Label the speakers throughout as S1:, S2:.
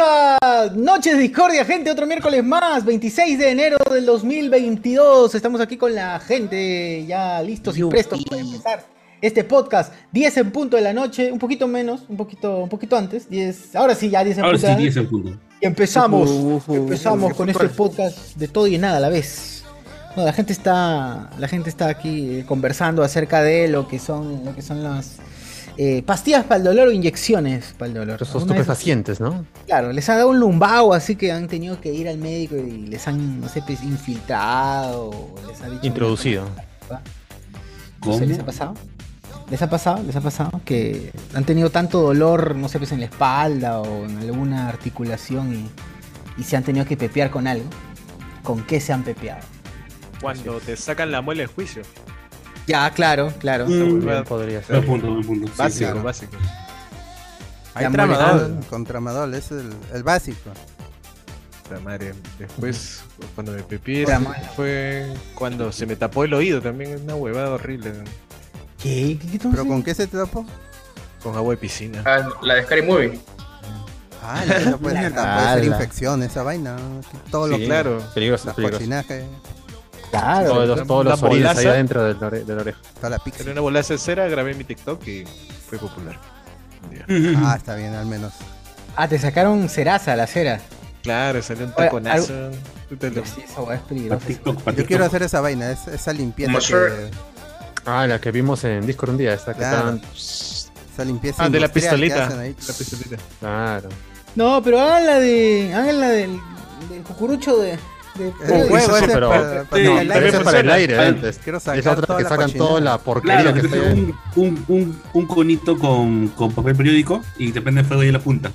S1: Buenas noches, Discordia, gente. Otro miércoles más, 26 de enero del 2022. Estamos aquí con la gente ya listos y
S2: Yupi.
S1: prestos para empezar este podcast. 10 en punto de la noche, un poquito menos, un poquito, un poquito antes. 10, ahora sí, ya 10 en
S3: Ahora
S1: punto.
S3: sí,
S1: de la
S3: 10 en
S1: noche.
S3: punto.
S1: Y empezamos,
S2: Ujú, ujú,
S1: empezamos
S2: ujú,
S1: con
S2: ujú,
S1: este
S2: ujú.
S1: podcast de todo y nada a la vez. No, la gente está, la gente está aquí eh, conversando acerca de lo que son, lo que son las eh, pastillas para el dolor o inyecciones para el dolor.
S2: Los
S1: ¿Alguna vez-
S2: estupefacientes, ¿no?
S1: Claro, les ha dado un lumbago, así que han tenido que ir al médico y les han, no sé, pues, infiltrado, o les ha dicho...
S2: Introducido.
S1: No sé, ¿Les ha
S3: ¿Cómo?
S1: pasado? ¿Les ha pasado? ¿Les ha pasado? Que han tenido tanto dolor, no sé, pues en la espalda o en alguna articulación y, y se han tenido que pepear con algo. ¿Con qué se han pepeado?
S4: Cuando te sacan la muela del juicio.
S1: Ya, claro, claro.
S3: Mm.
S2: Bien, podría ser.
S3: Buen punto, buen punto. Sí,
S4: Básico,
S3: sí.
S4: básico.
S1: Ya
S5: Hay
S1: muy
S5: tramadol,
S1: grande.
S5: con tramadol, ese es el, el básico.
S4: Puta madre. Después, cuando me pepié,
S1: Puta madre.
S4: fue cuando se me tapó el oído también. Una huevada horrible. ¿no?
S1: ¿Qué? ¿Qué, qué tú
S5: ¿Pero
S1: haces?
S5: con qué se tapó?
S4: Con agua de piscina.
S6: Ah, la de Scary Movie.
S5: Ah, no, no puede ser,
S1: La-
S5: puede ser
S1: ala.
S5: infección esa vaina. que Todo
S4: Sí,
S5: lo que
S4: claro.
S2: Peligroso,
S5: las
S2: peligroso.
S5: cochinaje,
S2: Todos
S1: Claro.
S2: los, todos los
S4: Una
S2: orillas ahí
S4: bolaza.
S2: adentro de la, ore- de la oreja.
S5: toda la pizza.
S4: Salió una bolaza de cera, grabé mi TikTok y fue popular. Ya.
S5: Ah, está bien, al menos.
S1: Ah, te sacaron ceraza, la cera.
S4: Claro, salió un
S1: Oye,
S4: taconazo. Puta, lo-
S1: Sí, esa hueá es
S3: Pa'
S1: peligrosa.
S3: TikTok, pa'
S5: Yo quiero
S3: TikTok.
S5: hacer esa vaina, es- esa limpieza
S6: Como
S5: que,
S6: sure.
S2: Ah, la que vimos en Discord un día, esta que
S5: Claro.
S2: estaban.
S5: esa limpieza
S4: Ah, de la
S5: industrial que
S4: pistolita.
S5: hacen ahí.
S4: La pistolita.
S2: Claro.
S1: No, pero hagan la de. Hagan la del, del cucurucho de. de-
S5: Eh, Es un
S2: Uy,
S5: juego
S2: eso sí,
S5: ese
S2: pero-
S5: para, para
S3: Sí,
S5: sacar
S2: No,
S5: el
S2: también
S5: aire.
S2: fue para el
S4: funciona.
S2: aire,
S3: Ah,
S2: antes.
S5: quiero
S2: Es
S5: sacar
S2: la otra
S5: toda
S2: que
S5: la
S2: sacan
S5: cochinada.
S2: toda la porquería
S3: Claro,
S2: que
S3: te
S2: está
S3: trae
S2: ahí.
S3: un, un, un, un conito con, con papel periódico y te prende fuego ahí en la punta.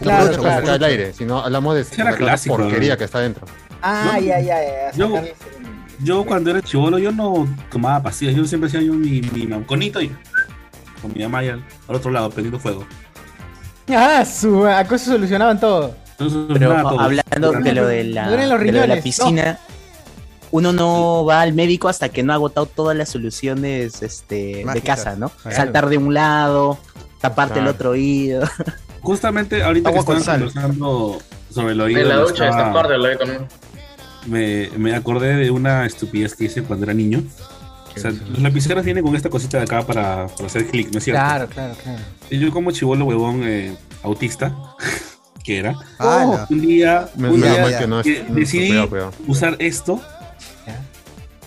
S1: Claro,
S2: Mucho para
S1: claro.
S2: sacar el aire, si no hablamos de
S3: Ese
S2: de
S3: era
S2: la
S3: clásico,
S2: porquería
S3: ¿no?
S2: que está adentro.
S1: Ah,
S3: Yo-
S1: ya, ya, ya.
S3: yo-
S1: sacarle ese-
S3: Yo cuando era chivolo yo no tomaba pastillas, yo siempre hacía yo mi, mi conito y con mi mamá y al, al otro lado prendiendo fuego.
S1: Ah, su, acaso solucionaban todo.
S3: Entonces,
S7: Pero
S3: nada, todo.
S7: hablando de lo de la,
S1: No eran los
S7: de lo de la
S1: riñones,
S7: piscina, uno no va al médico hasta que no ha agotado todas las soluciones este, de
S5: Mágicas.
S7: casa, ¿no?
S5: Claro.
S7: Saltar de un lado, taparte
S2: Claro.
S7: el otro oído.
S3: Justamente ahorita que
S4: Agua con
S3: estaban
S4: sal.
S3: conversando sobre el oído,
S6: En la
S3: me
S6: ducha,
S3: estaba-
S6: esta parte la de con.
S3: me, me acordé de una estupidez que hice cuando era niño. O sea, los lapiceros vienen con esta cosita de acá para, para hacer clic, ¿no es cierto?
S1: Claro, claro, claro.
S3: Y yo como chivolo huevón eh, autista, que era,
S5: Ah,
S1: Oh.
S5: la-
S3: un día,
S2: Menos
S3: un
S5: ya,
S3: día
S2: mal
S5: ya.
S2: que no es.
S3: que decidí
S2: Cuidado, cuidado.
S3: usar esto
S1: Ya.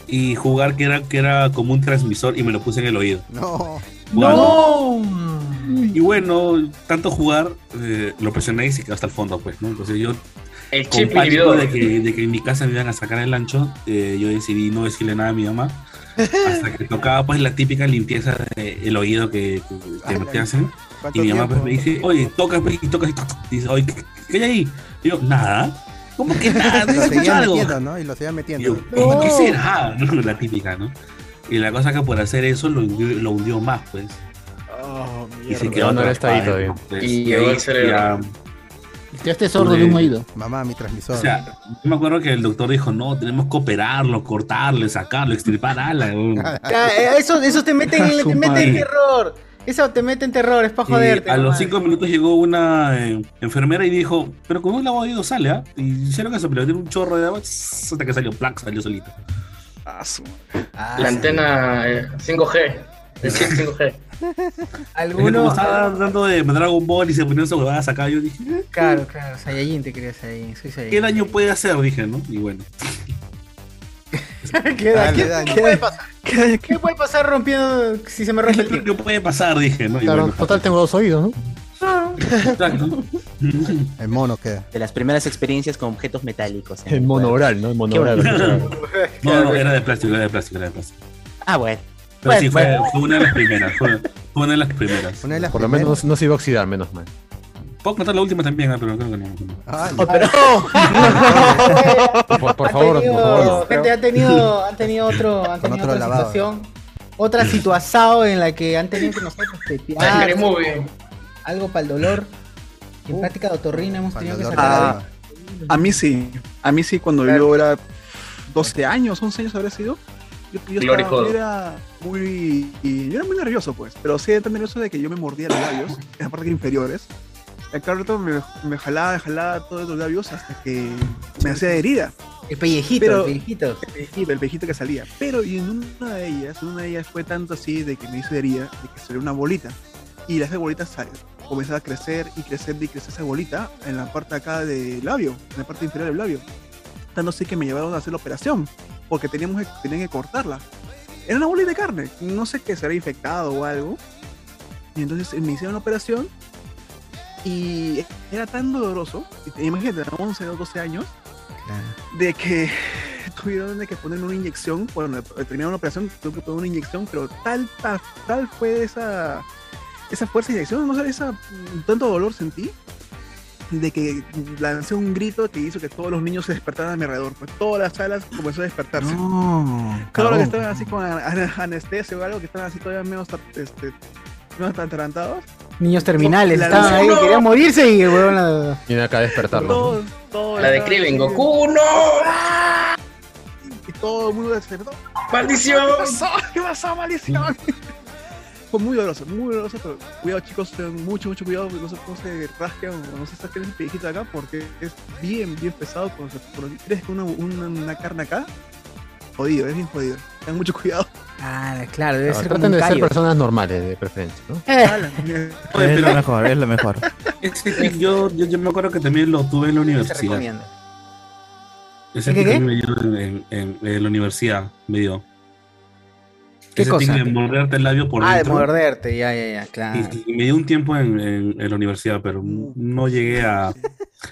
S3: y jugar que era, que era como un transmisor y me lo puse en el oído.
S5: No,
S3: Jugando.
S1: ¡No!
S3: Y bueno, tanto jugar, eh, lo presioné y se quedó hasta el fondo, pues, ¿no? Entonces yo,
S6: El
S3: con
S6: chip
S3: pánico
S6: inhibidor.
S3: de que, de que en mi casa me iban a sacar el ancho, eh, yo decidí no decirle nada a mi mamá. Hasta que tocaba pues la típica limpieza del oído que, que- que
S5: Ala.
S3: te hacen.
S5: ¿cuánto
S3: Y mi mamá pues,
S5: tiempo?
S3: me dice, oye, toca, pues, y toca, y toca. Y dice, oye, ¿qué, qué hay ahí? Y yo, nada. ¿Cómo que nada?
S5: Lo
S3: ¿No
S5: seguía
S3: algo? Oh.
S5: metiendo, ¿no? Y lo seguía
S3: Y
S5: metiendo.
S3: yo, ¿cómo
S1: No.
S3: que será? La típica, ¿no? Y la cosa que por hacer eso lo, hundió- lo hundió más, pues.
S4: Oh,
S3: Y se
S4: mierda.
S3: quedó
S2: No, no era
S3: atrapada,
S2: estadito, bien.
S3: pues,
S6: Y llegó al cerebro.
S3: ya-
S8: Quedaste sordo de un
S3: Eh,
S8: oído.
S5: Mamá, mi transmisor.
S3: o sea, yo me acuerdo que el doctor dijo, no, tenemos que operarlo, cortarlo, sacarlo, extirpar ala. weón".
S1: Ya, eh, Eso, eso te mete en, te mete en
S3: madre.
S1: terror. Eso te mete en terror, es para
S3: Y
S1: joderte.
S3: a los
S1: nomás.
S3: cinco minutos llegó una eh, enfermera y dijo, pero con un lavado de oído sale, ¿ah? Y hicieron eso, pero tiene un chorro de agua tss, hasta que salió, plac, salió solito.
S1: Ah,
S6: La
S1: sí.
S6: antena eh, 5G. El chip 5G.
S3: Es que como
S1: Alguno.
S3: estaba dando de Dragon Ball y se ponían esas huevadas acá, yo dije, "Eh,
S1: Claro, claro, Saiyajin te crees ahí. Soy Saiyajin.
S3: ¿qué daño puede hacer? Dije, ¿no? Y bueno.
S1: ¿Qué da-
S5: Dale,
S1: qué-
S5: dale.
S1: qué puede pasar? ¿Qué puede pasar rompiendo si se me
S3: ¿Qué
S1: rompe
S3: es
S1: el
S3: lo
S1: tiempo?
S3: que puede pasar? Dije, ¿no? Y
S2: Claro,
S3: bueno,
S2: total tengo dos oídos, ¿no?
S3: exacto.
S5: El mono queda.
S7: De las primeras experiencias con objetos metálicos. ¿eh?
S2: En monoral, ¿no? En monoral.
S3: No, no, era de plástico, era de plástico, era de plástico.
S7: Ah, bueno.
S3: Pero
S7: Bueno,
S3: sí, fue,
S7: bueno.
S3: fue una de las primeras. Fue, fue una de las primeras.
S5: Una de las
S2: Por lo menos
S5: primeras.
S2: no se iba a oxidar, menos mal.
S3: Puedo contar la última también, ah, pero creo que no. no.
S5: Ah,
S4: Oh,
S5: no.
S2: Por, por
S1: Han
S2: favor,
S1: tenido-
S2: por favor.
S1: Gente, han tenido, han tenido otro, han
S5: Con
S1: tenido
S5: otro
S1: otra
S5: lavado.
S1: situación, otra situación en la que han tenido que nosotros
S6: La de Scary
S1: pepear,
S6: Movie.
S1: algo para el dolor. En práctica de otorrino hemos
S5: Para
S1: tenido
S5: el
S1: que
S5: dolor
S1: sacar.
S5: de
S1: algo.
S9: Ah,
S5: la-
S9: A mí sí, a mí sí, cuando
S1: Claro.
S9: yo era 12 años, 11 años habrá sido, yo, yo
S6: Glory
S9: estaba- yo
S6: hole.
S9: era muy, yo era muy nervioso pues, pero sí era tan nervioso de que yo me mordía los labios, en las partes inferiores, el Carlton me, me jalaba, me jalaba todos los labios hasta que me hacía herida.
S1: El pellejito,
S9: Pero-
S1: el pellejito.
S9: El pellejito, el pellejito que salía. Pero y en una de ellas, en una de ellas fue tanto así de que me hizo herida, de que salió una bolita. Y las bolitas sal- comenzaba a crecer y crecer y crecer esa bolita en la parte acá del labio, en la parte inferior del labio. Tanto así que me llevaron a hacer la operación, porque teníamos que, tenían que cortarla. Era una bolita de carne, no sé qué, se había infectado o algo. Y entonces eh, me hicieron la operación y era tan doloroso, y te- imagínate, a 11 o 12 años, de que tuvieron de que ponerme una inyección, bueno, terminaron una operación, tuve que poner una inyección, pero tal, tal, tal fue esa, esa fuerza de inyección, no sé, esa, tanto dolor sentí, de que lancé un grito que hizo que todos los niños se despertaran a mi alrededor, pues todas las salas comenzó a despertarse.
S1: No.
S9: Claro, que
S1: cagón.
S9: estaban así con an- an- anestesia o algo, que estaban así todavía menos, este, menos atarantados.
S1: Niños terminales,
S9: La
S1: estaban ahí,
S9: luz.
S1: querían morirse y el huevón la-
S2: Viene acá a despertarlo.
S9: Todos, todos
S6: La de
S9: estaban
S6: Krillin,
S9: así,
S6: Goku, no.
S9: Y todo el mundo despertó.
S6: Maldición.
S9: ¿Qué pasó? ¿Qué pasó, maldición? Fue muy doloroso, muy doloroso, pero cuidado chicos, tengan mucho, mucho cuidado, no se, no se rasquen o no se saquen el pellejito de acá porque es bien, bien pesado cuando se cuando crees que una, una, una carne acá, jodido, es bien jodido. Tengan mucho cuidado.
S1: Ah, claro, debe
S2: Claro,
S1: ser como
S2: Traten
S1: un
S2: de ser
S1: callo.
S2: personas normales, de preferencia, ¿no?
S4: Eh.
S9: Ala, mierda.
S10: Es lo mejor, es lo mejor.
S3: Ese tic yo, yo, yo me acuerdo que también lo tuve en la
S1: No se
S3: universidad.
S1: recomienda.
S3: Ese
S1: ¿Qué,
S3: tic
S1: qué?
S3: a mí me dio en, en- en- en la universidad, me dio.
S1: ¿Qué
S3: Ese
S1: cosa?
S3: tic de morderte el labio por
S1: Ah, de
S3: dentro.
S1: morderte, ya, ya, ya, claro.
S3: Y, y me dio un tiempo en, en- en la universidad, pero no llegué a.
S1: Mm.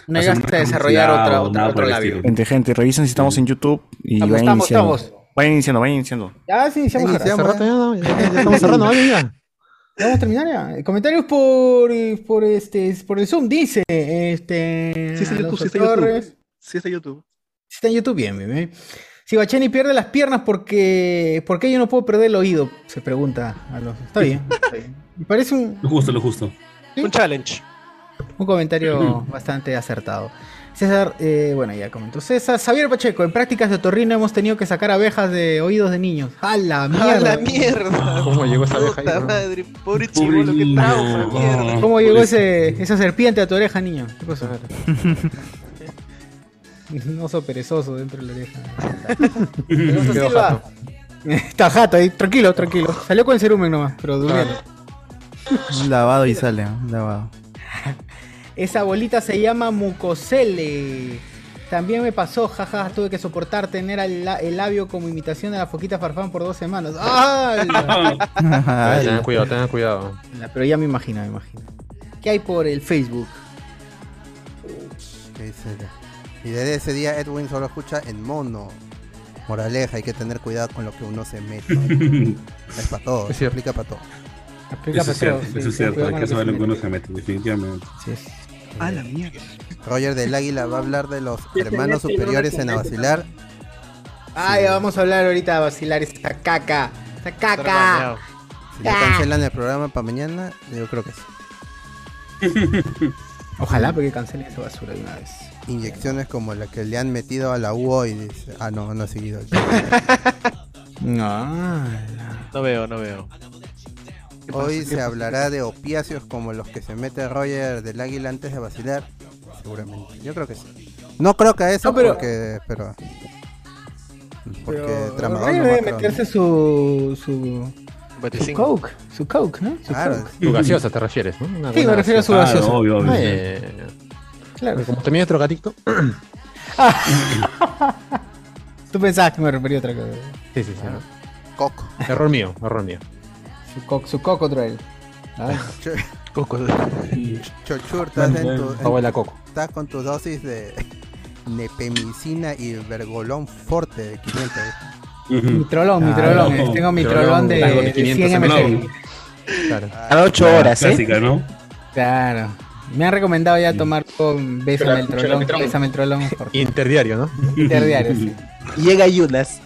S1: No
S3: hacer
S1: llegaste
S3: una
S1: a desarrollar
S3: publicidad
S1: otra,
S3: o
S1: otra,
S3: nada
S1: otro
S3: por el
S1: labio.
S3: estilo.
S10: Gente, gente, revisen si estamos en YouTube y
S1: Estamos,
S10: vayan
S1: estamos,
S10: iniciando.
S1: estamos.
S10: Vayan iniciando, vayan iniciando.
S1: Ya, sí, iniciamos. ahora.
S5: Ya iniciamos.
S2: Hace rato ya, no, ya, ya estamos cerrando, ¿vale? Ya.
S1: Ya Vamos a terminar ya. Eh, Comentarios por, eh, por este por el Zoom, dice este
S9: Sí está en YouTube,
S1: Alonso
S9: sí está en
S1: Torres.
S9: YouTube. Sí está en YouTube.
S1: Si está en YouTube, bien, bien, bien. Si Bacheni pierde las piernas, porque ¿por qué yo no puedo perder el oído? Se pregunta Alonso. Está bien, está bien. Me parece un,
S3: Lo justo, lo justo.
S4: Un challenge.
S1: Un comentario bastante acertado. César, eh, bueno, ya comentó. César, Xavier Pacheco, en prácticas de otorrino hemos tenido que sacar abejas de oídos de niños. ¡A la mierda!
S4: ¡A la mierda!
S2: ¿Cómo llegó esa abeja ahí,
S4: Puta
S2: no?
S4: madre, pobre
S3: Pobre
S4: chivolo, qué
S3: niño.
S4: trauma, mierda.
S1: ¿Cómo llegó
S3: Pobre-
S1: ese, esa serpiente a tu oreja, niño? ¿Qué cosa? Un oso perezoso dentro de la oreja. Alonso Silva. Está jato ahí, tranquilo, tranquilo. Salió con el cerumen nomás, pero durmiendo.
S10: Un lavado y sale, un lavado.
S1: Esa bolita se llama mucosele. También me pasó, jaja, tuve que soportar tener al la- el labio como imitación de la foquita farfán por dos semanas. ¡Ah!
S2: Ah,
S10: Ay,
S2: Tengan cuidado, tengan cuidado.
S1: La- Pero ya me imagino, me imagino. ¿Qué hay por el Facebook?
S5: ¿Qué dice ella? Y desde ese día Edwin solo escucha en mono. Moraleja, hay que tener cuidado con lo que uno se mete. es para todo,
S2: Es
S5: es
S2: cierto.
S5: aplica para todo.
S1: Aplica
S3: Eso
S1: para
S3: es cierto,
S1: todo, sí,
S3: eso es
S1: ten
S3: cierto.
S1: cuidado
S3: Hay
S1: con lo
S3: que saber
S1: se
S3: en que uno
S1: mete.
S3: se mete, definitivamente.
S1: Sí, es- Ah,
S9: A la mierda.
S5: Roger del Águila va a hablar de los hermanos superiores en Avacilar.
S1: Ah, ya vamos a hablar ahorita, a vacilar esta caca. Esta
S4: Estar
S1: caca.
S4: bañado.
S5: Si le cancelan el programa para mañana, yo creo que sí.
S1: Ojalá porque cancelen esa basura de una vez.
S5: Inyecciones como la que le han metido a la UO y dice, ah no, no ha seguido.
S1: No.
S4: No veo, no veo.
S5: Hoy se hablará de opiáceos como los que se mete Roger del Águila antes de vacilar. Seguramente. Yo creo que sí. No creo que a eso,
S1: No, pero-
S5: porque. Pero, porque
S1: Pero
S5: tramador
S1: Rey
S5: nomás,
S1: debe
S5: creo, ¿no?
S1: meterse su, su, su
S4: 25.
S1: coke, su coke, ¿no? Su
S5: Claro,
S1: coke.
S2: Tu gaseosa te refieres, ¿no? Una
S1: Sí,
S2: buena
S1: me refiero a su
S3: Claro,
S1: gaseosa.
S3: obvio, obvio.
S2: Ah, eh,
S1: Claro. Ah.
S2: Como también es drogadicto.
S1: Tú pensabas que me refería a otra cosa.
S2: Sí, sí, sí.
S5: coco.
S2: Error mío, error mío.
S1: Su coco, su coco otra vez.
S5: Ch-
S4: Coco.
S5: Chochur, estás, en tu- en-
S2: Abuela Coco.
S5: estás con tu dosis de nepemicina y vergolón fuerte de 500.
S1: Mi trolón, mi
S2: Ah,
S1: trolón.
S3: no.
S1: Tengo mi
S2: Trolón,
S1: trolón de,
S2: trolón
S1: de
S2: de 500
S1: 100 ml.
S3: ml.
S2: Claro.
S5: Ah,
S7: Cada ocho
S9: Ah,
S3: La
S7: horas, ¿eh?
S3: Clásica, ¿no?
S1: Claro. Me han recomendado ya tomar con Bésame el
S6: Chola-
S1: trolón,
S6: cholapitrón.
S1: Bésame el trolón. por
S2: Interdiario, ¿no?
S1: Interdiario, sí.
S7: Llega Yudas.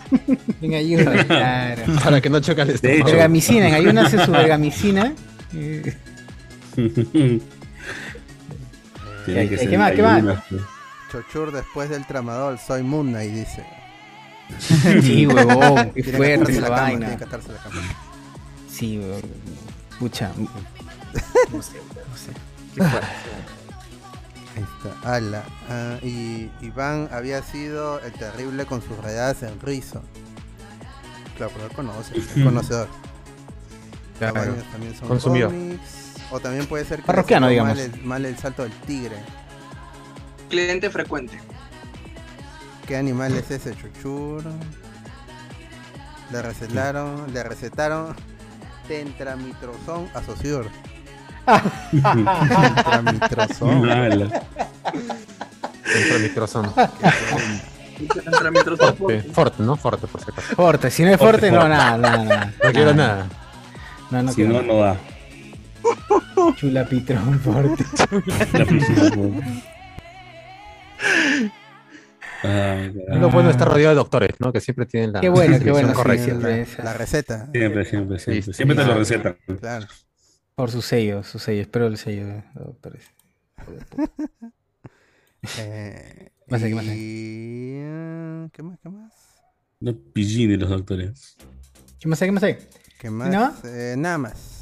S1: En ayunas, claro.
S2: Para que no choque el
S3: De hecho.
S2: estómago.
S1: Vergamicina, en ayunas hace su vergamicina. Eh,
S5: Eh,
S3: Tiene que
S1: ¿Qué
S3: ser
S1: más, qué más?
S3: ayunas, pues.
S5: Chochur, después del tramador, soy Moon Knight, dice.
S1: Sí, huevón, qué
S5: Tiene que
S1: fuerte
S5: atarse
S1: esa
S5: la cama, tiene
S1: vaina.
S5: que atarse la cama.
S1: Sí, huevón. Pucha. No sé, no sé.
S5: Ahí está, ala. Ah, y Iván había sido el terrible con sus redadas en Rizo. Claro, pero él conoce, es conocedor.
S2: Claro.
S5: Tamaños también son
S2: Consumió.
S5: cómics. O también puede ser que
S1: Parroquiano,
S5: le salió mal
S1: digamos.
S5: el, mal el salto del tigre.
S6: Cliente frecuente.
S5: ¿Qué animal es ese chuchur? Le recetaron, le recetaron tentramitrozón a Sosur. tentramitrozón.
S3: Ala.
S2: Entró mi corazón.
S6: Transmitrosón
S2: Forte, Forte, ¿no? Forte, por si acaso.
S1: Forte, Oh, si no es fuerte, no,
S2: Forte.
S1: nada, nada, nada.
S2: No quiero nada.
S1: No, no
S3: Si
S1: quiero
S3: no,
S1: nada.
S3: no da.
S1: Chula Pitrón, Forte.
S3: La próxima. Ay, carajo.
S2: Lo bueno es estar rodeado de doctores, ¿no? Que siempre tienen la.
S1: Qué bueno, qué bueno. sí,
S2: solución correcta.
S1: siempre
S5: la,
S1: es-
S5: la receta.
S3: Siempre, siempre, siempre.
S2: Sí,
S3: Siempre te lo
S5: claro.
S3: recetan.
S5: Claro.
S1: Por su sello, su sello. Espero el sello. de doctores.
S5: Eh,
S1: Más ahí, más ahí.
S5: y, eh, ¿Qué más? ¿Qué más?
S3: Los pillines, los doctores.
S1: ¿Qué más hay? ¿Qué más hay?
S5: ¿Qué más?
S1: ¿No?
S5: Eh, nada más.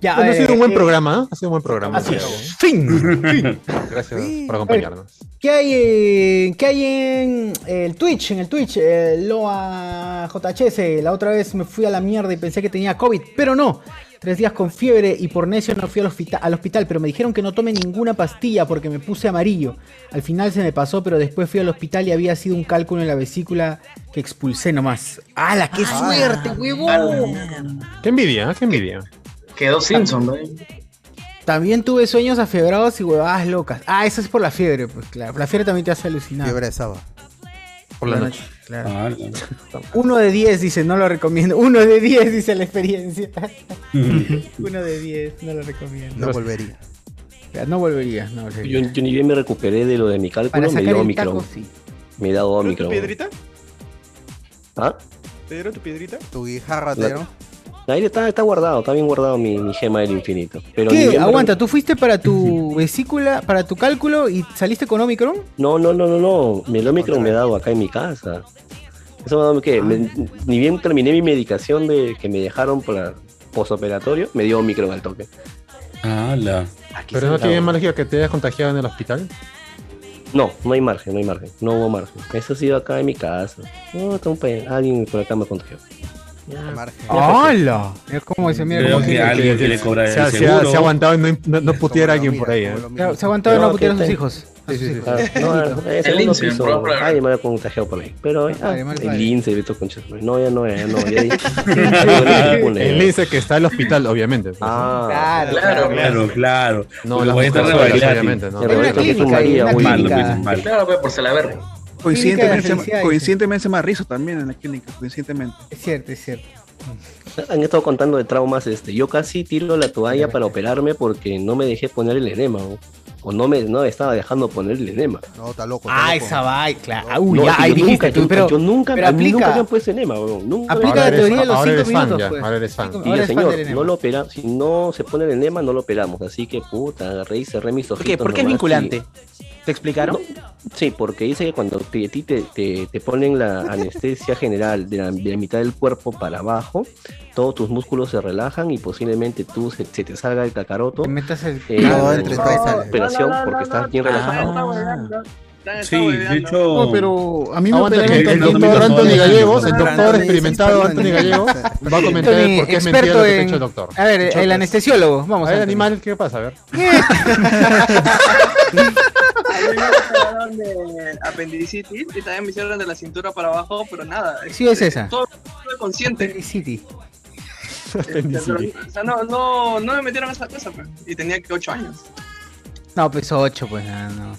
S1: Ya,
S2: Bueno,
S1: eh,
S2: ha sido un buen
S1: eh,
S2: programa, ¿no? Ha sido un buen programa.
S1: Así
S2: Gracias.
S1: es. Fin. Fin.
S2: Gracias
S5: Sí.
S2: por acompañarnos.
S1: ¿Qué hay, en- ¿Qué hay en el Twitch? En el Twitch, eh, Loa JHS. La otra vez me fui a la mierda y pensé que tenía COVID, pero no. Tres días con fiebre y por necio no fui al, hospita- al hospital, pero me dijeron que no tome ninguna pastilla porque me puse amarillo. Al final se me pasó, pero después fui al hospital y había sido un cálculo en la vesícula que expulsé nomás. ¡Hala, qué suerte, huevón!
S2: Qué envidia, ¿eh? qué envidia. Ah.
S6: Quedó Simpson, ¿no?
S1: También tuve sueños afiebrados y huevadas locas. Ah, eso es por la fiebre, pues claro. La fiebre también te hace alucinar.
S5: Fiebre de sábado.
S2: Por la noche.
S1: Claro.
S3: Ah, ala.
S1: Uno de 10 dice, no lo recomiendo. Uno de 10 dice la experiencia. Uno de 10, no lo recomiendo.
S5: No volvería.
S1: O sea, No volvería, no
S11: Yo,
S1: volvería.
S11: yo ni bien me recuperé de lo de mi
S1: Para
S11: cálculo, me
S1: sacar
S11: dio
S1: el
S11: Omicron.
S1: taco, sí.
S11: Me he dado
S4: ¿Te dieron tu
S11: Omicron.
S4: piedrita?
S11: ¿Ah?
S4: ¿Te dieron tu piedrita?
S5: Tu guijarro atero.
S11: Ahí está, está guardado, está bien guardado mi, mi gema del infinito. Pero ni
S1: ¿Qué?
S11: bien me
S1: Aguanta, tú fuiste para tu vesícula, para tu cálculo y saliste con Omicron.
S11: No, no, no, no, no. Me- El Omicron me he dado acá en mi casa. Eso me ha dado que me-
S1: Ah.
S11: ni bien terminé mi medicación de que me dejaron para posoperatorio, me dio Omicron al toque.
S3: Ala.
S11: Aquí
S2: Pero no
S11: sentado.
S2: tiene magia que te hayas contagiado en el hospital.
S11: No, no hay margen, no hay margen. No hubo margen. Eso ha sido acá en mi casa. No, está un pe- alguien por acá me contagió.
S5: Margen.
S11: pues,
S1: ¡Hola! Es como dice, mira,
S3: Creo
S1: como
S3: que
S1: que-
S3: alguien quiere cobrar
S2: Se ha,
S3: el
S2: se ha-
S3: seguro.
S2: se ha aguantado y no, no, no putear a
S5: Como lo
S2: alguien
S5: mira,
S2: por ahí. ¿eh?
S5: como lo
S1: se ha-
S5: mira.
S1: se ha aguantado de
S11: No,
S1: no putear a
S11: que
S1: sus
S11: te-
S1: hijos. A sus hijos.
S11: Ah, no, eh,
S6: El
S11: segundo
S6: lince,
S11: piso,
S6: por favor.
S11: Alguien me había contagiado por ahí. Pero, eh, ah,
S1: Vale, mal vale.
S11: el lince, Beto Concha. No, ya no, ya no. Ya, ya- ya- ya-
S2: Él dice que está en el hospital, obviamente.
S11: Ah,
S1: Claro,
S6: Claro,
S3: Claro, claro.
S2: No,
S3: Lo
S2: las
S3: voy a estar
S2: mujeres solas,
S3: rebailando.
S2: obviamente, ¿no?
S11: ya
S1: Hay una
S11: Roberto, que es un
S1: clínica, hay
S11: María,
S1: una
S11: güey.
S3: Mal, lo
S1: clínica.
S3: piensan mal.
S6: Claro, pues, por Salaverry.
S9: Coincidentemente,
S1: Clínica de
S9: se llama-
S1: felicidad,
S9: coincidentemente se llama Rizo también en la clínica, coincidentemente.
S1: Es cierto, es cierto.
S11: Han estado contando de traumas. este Yo casi tiro la toalla para operarme porque no me dejé poner el enema. O, o no me no me estaba dejando poner el enema.
S5: No, está loco. está
S1: Ah,
S5: loco.
S1: esa va, claro.
S11: No,
S1: Uy,
S11: es
S1: ya,
S11: que
S1: ahí
S11: yo
S1: dijiste
S11: nunca,
S1: tú,
S11: yo-
S1: pero.
S11: yo nunca,
S1: pero
S11: a mí nunca
S1: aplica-
S11: me han puesto enema. weón. Nunca me-
S1: Aplica
S2: Ahora
S1: la
S2: eres-
S1: teoría de los
S2: ahora
S1: 5
S2: eres fan,
S1: minutos,
S2: ya,
S1: pues.
S2: ahora eres fan.
S1: Cinco-
S11: Y
S1: ahora
S11: el
S1: eres fan
S11: señor,
S1: del enema.
S11: no lo opera, si no se pone el enema, no lo operamos. Así que puta, agarré y cerré mis
S7: ¿Por
S11: ojitos.
S7: qué? ¿Por qué es
S11: nomás y-
S7: vinculante? ¿Te explicaron?
S11: Sí, porque dice que cuando te, a ti te, te- te ponen la anestesia general de la, de la mitad del cuerpo para abajo, todos tus músculos se relajan y posiblemente tú se, se te salga el cacaroto.
S1: Te metas el.
S11: eh,
S5: No,
S11: al-
S5: entre
S11: al-
S5: todos
S11: al-
S5: sale.
S11: operación porque estás bien relajado.
S3: Sí, de hecho.
S8: No, pero a mí me
S2: Aguanta que el,
S8: operaron también.
S2: doctor Anthony Gallegos, el
S5: Anthony
S2: doctor
S5: Gallegos,
S2: experimentado
S5: Anthony
S2: Anthony Gallegos, va a comentar
S1: Anthony,
S2: por qué es mentira
S1: experto
S2: lo que te ha
S1: en-
S2: dicho el doctor.
S1: A ver, el anestesiólogo. Vamos
S2: A ver,
S1: Anthony.
S2: animal, ¿qué pasa? A ver.
S6: de apendicitis y también me hicieron de la cintura para abajo, pero nada. este,
S1: Sí, es esa.
S6: Todo estuve consciente.
S1: City.
S6: este, pero, o sea, no, no, no me metieron a esa cosa, pues. Y tenía que 8 años.
S1: No, peso 8, pues
S11: ah,
S1: nada, no.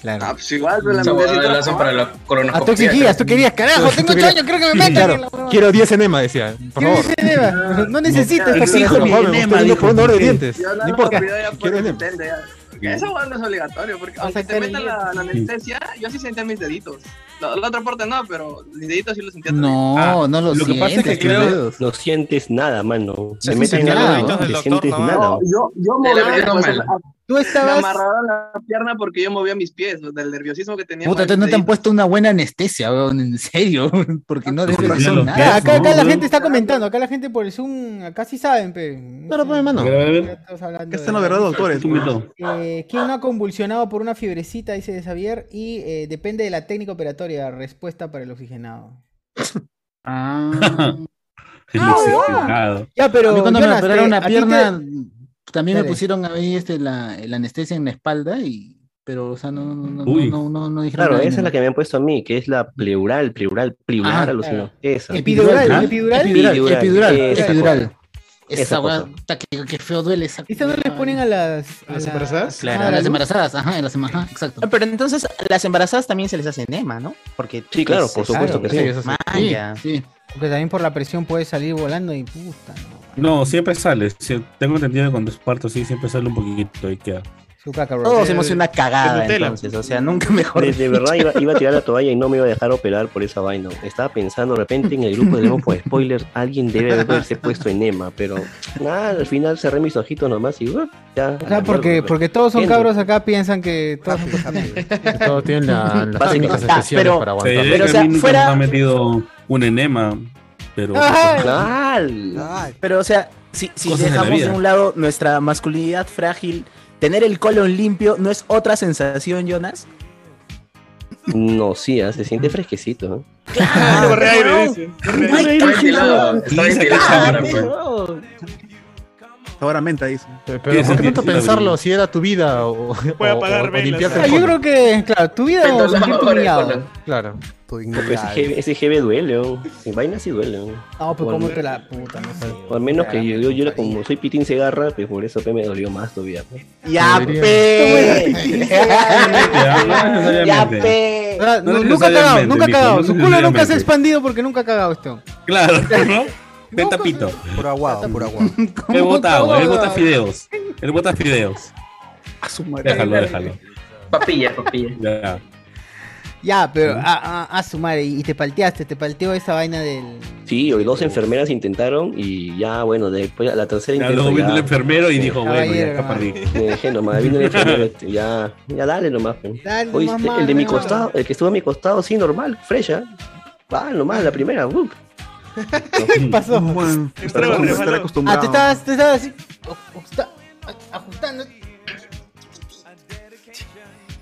S1: Claro.
S6: Ah, pues igual, pero la metí a cintura para abajo.
S1: Ah, tú exigías, tú querías, carajo,
S2: Tú
S1: tengo 8
S2: querías-
S1: años, creo que me metan. en la
S2: Claro,
S1: broma.
S2: quiero 10 enema, decía. Por
S1: ¿Qué
S2: favor.
S1: dice Neva? No necesito
S6: No,
S1: esta
S3: exijo
S1: carajo.
S3: mi-
S2: Joven, me
S3: enema,
S2: estoy viendo
S3: dijo.
S2: por un oro de dientes.
S6: Yo
S2: No
S6: no
S2: importa.
S6: lo ya por
S2: Quiero enema.
S6: Nintendo, ya. Porque Esa hueá no es obligatorio, porque aunque te
S1: sacar el
S6: metan la, la anestesia, yo sí sentía mis deditos. La, la otra parte no, pero mis deditos sí los sentía también.
S12: Ah,
S8: No, no lo,
S3: lo que pasa es
S8: sientes,
S3: que creo-
S8: queridos.
S11: No sientes nada, mano. Se
S8: sí,
S11: meten
S8: sí,
S11: algo
S8: nada.
S11: y no
S8: Los
S11: te sientes nada.
S6: yo, yo
S11: Te
S6: movía
S11: la
S6: los
S11: veo
S6: brazos,
S11: mal.
S6: a-
S1: Tú Tú estabas-
S6: pues, Me amarraron la pierna porque yo movía mis pies, o sea, del nerviosismo que tenía.
S8: Puta,
S6: con el
S8: no te han
S6: dedito.
S8: puesto una buena anestesia, weón, en serio, porque no debe
S1: Acá,
S8: pasar
S1: acá,
S8: nada.
S1: acá la gente está comentando, acá la gente por el Zoom, acá sí saben, pe.
S8: Pero, pues, hermano.
S1: Ya estamos hablando
S9: ¿Qué
S1: de-
S9: están los verdaderos doctores?
S1: Eh, ¿Quién no ha convulsionado por una fiebrecita? Dice Xavier. Y eh, depende de la técnica operatoria. Respuesta para el oxigenado. Ah, Ya, pero,
S8: A mí cuando me
S1: Jonas,
S8: operaron
S1: eh,
S8: la
S1: a ti
S8: pierna, también me
S1: Dale.
S8: pusieron a mí este, la, la anestesia en la espalda, y, pero, o sea, no, no, no,
S11: Uy.
S8: no, no, no dijeron
S11: Claro,
S8: nada,
S11: esa es
S8: no.
S11: la que me han puesto a mí, que es la pleural, pleural, pleural,
S8: Ah,
S11: alucino.
S8: claro.
S11: Esa.
S8: Epidural,
S11: ¿Ah?
S8: epidural, epidural, epidural,
S11: esa
S8: epidural.
S11: cosa.
S8: Esa
S11: Esa
S8: weá,
S11: cosa.
S8: puta, que, que feo duele esa.
S1: ¿Esa no les ponen a las,
S8: a las embarazadas?
S7: a
S8: Claro, a
S7: la
S8: las
S7: luz.
S8: embarazadas, ajá, a las embarazadas, exacto.
S7: Ah, Pero entonces a las embarazadas también se les hace enema, ¿no? Porque
S11: Sí, claro, por supuesto que sí.
S7: Maya.
S1: Porque también por la presión puede salir volando y puta, ¿no?
S3: No, siempre sale. Sie- Tengo entendido que cuando es parto, sí, siempre sale un poquito y queda.
S1: Su caca, bro.
S7: Todos hemos sido una cagada
S1: el Nutella.
S7: entonces, o sea, nunca mejor.
S11: De, de
S7: dicho.
S11: verdad iba, iba a tirar la toalla y no me iba a dejar operar por esa vaina. Estaba pensando de repente en el grupo de grupo de spoilers, alguien debe haberse puesto enema, pero nada, al final cerré mis ojitos nomás y uh, ya.
S1: O sea, porque, porque todos son
S11: Entiendo.
S1: cabros acá, piensan que todos son
S2: Todos tienen la- las
S11: Básico.
S2: técnicas
S11: Ah,
S2: especiales
S11: pero-
S2: para
S11: pero,
S3: Te
S2: aguantar.
S3: diré que a mí nunca me ha metido un enema, pero.
S11: Claro.
S7: Pero, o sea, si, si
S3: Cosas de la
S7: dejamos de,
S3: vida.
S7: un lado nuestra masculinidad frágil, tener el colon limpio no es otra sensación, Jonas.
S11: No, sí, ah, se siente fresquecito. ¿eh?
S7: Corre aire,
S9: Está ventilado,
S11: está ventilado.
S9: Ahora menta, dice.
S2: Pero ¿por qué tanto pensarlo si era tu vida o,
S9: Voy a
S2: o-
S9: pagar
S2: o- o
S9: velas.
S2: limpiarte
S1: Ah,
S2: el
S1: yo
S2: fondo?
S1: creo que, claro, tu vida o sentir tu hígado.
S2: Claro.
S11: Pero ese GB, ese GB duele, ¿no? Sin vaina sí duele. ¿no?
S1: No, pues
S11: O al-
S1: cómete la puta, no sé.
S11: O al menos que yo, yo, yo era como soy pitín cegarra, pues por eso que me dolió más todavía. pues. ¿no?
S7: Ya,
S1: pues.
S7: pe. Ya, pe.
S1: Ah,
S11: No
S1: nu- nunca ha
S11: necesariamente,
S1: cagado, nunca ha
S11: mijo,
S1: cagado.
S11: no
S1: Su culo nunca se
S11: necesariamente.
S1: ha expandido porque nunca ha cagado este. hombre.
S3: Claro, ¿no? De tapito.
S5: Por aguado, por aguado.
S3: Él bota agua, él bota
S5: aguado?
S3: fideos. Él bota fideos.
S5: A su madre.
S3: Déjalo, déjalo.
S6: Papilla, papilla.
S3: Ya.
S1: Ya, pero a, a- a su madre, y te palteaste, te palteó esa vaina del.
S11: Sí, hoy dos enfermeras intentaron y ya, bueno, después la tercera
S3: Ya,
S11: intentó.
S3: luego vino el enfermero y dijo, bueno, ya,
S11: Caballero,
S3: está
S11: nomás.
S3: perdido.
S11: Me dejé nomás, vino el enfermero, este, ya, ya dale nomás. pe.
S1: Dale
S11: Oye, este,
S1: nomás,
S11: el de
S1: madre,
S11: mi
S1: nomás.
S11: costado, el que estuvo a mi costado, sí, normal, fresha. Va, nomás, la primera, uh. ¡bup!
S1: ¿Qué pasó?
S9: Estar
S1: Ah, te
S9: acostumbrado.
S1: estabas, te estabas así, o- o está- a- ajustando.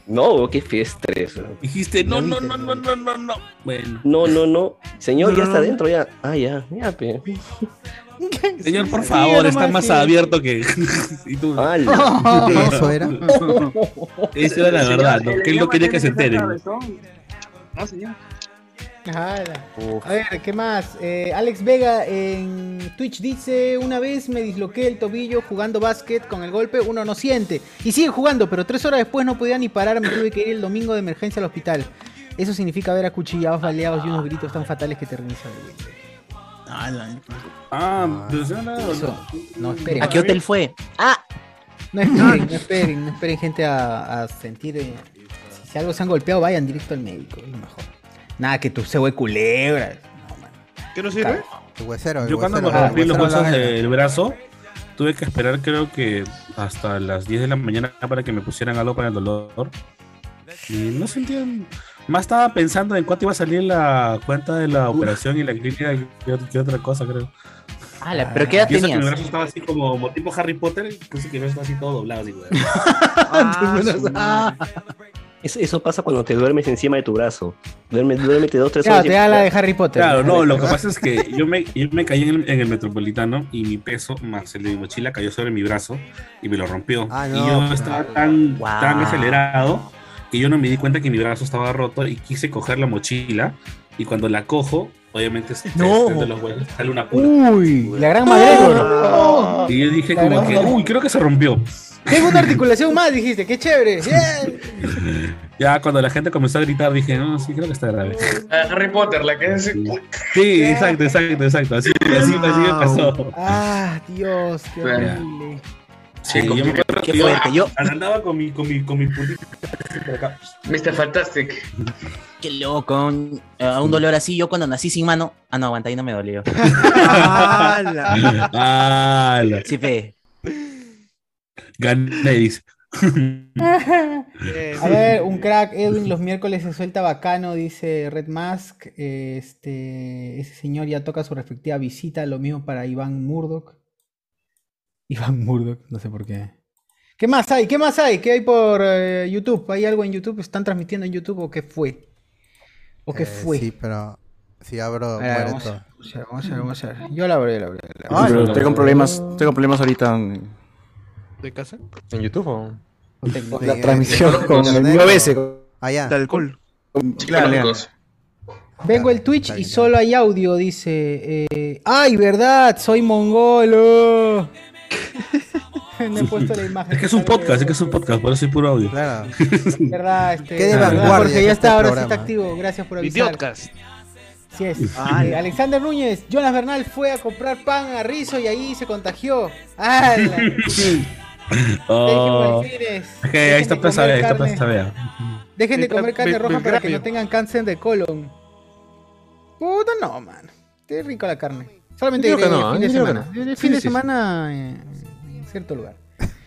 S11: No, qué estrés.
S3: Dijiste, no, no, no, no, no, no, no. Bueno.
S11: No, no, no. Señor, ya
S3: No,
S11: está
S3: no.
S11: adentro, ya. Ah, ya, ya, pe.
S3: Señor, por
S11: Sí,
S3: favor,
S11: nomás,
S3: está más
S11: sí.
S3: abierto que. y tú.
S11: ¡Hala!
S5: ¿Eso era?
S3: Eso era la
S6: Señor,
S3: verdad, ¿no?
S6: el
S3: que él no
S6: idioma
S3: quería que se
S6: tiene ser
S3: enteren.
S6: cabezón. No, señor.
S1: Ala. A ver, ¿qué más? Eh, Alex Vega en Twitch dice: Una vez me disloqué el tobillo jugando básquet con el golpe, uno no siente. Y sigue jugando, pero tres horas después no podía ni parar, me tuve que ir el domingo de emergencia al hospital. Eso significa ver acuchillados, baleados y unos gritos tan fatales que terminizan.
S3: Ah, pero se van a-
S1: No, esperen.
S7: ¿A qué hotel fue?
S1: ¡Ah! No esperen, no esperen, no esperen, gente, a, a sentir. eh, si algo se han golpeado, vayan directo al médico, es lo mejor. Nada, que tu se de culebra.
S9: ¿Qué no sirve?
S5: El huesero, el
S3: Yo cuando me
S5: huesero, el
S3: rompí los
S5: huesero
S3: huesos
S5: largo.
S3: del brazo, tuve que esperar creo que hasta las 10 de la mañana para que me pusieran algo para el dolor. Y no sentía... Más estaba pensando en cuánto iba a salir la cuenta de la operación y la clínica que, que otra cosa, creo.
S7: Ala, Ah, ¿pero qué edad
S3: Y eso que mi
S7: tenías?
S3: brazo estaba así como, como tipo Harry Potter, puse que mi brazo estaba así todo doblado. Así, güey.
S7: Ah,
S11: Eso, eso pasa cuando te duermes encima de tu brazo. Duerme, duérmete dos, tres horas. y-
S3: Claro, no, lo que pasa es que yo me, yo me caí en el, en el metropolitano y mi peso más el de mi mochila cayó sobre mi brazo y me lo rompió.
S5: Ah,
S3: y
S5: no. Ah.
S3: yo
S1: pues,
S3: estaba tan,
S7: Wow.
S3: tan acelerado que yo no me di cuenta que mi brazo estaba roto y quise coger la mochila. Y cuando la cojo, obviamente se-
S1: No.
S3: se- de los huevos sale una pura.
S1: Uy, la
S7: Ah.
S1: gran madre.
S3: Y yo dije
S1: La
S3: como
S1: gran
S3: que,
S1: madre.
S3: uy, creo que se rompió.
S1: Tengo una articulación más, dijiste, qué chévere. Bien.
S3: Ya cuando la gente comenzó a gritar dije, no, sí, creo que está grave.
S12: La de Harry Potter, la que es así.
S3: Sí, exacto, exacto, exacto. Así, así, así me pasó.
S1: Ah, Dios, qué horrible.
S3: Sí, yo me acuerdo
S7: qué
S3: que yo
S7: fuerte, yo-
S3: andaba con mi, con mi, con mi puntito así por acá.
S12: Mr. Fantastic.
S7: Qué loco. un- A un dolor así, yo cuando nací sin mano. Ah, no, aguanta, ahí no me dolió.
S9: ¡Hala!
S3: ¡Hala!
S7: Sí, fe.
S3: Gané, dice.
S1: A ver, un crack, Edwin, los miércoles se suelta bacano, dice Red Mask. Este, ese señor ya toca su respectiva visita, lo mismo para Iván Murdoch. Iván Murdoch, no sé por qué. ¿Qué más hay? ¿Qué más hay? ¿Qué hay por eh, YouTube? ¿Hay algo en YouTube? ¿Están transmitiendo en YouTube o qué fue? ¿O qué
S5: Eh,
S1: fue?
S5: Sí, pero si abro,
S1: A ver,
S5: muere
S1: vamos a
S5: todo.
S1: ver, vamos a ver, vamos a ver, vamos a ver. Yo la abrí, la abrí. la abrí.
S10: Pero estoy con problemas, estoy con problemas ahorita. en-
S4: ¿De casa?
S2: ¿En YouTube o?
S10: Con la transmisión con el
S5: OBS.
S10: OBS.
S5: Allá.
S9: De alcohol.
S1: Vengo el Twitch y solo hay audio, dice. eh, ¡Ay, verdad! ¡Soy mongolo! no he puesto la imagen.
S3: Es que es un podcast, es que es un podcast, por eso es puro audio. Ah,
S5: Claro.
S1: ¿Verdad? Este,
S5: Qué de
S1: ¿verdad,
S5: vanguardia
S1: Jorge,
S5: que
S1: ya
S2: este
S1: está,
S5: está
S1: ahora sí está
S5: el
S2: eh.
S5: programa.
S1: activo. Gracias por avisar.
S4: Videocast.
S1: Así es.
S4: Ah,
S1: Eh,
S4: ya.
S1: Alexander Núñez, Jonas Bernal fue a comprar pan a Rizo y ahí se contagió. ¡Hala!
S3: Oh.
S1: Martínez,
S3: Es que ahí está
S1: déjenme
S3: Plaza
S1: comer
S3: Vea, ahí está
S1: carne.
S3: Plaza Vea.
S1: Dejen de
S4: Beltra-
S1: comer carne
S4: Bel-
S1: roja para que
S4: Belgrano.
S1: no tengan cáncer de colon. Puta no, man. Qué rico la carne. Solamente
S2: Yo creo
S1: iré
S2: que no,
S1: el fin de
S2: yo creo que
S1: semana.
S2: no.
S1: El
S2: Sí,
S1: fin de
S2: sí, sí.
S1: semana eh, en cierto lugar.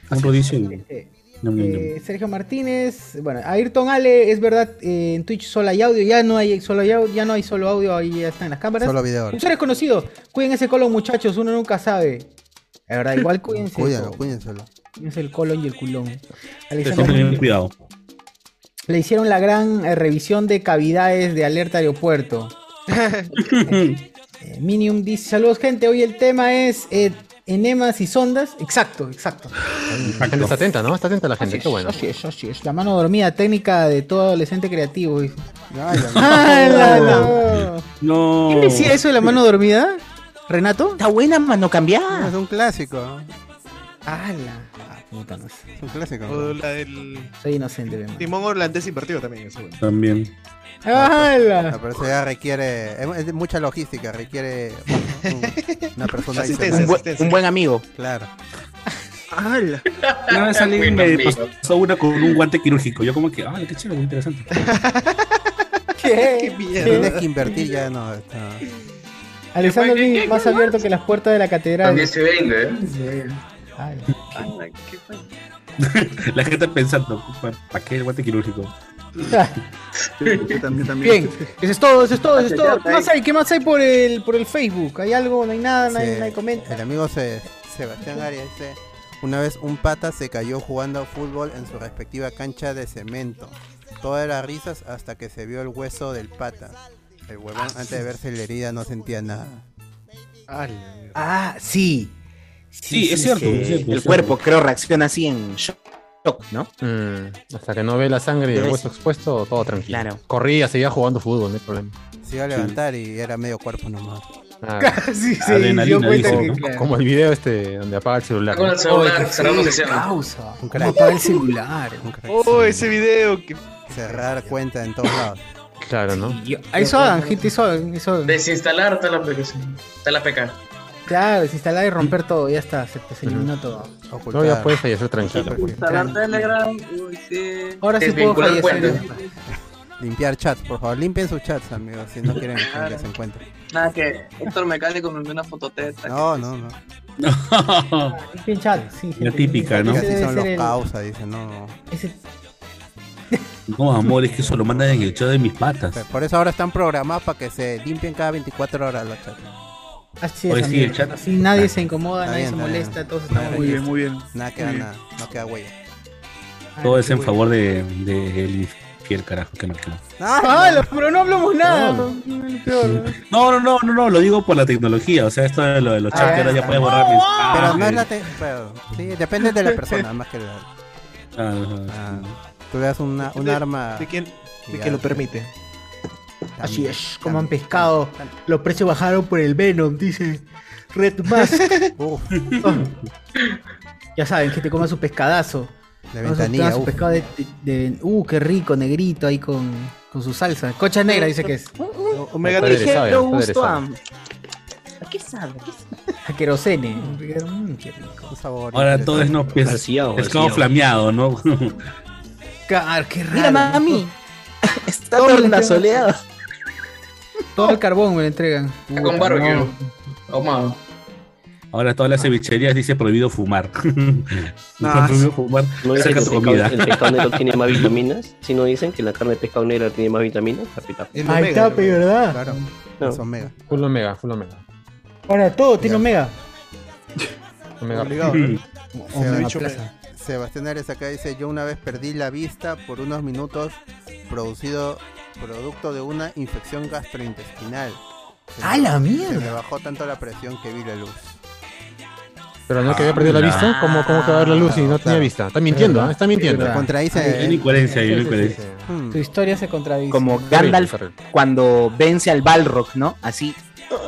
S3: Un rodillo en-
S1: Eh,
S3: Ñam, ñam, ñam.
S1: eh,
S5: Mm.
S1: Sergio Martínez, bueno, Ayrton Ale, es verdad, eh, en Twitch solo hay audio, ya no hay solo hay audio, ya no hay solo audio, ahí ya están las cámaras.
S5: Solo video ahora.
S1: Usuarios conocidos, cuiden ese colon, muchachos, uno nunca sabe. La verdad, igual cuídense.
S5: Cuídalo,
S1: eso.
S5: cuídenselo.
S1: Es el colon y el culón.
S3: Eso, ten cuidado.
S1: Le hicieron la gran eh, revisión de cavidades de alerta aeropuerto. Eh, Minium dice, saludos gente, hoy el tema es eh, enemas y sondas. Exacto, exacto.
S2: La gente está atenta, ¿no? Está atenta la gente, qué bueno.
S1: Así es, así es. La mano dormida técnica de todo adolescente creativo. dice.
S5: Ay,
S1: ¡Hala, Ah, no!
S3: No.
S1: ¿Quién decía eso de la mano dormida? ¿Renato? Está buena, mano, cambiada.
S5: Ah, Es un clásico. ¿no?
S1: ¡Hala! Ah, puta, no sé.
S5: Es un clásico. ¿no?
S4: O la del
S1: Soy inocente, mi hermano.
S4: timón holandés invertido también, eso bueno.
S3: También.
S5: No,
S1: ¡Hala!
S5: pero eso ya requiere. Es es de mucha logística, requiere un- una persona
S7: Asistencia, Un buen- asistencia. un buen amigo.
S5: Claro.
S9: ¡Hala!
S3: Una vez alguien
S12: Bueno,
S3: me
S12: amigo.
S3: pasó una con un guante quirúrgico. Yo como que, ah, qué chévere, muy interesante.
S1: ¿Qué?
S5: Tienes que invertir ya, no. esto-
S1: Alexander Lee, más abierto que las puertas de la catedral.
S12: También se vende, ¿eh?
S1: ¡Hala!
S3: Ah,
S6: ¿Qué fue?
S3: La gente pensando, ¿para qué el guante quirúrgico?
S9: También, también.
S1: Bien, eso es todo, eso es todo, eso es todo. ¿Qué
S9: Ahí.
S1: más hay? ¿Qué más hay por el, por el Facebook? ¿Hay algo? ¿No hay nada? ¿No hay,
S5: Se-
S1: no hay comenta?
S5: El amigo Se- Sebastián Arias dice: Una vez un pata se cayó jugando fútbol en su respectiva cancha de cemento. Todo era risas hasta que se vio el hueso del pata. El huevón, antes de verse la herida, no sentía nada.
S1: Ah, sí.
S3: Sí, es cierto, es cierto,
S7: que el
S3: es cierto.
S7: cuerpo, Pues creo, reacciona así en shock, ¿no?
S2: Mm, hasta que no ve la sangre y el
S7: Pero
S2: hueso
S7: sí.
S2: expuesto, todo tranquilo.
S7: Claro.
S2: Corría, seguía jugando fútbol, no hay problema.
S5: Se iba a levantar y era medio cuerpo nomás.
S1: Ah.
S2: Nada.
S1: Sí, sí,
S3: Adrenalina,
S1: dio cuenta
S3: dice,
S1: que,
S3: ¿no?
S1: claro.
S2: Como el video este donde apaga el celular.
S12: Con
S2: ¿no?
S12: el celular,
S1: Oye,
S12: cerramos
S1: sí,
S12: sesión.
S1: causa.
S5: Un
S1: ¿Cómo
S5: crack.
S1: apaga el celular?
S5: Un crack.
S4: Oh, ese video que
S5: Cerrar cuenta en todos lados.
S2: Claro, ¿no?
S1: Y- Eso hagan, gente, eso hagan, eso hagan.
S12: Desinstalar tal aplicación. Tal APK.
S1: Claro, desinstalar y romper todo, ya está, se, se eliminó todo.
S2: No,
S5: Ocultar.
S2: ya puedes fallecer tranquilo.
S6: Instalar Telegram. Uy, sí.
S1: Ahora sí puedo
S12: Desvincular
S1: fallecer.
S12: cuentas.
S5: Limpiar chats, por favor. Limpien sus chats, amigos, si no quieren que se encuentren.
S6: Nada, que Héctor Mecánico me envió una fototeta.
S5: No, no, no.
S1: Es bien chat, sí, gente.
S3: típica, ¿no?
S1: Ese
S5: Así
S1: debe
S5: son los
S1: ser el-
S5: causa, dice, no.
S1: ese-
S3: No, amor, es que eso lo mandan en el chat de mis
S5: Pero
S3: patas.
S5: Por eso ahora están programados para que se limpien cada 24 horas los chats.
S1: Así
S3: Oye,
S1: es,
S3: sí, el
S1: amigo.
S3: chat- Ah,
S1: Así nadie se incomoda,
S5: Está
S1: nadie
S5: bien,
S1: se
S5: está bien.
S1: molesta, todos
S5: Nada
S1: estamos
S5: de
S9: Muy bien,
S1: bien.
S9: muy bien.
S5: Nada queda
S9: Muy bien.
S5: nada, no queda huella.
S3: Todo es en favor de, de el fiel carajo que me quema.
S1: Ah, lo- pero no hablamos nada. El peor, ¿no?
S3: No, no, no, no, no, lo digo por la tecnología. O sea, esto de lo de los chats
S1: Ah,
S3: que ahora ya
S1: ah,
S3: puedes borrar mis.
S5: Pero
S9: Ah,
S5: no es la te- pero, sí, depende de la persona, más que la- ah, tú le das una, un arma.
S4: de quién de
S5: Ya,
S4: que lo
S5: sí.
S4: permite.
S1: Así es, como han
S5: han
S1: pescado. Los precios bajaron por el Venom, dice Red Mask. ya saben, que te coman su pescadazo.
S5: De
S1: Coman su- coman
S5: ventanilla,
S1: su
S5: uf.
S1: pescado de, de- de- Uh, qué rico, negrito ahí con, con su salsa. Cocha negra dice que es.
S4: Omega
S2: Padre,
S4: Dije,
S2: sabe,
S7: Lo
S2: padre,
S7: gusto a...
S2: sabe.
S7: ¿A qué sabe? ¿Qué sabe?
S1: A Ah, querosene. Mm, qué rico.
S5: Un sabor
S3: Ahora todo es no pies-
S11: Vaciado,
S3: Es como
S11: vaciado.
S3: flameado, ¿no?
S1: Car, qué raro.
S7: Mira, mami. Está
S1: Todo lo
S7: tornasoleado.
S1: Todo el carbón me lo entregan.
S12: Con
S1: Puta, no.
S12: barbecue. Ahumado.
S3: Ahora todas las cevicherías dice prohibido fumar.
S11: Ah,
S3: prohibido fumar.
S11: ¿No dicen
S3: saca
S11: que el
S3: tu
S11: pescado,
S3: comida.
S11: el pescado negro tiene más vitaminas? Si no dicen que la carne de pescado negro tiene más vitaminas, capitán.
S1: Ahí está, pe, ¿verdad?
S11: Es
S5: omega.
S2: Full omega, full omega.
S1: Ahora todo tiene omega.
S2: omega.
S5: Obligado, ¿no? pues.
S1: Omega
S5: Sebast-
S1: Plaza.
S5: Sebastián Ares acá dice, yo una vez perdí la vista por unos minutos producido producto de una infección gastrointestinal. Se
S1: ¡A
S5: me-
S1: la mierda!
S5: Se me bajó tanto la presión que vi la luz.
S2: Pero no que había perdido la
S5: Ah,
S2: vista, ¿cómo, cómo que va a ver la luz y no tenía vista? Está mintiendo, ¿eh? está mintiendo.
S5: Pero contradice-
S2: Hay
S5: Hay incoherencia
S2: ahí, hay
S5: incoherencia.
S1: Tu historia se contradice.
S7: Como Gandalf cuando vence al Balrog, ¿no? Así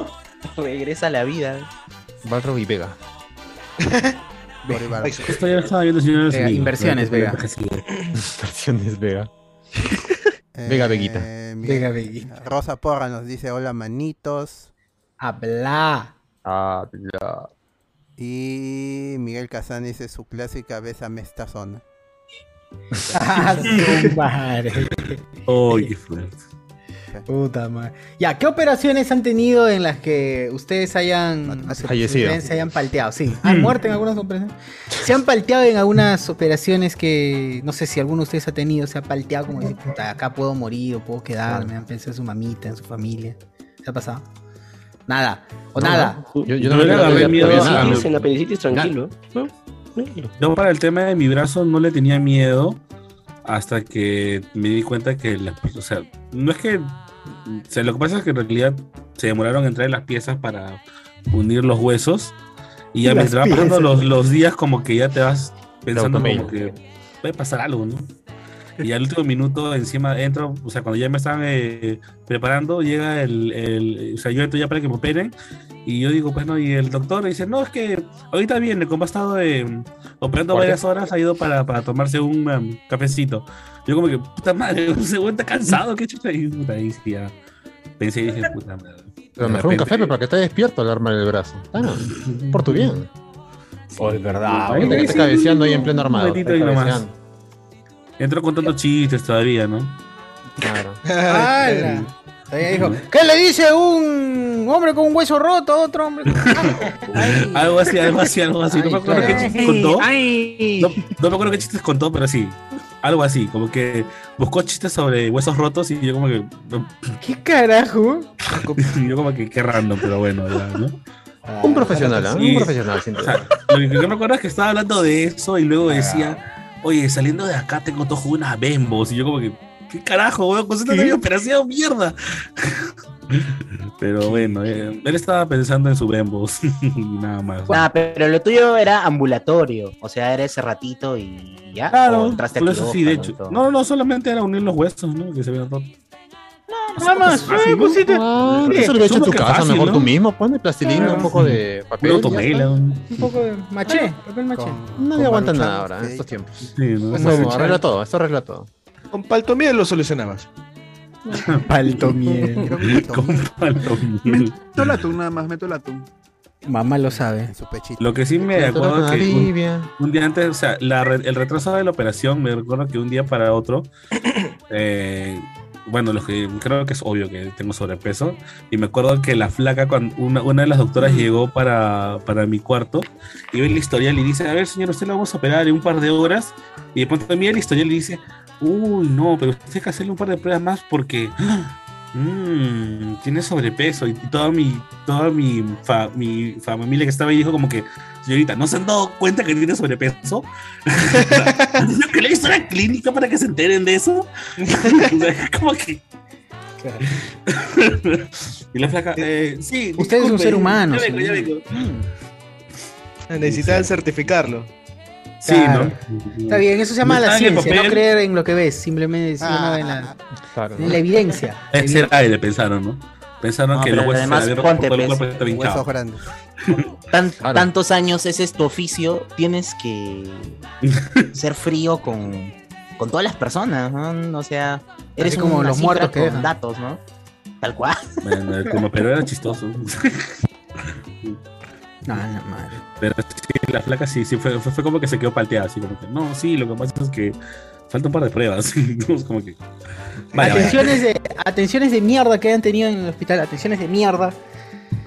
S7: regresa a la vida.
S2: Balrog y Vega.
S3: Esto ya lo estaba viendo,
S2: Ah,
S3: señor.
S7: Vega,
S3: Sí,
S7: inversiones,
S3: pero-
S7: Vega.
S2: Inversiones Vega.
S7: Eh,
S2: Vega Veguita.
S1: Vega Veguita.
S5: Eh, Rosa Porra nos dice, hola manitos.
S1: Habla.
S3: Ah,
S2: Habla.
S5: Y Miguel Casán dice su clásica bésame esta zona.
S1: Ah, su madre.
S3: Ay, qué fuerte.
S1: Puta madre. Ya, ¿qué operaciones han tenido en las que ustedes hayan a su-
S2: Fallecido.
S1: se hayan palteado? Sí,
S8: Mm.
S1: han muerto en algunas operaciones. Se han palteado en algunas operaciones que no sé si alguno de ustedes ha tenido, se ha palteado como decir, puta, acá puedo morir o puedo quedarme, han pensado en su mamita, en su familia. ¿Se ha pasado? Nada, o nada.
S2: Yo,
S3: yo no me le agarré
S11: La
S3: miedo a-
S11: apendicitis, En la apendicitis, tranquilo. ¿no?
S3: Yo para el tema de mi brazo no le tenía miedo hasta que me di cuenta que las o sea, no es que o sea, lo que pasa es que en realidad se demoraron en traer las piezas para unir los huesos y ya me
S2: Las
S3: estaban pasando
S2: piezas.
S3: los, los días como que ya te vas pensando
S2: automail.
S3: como que puede pasar algo, ¿no? Y al último minuto encima entro, o sea, cuando ya me estaban eh, preparando, llega el, el- o sea, yo entro ya para que me operen y yo digo, pues no, y el doctor dice, no, es que ahorita viene, como ha estado eh, operando
S2: Fuerte.
S3: varias horas, ha ido para, para tomarse un um, cafecito. Yo como que, puta madre, ese güey está cansado, qué chucha. Y puta, ahí sí ya pensé y dije, puta madre.
S2: Pero
S3: De
S2: mejor un
S3: repente-
S2: café pero para que esté despierto al arma del brazo. Ah, no, por tu bien.
S3: Oh, es verdad.
S2: Hay gente que está cabeceando ahí en pleno armado.
S3: Un ratito ahí
S2: Está
S3: nomás.
S2: cabeceando.
S3: Entró contando chistes todavía, ¿no?
S2: Claro.
S1: ¡Hala! Todavía dijo, ¿qué le dice un hombre con un hueso roto a otro hombre? con-?"
S3: algo así, algo así, algo así. No me acuerdo qué chistes contó. No, no me acuerdo qué chistes contó, pero sí. Algo así, como que buscó chistes sobre huesos rotos y yo como que.
S1: ¿Qué carajo?
S3: yo como que qué random, pero bueno, ya, ¿no?
S2: Un profesional, ¿ah?
S3: Sí.
S2: Un profesional, sin
S3: O
S2: duda.
S3: sea, lo que yo me acuerdo es que estaba hablando de eso y luego
S2: Ah.
S3: decía, oye, saliendo de acá tengo todos unas bembos. Y yo como que, ¿qué carajo, weón? Concéntrate en mi operación, mierda. Pero bueno, eh, él estaba pensando en su bembos. Nada más.
S7: Ah, pero lo tuyo era ambulatorio. O sea, era ese ratito y ya. o
S3: Claro,
S7: entraste
S3: por
S7: al
S3: eso sí, de
S7: quirófano y
S3: hecho.
S7: todo.
S3: No, no, no, solamente era unir los huesos, ¿no? Que se vean rotos.
S1: Nada más, eh, cosita.
S2: Ah, eso lo he hecho en tu
S3: Supongo que
S2: casa,
S3: fácil,
S2: mejor
S3: ¿no?
S2: tú mismo. Ponle plastilina,
S3: Claro.
S2: un poco de papel.
S3: Puro tomate,
S2: ya está.
S1: Un poco de maché, papel maché.
S2: Nadie aguanta
S4: Maruchan,
S2: nada ahora, en
S4: sí.
S2: estos tiempos.
S3: Sí, ¿no?
S2: Esto
S4: Maruchan.
S2: arregla todo, esto arregla todo.
S4: Con paltomía lo solucionabas.
S1: Palto miel.
S3: Con palto miel.
S9: Meto el atún nada más, meto el atún.
S1: Mamá lo sabe.
S3: Lo que sí me
S1: Con
S3: acuerdo que
S1: Arabia.
S3: un, un día antes, o sea, la re- el retraso de la operación, me recuerdo que un día para otro, eh, bueno, los que creo que es obvio que tengo sobrepeso, y me acuerdo que la flaca, cuando una, una de las doctoras llegó para, para mi cuarto, y ve el historial y dice, a ver señor, usted lo vamos a operar en un par de horas, y de pronto mira el historial y dice, uy, no, pero usted tiene que hacerle un par de pruebas más porque... ¡ah! Mmm, tiene sobrepeso y toda mi toda mi, fa- mi fa- familia que estaba ahí dijo como que señorita no se han dado cuenta que tiene sobrepeso ¿Han tenido que le hizo la clínica para que se enteren de eso O sea, como que y la flaca eh, sí
S1: Usted es un
S3: disculpe,
S1: ser humano,
S3: ya vengo, ya
S1: señor. Mm.
S3: vengo.
S4: Necesitaban certificarlo.
S3: Sí,
S1: Claro.
S3: ¿no?
S1: Está bien, eso se llama
S3: No
S1: la
S3: está en el
S1: ciencia, no
S3: papel. ah.
S1: creer en lo que ves, simplemente sino en, la,
S2: Claro,
S1: en la evidencia.
S3: es ser aire pensaron no pensaron
S7: No,
S3: que
S7: Ah, pero
S3: los huesos
S7: además,
S3: se habían roto,
S7: ponte,
S3: todo el
S7: pues,
S3: cuerpo está hinchado.
S5: grandes.
S7: Tan- Tantos años, ese es tu oficio, tienes que ser frío con, con todas las personas, ¿no? O sea, eres
S1: Así como
S7: una
S1: los
S7: cifra
S1: muertos que
S7: con
S1: dejan.
S7: datos, ¿no? Tal cual.
S3: Bueno, como, pero era chistoso.
S1: No, no, madre.
S3: Pero sí, la flaca sí, sí fue, fue, fue como que se quedó palteada, así como que, no, sí, lo que pasa es que falta un par de pruebas. y todos como que. Vale,
S1: atenciones, de, atenciones de mierda que han tenido en el hospital, atenciones de mierda.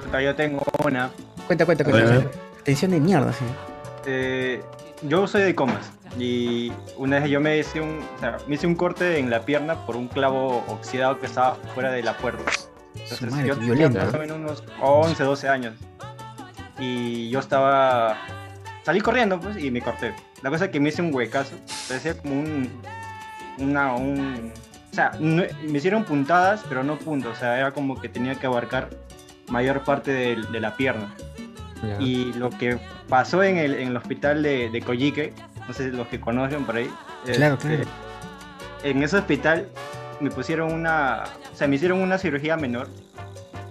S13: Puta, Yo tengo una.
S1: Cuenta, cuenta,
S13: A ver,
S1: cuenta.
S13: a
S1: cuenta. Tensión de mierda, sí.
S13: Eh, yo soy de comas y una vez yo me hice un, o sea, me hice un corte en la pierna por un clavo oxidado que estaba fuera de la puerta. Entonces
S1: madre,
S13: yo
S1: qué
S13: tenía
S1: violento,
S13: más o
S1: ¿eh?
S13: menos unos 11, 12 años y yo estaba salí corriendo pues y me corté. La cosa es que me hice un huecazo, parecía como un una un o sea, no- me hicieron puntadas, pero no puntos, o sea, era como que tenía que abarcar mayor parte del- de la pierna. Y lo que pasó en el, en el hospital de, de Coyique, no sé los que conocen por ahí.
S1: Claro,
S13: este,
S1: claro.
S9: Eh,
S13: En ese hospital me pusieron una. O sea, me hicieron una cirugía menor,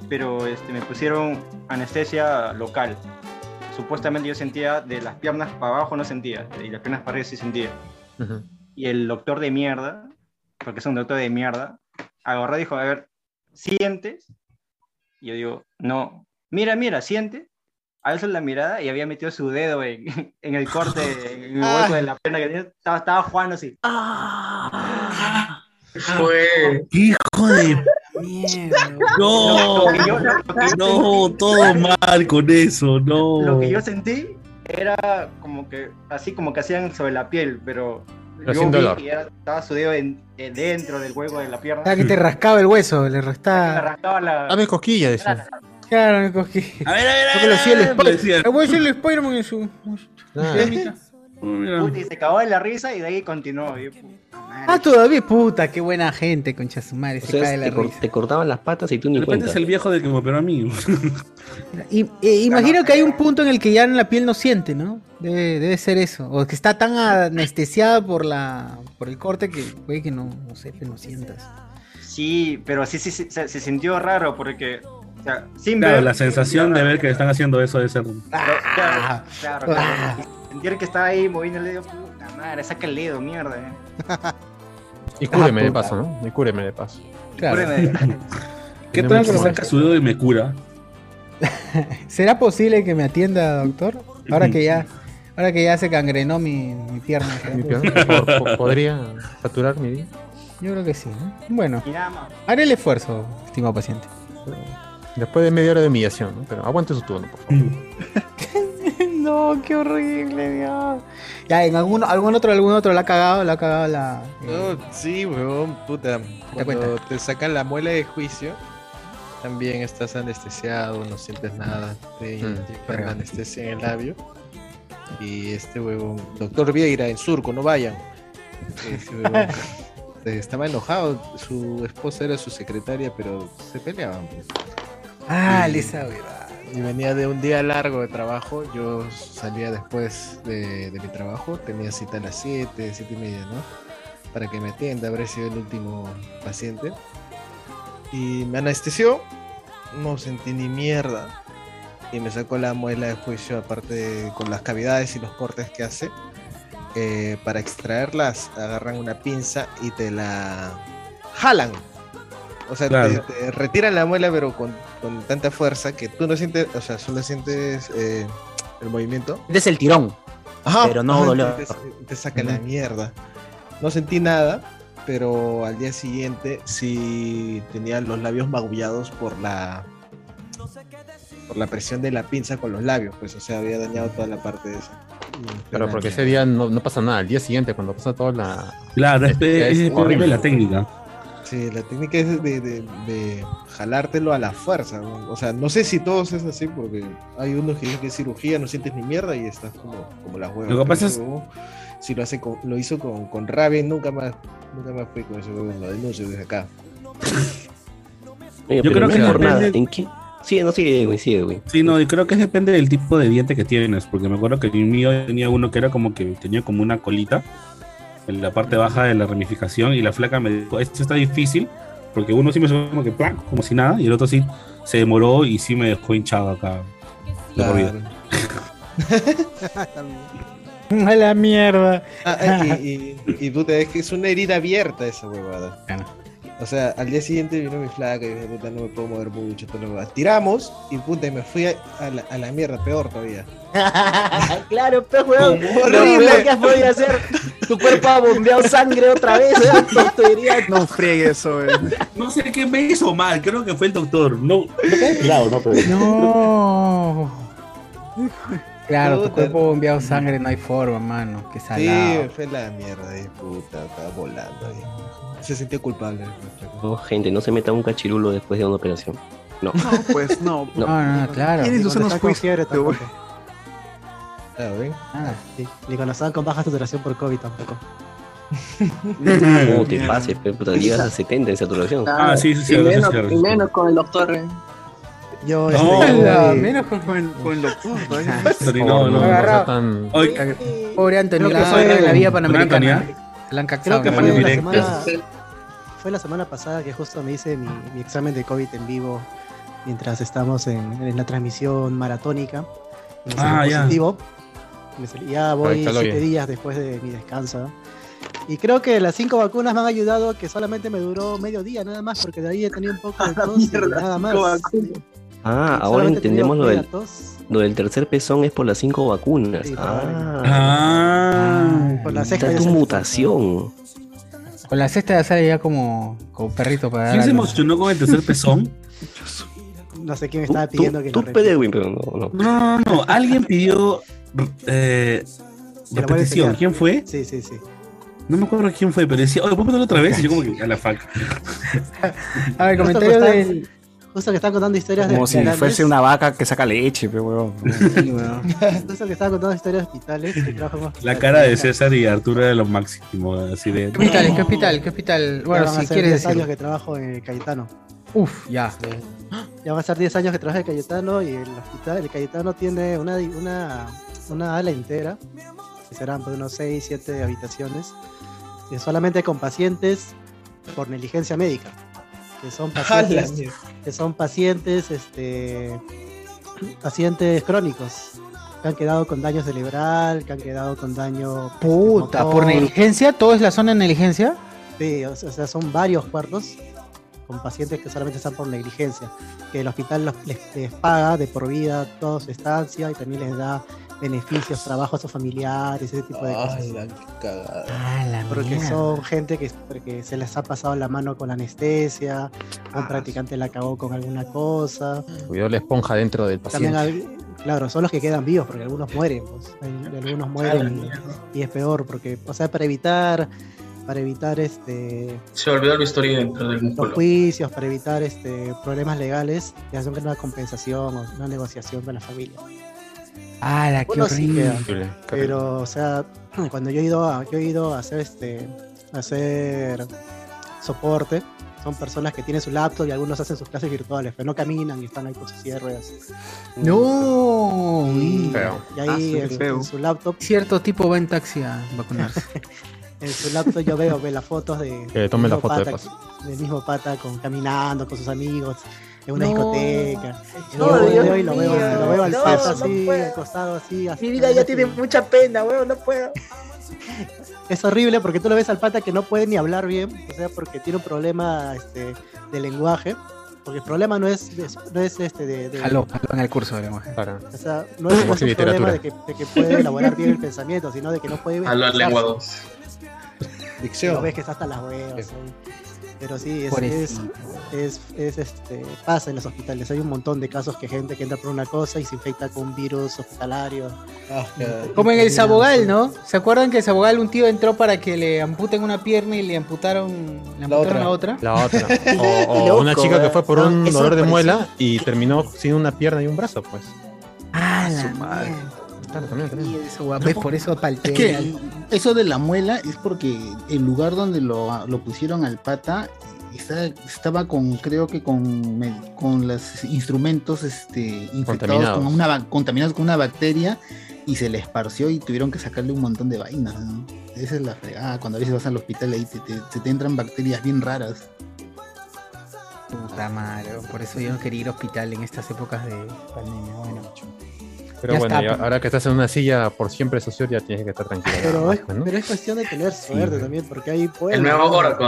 S13: pero este, me pusieron anestesia local. Supuestamente yo sentía de las piernas para abajo no sentía, y las piernas para arriba sí sentía. Y el doctor de mierda, porque es un doctor de mierda, agarró y dijo: A ver, ¿sientes? Y yo digo: No. Mira, mira, siente alza la mirada y había metido su dedo en, en el corte, en el hueco de la pierna que tenía. Estaba, estaba jugando así. Ah,
S3: Hijo de. No,
S13: Lo que yo- lo que yo
S3: no,
S13: sentí-
S3: todo mal con eso, no.
S13: Lo que yo sentí era como que, así como que hacían sobre la piel, pero,
S1: Pero
S13: yo
S1: sin
S13: vi
S1: dolor.
S13: que era- estaba su dedo en- en dentro del hueco de la pierna.
S1: Ah, que te rascaba el hueso, le
S13: Hmm. Ah, Me
S1: restaba.
S13: rascaba la...
S1: Dame cosquilla, decía. Claro, me cosquilla.
S13: A ver, a ver, a
S1: Yo conocí el
S13: ver,
S1: Spider-
S13: decía.
S1: Ah, voy a decir el Spider-Man en su.
S13: Puta, y se cagó de la risa y de ahí continuó. Yo, puta madre.
S1: Ah, todavía, puta, qué buena gente, concha su madre,
S11: O
S1: se
S11: sea,
S1: cae la
S11: te, cor-
S1: risa.
S11: te cortaban las patas y tú ni
S3: De repente
S11: cuenta.
S3: es el viejo del que me operó a mí.
S1: Y, eh, imagino que hay un punto en el que ya en la piel no siente, ¿no? Debe, debe ser eso. O que está tan anestesiada por la por el corte que, güey, que no, no sé, que no sientas.
S13: Sí, pero sí, sí, sí, se, se sintió raro porque, o sea, sin
S3: Claro,
S13: ver,
S3: la sensación de ver que le están haciendo eso de ser.
S13: Claro, claro, claro. Sentir que estaba ahí moviendo el dedo, puta madre, saca el dedo, mierda. eh.
S2: Y cúreme de paso, ¿no? Y cúreme de paso.
S13: Claro.
S3: ¿Qué
S2: Tiene
S3: tal cuando
S2: mucho más.
S3: saca su dedo y me cura?
S1: ¿Será posible que me atienda, doctor? Ahora que ya, ahora que ya se cangrenó mi, mi pierna. ¿será
S2: Mi
S1: posible?
S2: pierna, po- po- ¿Podría facturar mi día?
S1: Yo creo que sí, ¿no? Bueno,
S13: Y nada más.
S1: haré el esfuerzo, estimado paciente.
S2: Después de media hora de humillación, ¿no? Pero aguante su turno, por favor.
S1: no, qué horrible, Dios. Ya, en algún, algún otro, algún otro la ha cagado, la ha cagado la.
S9: No, sí, weón, puta. Cuando te sacan la muela de juicio, también estás anestesiado, no sientes nada, te inyectan la anestesia en el labio. Y este huevón, doctor Vieira en surco, no vayan. Ese huevón, eh, estaba enojado, su esposa era su secretaria, pero se peleaban. pues.
S1: Ah,
S9: Y-
S1: Lisa, huevada.
S9: y venía de un día largo de trabajo. Yo salía después de, de mi trabajo. Tenía cita a las 7, 7 y media, ¿no? Para que me atienda. Habré sido el último paciente. Y me anestesió. No sentí ni mierda. Y me sacó la muela de juicio, aparte de- con las cavidades y los cortes que hace. Eh, para extraerlas, agarran una pinza y te la jalan. O sea,
S3: Claro.
S9: te, te retiran la muela, pero con, con tanta fuerza que tú no sientes, o sea, solo sientes eh, el movimiento.
S7: Sientes el tirón, pero no dolor.
S9: Te, te- te saca la mierda. No sentí nada, pero al día siguiente sí tenía los labios magullados por la por la presión de la pinza con los labios, pues, o sea, había dañado toda la parte de esa.
S2: Pero porque ese día no, no pasa nada. Al día siguiente, cuando pasa toda la.
S3: Claro, es, pe- es horrible la técnica.
S9: Sí, la técnica es de, de- de jalártelo a la fuerza. ¿no? O sea, no sé si todos es así, porque hay unos que dicen que es cirugía, no sientes ni mierda y estás como, como la hueva.
S3: Lo que pasa es-
S9: Si lo, hace con- lo hizo con, con rabia, y nunca más, nunca más fui con ese huevo, lo denuncio desde acá.
S11: Oye,
S3: Yo
S11: pero
S3: creo
S11: no
S3: que
S11: es por nada.
S3: depende-
S11: ¿En qué? Sí, no, sigue, güey, sigue, güey.
S3: Sí, no, y creo que depende del tipo de diente que tienes, porque me acuerdo que el mío tenía uno que era como que tenía como una colita en la parte baja de la ramificación y la flaca me dijo, esto está difícil, porque uno sí me subió como que ¡plac! como si nada, y el otro sí se demoró y sí me dejó hinchado acá. De por vida.
S1: A la mierda.
S9: Ah, y, y- y puta, es que es una herida abierta esa huevada. O sea, al día siguiente vino mi flaca y dije, puta, no me puedo mover mucho. toda la huevada. Tiramos y puta, y me fui a, a la, a la mierda, peor todavía.
S7: claro, pues, weón.
S9: Horrible.
S7: Lo peor que has podido hacer. Tu cuerpo ha bombeado sangre otra vez, ¿eh? weón.
S14: No friegue eso, weón.
S3: No sé qué me hizo mal, creo que fue el doctor. No, no, claro, no, pero...
S1: No. Claro, tu
S4: Puta.
S1: cuerpo bombeado sangre no hay forma, mano. Qué
S4: Sí,
S1: salado.
S4: fue la mierda,
S9: eh,
S4: ahí, puta, estaba volando ahí. Se sintió culpable.
S11: No, gente, no se meta un cachirulo después de una operación. No.
S4: Pues no.
S11: No.
S1: No, no, claro.
S9: Tienes tus sanos
S14: Está con
S9: juicios,
S14: fiebre,
S9: está
S14: tú,
S9: con-
S14: güey.
S4: Ah, ¿ven?
S14: Sí, Ni cuando estaban con baja saturación por COVID tampoco.
S11: No te pases, pe, puta, llegas a 70 en saturación.
S6: Claro, y menos, y menos Ah, con el doctor. eh.
S14: Yo,
S11: No.
S1: este,
S11: Ala,
S1: eh,
S9: menos con, con, con el doctor. todavía.
S3: Anthony,
S14: ¿eh?
S3: no, no, no sea
S1: Agarrado.
S2: tan.
S1: Pobre Anthony,
S14: Creo que
S1: la,
S14: fue-
S1: la vía
S14: Pobre
S1: panamericana.
S14: Anthony,
S1: La han caxado.
S14: Creo que
S1: ¿no?
S14: eh. fue la, semana, fue la semana pasada que justo me hice mi, mi examen de COVID en vivo mientras estábamos en, en la transmisión maratónica. Me salió
S3: Ah, ya.
S14: positivo. Me sal- ya voy
S3: Ahorita lo
S14: siete
S3: vi.
S14: días después de mi descanso. Y creo que las cinco vacunas me han ayudado, que solamente me duró medio día nada más, porque de ahí he tenido un poco de tos y nada más.
S11: Ah, ahora
S14: Solamente he tenido
S11: entendemos lo del,
S14: tos.
S11: lo del tercer pezón es por las cinco vacunas. Ah,
S3: Ah.
S14: Por la
S11: está
S14: sexta ya
S11: tu
S14: se-
S11: mutación.
S1: Con la cesta ya sale ya como, como perrito para
S3: ¿Quién
S1: dar.
S3: se
S1: a luz.
S3: emocionó con el tercer pezón?
S14: No sé quién me estaba
S11: Tú,
S14: pidiendo que
S11: tú
S14: lo
S11: Pedewin, pero no, no.
S3: No, no, no. Alguien pidió eh,
S14: la voy a
S3: repetición.
S14: enseñar.
S3: ¿Quién fue?
S14: Sí, sí, sí.
S3: No me acuerdo quién fue, pero decía, oye, ¿puedo ponerlo otra vez? Y yo como que a la fac.
S1: A ver,
S14: Justo
S1: comentario
S14: que
S1: del.
S14: están- Justo que están contando historias de
S10: Como si
S14: hospitales.
S10: fuese una vaca que saca leche, pero weón.
S14: Justo que están contando historias de hospitales. que trabajan en
S3: La
S14: hospitales.
S3: cara de César y Arturo era lo máximo, así de...
S1: ¿Qué hospital? ¿Qué hospital? ¿Qué hospital?
S14: Ya
S1: Bueno,
S14: van a
S1: si
S14: ser
S1: quieres
S14: 10 años
S1: decir.
S14: que trabajo en el Cayetano.
S1: Uf, ya.
S14: Ya van a ser 10 años que trabajo en el Cayetano y el hospital, el Cayetano tiene una, una, una ala entera, que serán pues, unos 6, 7 habitaciones, y solamente con pacientes por negligencia médica, que son pacientes,
S6: mierda.
S14: que son pacientes, este, pacientes crónicos, que han quedado con daño cerebral, que han quedado con daño
S1: Puta,
S14: motor.
S1: por negligencia, todo es la zona de negligencia.
S14: Sí, o sea, o sea, son varios cuartos con pacientes que solamente están por negligencia, que el hospital los- les, les paga de por vida toda su estancia y también les da beneficios, trabajo a sus familiares, ese tipo de cosas. Porque
S1: mierda.
S14: son gente que porque se les ha pasado la mano con la anestesia, un practicante la cagó con alguna cosa.
S2: Cuidado la esponja dentro del
S14: También,
S2: paciente.
S14: hay- claro, son los que quedan vivos, porque algunos mueren, pues. Hay- algunos mueren y, y es peor, porque, o sea, para evitar, para evitar este
S12: Se olvidó el bisturí dentro del
S14: los
S12: músculo.
S14: juicios, para evitar este problemas legales, y hacen una compensación o una negociación con la familia.
S1: Ah, la que
S14: Unos sí quedan,
S1: horrible.
S14: Pero, o sea, cuando yo he ido a, yo he ido a hacer este a hacer soporte, son personas que tienen su laptop y algunos hacen sus clases virtuales, pero no caminan y están ahí con sus sillas de ruedas.
S1: No.
S14: Y,
S1: Feo.
S14: Mm. y ahí
S1: Ah, sí,
S14: en,
S1: feo.
S14: en su laptop,
S1: Cierto tipo va en taxi
S15: ah.
S1: a vacunarse.
S14: en su laptop yo veo, ve las fotos de
S1: Que le tome
S14: del
S1: la
S14: mismo
S1: foto de
S14: pata
S1: paso.
S14: que- del mismo pata con caminando con sus amigos en una
S15: No.
S14: discoteca. Y
S15: No,
S14: yo
S15: Dios
S14: veo y lo veo,
S15: mío.
S14: lo veo al
S15: No,
S14: paso
S15: no
S14: así,
S15: puedo.
S14: al costado así, así.
S15: Mi vida ya tiene mucha pena, weón, no puedo.
S14: Es horrible porque tú lo ves al pata que no puede ni hablar bien, o sea, porque tiene un problema este, de lenguaje. Porque el problema no es, es- no es este de, de-
S1: Jaló, jaló en el curso de lenguaje.
S14: o sea, no es, no es un problema de que, de que puede elaborar bien el pensamiento, sino de que no puede
S12: Hablar
S14: expresarse.
S12: lengua dos.
S14: Y Lo ves que está hasta las huevas. ahí. Pero sí, es, es,
S1: Pobrecito.
S14: es- es, este, pasa en los hospitales. Hay un montón de casos que gente que entra por una cosa y se infecta con un virus hospitalario.
S1: Como en el
S14: sabogal,
S1: Sabogal, ¿no? ¿Se acuerdan que el Sabogal un tío entró para que le amputen una pierna y le amputaron, le amputaron la otra?
S2: La otra. O, o
S1: Loco,
S2: una chica que fue por
S1: ¿verdad?
S2: un
S1: Eso
S2: dolor de
S1: parece-
S2: muela y terminó sin una pierna y un brazo, pues.
S1: Ah,
S2: la
S1: ¿Ves? Por eso palteé.
S8: Es que eso de la muela es porque el lugar donde lo, lo pusieron al pata está- estaba con, creo que con, me- con los instrumentos este, infectados
S2: Contaminados.
S8: con una, ba- contaminados con una bacteria y se le esparció y tuvieron que sacarle un montón de vainas. ¿no? Esa es la fregada. Cuando a veces vas al hospital ahí te, te- se te entran bacterias bien raras.
S1: Puta madre, por eso yo no quería ir al hospital en estas épocas de pandemia. Bueno,
S2: Pero
S1: Ya
S2: bueno,
S1: está,
S2: ya-
S1: pues.
S2: ahora que estás en una silla por siempre social, ya tienes que estar tranquilo.
S14: Pero
S2: nada
S14: es,
S2: más, pues, ¿no?
S14: pero es cuestión de tener suerte
S2: güey.
S14: también, porque hay buenos.
S12: El nuevo Oracle.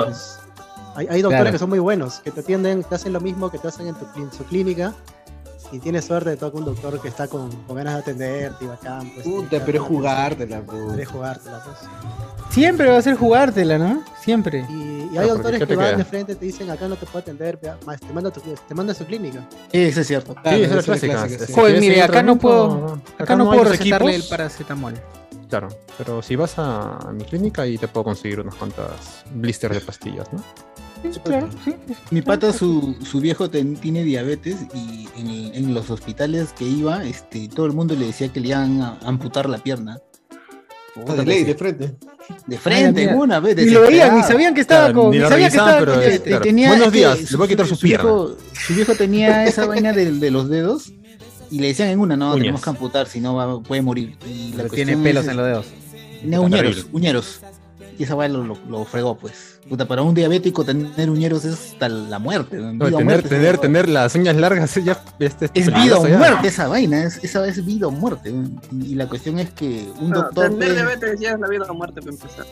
S14: Hay, hay doctores
S2: Claro.
S14: que son muy buenos, que te atienden, te hacen lo mismo que te hacen en, tu, clín- su clínica, Y tienes suerte de todo un doctor que está con, con ganas de atenderte y bacán. Pues,
S4: Puta, pero es jugártela, pues.
S14: Pero es jugártela, pues.
S1: Siempre va a ser jugártela, ¿no? Siempre.
S14: Y hay autores que van de frente y te dicen, acá no te puedo atender, vea, más, te mando a, tu, te mando a su clínica.
S8: Ese es cierto.
S1: Claro, esa es la clásica. Joder, mire, acá no puedo, acá, no puedo recetarle
S2: recetarle
S1: el paracetamol.
S2: pues, Claro, pero si vas a, a mi clínica ahí te puedo conseguir unas cuantas blisters de pastillas, ¿no?
S1: Claro, sí.
S8: Mi pata, su, su viejo ten- tiene diabetes y en, el- en los hospitales que iba, este, todo el mundo le decía que le iban a amputar la pierna.
S4: Puta, Oh, de ley, de frente.
S8: De frente,
S1: mira.
S8: una vez.
S1: Ni lo veían, ni sabían que estaba
S8: Claro,
S1: con-
S8: ni
S1: ni
S8: lo
S1: sabían que
S8: revisaban,
S1: estaba con-
S8: pero es-
S1: que
S8: claro.
S1: tenía-
S8: Buenos
S1: que-
S8: días,
S1: su-
S8: le voy a quitar
S1: su-
S8: su,
S1: su
S8: pierna.
S1: viejo-
S8: su viejo tenía esa vaina de, de los dedos y le decían en una, no,
S1: Uñas.
S8: tenemos que amputar, si no va- puede morir. Y la
S1: Pero tiene
S8: cuestión
S1: pelos
S8: es-
S1: en los dedos.
S8: Tenía uñeros, uñeros. Y esa vaina lo, lo- lo fregó, pues. Puta, para un diabético tener uñeros es hasta la muerte.
S2: No,
S8: vida o
S2: tener,
S8: muerte.
S2: tener, tener las uñas largas ya este,
S8: Es
S2: peligroso
S8: vida o
S2: ya.
S8: muerte esa vaina, es, esa es vida o muerte. Y la cuestión es que un
S6: No,
S8: doctor.
S6: tener
S8: pues,
S6: diabetes ya es la vida o muerte para empezar.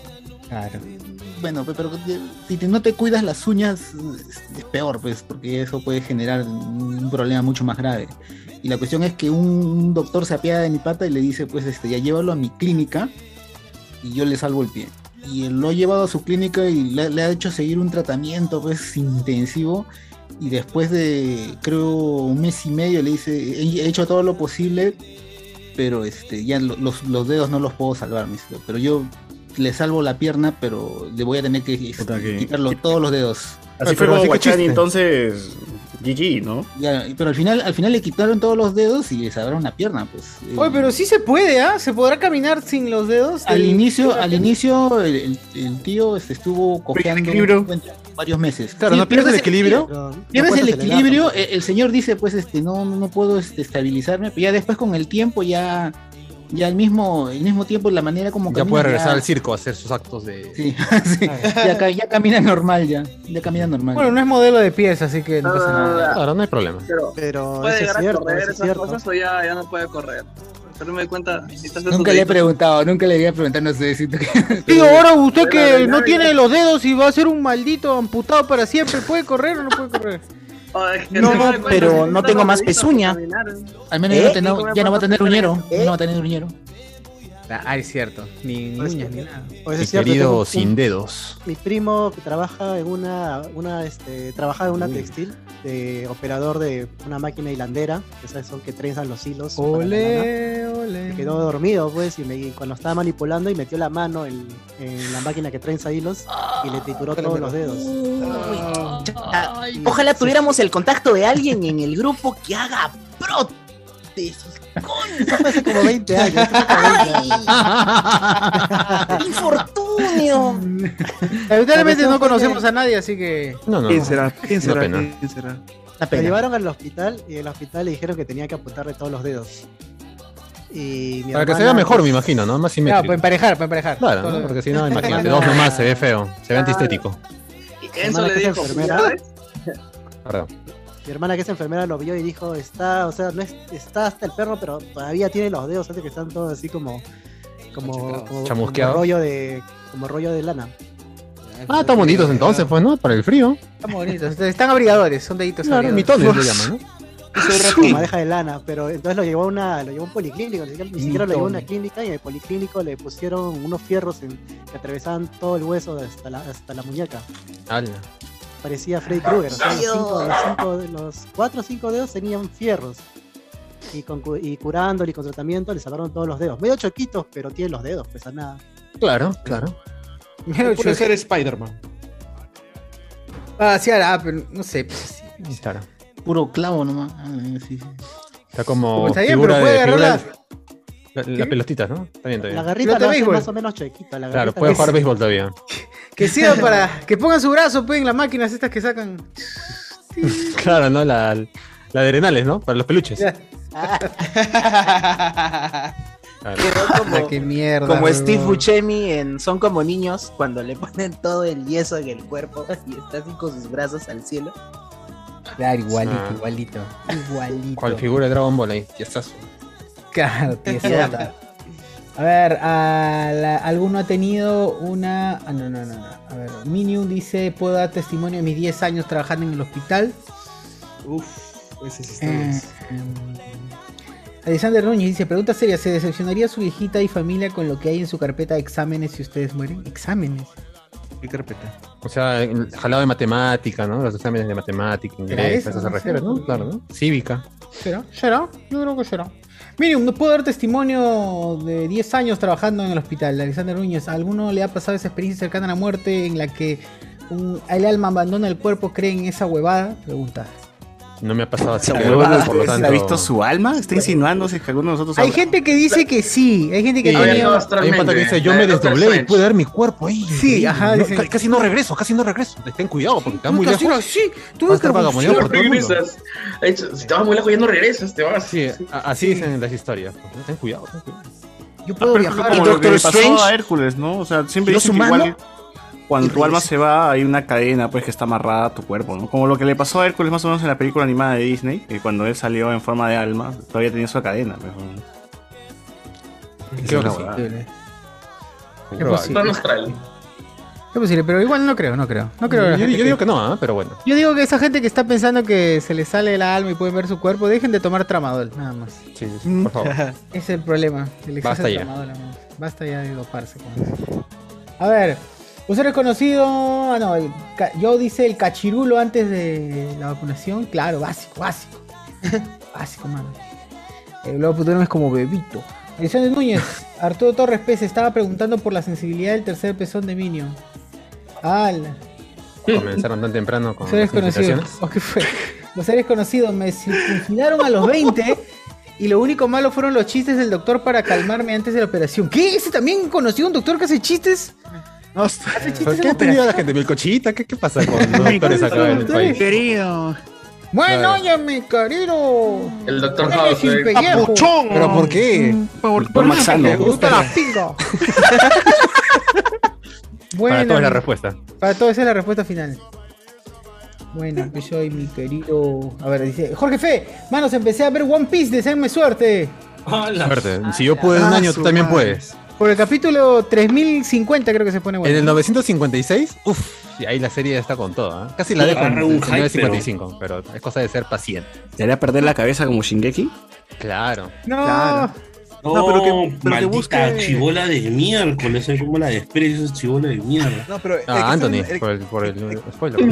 S8: Bueno, pe- pero que- si te- no te cuidas las uñas es, es peor, pues, porque eso puede generar un problema mucho más grave. Y la cuestión es que un, un doctor se apiada de mi pata y le dice, pues, este, ya llévalo a mi clínica y yo le salvo el pie. Y él lo ha llevado a su clínica y le, le ha hecho seguir un tratamiento, pues, intensivo. Y después de, creo, un mes y medio le dice, he he hecho todo lo posible, pero este, ya lo- los, los dedos no los puedo salvar, me dice, pero yo le salvo la pierna, pero le voy a tener que este, quitarlo todos los dedos.
S16: Así fue como Guachani, entonces. GG, ¿no?
S8: Ya, pero al final, al final le quitaron todos los dedos y le salvaron la pierna, pues. Eh,
S1: Oye, este pero sí se puede, ¿ah? ¿Se podrá caminar sin los dedos?
S8: al
S1: del-
S8: inicio, al inicio el, el- el tío este, estuvo cojeando
S1: equilibrio.
S8: varios meses.
S1: Claro, ¿no pierdes el equilibrio?
S8: Pierdes
S1: No
S8: pierdes
S1: puedes
S8: el
S1: acelerar
S8: equilibrio,
S1: Eh,
S8: el, el señor dice, pues este, no, no puedo este, estabilizarme, pero ya después con el tiempo ya, ya al mismo, el mismo tiempo la manera como
S2: Ya
S8: camina,
S2: puede regresar
S8: ya-
S2: al circo a hacer sus actos de.
S8: Sí, ya, ca- ya camina normal ya, ya camina normal.
S1: Bueno, no es modelo de pies, así que no pasa nada.
S2: Claro, no hay problema.
S6: Pero,
S1: eso
S6: ¿puede
S1: es
S6: llegar
S1: cierto,
S6: a correr
S1: eso es
S6: esas
S1: cierto.
S6: cosas o ya, ya no puede correr? Pero me di cuenta, necesitas de
S8: Nunca
S6: tus
S8: le he
S6: deditos.
S8: preguntado, nunca le había preguntado, no sé si
S1: Tío, ahora usted que no tiene los dedos y va a ser un maldito amputado para siempre, ¿puede correr o no puede correr?
S7: No, pero no tengo más pezuña.
S8: Al menos
S1: ¿Eh?
S8: ya, no tengo- ya no va a Eh. tener uñero, ya no va a tener uñero.
S1: Ah, es cierto. Ni ni uñas ni nada.
S14: Pues
S2: Mi
S14: es cierto,
S2: querido
S14: tengo un-
S2: sin dedos.
S14: Mi primo que trabaja en una, una este, trabaja en una
S2: Uy.
S14: textil de operador de una máquina hilandera, esas son que trenzan los hilos. para la
S1: Ole,
S14: lana.
S1: ole.
S14: Se quedó dormido pues y, me, y cuando estaba manipulando y metió la mano en, en la máquina que trenza hilos y le trituró todos los dedos.
S7: Ojalá tuviéramos el contacto de alguien en el grupo que haga prótesis.
S14: Hace como 20 años. hace como 20 años.
S7: Infortunio.
S1: Lamentablemente
S14: La cuestión
S1: no
S14: fue
S1: conocemos
S14: que-
S1: a nadie, así que.
S9: ¿Quién será? ¿Quién será? ¿Quién será?
S14: Me llevaron al hospital y en el hospital le dijeron que tenía que apuntarle todos los dedos. Y mi
S2: Para que se
S14: hermana,
S2: vea mejor,
S14: pues,
S2: me imagino, ¿no? Más
S1: Ya,
S2: simétrico.
S1: para emparejar, para emparejar.
S2: Claro,
S1: Todo
S2: ¿no?
S1: lo-
S2: porque si no, imagínate, dos nomás se ve feo, se ve antiestético.
S6: Y Enzo
S14: Hermana,
S6: le
S14: que es
S6: dijo,
S14: enfermera.
S6: "¿Sabes?
S2: Perdón.
S14: Mi hermana que es enfermera lo vio y dijo, está, o sea, no es- está hasta el perro, pero todavía tiene los dedos, hace que están todos así como, como, como,
S2: Chamusqueados.
S14: como rollo de, como rollo de lana.
S2: Ah, están bonitos entonces, pues, ¿no? Para el frío.
S1: Están bonitos. Están abrigadores, son deditos
S2: Claro,
S1: abrigadores.
S2: mitones lo llaman, ¿no?
S14: Como abeja de lana, pero entonces lo llevó a una, lo llevó a un policlínico, ni siquiera, ni siquiera lo llevó a una
S1: Mitón.
S14: clínica y en el policlínico le pusieron unos fierros en- que atravesaban todo el hueso hasta la, hasta la muñeca.
S2: Ala.
S14: parecía Freddy Krueger. o sea, los,
S7: Dios.
S14: cinco, los, cinco- los cuatro o cinco dedos tenían fierros. Y, con, cu- y curándole y con tratamiento le salvaron todos los dedos. Medio choquitos, pero tiene los dedos, pues a nada.
S2: Claro, claro.
S4: Puede ser Spider-Man.
S1: Ah, sí, ah, pero no sé. pues,
S2: Claro.
S8: Puro clavo nomás. Ah, sí, sí.
S2: Está como.
S1: Como está bien,
S2: figura
S1: pero puede
S2: de- figura
S1: agarrar
S2: de- la, la pelotita, ¿no? Está bien, está bien.
S14: La garrita
S1: Pelota de
S14: la hace
S1: béisbol.
S14: más o menos chiquita. La
S2: Claro,
S14: garrita
S2: puede
S14: la-
S2: jugar béisbol todavía.
S1: Que sirva para. Que pongan su brazo, pues, en las máquinas estas que sacan.
S2: Claro, ¿no? La, la de arenales, ¿no? Para los peluches. Claro.
S1: Ah, qué mierda.
S7: Como
S1: huevón.
S7: Steve Buscemi en Son como niños, cuando le ponen todo el yeso en el cuerpo y está así con sus brazos al cielo.
S1: Claro, igualito,
S2: Ah.
S1: igualito. Igualito.
S2: Cual figura de Dragon Ball ahí. Ya estás.
S1: Claro, tiesota. A ver, a la- ¿alguno ha tenido una...? Ah, no, no, no, no. A ver, Minion dice, puedo dar testimonio de mis 10 años trabajando en el hospital.
S4: Uf. Esas
S12: Eh,
S4: historias.
S1: Alexander Núñez dice, pregunta seria, ¿se decepcionaría su viejita y familia con lo que hay en su carpeta de exámenes si ustedes mueren? Exámenes.
S4: ¿Qué carpeta?
S2: O sea, el jalado de matemática, ¿no? Los exámenes de matemática,
S1: eso?
S2: inglés, a eso
S12: Ah,
S2: se
S1: No sé.
S2: refiere, ¿no? Claro, ¿no? Cívica.
S1: ¿Será? ¿Será? Yo creo que será. Miriam, no puedo dar testimonio de 10 años trabajando en el hospital. Alexander Núñez, ¿a alguno le ha pasado esa experiencia cercana a la muerte en la que un- el alma abandona el cuerpo, cree en esa huevada? Pregunta.
S2: No me ha pasado así.
S10: Esa
S2: que,
S10: huevada,
S2: por lo
S10: ¿se ha
S2: tanto-
S10: visto su alma? ¿Está insinuándose que alguno de nosotros
S1: Hay
S10: habrá-
S1: gente que dice que sí, hay gente que
S10: Sí,
S1: ha tenido-
S10: hay un pata que dice, yo me desdoblé y pude dar mi cuerpo ahí.
S1: Sí, ajá,
S2: No,
S1: dicen-
S2: ca- casi no regreso, casi no regreso. Ten cuidado porque está
S10: Nunca
S2: muy
S10: ha sido
S2: lejos.
S10: así.
S1: Tuve
S2: Vas a estar
S10: que
S2: vagabundeando por todo el mundo.
S12: Regresas. De hecho, Si te vas muy lejos, ya no regresas, te vas.
S2: Sí, a- así dicen las historias. pues, Ten cuidado, ten cuidado.
S1: Yo
S12: puedo
S1: viajar.
S16: Ah, Como
S10: Y
S16: lo que
S10: Doctor
S16: le pasó
S10: Strange.
S16: a Hércules, ¿no? O sea, siempre
S10: Dios
S16: dicen que
S10: humano.
S16: igual cuando tu alma se va hay una cadena pues que está amarrada a tu cuerpo, ¿no? Como lo que le pasó a Hércules más o menos en la película animada de Disney, que cuando él salió en forma de alma, todavía tenía su cadena. pues, pero-
S2: Creo que
S16: Es
S2: sí.
S16: una huevada.
S1: Es posible.
S12: No nos traen.
S1: Es posible, pero igual no creo, no creo. No creo la
S2: Yo,
S1: gente
S2: yo digo
S1: que-
S2: que no, ¿ah? pero bueno.
S1: Yo digo que esa gente que está pensando que se le sale la alma y pueden ver su cuerpo, dejen de tomar tramadol, nada más.
S2: Sí, sí, sí, por favor.
S1: es el problema. El exceso
S2: Basta
S1: de
S2: ya.
S1: tramadol, amigos. Basta ya de doparse con eso. A ver, usted reconocido. Ah, no, el ca- yo dice el cachirulo antes de la vacunación. Claro, básico, básico. básico, mano. Eh, El globo Puturno es como bebito. Alexander Núñez, Arturo Torres Pérez estaba preguntando por la sensibilidad del tercer pezón de Ah, Minion. Al.
S2: Comenzaron tan temprano con
S1: Los seres
S2: las
S1: conocidos.
S2: invitaciones.
S1: ¿O qué fue? Los seres conocidos me circuncidaron a los 20 y lo único malo fueron los chistes del doctor para calmarme antes de la operación. ¿Qué? ¿Ese también conocido un doctor que hace chistes?
S2: No,
S1: ¿Hace
S2: ¿Por
S1: chistes en
S2: ¿Qué
S1: la
S2: ha tenido
S1: operación?
S2: la gente? ¿Milcochita? ¿Qué, ¿Qué pasa con los doctores acá en el país?
S9: Querido.
S1: Bueno,
S2: Claro.
S1: ya mi querido.
S12: El Dr.
S1: Eres
S12: House.
S1: sin
S12: eh.
S1: pellejo.
S12: Papuchón.
S10: ¿Pero por qué?
S9: Por,
S10: por
S2: Maxano.
S10: Me gusta la-
S1: Pingo.
S2: Para
S1: Bueno,
S2: toda la respuesta.
S1: Para todo, esa es la respuesta final. Bueno, pues soy mi querido. A ver, dice Jorge Fe, manos, empecé a ver One Piece, deseenme suerte.
S2: Suerte. Si yo puedo en un
S1: Ah,
S2: año,
S1: su
S2: tú también
S1: madre.
S2: puedes.
S1: Por el capítulo 3050 creo que se pone bueno.
S2: En el 956, uff, ahí la serie ya está con todo. ¿ah? Casi la
S1: Sí,
S2: dejo en
S1: agarra
S2: el
S1: un hype,
S2: 955, pero... es cosa de ser paciente.
S16: ¿Te haría perder la cabeza como Shingeki?
S2: Claro.
S1: No.
S3: No,
S9: No, pero
S3: pero
S9: que-
S3: que,
S9: pero que
S3: maldita
S9: busque-
S3: chibola de miércoles, es como la desprecio esa chibola de mierda.
S9: No, pero, eh,
S2: Ah,
S9: que
S2: Anthony,
S9: sale- eh,
S2: por el, por el spoiler.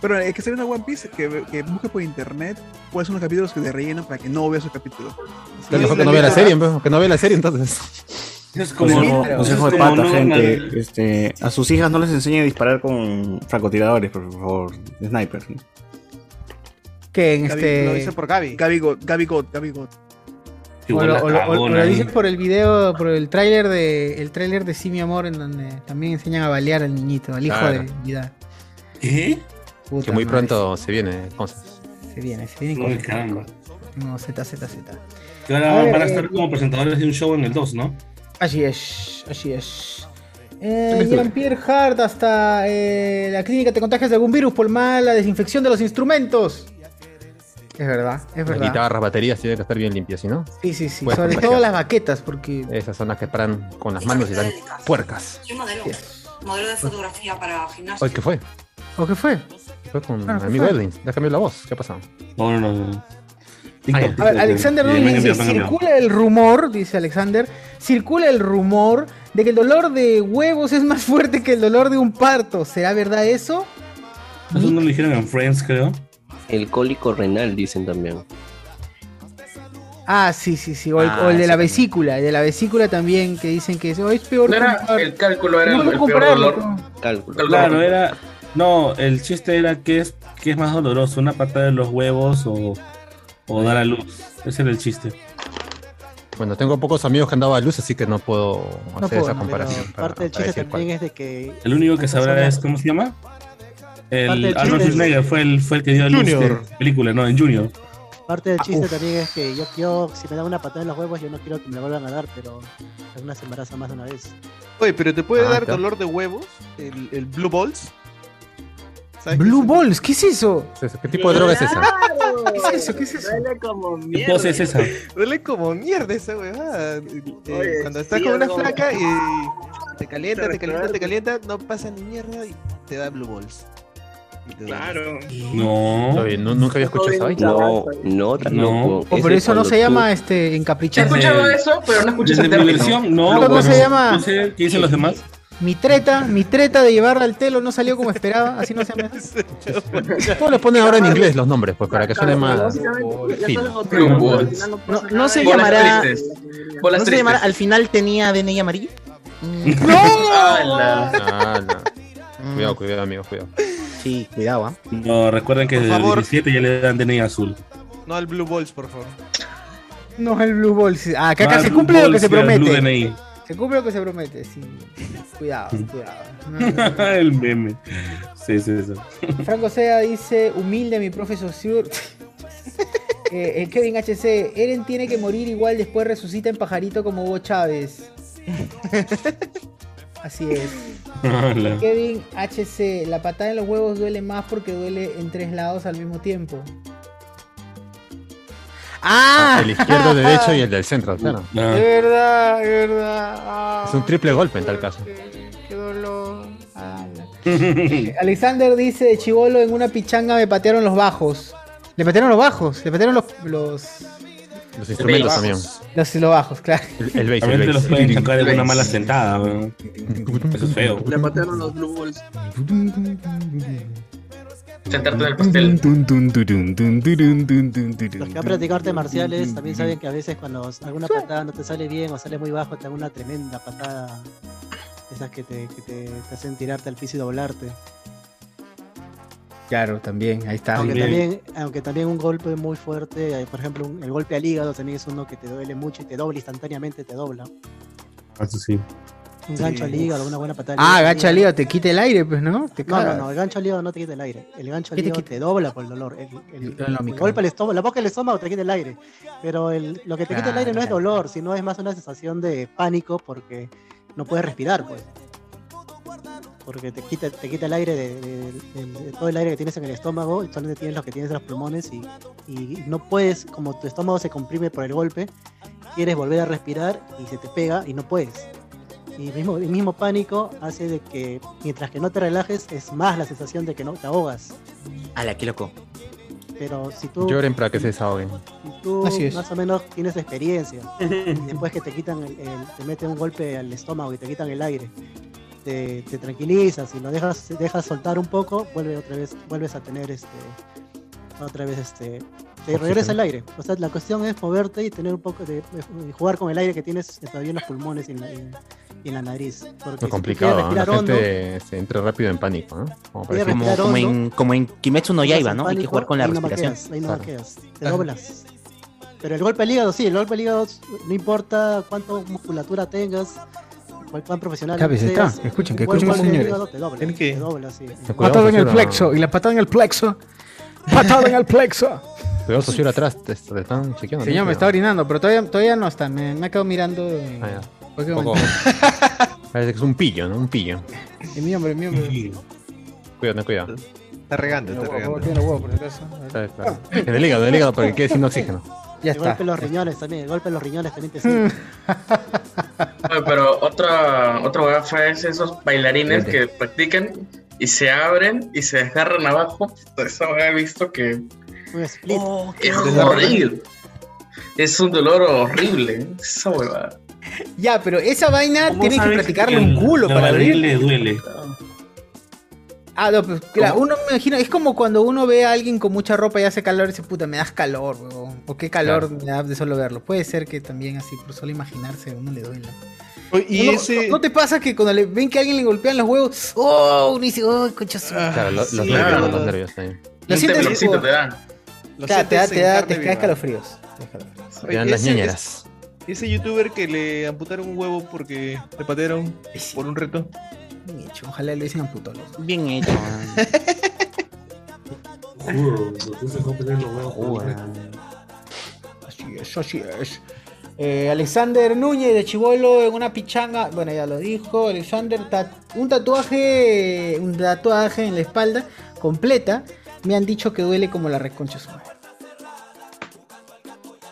S9: Pero es que se ve una One Piece que, que busque por internet cuáles son los capítulos que te rellenan para que no veas esos capítulos.
S2: Está mejor que no vea la serie, pues, que no vea la serie entonces.
S3: Es
S16: Consejo, consejo de pata,
S3: no,
S16: gente.
S3: no,
S16: Este, a sus hijas no les enseñen a disparar con francotiradores, por favor. Sniper.
S1: Que en
S9: Gaby-
S1: este.
S9: Lo dice por Gaby. Gaby God, Gaby God, Gaby
S1: O
S9: God. Igual
S1: lo,
S9: la
S1: o lo- o lo-
S9: cagona
S1: o lo
S9: ahí.
S1: dicen por el video, por el tráiler de el tráiler de Sí mi amor, en donde también enseñan a balear al niñito, al hijo
S2: Claro.
S1: de vida. ¿Eh?
S3: ¿Qué?
S1: Puta
S2: que muy
S1: madre,
S2: pronto se viene cosas.
S1: Se viene, se viene
S3: Uy,
S1: con
S3: caramba.
S1: No, Z, Z, Z.
S3: Y ahora
S1: A ver,
S3: van a
S1: eh,
S3: estar como presentadores de un show en el 2, ¿no?
S1: Así es, así es.
S3: ¿Qué
S1: Eh,
S3: me
S1: Jean-Pierre Hart, hasta eh, la clínica te contagias de algún virus por mala desinfección de los instrumentos. Es verdad, es
S2: Las
S1: verdad.
S2: guitarras, baterías tienen que estar bien limpias, ¿sí no?
S1: Sí, sí, sí.
S2: Puedes
S1: Sobre
S2: contagiar.
S1: todo las baquetas, porque.
S2: Esas son las que paran con las manos y dan puercas.
S17: Soy modelo. Modelo de fotografía para gimnasio.
S2: Ay, ¿qué fue?
S1: ¿O qué fue?
S2: ¿Qué fue con
S1: Ah,
S2: mi
S1: ¿qué
S2: amigo
S1: fue?
S2: Edwin? ¿Le has cambiado la voz? ¿Qué ha pasado?
S3: No, no, no.
S6: eh.
S2: Ah,
S1: A ver, Alexander
S2: Bien,
S1: Núñez
S2: bien,
S1: dice,
S2: bien, bien, bien.
S1: circula el rumor, dice Alexander, circula el rumor de que el dolor de huevos es más fuerte que el dolor de un parto. ¿Será verdad eso?
S3: Eso no lo dijeron en Friends, creo.
S11: El cólico renal, dicen también.
S1: Ah, sí, sí, sí. O el,
S11: Ah,
S1: o el de la
S11: sí.
S1: vesícula, el de la vesícula también, que dicen que es, oh, es peor.
S12: No
S1: que un
S12: era
S1: parto.
S12: el cálculo, era
S1: No
S12: el,
S1: puedo
S12: el peor
S1: compararlo
S12: dolor.
S1: con-
S11: Cálculo.
S3: Claro, era. No, el chiste era que es, que es más doloroso, una patada de los huevos o, o dar a luz. Ese era el chiste.
S2: Bueno, tengo pocos amigos que han dado a luz, así que no puedo
S14: No
S2: hacer
S14: puedo,
S2: esa comparación.
S14: pero
S2: para-
S14: parte del
S2: para
S14: chiste
S2: decir cuál.
S14: también es de que.
S3: El único que sabrá
S14: persona-
S3: es, ¿cómo se llama?
S14: Parte del
S3: El
S14: chiste
S3: Arnold
S14: es-
S3: Schwarzenegger fue el, fue el que dio a luz
S14: Junior.
S3: en película, no, en Junior.
S14: Parte
S2: Ah,
S14: del chiste también es que yo, yo, si me dan una patada en los huevos, yo no quiero que me la vuelvan a dar, pero algunas se embarazan más de una vez.
S9: Oye, pero te puede
S14: Ah,
S9: dar
S14: ya.
S9: dolor de huevos el, el Blue Balls.
S1: Blue Balls, ¿qué es eso?
S2: ¿Qué tipo de droga es esa?
S9: ¿Qué es eso? ¿Qué es eso?
S15: Duele como
S3: ¿Qué pose es esa?
S9: Duele como mierda esa huevada. Eh,
S15: Oye,
S9: cuando estás
S15: sí,
S9: con una
S15: algo-
S9: flaca
S15: Te
S9: y te calienta, te calienta,
S15: recuerda.
S9: te calienta, no pasa ni mierda y te da Blue Balls.
S12: Claro.
S3: No.
S2: Oye, no- nunca había escuchado esa vaina.
S11: No, no,
S2: Oh,
S11: tampoco.
S1: O por
S11: Ese
S1: Oh, eso no
S11: cuando
S1: se
S11: tú-
S1: llama este encapricharse.
S11: He escuchado eso, pero no escuché ese
S1: Desde
S11: término.
S1: mi
S11: versión,
S3: no,
S1: ¿Cómo
S3: pues,
S1: se llama?
S3: no sé, ¿qué dicen los demás?
S1: Mi treta, mi treta de llevarla al telo no salió como esperaba, así no se llama.
S2: Todos los ponen ahora en inglés los nombres, pues para que suene más.
S7: No, no se
S2: Bolas
S7: llamará.
S2: tristes.
S7: No
S2: Bolas
S7: se
S2: tristes.
S7: llamará. Al final tenía DNI amarillo.
S2: ¡No! Cuidado, cuidado, amigos, cuidado.
S7: Sí, cuidado, ¿ah?
S3: No, recuerden que
S7: Por
S3: desde el
S7: favor.
S3: 17 ya le dan DNI azul.
S18: No al Blue Balls, por favor.
S1: No el Blue Ball. sí. Ah, acá, acá
S3: No,
S1: se
S3: el
S1: cumple
S3: Blue
S1: lo que
S3: Ball
S1: se
S3: sí, el Blue
S1: promete.
S3: DNI.
S1: Se cumple lo que se promete, sí. Cuidado, cuidado.
S3: el meme. Sí, sí, sí.
S1: Franco Sea dice, humilde mi profe Saussure". Eh, eh, Kevin HC, Eren tiene que morir igual después resucita en pajarito como Hugo Chávez. Así es.
S3: Ala.
S1: Kevin HC, la patada en los huevos duele más porque duele en tres lados al mismo tiempo. ¡Ah!
S2: El izquierdo, derecho Ah. y el del centro, claro.
S1: De verdad, de verdad. Ah,
S2: Es un triple golpe en tal caso.
S1: qué dolor. Ala. Eh, Alexander dice, de chivolo en una pichanga me patearon los bajos. Le patearon los bajos, le patearon los... Los,
S2: Los instrumentos
S1: bass.
S2: también.
S1: los, los bajos, claro.
S2: El, el bass,
S3: A veces
S2: el
S3: los
S2: bass.
S3: pueden chocar en una mala sentada, weón. Eso es feo.
S12: Le mataron los Blue Balls. Sentarte en el pastel.
S14: Los que han practicado artes marciales también saben que a veces cuando alguna patada no te sale bien o sale muy bajo, te dan una tremenda patada. Esas que te, que te, te hacen tirarte al piso y doblarte.
S1: Claro, también, ahí está.
S14: Aunque también, aunque también un golpe muy fuerte, eh, por ejemplo, un- el golpe al hígado también es uno que te duele mucho y te dobla instantáneamente, te dobla.
S3: Eso sí.
S14: Un gancho
S1: Sí,
S14: al hígado, una buena patada. al
S1: Ah,
S14: hígado.
S1: gacha al hígado, te quita el aire, pues, ¿no? Te
S14: No, no,
S1: cagas.
S14: no, el gancho al hígado no te quita el aire. El gancho al
S1: ¿Qué te
S14: hígado
S1: quita?
S14: te dobla por el dolor. El, el-
S1: Yo no,
S14: el
S1: mi cara.
S14: golpe al estómago, la boca del estómago te quita el aire. Pero el- lo que te quita el aire no es dolor, sino es más una sensación de pánico porque no puedes respirar, pues. Porque te quita, te quita el aire de, de- de- de todo el aire que tienes en el estómago, y solamente tienes lo que tienes en los pulmones y, y no puedes, como tu estómago se comprime por el golpe, quieres volver a respirar y se te pega y no puedes. Y el mismo, el mismo pánico hace de que mientras que no te relajes es más la sensación de que no te ahogas.
S7: Ala, qué loco.
S14: Pero si tú,
S2: Lloren para que se desahoguen.
S14: si tú
S2: Así es.
S14: más o menos tienes experiencia, y después que te quitan, el, el- te meten un golpe al estómago y te quitan el aire, te, te tranquilizas y lo dejas, dejas soltar un poco, vuelve otra vez, vuelves a tener este, otra vez este, te regresa el aire. O sea, la cuestión es moverte y tener un poco de, y jugar con el aire que tienes todavía en los pulmones y en la, en- y en la nariz. Porque si
S2: Muy
S14: tú
S2: complicado,
S14: quieres
S2: ¿ah? la
S14: respirar hondo,
S2: gente se entra rápido en pánico, ¿no? Como
S14: Quieres
S2: parece.
S14: respirar
S7: Como en, como en Kimetsu no
S14: entras
S7: Yaiba,
S14: en
S7: ¿no? Hay que
S14: pánico,
S7: jugar con la
S14: ahí no
S7: respiración.
S14: maqueas, ahí no
S7: Claro.
S14: maqueas, te doblas. Pero el golpe al hígado, sí, el golpe al hígado, no importa cuánto musculatura tengas, cuál plan profesional
S1: Cabeza está,
S14: seas,
S1: escuchen, que
S14: un buen
S1: escuchen,
S14: golpe al
S1: señores.
S14: hígado Te dobla,
S1: Tienen
S14: te dobla, sí.
S1: Patada en el
S2: Saussure,
S1: plexo, y la patada en el plexo. Patada en el plexo.
S2: Cuidado, socio, atrás, te, te están chequeando.
S1: Señor,
S2: ¿no?
S1: me está orinando, pero todavía, todavía no está. Me, me ha quedado mirando. eh,
S2: Ah, ya.
S1: ¿por qué
S2: Un poco-
S1: momento?
S2: Parece que es un pillo, ¿no? Un pillo.
S1: Eh, mi hombre, mi hombre.
S2: Cuidado, no, cuidado.
S18: Está regando, está regando.
S1: Tiene los huevos, por si acaso.
S2: Está- está. En el hígado, en el hígado, para que quede sin oxígeno.
S1: Ya
S14: el
S1: está.
S14: golpe en los riñones también, el golpe en los riñones también te sirve.
S12: Oye, pero otra, otra gafa es esos bailarines que practican y se abren y se desgarran abajo. Esa hueá he visto que
S14: Un split.
S1: Oh,
S12: es horrible. Es un dolor horrible. ¿eh? Esa huevada.
S1: Ya, pero esa vaina tienes que
S12: sabes
S1: practicarle
S12: que
S1: un culo
S12: la
S1: para abrir.
S3: Le duele.
S1: Ah, no, pues claro, uno me imagino, es como cuando uno ve a alguien con mucha ropa y hace calor y dice, puta, me das calor, huevón. O qué calor
S18: Claro.
S1: me da de solo verlo. Puede ser que también así, por solo imaginarse, a uno le duele.
S18: Y
S1: ¿No,
S18: ese.
S1: no- no te pasa que cuando le ven que a alguien le golpean los huevos, oh, uno dice, oh, concha su madre"?
S2: Claro, lo- los
S1: Sí.
S2: nervios,
S1: Claro.
S2: los nervios también.
S1: Lo sientes
S12: temblorcito
S1: como-
S12: te dan.
S18: Lo
S1: Claro, te da,
S18: sientes
S1: te
S18: en
S1: da,
S18: carne
S1: te
S18: viva.
S1: cae calofríos. Te cae calofríos.
S18: Oye,
S2: dan las
S18: ese-
S2: ñañaras.
S18: ese- Ese youtuber que le amputaron un huevo porque le patearon por un reto.
S1: Bien hecho, ojalá lo hicieran putolos.
S7: Bien hecho.
S1: Así es, así es. Eh, Alexander Núñez de Chivolo en una pichanga. Bueno, ya lo dijo. Alexander, ta- un tatuaje. Un tatuaje en la espalda completa. Me han dicho que duele como la reconcha de su madre.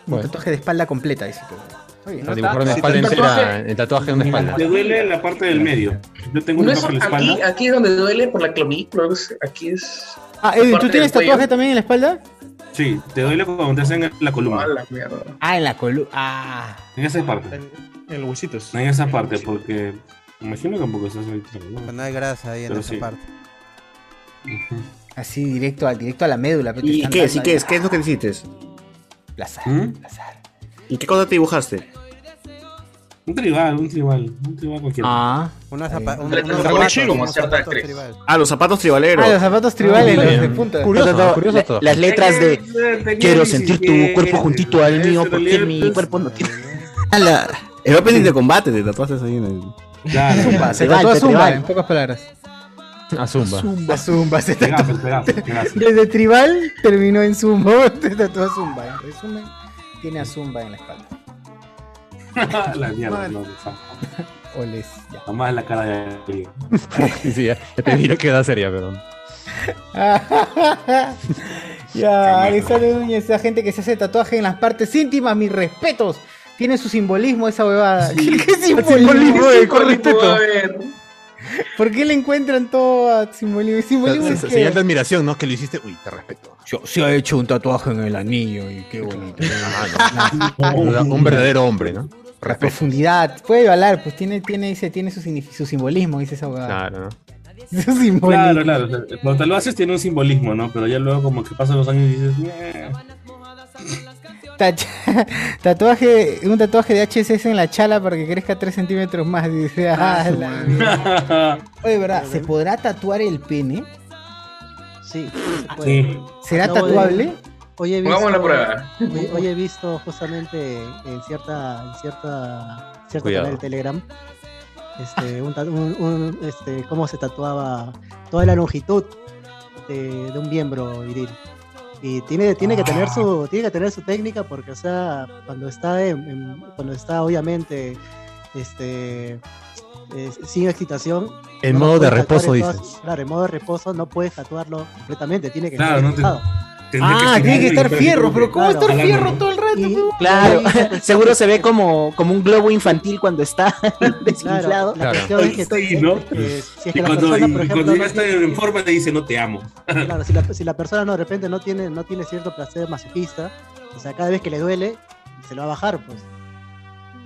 S1: Un
S2: Bueno.
S1: tatuaje de espalda completa, dice que duele.
S2: Para dibujar una espalda entera, el tatuaje de una espalda.
S3: Te duele la parte del medio. Yo tengo
S12: ¿No
S3: una
S12: es
S3: parte de la
S12: aquí,
S3: espalda.
S12: aquí es donde duele por la clavícula. no sé, Aquí es.
S1: Ah, Edwin,
S12: parte
S1: ¿tú
S12: del
S1: tienes
S12: cuello.
S1: tatuaje también en la espalda?
S3: Sí, te duele cuando te hacen la columna.
S1: Ah, en la columna. Ah.
S3: En esa parte. En los huesitos. En esa parte, porque. me Imagino que tampoco estás ahí.
S5: No hay grasa ahí en
S3: Pero
S5: esa
S3: sí.
S5: parte.
S1: Así directo a, directo a la médula. pe, te
S16: ¿Y
S1: están
S16: qué es? ¿Y
S1: dando
S16: qué
S1: ahí.
S16: es? ¿Qué es lo que hiciste?
S1: Plaza.
S16: ¿Y qué cosa te dibujaste?
S3: Un tribal, un tribal. Un tribal cualquiera.
S1: Ah.
S5: Una
S16: Ah, los zapatos tribaleros.
S1: Ah, los zapatos tribales,
S16: Ah,
S1: los de
S16: bien.
S1: punta.
S16: Curioso,
S1: Los-
S16: curioso
S1: la-
S16: todo.
S7: Las letras de
S3: tenía
S7: Quiero sentir tu
S3: 17,
S7: cuerpo juntito al mío porque
S3: tenía
S7: mi
S3: 13.
S7: cuerpo no tiene.
S16: Ah, la- El opening de combate te tatuaste ahí en el.
S3: Claro.
S1: Zumba, se
S16: Tribal,
S1: tatuó a Zumba,
S16: tribal.
S1: en pocas palabras.
S2: A Zumba.
S1: Zumba, Zumba, se tatuó.
S3: Pegaso.
S1: Desde tribal terminó en Zumba, se tatuó a Zumba. En resumen, tiene a Zumba en la espalda.
S3: la mierda, no,
S1: Oles.
S3: Nomás en la cara de alguien.
S2: sí, ya, ya te miro qué edad sería, perdón.
S1: ya, Alexander Núñez, esa gente que se hace tatuaje en las partes íntimas, mis respetos. Tiene su simbolismo esa huevada. ¿Qué simbolismo?
S12: ¿Qué
S1: eh? Con
S12: simbolismo va
S1: respeto.
S12: a haber?
S1: ¿Por qué le encuentran todo a simbolismo? Simbolismo
S2: Se-
S1: es
S2: se-
S1: que-
S2: Señal de admiración, ¿no? Que lo hiciste. Uy, te respeto.
S1: se ha hecho un tatuaje en el anillo y qué bonito.
S2: Ah, un verdadero hombre, ¿no?
S1: La profundidad, puede hablar, pues tiene, tiene, dice, tiene su, signifi- su simbolismo, dice esa huevada.
S2: Claro,
S1: Su simbolismo.
S3: Claro, claro. o sea, Cuando te lo haces tiene un simbolismo, ¿no? Pero ya luego como que pasan los años y dices, "Meh".
S1: Tach- tatuaje, un tatuaje de HSS en la chala para que crezca 3 centímetros más. Dice, ah, la mierda. Oye, ¿verdad? ¿Se podrá tatuar el pene?
S14: Sí.
S1: Sí. Ah, ¿Será
S14: No,
S1: tatuable?
S14: Hoy, hoy he visto,
S12: Pongamos la prueba.
S14: Hoy, hoy he visto justamente en cierta, en cierta, cierto
S12: Cuidado.
S14: canal de Telegram, este, un, ta- un- un, este, cómo se tatuaba toda la longitud de, de un miembro viril. Y tiene, tiene que
S2: Ah.
S14: tener su, tiene que tener su técnica porque, o sea, cuando está, en- en- cuando está obviamente, este, es- sin excitación.
S2: En
S14: no
S2: modo
S14: puedes
S2: de
S14: tatuar
S2: reposo,
S14: en
S2: dices.
S14: todas- Claro, en modo de reposo no puedes tatuarlo completamente, tiene que
S2: Claro,
S14: estar
S2: Ah, no te-
S14: excitado.
S2: tendría que Ah, estar tiene que estar
S7: fierro, pero ¿cómo estar fierro
S1: todo el rato?
S7: Claro, seguro se ve como, como un globo infantil cuando está desinflado.
S14: La cuestión es que
S3: Sí, ¿no?
S14: si es que
S3: y
S14: la
S3: cuando,
S14: persona,
S3: y
S14: por
S3: cuando
S14: ejemplo,
S3: ya está en forma te dice, no te amo.
S14: Claro, si la, si la persona no, de repente no tiene, no tiene cierto placer masoquista, o sea, cada vez que le duele, se lo va a bajar, pues.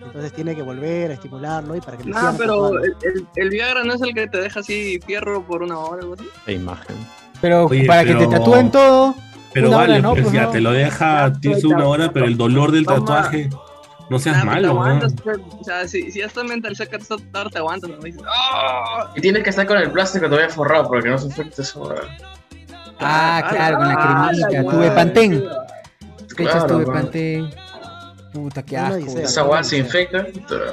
S14: Entonces tiene que volver a estimularlo y para que le
S12: Ah,
S6: No,
S14: sigan
S6: Ah, pero
S14: tatuando.
S6: el, el- el Viagra no es el que te deja así fierro por una hora o algo así.
S2: La imagen.
S1: Pero
S3: Oye,
S1: para que
S3: pero-
S1: te tatúen todo.
S3: Pero
S1: una hora,
S3: vale,
S1: ¿no?
S3: pues,
S1: Pues
S3: ya
S1: no.
S3: te lo deja, tienes una hora, pero el dolor del tatuaje, no seas
S6: Nada, te
S3: malo, ¿no?
S6: aguantas, pues, o sea, si, si ya estás mentalizado que te vas a tatuar, te aguantas, ¿no? Dices, "Ah".
S12: Y tienes que estar con el plástico todavía forrado porque no se afecte eso.
S1: Ah, claro, con
S12: Ah,
S1: la cremita.
S12: la
S1: tuve
S12: madre.
S1: pantén. Fechas
S12: Claro,
S1: tuve
S12: mano.
S1: pantén. Puta, qué
S12: Esa
S1: asco.
S12: Esa
S1: weón.
S12: agua se infecta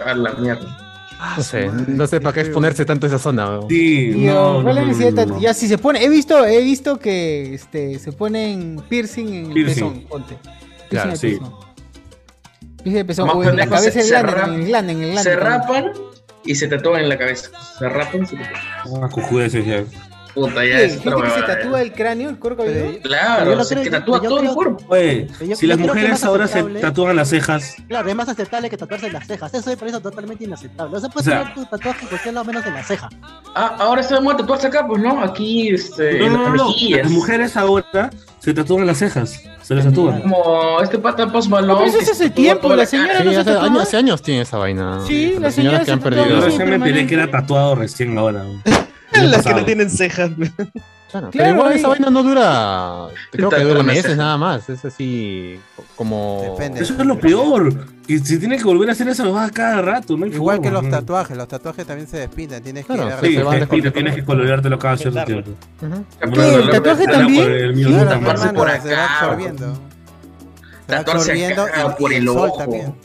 S12: a la mierda.
S2: Ah, No sé, no sé para qué exponerse tanto esa zona. weón.
S1: Tío, ¿cuál es la necesidad de tatu- Ya si se pone, he visto, he visto que este, se ponen piercing en el
S2: Piercing.
S1: pezón, ponte. Piercing en
S2: Claro,
S1: el
S2: sí.
S1: pezón. Piercing en el pezón,
S12: Más
S1: o en la
S12: pendejos,
S1: cabeza
S12: se-
S1: en glande,
S12: se rap-
S1: en el glande, en el glande.
S12: se
S1: también.
S12: rapan y se tatúan en la cabeza. Se rapan y se tatúan.
S3: Ah, cojudeces ya.
S12: Puta, ya
S1: Oye,
S12: es
S1: gente
S12: otra
S1: que se
S12: huevada,
S1: tatúa el cráneo, el cuero cabelludo.
S12: Claro,
S14: Pero yo
S12: o sea,
S14: creo-
S12: que tatúa
S14: yo
S12: todo
S14: creo-
S12: el cuerpo.
S3: Oye,
S14: yo-
S3: si
S14: yo creo
S3: las
S14: que
S3: mujeres
S14: más
S3: ahora se
S14: aceptable-
S3: tatúan las cejas,
S14: Claro, es más aceptable que tatuarse en las cejas. Eso me parece totalmente inaceptable. O sea, puedes
S3: O sea-
S14: tener tu tatuaje en cualquier lado menos en la ceja.
S12: Ah, ahora está de moda tatuarse acá, pues no, aquí, este,
S3: No,
S12: en
S3: no,
S12: las
S3: no,
S12: mejillas.
S3: Las mujeres ahora se tatúan las cejas. Se las tatúan.
S12: Como este pata Post Malone.
S1: pero eso
S12: que
S1: es hace
S12: se tatúa
S1: tiempo,
S12: toda
S1: la señora
S2: Sí,
S1: no se
S2: hace,
S1: tatúa.
S2: años, hace años tiene esa vaina.
S1: Sí,
S2: Las
S1: la
S2: señoras
S1: señora
S2: que han
S1: se tatúa
S2: perdido.
S1: todo
S3: Yo me enteré que era tatuado recién ahora.
S18: Las que no tienen cejas.
S2: Claro, pero
S18: Claro,
S2: igual
S18: ahí-
S2: esa vaina no dura. Creo que
S18: Tanto
S2: dura
S18: no sé.
S2: meses nada más. Es así co- como.
S3: Eso es lo peor. Que si tiene que volver a hacer eso, lo vas a cada rato. No hay
S5: Igual que
S3: forma.
S5: los tatuajes, los tatuajes también se despintan, tienes que
S3: Claro,
S5: dar-
S3: sí, te- te- tienes que coloreártelo cada cierto tiempo.
S5: ¿Qué? ¿El tatuaje también?
S3: El mío
S5: Sí,
S3: no
S5: la
S3: está mal.
S5: hermana
S3: Por
S5: se va
S3: acá,
S5: absorbiendo. Se va
S12: Tatuarse
S5: absorbiendo
S12: acá
S5: y-
S12: por
S5: y
S12: el
S5: sol
S12: ojo.
S5: también.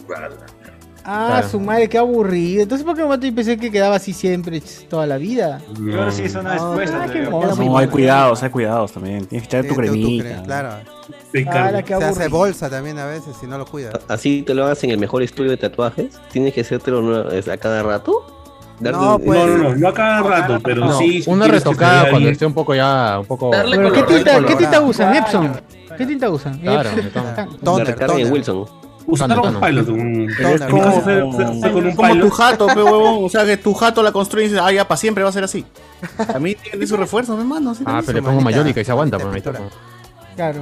S1: Ah,
S5: Claro.
S1: su madre, qué aburrido. Entonces, ¿por qué momento yo pensé que quedaba así siempre, ch- toda la vida?
S16: No. Ahora sí, eso no
S1: Ah,
S16: es
S1: ah, qué mono.
S16: No, hay cuidados, hay cuidados también. Tienes que echar tu cremita.
S5: Claro.
S3: Sí,
S5: Claro,
S14: Ah,
S1: claro.
S5: se hace bolsa también a veces si no lo cuidas.
S11: Así te lo hagas en el mejor estudio de tatuajes. Tienes que hacértelo una vez a cada rato. Darte
S5: No,
S11: un-
S5: pues.
S3: No, no, no, no a cada rato, pero
S2: No,
S3: sí.
S2: una
S3: tienes que
S2: retocada
S3: tener
S2: cuando
S3: ahí-
S2: esté un poco ya. Un poco...
S3: Darle
S1: Pero, ¿qué tinta, ¿qué tinta
S2: colorado.
S1: usan? Epson. ¿Qué tinta usan?
S2: Claro,
S1: Epson.
S2: me tomo.
S11: Toner, recarga en toner. Wilson.
S3: Usar
S16: Tano,
S3: un
S16: Tano.
S3: pilot. un-
S16: Pero es
S3: en mi
S16: como,
S3: caso fue- fue- fue con un
S16: como
S3: pilot.
S16: tu jato, pe, huevón. O sea, que tu jato la construye y dice, ah, ya, para siempre va a ser así. También tiene su refuerzo, mi hermano. sí,
S2: Ah,
S16: tiene
S2: pero
S16: su
S2: le pongo
S16: manita.
S2: mayólica y se aguanta, pues, ahí está, pues.
S1: Claro.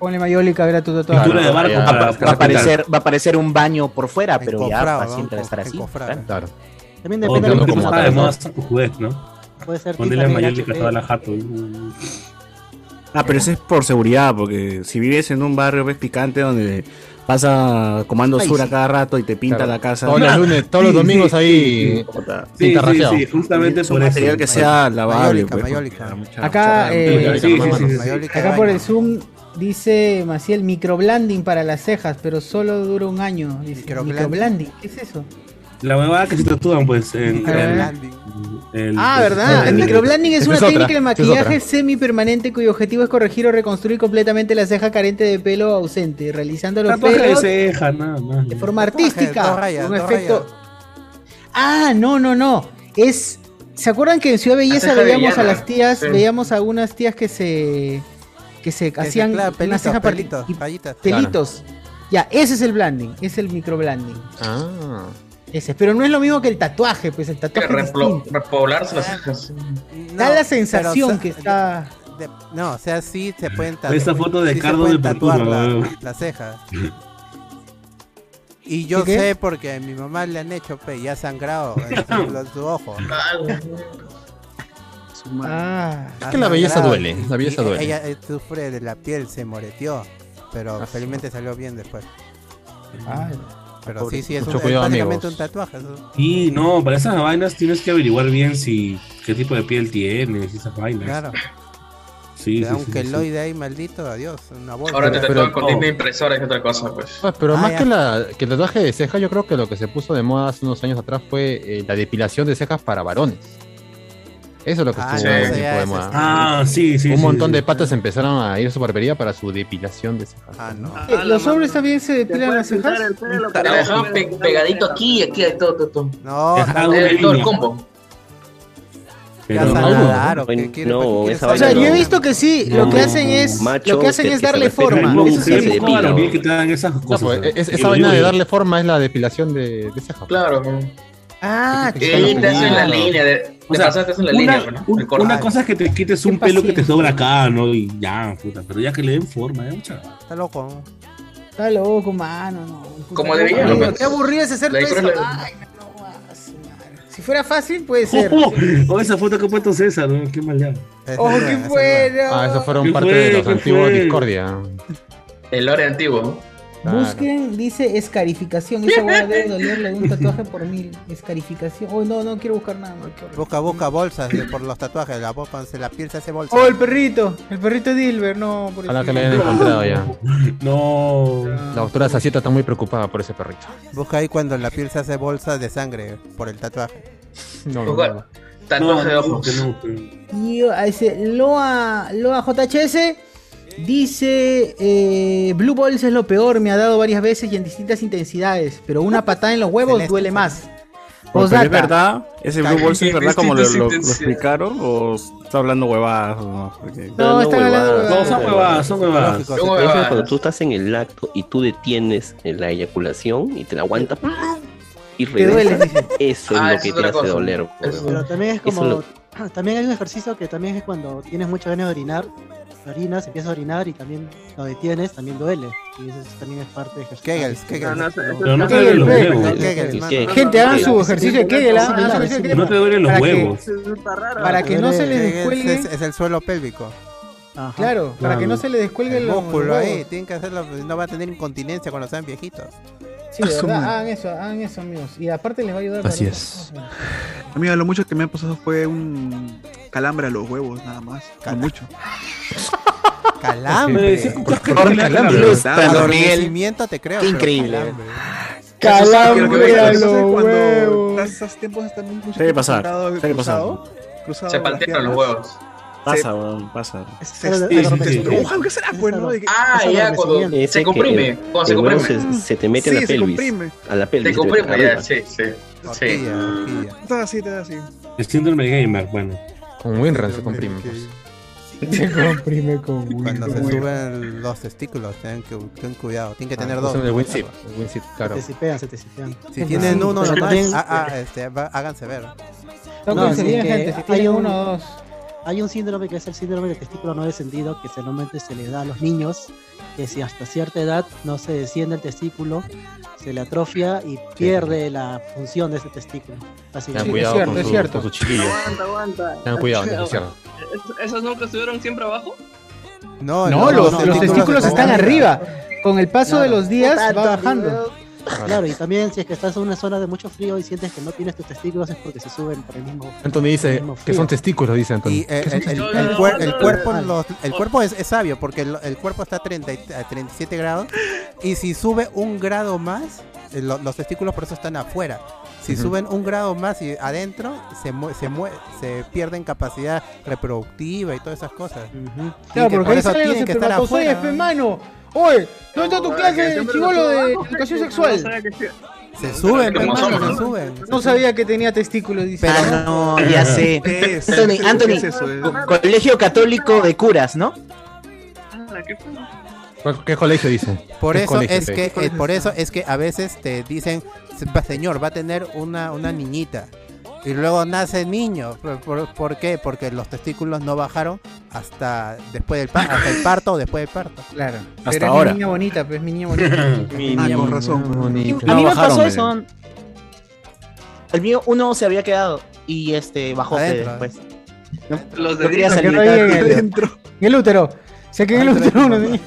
S1: Ponle mayólica gratuito todo.
S2: Pintura de barco
S7: Va,
S2: para-
S7: va- va a aparecer, va a parecer un baño por fuera, pero ya
S1: Encofrado,
S7: para
S1: ¿no?
S7: siempre va a estar así.
S2: Claro.
S14: También
S3: O
S14: depende
S3: de
S14: de
S3: lo que
S14: cómo
S3: está de moda hasta tu juez, ¿no?
S14: Puede ser
S3: Ponerle
S14: Tiffany
S3: mayólica a
S14: HP.
S3: toda la jato.
S16: Ah, pero eso es por seguridad, porque si vives en un barrio ves picante donde pasa comando
S3: Ay,
S16: sur a
S3: sí.
S16: cada rato y te pinta
S2: Claro.
S16: la casa.
S2: Todos los lunes, todos los domingos ahí pinta
S16: sí, sí,
S2: raseado.
S16: sí, justamente
S2: Es
S16: por eso. Mayólica, mayólica,
S9: pues,
S5: mayólica.
S1: Acá, eh,
S2: sí, sí, sí, sí.
S1: Acá por el Zoom dice Maciel microblanding para las cejas, pero solo dura un año. Dice, microblanding, ¿qué es eso?
S3: La huevada que se tatúan, pues. En,
S1: Microblanding.
S3: en- el-
S1: Ah, ¿verdad? El microblanding es
S3: Esa
S1: una
S3: otra,
S1: técnica de
S3: esa es otra.
S1: maquillaje semi-permanente cuyo objetivo es corregir o reconstruir completamente la ceja carente de pelo ausente, realizando los
S3: Tatuaje de
S1: pelos
S3: ceja, nada más.
S1: de forma
S3: Tatuaje,
S1: artística.
S3: dos rayas,
S1: un
S3: dos
S1: efecto. Ah, no, no, no. Es. ¿Se acuerdan que en Ciudad Belleza
S5: ceja de
S1: veíamos a
S5: villana.
S1: las tías,
S5: Sí.
S1: veíamos a algunas tías que se. que se
S5: se-
S1: hacían
S5: claro,
S1: una
S5: pelitos,
S1: ceja par-
S5: pelitos, rayitas.
S1: pelitos. Ya, ese es el blending, es el microblanding.
S2: Ah.
S1: Ese, pero no es lo mismo que el tatuaje, pues el tatuaje es distinto.
S12: repoblarse las cejas.
S1: da
S5: No,
S1: la sensación
S5: pero, o sea,
S1: que está.
S5: de- no, o sea, sí se pueden tatuar.
S3: Esta foto de
S5: sí se
S3: Cardo
S5: pueden
S3: de
S5: tatuar
S3: Perturba,
S5: la-
S3: weón.
S5: las cejas. Y yo
S1: ¿Qué, qué?
S5: sé porque a mi mamá le han hecho, pe, y ha sangrado en su, en su ojo.
S1: Ah,
S2: Es que la belleza duele, la belleza
S5: Y
S2: duele.
S5: Ella eh, sufre de la piel, se moreteó, pero felizmente salió bien después.
S1: Ay.
S5: pero
S2: Pobre-
S5: sí, sí, es, un,
S2: mucho
S5: es
S2: cuidado,
S5: prácticamente
S2: amigos.
S5: un tatuaje. es un-
S3: Y no, para esas vainas tienes que averiguar bien si qué tipo de piel tienes y esas vainas.
S5: Claro.
S3: Sí,
S5: Te da
S3: sí,
S5: un
S3: sí,
S5: queloide ahí maldito, adiós, una bolsa.
S12: Ahora te
S2: Pero-
S12: tatúan con
S2: pero-
S12: tinta impresora, es otra cosa, pues.
S2: Ah, Pero
S5: Ah,
S2: más
S5: ya.
S2: que, la, que el tatuaje de ceja, yo creo que lo que se puso de moda hace unos años atrás fue eh, la depilación de cejas para varones. Eso es lo que
S5: Ah,
S2: estuvo
S5: no,
S2: en
S5: eso
S2: un
S5: ya
S2: tiempo de
S5: es
S2: moda.
S5: este- Ah,
S3: sí, sí,
S2: Un
S3: sí,
S2: montón
S3: sí.
S2: de patas empezaron a ir a su barbería para su depilación de cejas.
S5: Ah, no.
S1: Eh, ¿Los hombres también se depilan las cejas?
S12: Te la dejaban pe- pegadito aquí y aquí, todo, todo, todo.
S5: No,
S12: Te dejaban
S1: no,
S12: el- todo el
S1: no.
S12: combo.
S5: Ya
S12: Pero-
S5: sangraron,
S12: No,
S5: ¿qué quiere-
S12: no,
S5: qué quiere
S12: esa
S5: saber?
S1: O sea, yo he visto que sí, lo que
S2: No,
S1: hacen es.
S2: macho,
S1: lo que hacen
S2: que-
S1: es
S2: que se
S1: darle
S2: respete
S1: forma.
S2: el
S1: Eso sí
S2: mujer,
S1: es un
S2: se
S1: poco
S2: depila,
S1: barbaro.
S2: weón.
S3: que te dan esas
S2: No,
S3: cosas.
S2: pues,
S3: ¿no?
S2: es-
S3: Yo-
S2: esa vaina
S3: yo-
S2: de darle forma es la depilación de, de cejas.
S12: Claro.
S1: Ah,
S12: Y te hacen la
S2: Claro.
S12: línea, de,
S3: O
S12: te
S3: sea,
S12: pasaste en la
S3: una-
S12: línea, ¿no?
S3: un-
S12: El corte.
S3: una cosa es que te quites un
S12: Qué
S3: pelo que te sobra acá, ¿no? Y ya, puta, pero ya que le den forma, ¿eh? mucha-
S5: Está loco.
S1: Está loco, mano. No, Puta,
S3: Como
S1: qué
S3: debería,
S1: aburrido,
S3: pues.
S1: Qué aburrido es hacer
S3: La
S1: todo eso.
S3: cruel-
S1: Ay, no, ah, su madre. Si fuera fácil, puede ser.
S2: Ah,
S3: O Oh, esa foto que ha puesto César, ¿no? Qué maldad.
S1: Oh, qué bueno.
S2: Ah, eso fueron
S3: ¿Qué
S2: parte
S3: fue?
S2: de los
S3: ¿Qué
S2: antiguos
S3: fue?
S2: Discordia.
S12: El lore antiguo.
S1: Busquen, dice escarificación. Esa hueá debe dolerle de un tatuaje por mil. Escarificación. Oh, no, no quiero buscar nada. no, qué horror.
S5: Busca, busca bolsas de- por los tatuajes, la, boca, se- la piel se hace bolsa.
S1: Oh, el perrito. El perrito Dilber. No, por
S2: Ojalá que la hayan encontrado ya.
S3: No.
S2: La doctora Sacieta está muy preocupada por ese perrito.
S5: Busca ahí cuando la piel se hace bolsa de sangre por el tatuaje.
S2: No,
S12: no, no. Tatuaje de ojos.
S1: Y a ese Loa, Loa JHS dice: eh, Blue Balls es lo peor, me ha dado varias veces y en distintas intensidades, pero una patada en los huevos duele más.
S16: Pero
S1: Postdata.
S16: es verdad, ese Blue Balls es verdad como lo, lo- lo
S1: Distintas
S16: explicaron o está hablando huevadas. No, Porque-
S1: No, están hablando huevadas. No, son huevadas, son huevadas.
S12: Lógico,
S11: Se
S12: son
S11: produce
S12: huevadas.
S11: Cuando tú estás en el acto y tú detienes eh, la eyaculación y te la aguantas y
S14: duele,
S11: regresas,
S14: dice.
S11: eso es
S12: Ah,
S11: lo
S12: eso
S11: que
S12: es
S11: te
S12: otra
S11: hace
S12: cosa.
S11: doler.
S12: Eso-
S11: huevón.
S14: Pero también es
S11: Eso
S14: como.
S11: lo-
S14: También hay un ejercicio que también es cuando tienes muchas ganas de orinar, orinas, empiezas a orinar y también lo detienes, también duele. Y eso es- también es parte de ejercicio.
S5: Kegels, Kegels. No, no, eso- eso-
S3: Pero no te duelen los
S14: Kegel,
S3: huevos.
S14: Kegel,
S5: Kegel,
S14: mano.
S5: Kegel.
S1: Gente, hagan su ejercicio de Kegel, ¿ah? Hagan su ejercicio de Kegel.
S3: No te duelen los
S1: Para que-
S3: huevos.
S1: Para que no se les
S5: Kegels
S1: descuelgue.
S5: Es, es el suelo pélvico.
S1: Claro, para que no se les descuelgue
S5: el
S1: los
S5: músculo
S1: huevos.
S5: ahí. Tienen que hacerlo, pues, no va a tener incontinencia cuando sean viejitos.
S1: Sí, de verdad, hagan eso, hagan eso, amigos. Y aparte les va a ayudar. para
S9: Así
S1: otras cosas.
S9: A mí lo mucho que me ha pasado fue un calambre a los huevos, nada más. No mucho.
S5: Calambre.
S9: Sí, sí,
S5: Por
S9: sí,
S5: favor,
S9: sí,
S5: calambre.
S9: sí, sí,
S5: Para
S9: sí,
S5: adormecimiento te creo.
S9: Qué
S5: pero
S9: increíble.
S5: calambre.
S9: Calambre a los
S5: huevos.
S9: Esos tiempos están muy mucho
S16: Debe
S9: tiempo
S16: pasar,
S9: sentado,
S16: debe pasar.
S9: cruzado, cruzado
S12: Se
S9: las
S12: paltean los
S9: piernas.
S12: huevos.
S16: Pasa, weón, pasa.
S9: Se estiran, se estrujan, ¿qué será, pues, no? De que-
S12: Ah, ya, cuando
S11: Ese
S12: se
S11: que
S12: comprime.
S11: el-
S12: Cuando se
S11: el huevo
S12: comprime.
S11: se, se te mete a
S9: Sí,
S11: la
S9: se
S11: pelvis.
S9: comprime.
S11: A la pelvis.
S12: Te comprime,
S11: arriba.
S12: ya, sí, sí. Sí.
S3: El síndrome gamer, bueno.
S2: pues. Con Winran se comprimimos.
S1: Me comprime con
S5: Cuando se
S1: Windows.
S5: suben los testículos, tengan que ten cuidado. Tienen que tener
S2: Ah,
S5: dos.
S2: usan el WinZip, el WinZip, claro.
S14: Se tesipean, se tesipean.
S5: Si tienen uno
S14: Pero
S5: nomás,
S14: también-
S5: ah, ah, este, va- háganse ver.
S1: No,
S14: No,
S1: coinciden,
S14: es que
S1: gente, si
S14: hay
S1: tienen
S14: un-
S1: uno o dos.
S14: Hay un síndrome que es el síndrome del testículo no descendido, que normalmente se le da a los niños, que si hasta cierta edad no se desciende el testículo, se le atrofia y pierde la función de ese testículo. Así
S2: Tengan
S14: que-
S2: cuidado con, su, con su chiquillo.
S6: Aguanta, aguanta.
S2: Tengan cuidado, no se cierran.
S6: ¿Es- ¿Esos nunca estuvieron siempre abajo?
S5: No,
S1: No, los, los testículos están arriba. Con el paso
S14: Claro.
S1: de los días
S14: No tanto,
S1: va bajando.
S14: Claro, y también si es que estás en una zona de mucho frío y sientes que no tienes tus testículos es porque se suben por el mismo.
S2: Anthony dice que son testículos, dice Anthony.
S5: Y eh,
S2: ¿Qué
S5: el,
S2: son
S5: el-
S2: testículos?
S5: el cuer- el
S14: no,
S5: cuerpo,
S14: no, no.
S5: los- el cuerpo es, es sabio porque el, el cuerpo está a, 30 y- a 37 grados y si sube un grado más, eh, lo- los testículos por eso están afuera. Si
S2: Ujú.
S5: suben un grado más y adentro, se, mue- se, mue- se pierden capacidad reproductiva y todas esas cosas.
S1: Claro, porque ahí salen los
S5: tienen que estar
S1: espermatozoides, pues,
S5: afuera.
S1: pe mano. Oye, ¿dónde está tu
S5: No,
S1: clase
S5: que
S1: de
S5: siempre
S1: chivolo
S5: los
S1: de
S5: trabajos,
S1: educación
S5: no
S1: sexual?
S5: sabía Se suben, pe mano, se suben.
S1: No sabía que tenía testículos, dice.
S7: Ah, no, ya sé. Anthony, Anthony, co- colegio católico de curas, ¿no?
S2: ¿Cuál- ¿Qué colegio dice?
S5: Por
S2: ¿Qué
S5: eso
S2: colegio
S5: es
S2: dice?
S5: que eh, por eso es que a veces te dicen "Se- va- señor va a tener una, una niñita y luego nace el niño ¿Por, por, por qué? Porque los testículos no bajaron hasta después del par- hasta el parto o después del parto.
S1: Claro.
S5: Hasta
S1: Pero es
S5: ahora.
S1: mi niña bonita, pues mi niña bonita.
S5: Mi niña
S1: con
S7: A mí me pasó eso. El mío, uno se había quedado y este bajó
S1: Adentro,
S7: después.
S6: Los
S7: no quería
S1: Que
S7: salir.
S1: está ahí en el- en el útero. Se quedó en el útero uno, niña.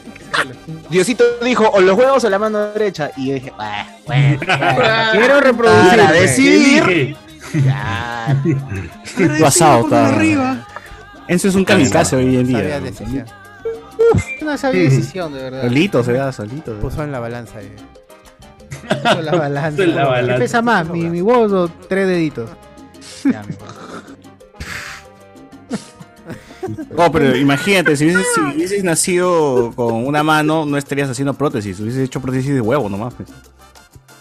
S7: Diosito dijo, o los huevos o la mano derecha. Y yo dije, "Ah, bueno, bueno,
S1: Quiero reproducir.
S7: Para decidir.
S16: Tu asado,
S1: por
S16: está.
S1: arriba.
S16: Eso es un kamikaze hoy en
S5: Sabía
S16: día.
S5: decisión.
S1: Una sabia decisión, de verdad.
S16: Solito se da, solito. se da.
S5: Puso en la balanza eh. ahí.
S1: Puso la balanza.
S5: Puso la balanza.
S1: ¿Qué pesa más? Mi, mi huevo o tres deditos.
S16: No, pero imagínate, si hubieses, si hubieses nacido con una mano, no estarías haciendo prótesis. Hubieses hecho prótesis de huevo nomás. pues.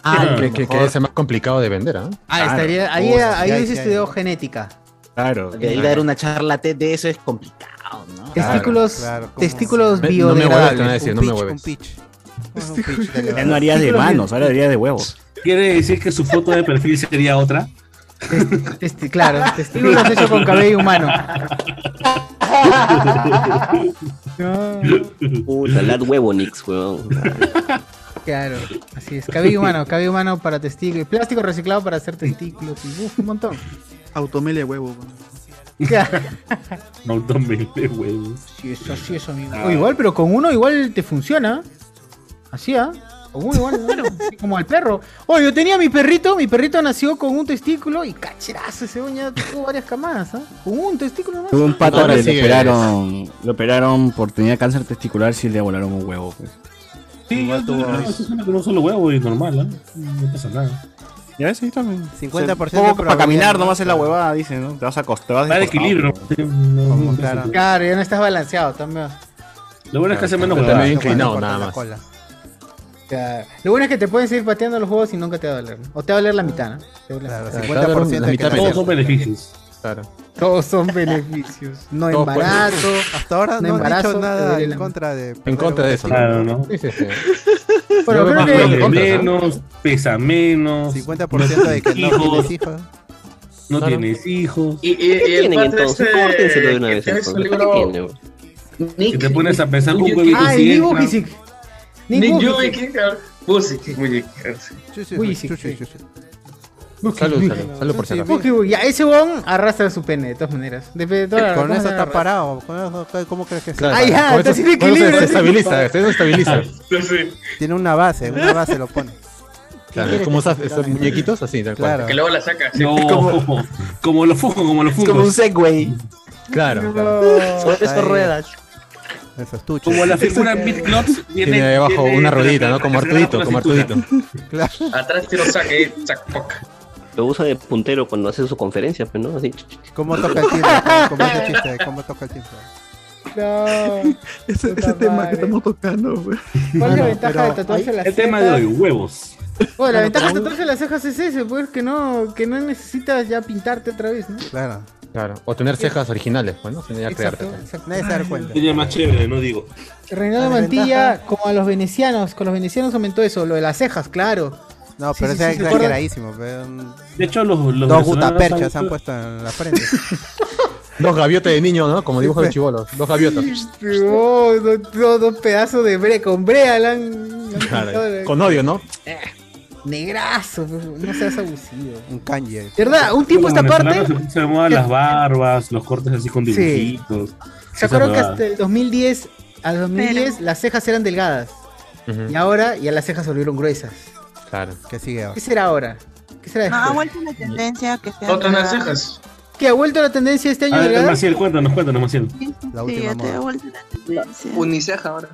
S2: Ah,
S16: Claro,
S2: que, que,
S16: mejor.
S2: que es el más complicado de vender, ¿ah?
S1: Ah,
S16: Claro.
S1: estaría, ahí
S16: Oh, sí,
S1: ahí
S16: hay,
S1: sí
S16: sí hay.
S1: estudió genética.
S16: Claro.
S7: Porque ahí dar una charla TED de eso es complicado, ¿no?
S1: Testículos- Claro, ¿cómo? testículos Me- no me hueves, te van a decir, no me hueves.
S16: Ya no harías de manos, ahora harías de huevos.
S3: ¿Quiere decir que su foto de perfil sería otra?
S1: Testi- Este, claro, testículos hechos con cabello humano. No,
S11: Puta, lad huevo, Nix, huevón.
S1: claro, así es. Cabello humano, cabello humano para testículos. Plástico reciclado para hacer testículos. Y, uf, un montón.
S9: Automele huevo.
S1: Claro.
S3: No, no me de huevos.
S1: Sí, eso, sí, eso, amigo.
S12: Ah.
S1: O igual, pero con uno igual te funciona. Así, ¿ah? Con uno igual, bueno, así como al perro. Oh, yo tenía mi perrito, mi perrito nació con un testículo y cacherazo ese uña tuvo varias camadas, ¿ah? Con un testículo más.
S16: Tuve un pato
S2: Ahora eh.
S16: que
S2: sigue.
S16: le operaron, le operaron por tener cáncer testicular si le volaron un huevo. pues.
S3: Sí, yo tuve una persona con un solo huevo y normal, ¿eh? No pasa nada.
S16: Ya ves, sí, también.
S5: 50%
S16: O sea, como
S5: de
S16: para caminar
S5: probabilidad,
S16: nomás
S5: ¿no?
S16: es la huevada, dicen, ¿no? Te vas a acostar, te vas
S3: Va de
S16: acostado,
S3: equilibrio.
S16: pues.
S5: claro.
S1: Claro, ya no estás balanceado también.
S3: Lo bueno es que hace menos
S2: Está
S3: huevadas.
S2: medio inclinado,
S3: Corta
S2: nada
S3: la
S2: más.
S3: cola.
S1: Claro. Lo bueno es que te pueden seguir pateando los juegos y nunca te va a doler. ¿no? O te va a doler la mitad, ¿no? Te duele la
S5: Claro,
S1: mitad.
S5: 50% de que nace.
S3: Todos son beneficios.
S2: Claro.
S1: Todos son beneficios. No
S5: Todos pueden-
S1: embarazo.
S5: Hasta ahora no han dicho
S1: embarazo, te
S5: nada
S1: duele
S5: en
S1: la-
S5: contra de-
S2: En contra de eso.
S3: Claro, ¿no?
S2: Sí, sí, sí.
S1: Pero
S3: Yo
S1: creo
S3: más
S1: que-
S3: duele
S1: Contras, ¿eh?
S3: menos, pesa menos.
S5: 50% de que no tienes hijos.
S3: No
S11: Claro.
S3: tienes hijos.
S12: Y, y, y
S11: ¿Qué
S12: el
S11: tienen
S12: pato
S11: entonces?
S12: ese
S11: Córtenselo de una
S12: que
S11: vez.
S12: tiene su
S11: entonces, ¿qué
S12: libro-
S11: tiene, huevón?
S3: Y te pones a pensar con
S12: Nick-
S3: huevitos
S12: Ah, el
S3: y
S12: Nick
S3: entran.
S12: Vujicic.
S1: Nick
S12: Nick
S1: Vujicic.
S12: Vujicic, ah, Vujicic, Vujicic, sí.
S1: Uy, sí, sí.
S2: Salud, salud, salud por si acaso.
S1: Uy, uy, ya, ese huevón arrastra su pene, de todas maneras. De- de todas las
S5: Con
S1: cosas
S5: eso está
S1: arrastra.
S5: parado. con eso- ¿Cómo crees que se
S1: Ah, ya,
S5: Con
S1: está
S5: eso-
S1: sin
S5: con eso
S1: equilibrio.
S5: se estabiliza,
S2: se estabiliza.
S5: Tiene una base, una base lo pone.
S2: Claro, es como esas- esos muñequitos así, tal cual.
S5: Claro.
S12: Que luego la saca. sí.
S3: No, como, como los fujos, como los fujos.
S7: Como un Segway.
S2: Claro.
S7: Son
S5: Ahí.
S7: esas ruedas.
S5: Esos estuches.
S3: Como la figura Beat Clots
S2: Tiene debajo una rodita, ¿no? Como Artudito, como Artudito.
S12: Atrás tiro saque, sac, poc.
S11: Lo usa de puntero cuando hace sus conferencias, pues, ¿no? Así. ch- ch- ch-
S5: ¿Cómo toca el timbre? ¿Cómo, cómo es el chiste? ¿Cómo toca el timbre?
S1: No.
S9: Ese,
S1: Puta
S9: ese tema
S1: madre.
S9: que estamos tocando, güey.
S1: ¿Cuál es la
S9: Mano,
S1: ventaja
S9: pero
S1: de tatuarse
S9: ahí-
S1: las
S3: El tema de hoy,
S1: cejas?
S3: huevos.
S1: Bueno, la
S9: Mano,
S1: ventaja de
S9: pero-
S1: tatuarse las cejas es ese, pues, que no, que no necesitas ya pintarte otra vez, ¿no?
S5: Claro.
S2: Claro. O tener cejas originales, pues, ¿no? Tendría que
S5: Exacto,
S2: crearte.
S5: exacto. Nadie se da cuenta.
S19: Sería más chévere, no digo.
S1: Reinaldo
S5: La
S1: Mantilla, como a los venecianos, con los venecianos aumentó eso, lo de las cejas, claro.
S5: No,
S1: Sí,
S5: pero
S1: sí,
S5: ese
S1: sí,
S5: es
S1: ¿se acuerdan?
S5: exageradísimo. pero, mm,
S3: De hecho, los, los
S5: Dos
S3: venezolanos
S5: gutaperchas se
S3: han-
S5: han puesto en la frente.
S2: Dos gaviotas de niño, ¿no? Como dibujo de chibolos. Dos gaviotas.
S1: Oh, dos dos- dos pedazos de bre con brea, le han- le han pintado
S2: Claro.
S1: la-
S2: Con odio, ¿no?
S20: Eh.
S1: Negrazo, pues, no seas abusivo.
S5: Un kanji. eh.
S1: ¿Verdad? Un tiempo esta
S3: Los
S1: parte.
S3: venezolanos Se muevan las barbas, los cortes así con
S1: Sí.
S3: dibujitos.
S1: ¿Se
S3: Esa
S1: acuerdan que este-
S3: huevada.
S1: hasta el 2010, al 2010, las cejas eran delgadas? Y ahora ya las cejas se volvieron gruesas.
S2: Claro.
S5: ¿Qué sigue
S1: ¿Qué será ahora? ¿Qué será
S21: No, ha
S1: después?
S21: vuelto la tendencia que sea.
S12: Otras las cejas.
S1: ¿Qué ha vuelto la tendencia este año
S3: A ver,
S1: delgada?
S3: Maciel, cuéntanos, cuéntanos, Maciel.
S5: La
S21: Sí, ya te he
S3: moda.
S21: vuelto la tendencia.
S6: Uniceja ahora.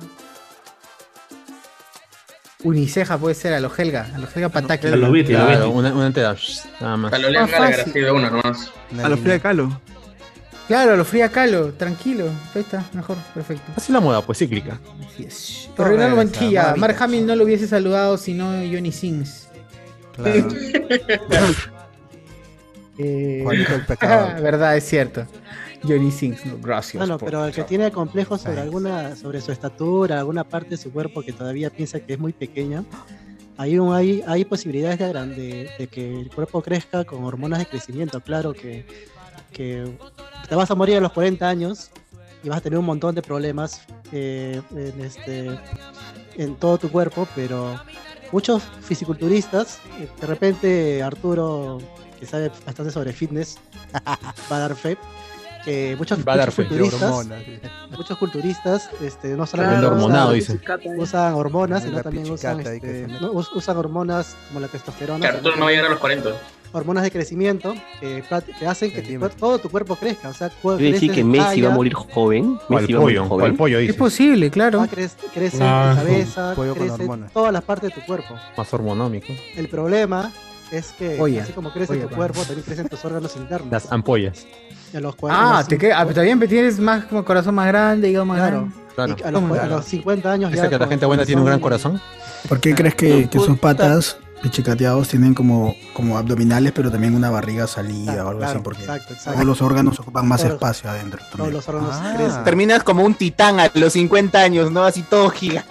S1: Uniceja puede ser, a los Helga, a los Helga Pataki.
S2: Claro, una, una entera. shh, Nada más.
S1: A lo Lean Más Gallagher, fácil. así de una
S12: nomás.
S1: A lo Frida
S9: Kahlo.
S1: Claro, a los Frida Kahlo, tranquilo. Ahí está, mejor, perfecto.
S2: Así la moda, pues cíclica.
S1: Pero Reinaldo
S2: regresa,
S1: Mantilla,
S2: mamita.
S1: Mark Hamill no lo hubiese saludado sino Johnny Sings.
S5: Claro.
S1: Eh,
S5: Juanito el pecador.
S1: ah, verdad, es cierto. Johnny Sings, no, gracias.
S14: Bueno,
S1: por-
S14: pero el que tiene complejos sobre alguna, sobre su estatura, alguna parte de su cuerpo que todavía piensa que es muy pequeña, hay un, hay, hay posibilidades de, agran- de, de que el cuerpo crezca con hormonas de crecimiento. Claro que, que te vas a morir a los 40 años y vas a tener un montón de problemas eh, en este en todo tu cuerpo, pero muchos fisiculturistas, eh, de repente Arturo, que sabe bastante sobre fitness, va a dar fe, que muchos,
S2: Va a dar
S14: muchos
S2: fe, de
S14: culturistas,
S2: hormonas,
S14: muchos culturistas este, no
S2: Tremendo
S14: usan-
S2: hormonado, dice.
S14: usan hormonas,
S5: La
S14: sino también usan,
S5: pichicata ahí que
S14: este,
S5: se mete.
S14: no, us- usan hormonas como la testosterona.
S12: Claro, tú no vas a llegar a los 40.
S14: Hormonas de crecimiento que, practi- que hacen que tu cuer- todo tu cuerpo crezca. O sea, cu-
S12: ¿Quiere decir
S14: creces
S12: que
S14: en
S12: Messi va a
S14: talla,
S12: morir joven?
S2: ¿Cuál
S12: Messi va a morir
S2: pollo?
S12: joven.
S2: ¿Cuál pollo dice?
S1: Es posible, claro.
S14: ah, crece, crece
S2: Ah,
S14: tu cabeza,
S2: pollo con
S14: crece
S2: hormonas.
S14: todas las partes de tu cuerpo.
S2: Más hormonómico.
S14: El problema es que
S1: Oye,
S14: así como crece
S1: oye,
S14: tu
S1: pa.
S14: cuerpo, también crecen tus órganos internos.
S2: Las ampollas.
S14: En los cuales-
S1: Ah,
S14: los
S1: te queda, ah, pero también tienes más como corazón más grande, hígado más grande.
S2: Claro.
S14: A los, a los 50 años
S2: ¿Esa que
S1: pues,
S2: la gente buena tiene un gran corazón?
S20: ¿Por qué crees que, que sus patas pichicateados tienen como, como abdominales, pero también una barriga salida o algo
S14: claro,
S20: así? Porque
S14: exacto, exacto.
S20: todos los órganos ocupan más
S14: Todos-
S20: espacio adentro.
S14: Todos los órganos
S20: Ah.
S14: crecen.
S7: Terminas como un titán a los 50 años, ¿no? Así todo gigante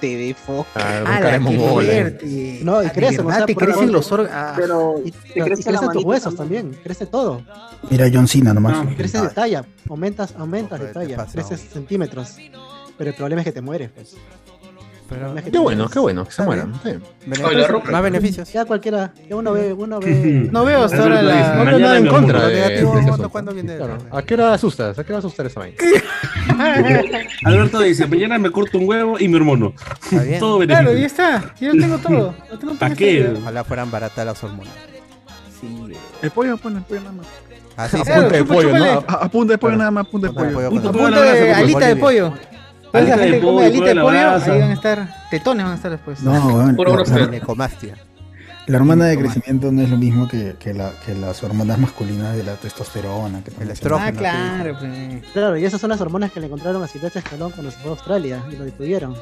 S7: de foco.
S2: Ah, cara de mongol, eh.
S14: No, y crecen,
S1: Ah, verdad, te crecen los órganos. Ah.
S14: Pero y, y
S1: crece la
S14: crecen tus
S1: manito
S14: huesos también, crece todo.
S20: Mira John Cena nomás.
S14: Creces de talla, aumentas, aumentas de talla, creces centímetros. Pero el problema es que te mueres, pues.
S2: Qué bueno, qué bueno, que se mueran.
S5: Más beneficios.
S14: Ya cualquiera, ya uno ve, uno ve.
S1: No veo hasta ahora la.
S2: No veo nada en contra. de- de ese asunto.
S5: ¿Cuándo viene?
S2: Claro. ¿A qué hora asustas? ¿A qué hora asustar esa vaina?
S1: Ah,
S3: Alberto dice, mañana me corto un huevo y mi hormono. Todo beneficio.
S1: Claro, ya está. Yo tengo todo. Lo tengo todo
S3: ¿Para qué?
S5: Ojalá fueran baratas las hormonas.
S9: El pollo, pone el pollo nada más.
S1: Ah,
S5: Así
S9: A
S5: se-
S9: punta de
S5: Chupa,
S9: pollo,
S5: chúpale.
S9: ¿no? A, a punta de pollo nada más, a punta de pollo.
S1: A punto pues, de alita de pollo. Toda la
S9: Alita de
S1: gente que come
S9: pollo,
S1: alita de
S9: la
S1: pollo,
S9: brasa.
S1: ahí van a estar. Tetones van a estar después.
S20: No, weón, Puro la- broster.
S5: Ginecomastia.
S20: La hormona de crecimiento no es lo mismo que, que la- que las hormonas masculinas de la testosterona. Que el
S14: Ah, claro, Claro, y esas son las hormonas que le encontraron a Silvestre Stallone cuando se fue a Australia y lo detuvieron.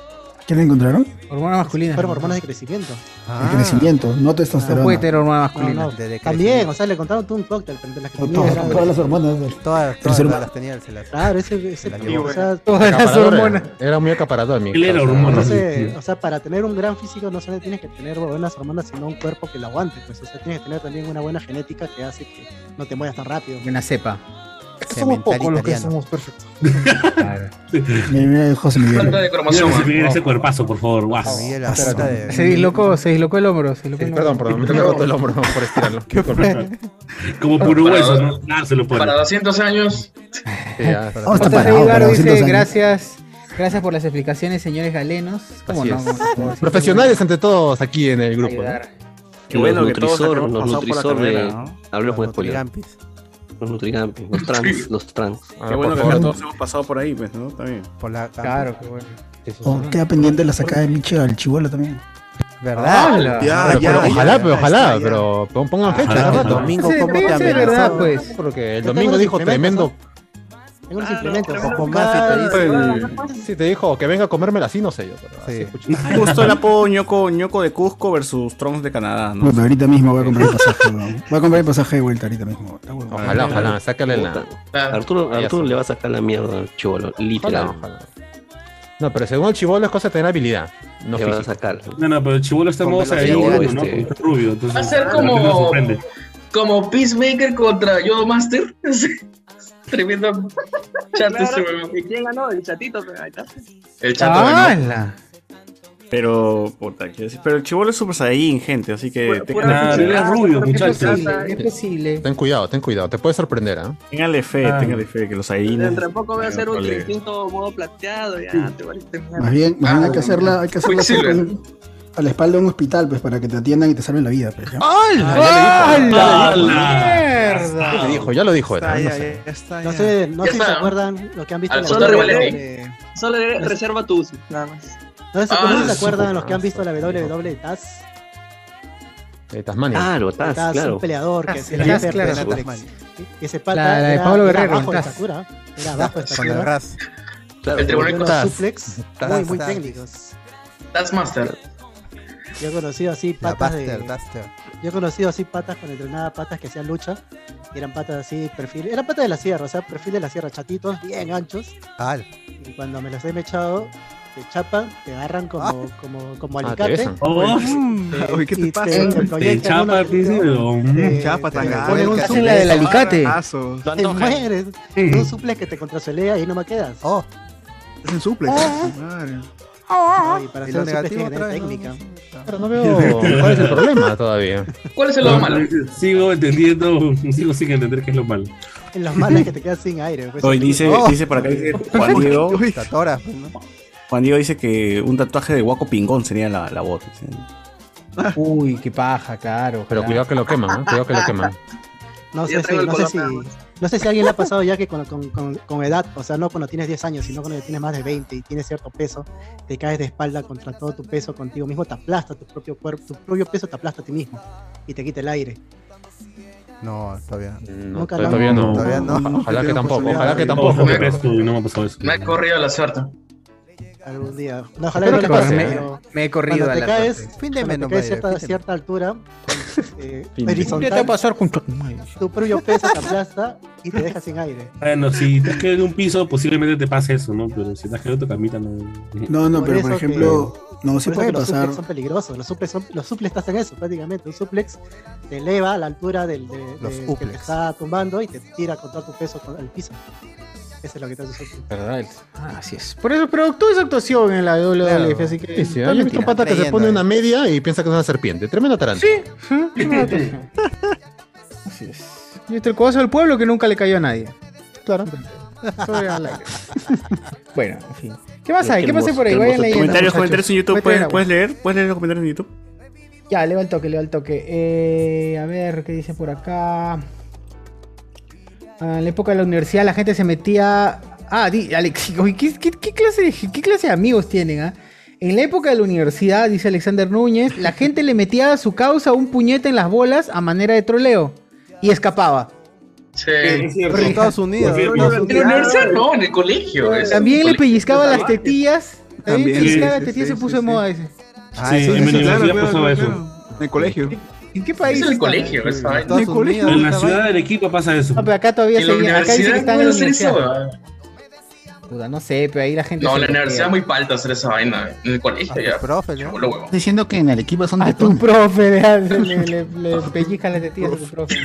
S20: ¿Qué le encontraron?
S1: Hormonas masculinas.
S14: Fueron hormonas de crecimiento.
S20: El
S9: Ah,
S20: crecimiento, no testosterona.
S1: Ah. puede tener hormona
S14: No, no, También, o sea, le encontraron todo un cóctel pero entre las que
S20: Todas,
S14: tenía. era-
S20: todas las hormonas del
S5: Todas,
S20: del
S5: todas
S20: ser
S5: las
S20: humano.
S5: tenía el celular.
S14: Claro, ese, ese o sea,
S2: Acaparador era- Era muy acaparador, mi
S3: Él era
S2: causa.
S3: hormono.
S14: Entonces, o sea, para tener un gran físico no solo tienes que tener buenas hormonas, sino un cuerpo que lo aguante. Pues, o sea, tienes que tener también una buena genética que hace que no te muevas tan rápido.
S1: Una cepa.
S14: perfectos.
S20: Mira, mira, José Miguel. Ah,
S14: de
S3: Mira, si viene ese cuerpazo, por favor. guas.
S1: Se dislocó, se dislocó el hombro. Se dislocó el hombro.
S2: Perdón, perdón, me tengo roto el hombro por estirarlo. Disculpe.
S3: Como por
S2: Para-
S3: hueso, ¿no? Nada se lo pone.
S12: Para 200 años.
S2: Sí, ya.
S20: Oh,
S1: José Freddy Garo dice,
S2: 200 años.
S1: gracias, gracias por las explicaciones, señores galenos. ¿Cómo
S2: Así
S1: no?
S2: es.
S1: cómo no?
S2: Profesionales ante todos aquí en el grupo. ¿no?
S11: Qué bueno que todos
S12: Nutrisor,
S11: acabamos
S12: los
S11: pasando por la
S12: Nutrisor de.
S11: carrera, ¿no?
S12: Hablemos
S11: Los
S12: de spoiler. Los Nutrigampis, los trans, los trans.
S11: Ah,
S12: Qué
S11: bueno
S12: bueno
S11: por favor.
S12: que acá
S11: todos
S12: todos
S11: hemos
S12: hemos
S11: pasado por ahí, pues, ¿no? También.
S5: Por la
S1: Claro, qué bueno.
S20: Oh, queda pendiente la sacada de Miche al chivolo también.
S5: ¿Verdad?
S2: Ah, Ya,
S1: pues,
S2: Pero- pero ojalá, pero ojalá, pero pon- pongan fecha.
S5: Ojalá,
S2: ¿no?
S5: domingo, Sí, ¿cómo te sí, amenazó? verdad, pues.
S2: Porque el
S5: Ya tengo
S2: domingo dijo
S5: los instrumentos,
S2: tremendo
S14: Tengo
S12: Ah,
S14: los implementos.
S2: Con- con
S14: Cada-
S2: más, si te dijo- si te dijo que venga a comérmela así, no sé yo. Pero así escuché.
S16: Justo el apodo ñoco, ñoco de Cusco versus Trunks de Canadá, ¿no?
S20: Bueno, ahorita mismo voy a comprar el pasaje. weón. Voy a comprar el pasaje de vuelta ahorita mismo. weón.
S2: Ojalá, ojalá, sácale la.
S12: Ah.
S11: Arturo, Arturo le va a sacar la mierda al chivolo, literal.
S2: No, pero según el chivolo es cosa de tener habilidad. No
S11: Le va a
S2: física.
S11: sacar.
S3: No, no, pero el chivolo está en modo
S2: Póngalo así,
S3: Saiyajin uno, ¿no?
S2: este.
S3: Porque es rubio, entonces.
S12: Va a ser
S3: de
S12: como-
S3: repente nos sorprende.
S12: Como Peacemaker contra Yodo Master. Tremendo chat ese
S6: Claro,
S12: weón.
S6: ¿Y quién ganó? El chatito, pero ahí está.
S16: El chato
S6: Ah,
S16: ganó. Pero, puta, quiero decir, pero el chivolo es Super Saiyajin, gente, así que...
S6: pura Claro, felicidad. es rubio, muchachos.
S1: Es posible.
S2: Ten cuidado, ten cuidado. Te puede sorprender, ¿ah?
S16: Téngale fe,
S2: Ah.
S16: téngale fe, que los Saiyajines...
S6: Dentro de poco voy a hacer un
S16: Ole.
S6: distinto modo plateado. Ya, te voy a terminar.
S20: Más bien, más bien hay que
S6: Ah,
S20: hacerla, hay que hacerla
S6: Quicksilver.
S20: siempre a la espalda de un hospital, pues, para que te atiendan y te salven la vida. Pues, ya. Ah,
S2: ¡Hala!
S20: ¡Mierda!
S2: Ya lo dijo, ya lo dijo.
S20: Está,
S2: Era, no
S20: ya,
S2: sé.
S14: No sé, no
S6: Ya
S14: sé si se
S6: está.
S14: acuerdan lo que han visto
S6: Al
S14: en la E.
S6: solo
S14: WWE.
S6: revelé. Solo le- reserva tu uso, nada más.
S14: No sé si
S6: Ah,
S14: no sé si se
S6: su
S14: acuerdan los que han
S6: putazo,
S14: visto la WWE de Taz.
S2: De Tasmania.
S11: Claro,
S14: de
S11: Taz,
S14: Taz,
S11: claro.
S14: un peleador que
S11: Taz,
S14: se
S11: Taz,
S14: la pierde
S11: claro.
S14: en Atlas. Y Ese pata
S1: La- la de
S14: era-
S1: Pablo
S14: era
S1: Guerrero,
S14: bajo de
S1: Taz.
S14: estatura.
S1: Taz,
S14: Era bajo de
S1: con el
S14: estatura.
S1: ras.
S11: Claro,
S14: Y
S11: el tribunal
S14: unos
S11: Taz.
S14: suplex
S11: Taz,
S14: muy, muy
S11: Taz.
S14: técnicos.
S12: Taskmaster.
S14: Yo he conocido así
S5: La
S14: patas de.
S5: Buster, Buster.
S14: Yo he conocido así patas con entrenada, patas que hacían lucha. Y eran patas así, perfil. Eran patas de la sierra, o sea, perfil de la sierra, chatitos, bien anchos.
S5: Al.
S14: Y cuando me los he mechado, te chapan, te agarran como, como, como
S2: Ah, te
S14: alicate.
S2: besan. Oh,
S14: Te-
S9: Ah, uy, ¿qué te
S14: y
S9: pasa?
S14: te
S3: Te
S14: proyectan una-
S3: chapa, dice.
S9: mm. Te
S3: pero-
S9: chapa,
S14: te
S9: tanga.
S14: ponen un
S9: Hacen
S14: suple-
S9: la del
S14: te
S9: alicate.
S14: agarran,
S9: Lo
S14: Te
S9: antojan.
S14: mueres. Un suple que te contrasolea y no me quedas.
S5: Oh.
S9: Es un suple.
S14: Ah.
S9: Madre.
S14: No, y para
S9: Y
S14: hacer
S9: lo
S14: un suple
S9: negativo
S14: tiene que tener
S9: otra vez,
S14: técnica.
S2: Pero no veo cuál es el problema todavía.
S12: ¿Cuál es
S14: el lado malo?
S3: eh, Sigo entendiendo, sigo sin entender qué es lo malo.
S14: En los malos que te quedas sin aire. pues.
S16: Hoy dice,
S14: Oh.
S16: dice por acá, dice Juan Diego,
S5: Tatoras, pues, ¿no?
S16: Juan Diego dice que un tatuaje de Guaco Pingón sería la, la bota. ¿sí?
S1: Uy, qué paja, claro.
S2: Pero cuidado que lo queman, ¿eh? Cuidado que lo queman.
S14: No
S6: Ya
S14: sé, si,
S6: traigo el
S14: no, sé
S6: color
S14: si,
S6: nada más.
S14: no sé si a alguien le ha pasado ya que con, con- con- con edad, o sea, no cuando tienes 10 años, sino cuando ya tienes más de 20 y tienes cierto peso, te caes de espalda contra todo tu peso contigo mismo, te aplasta tu propio cuerpo, tu propio peso te aplasta a ti mismo y te quita el aire.
S5: No, todavía.
S2: No,
S14: Nunca
S2: todavía
S5: lo-
S2: no.
S5: todavía no.
S2: Ojalá que
S5: Tengo
S2: tampoco, ojalá que
S5: posibilidades.
S2: tampoco.
S3: Ojo, esto, y no me ha pasado eso.
S12: Me ha corrido la suerte.
S14: Algún día. No, ojalá no
S12: Espero que
S14: le
S12: pase,
S14: pase,
S12: ¿eh?
S14: pero
S12: Me he corrido
S14: cuando
S12: a la
S14: te caes,
S12: suerte.
S14: cuando
S12: Píndeme
S14: te
S12: nomás,
S14: caes cierta,
S12: píndeme.
S14: cierta altura, eh,
S1: ¿Qué
S3: Píndeme.
S1: te va a
S14: horizontal,
S1: pasar con tu
S14: tu propio peso te aplasta y te deja sin aire.
S3: Bueno, si te has quedado en un piso, posiblemente te pase eso, ¿no? Pero si te has quedado en tu camita, no.
S20: No, no, pero por
S14: eso que-
S20: ejemplo, no, sí
S14: por eso
S20: puede
S14: que los
S20: pasar.
S14: suplex son peligrosos. Los suplex, son, los suplex estás en eso prácticamente. Un suplex te eleva a la altura del de, de-
S5: Los
S14: que
S5: uplex.
S14: te está tumbando y te tira con todo tu peso con- al piso. Eso es lo que te hace un suplex.
S1: ¿Verdad? Ah, así es. Por eso, pero todo es actuación en la WWF, así que.
S2: Sí, sí, hay un pata que se pone una media y piensa que es una serpiente. Tremenda taranta.
S1: Sí, ¿eh? una actuación. así es. Y este el codazo del pueblo que nunca le cayó a nadie. Claro. bueno, en fin. ¿Qué más
S20: Qué
S1: hay? ¿Qué más hay
S20: hermoso,
S1: por ahí?
S20: qué
S1: Vayan
S20: hermoso.
S1: leyendo.
S16: Comentarios,
S1: muchachos.
S16: comentarios en YouTube,
S1: Métele
S16: ¿puedes,
S1: agua.
S16: puedes leer? ¿Puedes leer los comentarios en YouTube?
S1: Ya, le va el toque, le va el toque. Eh, a ver, ¿qué dice por acá? Ah, en la época de la universidad la gente se metía... Ah, di- Alex, uy, ¿qué, qué- qué clase de, qué clase de amigos tienen? ah? En la época de la universidad, dice Alexander Núñez, la gente le metía a su causa un puñete en las bolas a manera de troleo y escapaba.
S12: Sí. Pues
S5: En Estados Unidos.
S12: En
S5: Estados
S12: la
S5: Unidos.
S12: universidad no, en el colegio. es-
S1: También le
S12: colegio.
S1: pellizcaba las tetillas. También le
S12: También,
S1: pellizcaba
S12: sí,
S1: las
S12: sí,
S1: tetillas
S12: sí,
S1: y se puso de moda ese.
S3: sí,
S9: Ah, eso
S3: en
S9: sí,
S3: mi
S9: claro,
S3: universidad
S9: claro,
S3: pasó
S9: claro,
S3: eso.
S9: claro. En el colegio.
S1: ¿En qué país?
S12: Es en el
S1: está?
S12: colegio, esa vaina.
S1: Estados
S12: En el colegio.
S1: Unidos,
S3: En la
S1: esa
S3: ciudad
S1: vaina.
S3: de Arequipa pasa eso.
S1: No, pero acá todavía
S12: En la
S1: seguía- acá dice que
S12: universidad
S1: está en
S12: puede
S1: la
S12: hacer eso,
S1: universidad.
S12: ¿verdad?
S1: Puta, no sé, pero ahí la gente.
S12: No,
S1: se
S12: la
S1: bloquea.
S12: universidad es muy palta hacer esa vaina. En el colegio ya.
S5: Profe,
S12: Cholo, huevón.
S8: Está diciendo que en Arequipa son de
S1: Tu profe, le, hace- le, le, le pellizca las tetillas a tu profe.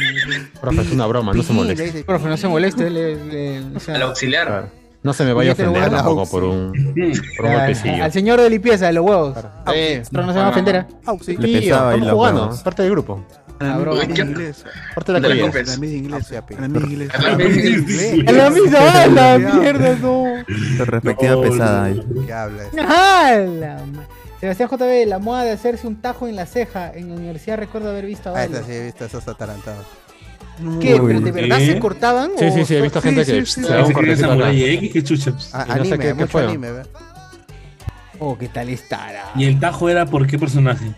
S2: Profe, es una broma, no se moleste.
S1: Profe, no se moleste. Le, le- o sea,
S12: Al auxiliar.
S2: No se me vaya a
S1: Puñete en la
S2: ofender
S1: bola.
S2: tampoco por un, por un
S1: a-
S2: golpecillo.
S1: al señor de limpieza de los huevos.
S2: Eh,
S1: Pero no se va a ofender. ¿ah?
S2: Sí,
S1: Le
S2: estamos
S1: pensaba ahí, loco,
S2: jugando,
S1: ¿no?
S2: es parte del grupo.
S1: Ah, bro.
S9: Media inglesa.
S2: Parte de la
S9: media
S2: convivencia.
S9: inglesa, media inglesa. La media
S5: Ah,
S9: inglesa.
S12: La media
S1: A la misa, a la mierda, no.
S5: Tu respectiva
S2: No,
S5: pesada.
S2: no,
S5: ahí. ¿Qué hablas?
S1: ¡Ah, la ma- Sebastián JB, la moda de hacerse un tajo en la ceja. En la universidad recuerdo haber visto a
S5: Ah,
S1: varios.
S5: esta sí he visto esos atarantados.
S1: ¿Qué?
S5: Uy.
S1: ¿Pero de verdad
S5: Sí.
S1: se cortaban?
S5: Sí,
S1: o
S5: sí, sí, he
S1: so-
S5: visto gente que se da un
S3: Parece que eres
S5: cortecito
S3: Samurai
S5: acá.
S3: X, qué chuchas.
S5: Ah,
S3: Y no sé
S5: anime,
S3: qué- qué
S5: mucho
S3: fue.
S5: anime, ¿verdad?
S1: Oh, ¿qué tal estará?
S3: ¿Y el tajo era por qué personaje?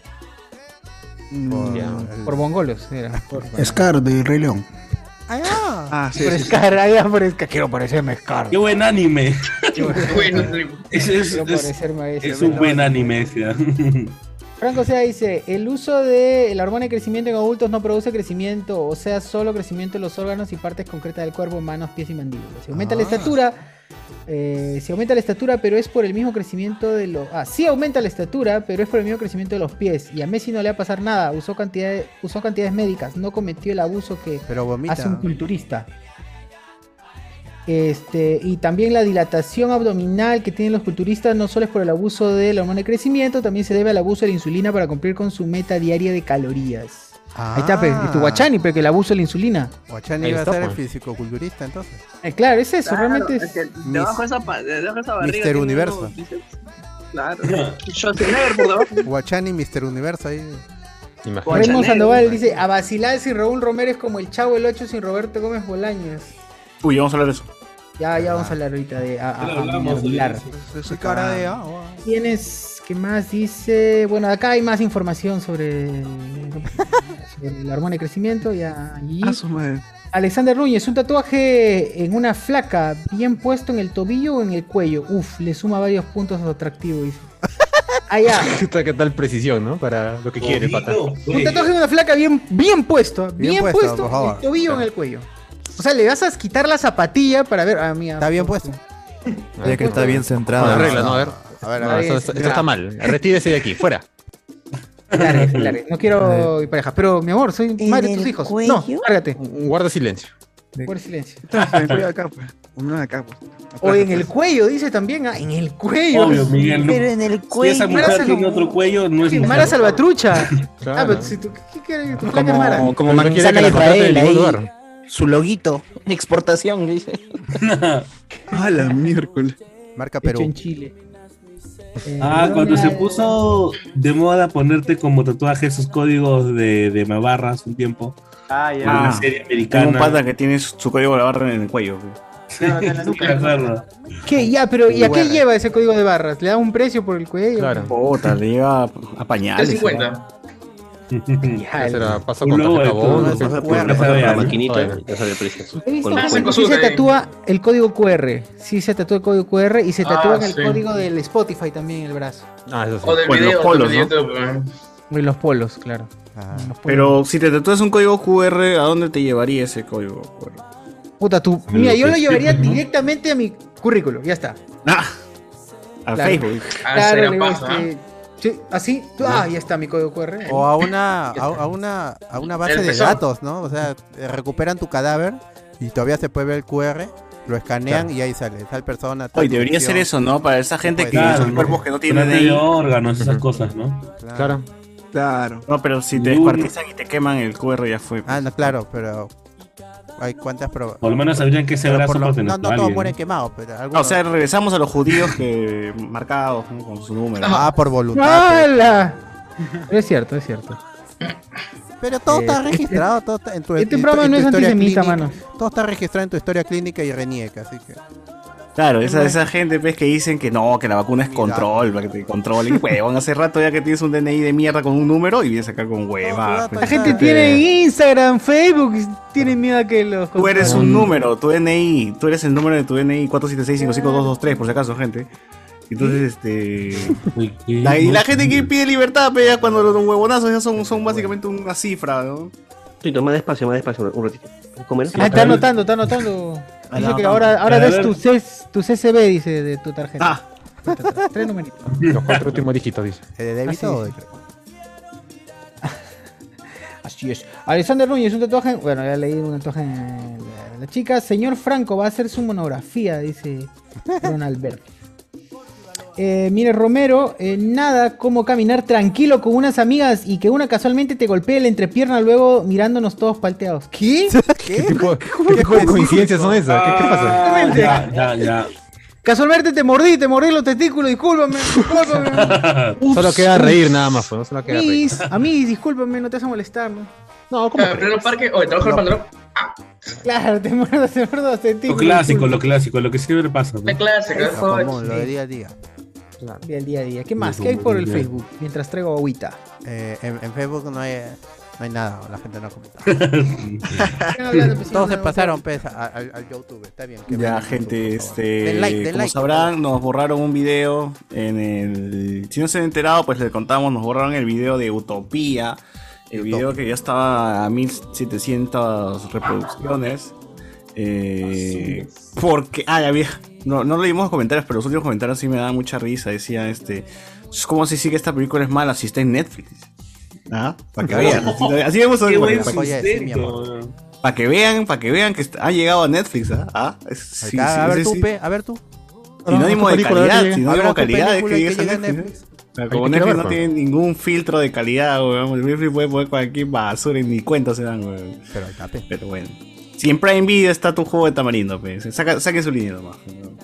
S1: Por mongolos, era. Por,
S20: Scar de Rey León.
S5: Ah,
S1: Ah,
S3: sí,
S1: por
S3: sí, sí.
S1: Scar, ahí va por Scar. Quiero parecerme a Scar.
S3: Qué buen anime. Es, es-
S1: Quiero
S3: es-
S1: parecerme a ese,
S3: es un
S1: ¿verdad?
S3: buen anime. decía.
S1: Franco Sea dice, el uso de la hormona de crecimiento en adultos no produce crecimiento, o sea, solo crecimiento de los órganos y partes concretas del cuerpo, manos, pies y mandíbulas. Si aumenta la
S14: Ah.
S1: estatura, eh, si aumenta la estatura, pero es por el mismo crecimiento de los... Ah, sí aumenta la estatura, pero es por el mismo crecimiento de los pies. Y a Messi no le va a pasar nada, usó, cantidad de- usó cantidades médicas, no cometió el abuso que hace un culturista. Este, y también la dilatación abdominal que tienen los culturistas no solo es por el abuso de la hormona de crecimiento, también se debe al abuso de la insulina para cumplir con su meta diaria de calorías. Ahí está, pe, y tu guachani, pero que el abuso de la insulina.
S5: Guachani
S1: Ahí
S5: iba a
S1: está,
S5: ser el
S1: pues.
S5: fisicoculturista entonces.
S1: Eh, claro, es eso, realmente es...
S6: que debajo de esa, pa- debajo de esa barriga.
S5: Mister
S6: tiene
S5: Universo.
S6: unos bíceps. Claro. Schwarzenegger por debajo.
S5: Guachani Mister Universo ahí.
S1: Raymond Sandoval dice, a vacilar si Raúl Romero es como el Chavo el 8 sin Roberto Gómez Bolaños.
S16: Uy, ya vamos a hablar de eso.
S1: Ya, ya vamos a hablar ahorita de... A, a-
S16: Ya lo
S1: a-
S16: hablamos,
S1: a hablar.
S5: Ah.
S1: ¿Tienes qué más dice? Bueno, acá hay más información sobre, sobre la hormona de crecimiento. Ya, y Alexander Núñez, un tatuaje en una flaca, bien puesto en el tobillo o en el cuello. Uf, le suma varios puntos a su atractivo, dice. Ah, ya.
S2: ¿Qué tal precisión, no? Para lo que quiere, pata.
S1: Un tatuaje en una flaca bien, bien puesto, bien,
S2: Bien puesto,
S1: puesto,
S2: por
S1: en
S2: favor.
S1: el tobillo o en el cuello. O sea, le vas a quitar la zapatilla para ver. Ah, mira. Está
S5: bien puesto.
S19: Ya que está bien centrado.
S2: No, arregla, no, a ver.
S5: A ver,
S2: No,
S5: a ver.
S2: esto- esto
S5: Ya.
S2: está mal. Retírese de aquí, fuera.
S1: Claro, claro. No quiero ir pareja, pero mi amor, soy madre de tus hijos. No, lárgate.
S2: Guarda silencio.
S1: Por silencio.
S9: Entonces, me voy acá, pues. Uno de acá, pues.
S1: O en el cuello, dice también. ah, en el cuello.
S3: Obvio, Miguel. no- Si esa
S1: Mara
S3: mujer
S1: Salva-
S3: tiene otro cuello, no es
S1: Sí,
S3: mujer.
S1: Mara Salvatrucha.
S3: Claro.
S1: Ah, pero si tú, ¿qué quieres? Tu flaca es Mara.
S7: Como, como
S2: No
S5: Pues
S2: quiere que
S7: manzana
S2: la
S7: de
S2: contraten en
S7: Israel ahí.
S2: ningún lugar.
S7: Su loguito. Exportación, dice.
S9: A la miércoles.
S5: Marca
S1: Hecho en Chile. Eh,
S3: Ah, cuando
S1: Lola-
S3: se puso de moda ponerte como tatuaje esos códigos de, de Mabarra hace un tiempo.
S13: Ah,
S3: Por una serie americana.
S16: Tengo un pata que tiene su su código de la barra en el cuello.
S1: ¿Qué? Ya, pero ¿y a qué
S16: UR.
S1: lleva ese código de barras? ¿Le da un precio por el cuello?
S16: Puta, le iba a- a pañales.
S1: 350.
S2: Será, pasa
S16: Un
S2: con
S16: logo
S2: tarjeta
S16: de
S2: Bond,
S16: todo,
S2: con-
S16: ¿no?
S2: con-
S16: Ya sabe,
S2: con-
S16: la
S11: maquinita,
S2: Joder.
S11: ya sabe precios.
S1: He visto
S11: Con los
S1: gente que
S11: cuentos.
S1: sí se tatúa el código QR. Sí se tatúa el código QR y se
S11: Ah,
S1: tatúa en el
S11: sí.
S1: código del Spotify también en el brazo.
S2: Ah, eso sí.
S11: O del
S16: Con los
S11: video,
S16: polos,
S11: del
S16: ¿no?
S11: video, pero-
S1: Y los polos, claro.
S16: Pero si te tatúas un código QR, ¿a dónde te llevaría ese código QR?
S1: Puta, tú.
S16: En
S1: Mira,
S16: lo
S1: yo
S16: que
S1: lo llevaría
S16: siempre, ¿no?
S1: directamente a mi currículo, ya está.
S16: Al
S1: Claro.
S16: Facebook.
S11: Ah,
S2: Ah,
S1: Claro,
S5: será
S1: le digo,
S5: paja,
S1: este, sí, así, ah, ya está mi código QR.
S5: O a una, a, a una, a una base
S1: El
S5: de
S1: pezón.
S5: datos, ¿no? O sea, eh, recuperan tu cadáver y todavía se puede ver el QR, lo escanean
S16: Claro.
S5: y ahí sale, tal persona. tal
S16: Oye, debería
S5: función.
S16: ser eso, ¿no? Para esa gente que
S5: Claro,
S16: esos
S5: ¿no?
S16: cuerpos que no tienen
S3: Trate
S16: ahí.
S3: de órganos, esas cosas, ¿no?
S16: Claro.
S9: Claro.
S16: No, pero si te
S3: Y un-
S16: descuartizan y te queman el QR ya fue.
S5: Ah, no, claro, pero hay cuántas pruebas.
S3: Por lo menos sabrían que ese
S5: Pero
S3: brazo
S5: por lo-
S3: pertenece
S5: No,
S3: a
S5: no todos
S3: alguien,
S5: mueren
S3: ¿no?
S5: quemados, pero
S16: Ah,
S5: algunos.
S16: o sea, regresamos a los judíos que marcados ¿no? con su número.
S5: Ah, por voluntad.
S1: ¡Hala! Pero es cierto, es cierto.
S5: Pero todo
S1: Eh,
S5: está registrado, todo está en tu
S1: este
S5: en tu-
S1: programa
S5: en
S1: no
S5: tu
S1: es
S5: historia
S1: antisemita,
S5: clínica. Todo está registrado en tu historia clínica y reniega, así que.
S16: Claro, esa, esa gente pues, que dicen que no, que la vacuna es control, para que te controlen. Huevón, hace rato ya que tienes un DNI de mierda con un número y vienes acá con hueva. pues. Este,
S1: La gente tiene Instagram, Facebook, y tiene miedo a que los.
S16: Tú eres un número, tu DNI, tú eres el número de tu DNI 476-55223, por si acaso, gente. Entonces, este... La, y la gente que pide libertad, pues, ya cuando los huevonazos ya son, son básicamente una cifra, ¿no?
S11: Tito, más despacio, más despacio, un ratito. ¿Cómo era?
S1: Ah, está anotando, está anotando. Dice que
S11: no.
S1: ahora, ahora
S11: A
S1: des
S11: ver.
S1: tu, CES tu CCB, dice, de tu tarjeta.
S16: Ah.
S1: Tres numeritos.
S2: Los cuatro últimos dígitos, dice.
S5: ¿De
S1: Así
S16: Ah,
S1: es. Así es. Alexander Núñez, un tatuaje. Bueno, ya leí un tatuaje en la- la chica. Señor Franco, va a hacer su monografía, dice Don Alberto. Eh, mire, Romero, eh, nada como caminar tranquilo con unas amigas y que una casualmente te golpee la entrepierna luego mirándonos todos palteados. ¿Qué?
S2: ¿Qué tipo, qué tipo de coincidencias son esas? ¿Qué, qué
S5: Ah,
S2: pasa?
S3: Ya, ya, ya.
S1: Casualmente te mordí, te mordí los testículos, discúlpame, discúlpame.
S2: Solo queda reír nada más, pues, ¿no? Solo queda reír.
S1: Amiguis, amiguis, discúlpame, no te vas a molestar, ¿no? No,
S12: Ah, en pleno parque, oye, trabajo el pantalón.
S1: Claro, te muerdo, te muerdo los
S3: Lo
S1: testículos.
S3: clásico,
S1: disculpa.
S3: lo clásico, lo que siempre pasa. ¿no?
S12: La clásica,
S1: Eso,
S12: eso es.
S5: Lo de día a día.
S1: Del día a día. ¿Qué más? ¿Qué hay por el Facebook? Mientras traigo agüita.
S5: en, en Eh, Facebook no hay. No hay nada, la gente no ha comentado.
S1: Todos
S5: se pasaron pues, a- al, al YouTube. Está bien. qué
S16: Ya,
S5: bueno,
S16: gente,
S5: por favor. Den
S16: este,
S5: like, den
S16: como
S5: like,
S16: sabrán, nos borraron un video en el... Si no se han enterado, pues les contamos, nos borraron el video de Utopía, el video que ya estaba a 1700 reproducciones. eh, porque, ah, ya había, no, no leímos comentarios, pero los últimos comentarios sí me daban mucha risa, decía, este, ¿cómo se dice que esta película es mala si está en Netflix? ¿Ah? Para que vean, así, así vemos
S5: Qué buen
S16: para que-
S5: sustento,
S16: para que vean, para que vean que está- ha llegado a Netflix, ¿ah? ¿Ah? Es-
S5: Ahí
S16: sí,
S5: está,
S16: sí,
S5: a ver
S16: sí,
S5: tú,
S16: sí.
S5: pe, a ver tú.
S16: Sinónimo de calidad,
S5: Ahora
S16: sinónimo de
S5: tu
S16: calidad es que
S5: película
S16: llegues a
S5: llega a
S16: Netflix.
S5: Netflix.
S16: O sea, como Netflix no tiene ningún filtro de calidad, weón. Netflix puede poner cualquier basura y ni cuenta se dan, weón.
S5: Pero,
S16: bueno. Si en Prime Video está tu juego de tamarindo, pues. Saca, saque su línea nomás. weón.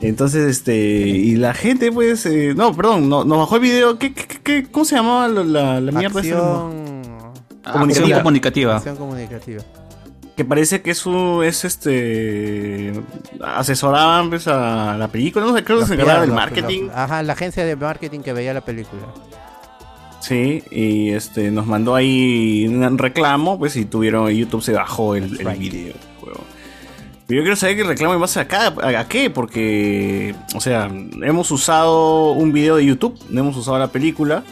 S16: Entonces, este. Y la gente, pues. eh, no, perdón, no, nos bajó el video. ¿Qué, qué, qué- qué- cómo se llamaba la, la, la mierda esa?
S5: Acción-
S16: Ah, Comunicativa.
S5: Acción comunicativa.
S16: Que parece que eso es este. Asesoraban pues, a la película. No pues sé, creo que se encargaba del
S5: Los-
S16: marketing.
S5: los- Ajá, la agencia de marketing que veía la película.
S16: Sí, y este nos mandó ahí un reclamo, pues, y tuvieron, YouTube se bajó el, el video. huevón. Pero yo quiero saber qué reclamo en base a, cada- a, a qué, porque, o sea, hemos usado un video de YouTube, no hemos usado la película,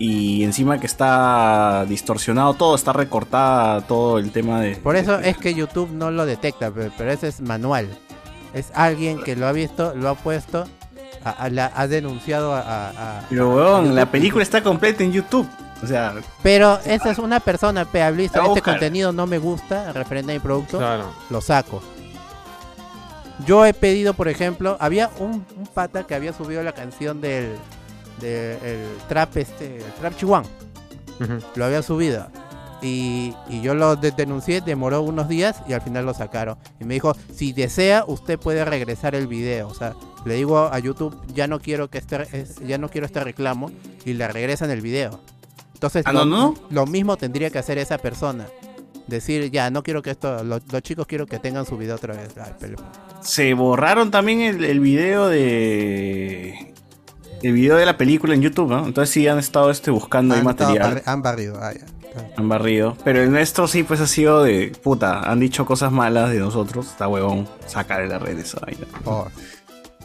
S16: y encima que está distorsionado todo, está recortada todo el tema de...
S5: Por eso es que YouTube no lo detecta, pe- pero ese es manual. Es alguien que lo ha visto, lo ha puesto, a- a- la- ha denunciado a- a- a,
S16: Pero, weón, la película está completa en YouTube. O sea,
S5: Pero esa es una persona, pe, ha visto,
S16: La
S5: este
S16: Oscar.
S5: contenido no me gusta, referente a mi producto,
S16: Claro.
S5: lo saco. Yo he pedido, por ejemplo, había un, un pata que había subido la canción del, del el trap este, el trap chihuán. Lo había subido. Y, y yo lo de- denuncié, demoró unos días y al final lo sacaron. Y me dijo, si desea, usted puede regresar el video. O sea, le digo a YouTube, ya no quiero que este, es- ya no quiero este reclamo y le regresan el video. Entonces,
S16: Ah,
S5: lo,
S16: no, no.
S5: lo mismo tendría que hacer esa persona. Decir, ya, no quiero que esto, lo- los chicos quiero que tengan su video otra vez. Ay, pero-
S16: Se borraron también el, el video de. El video de la película en YouTube, ¿no? Entonces sí han estado este, buscando ahí material.
S5: barri- han barrido, ah, ya.
S16: han barrido. Pero el nuestro sí, pues ha sido de. Puta, han dicho cosas malas de nosotros. Está huevón. Sacar de la red esa vaina.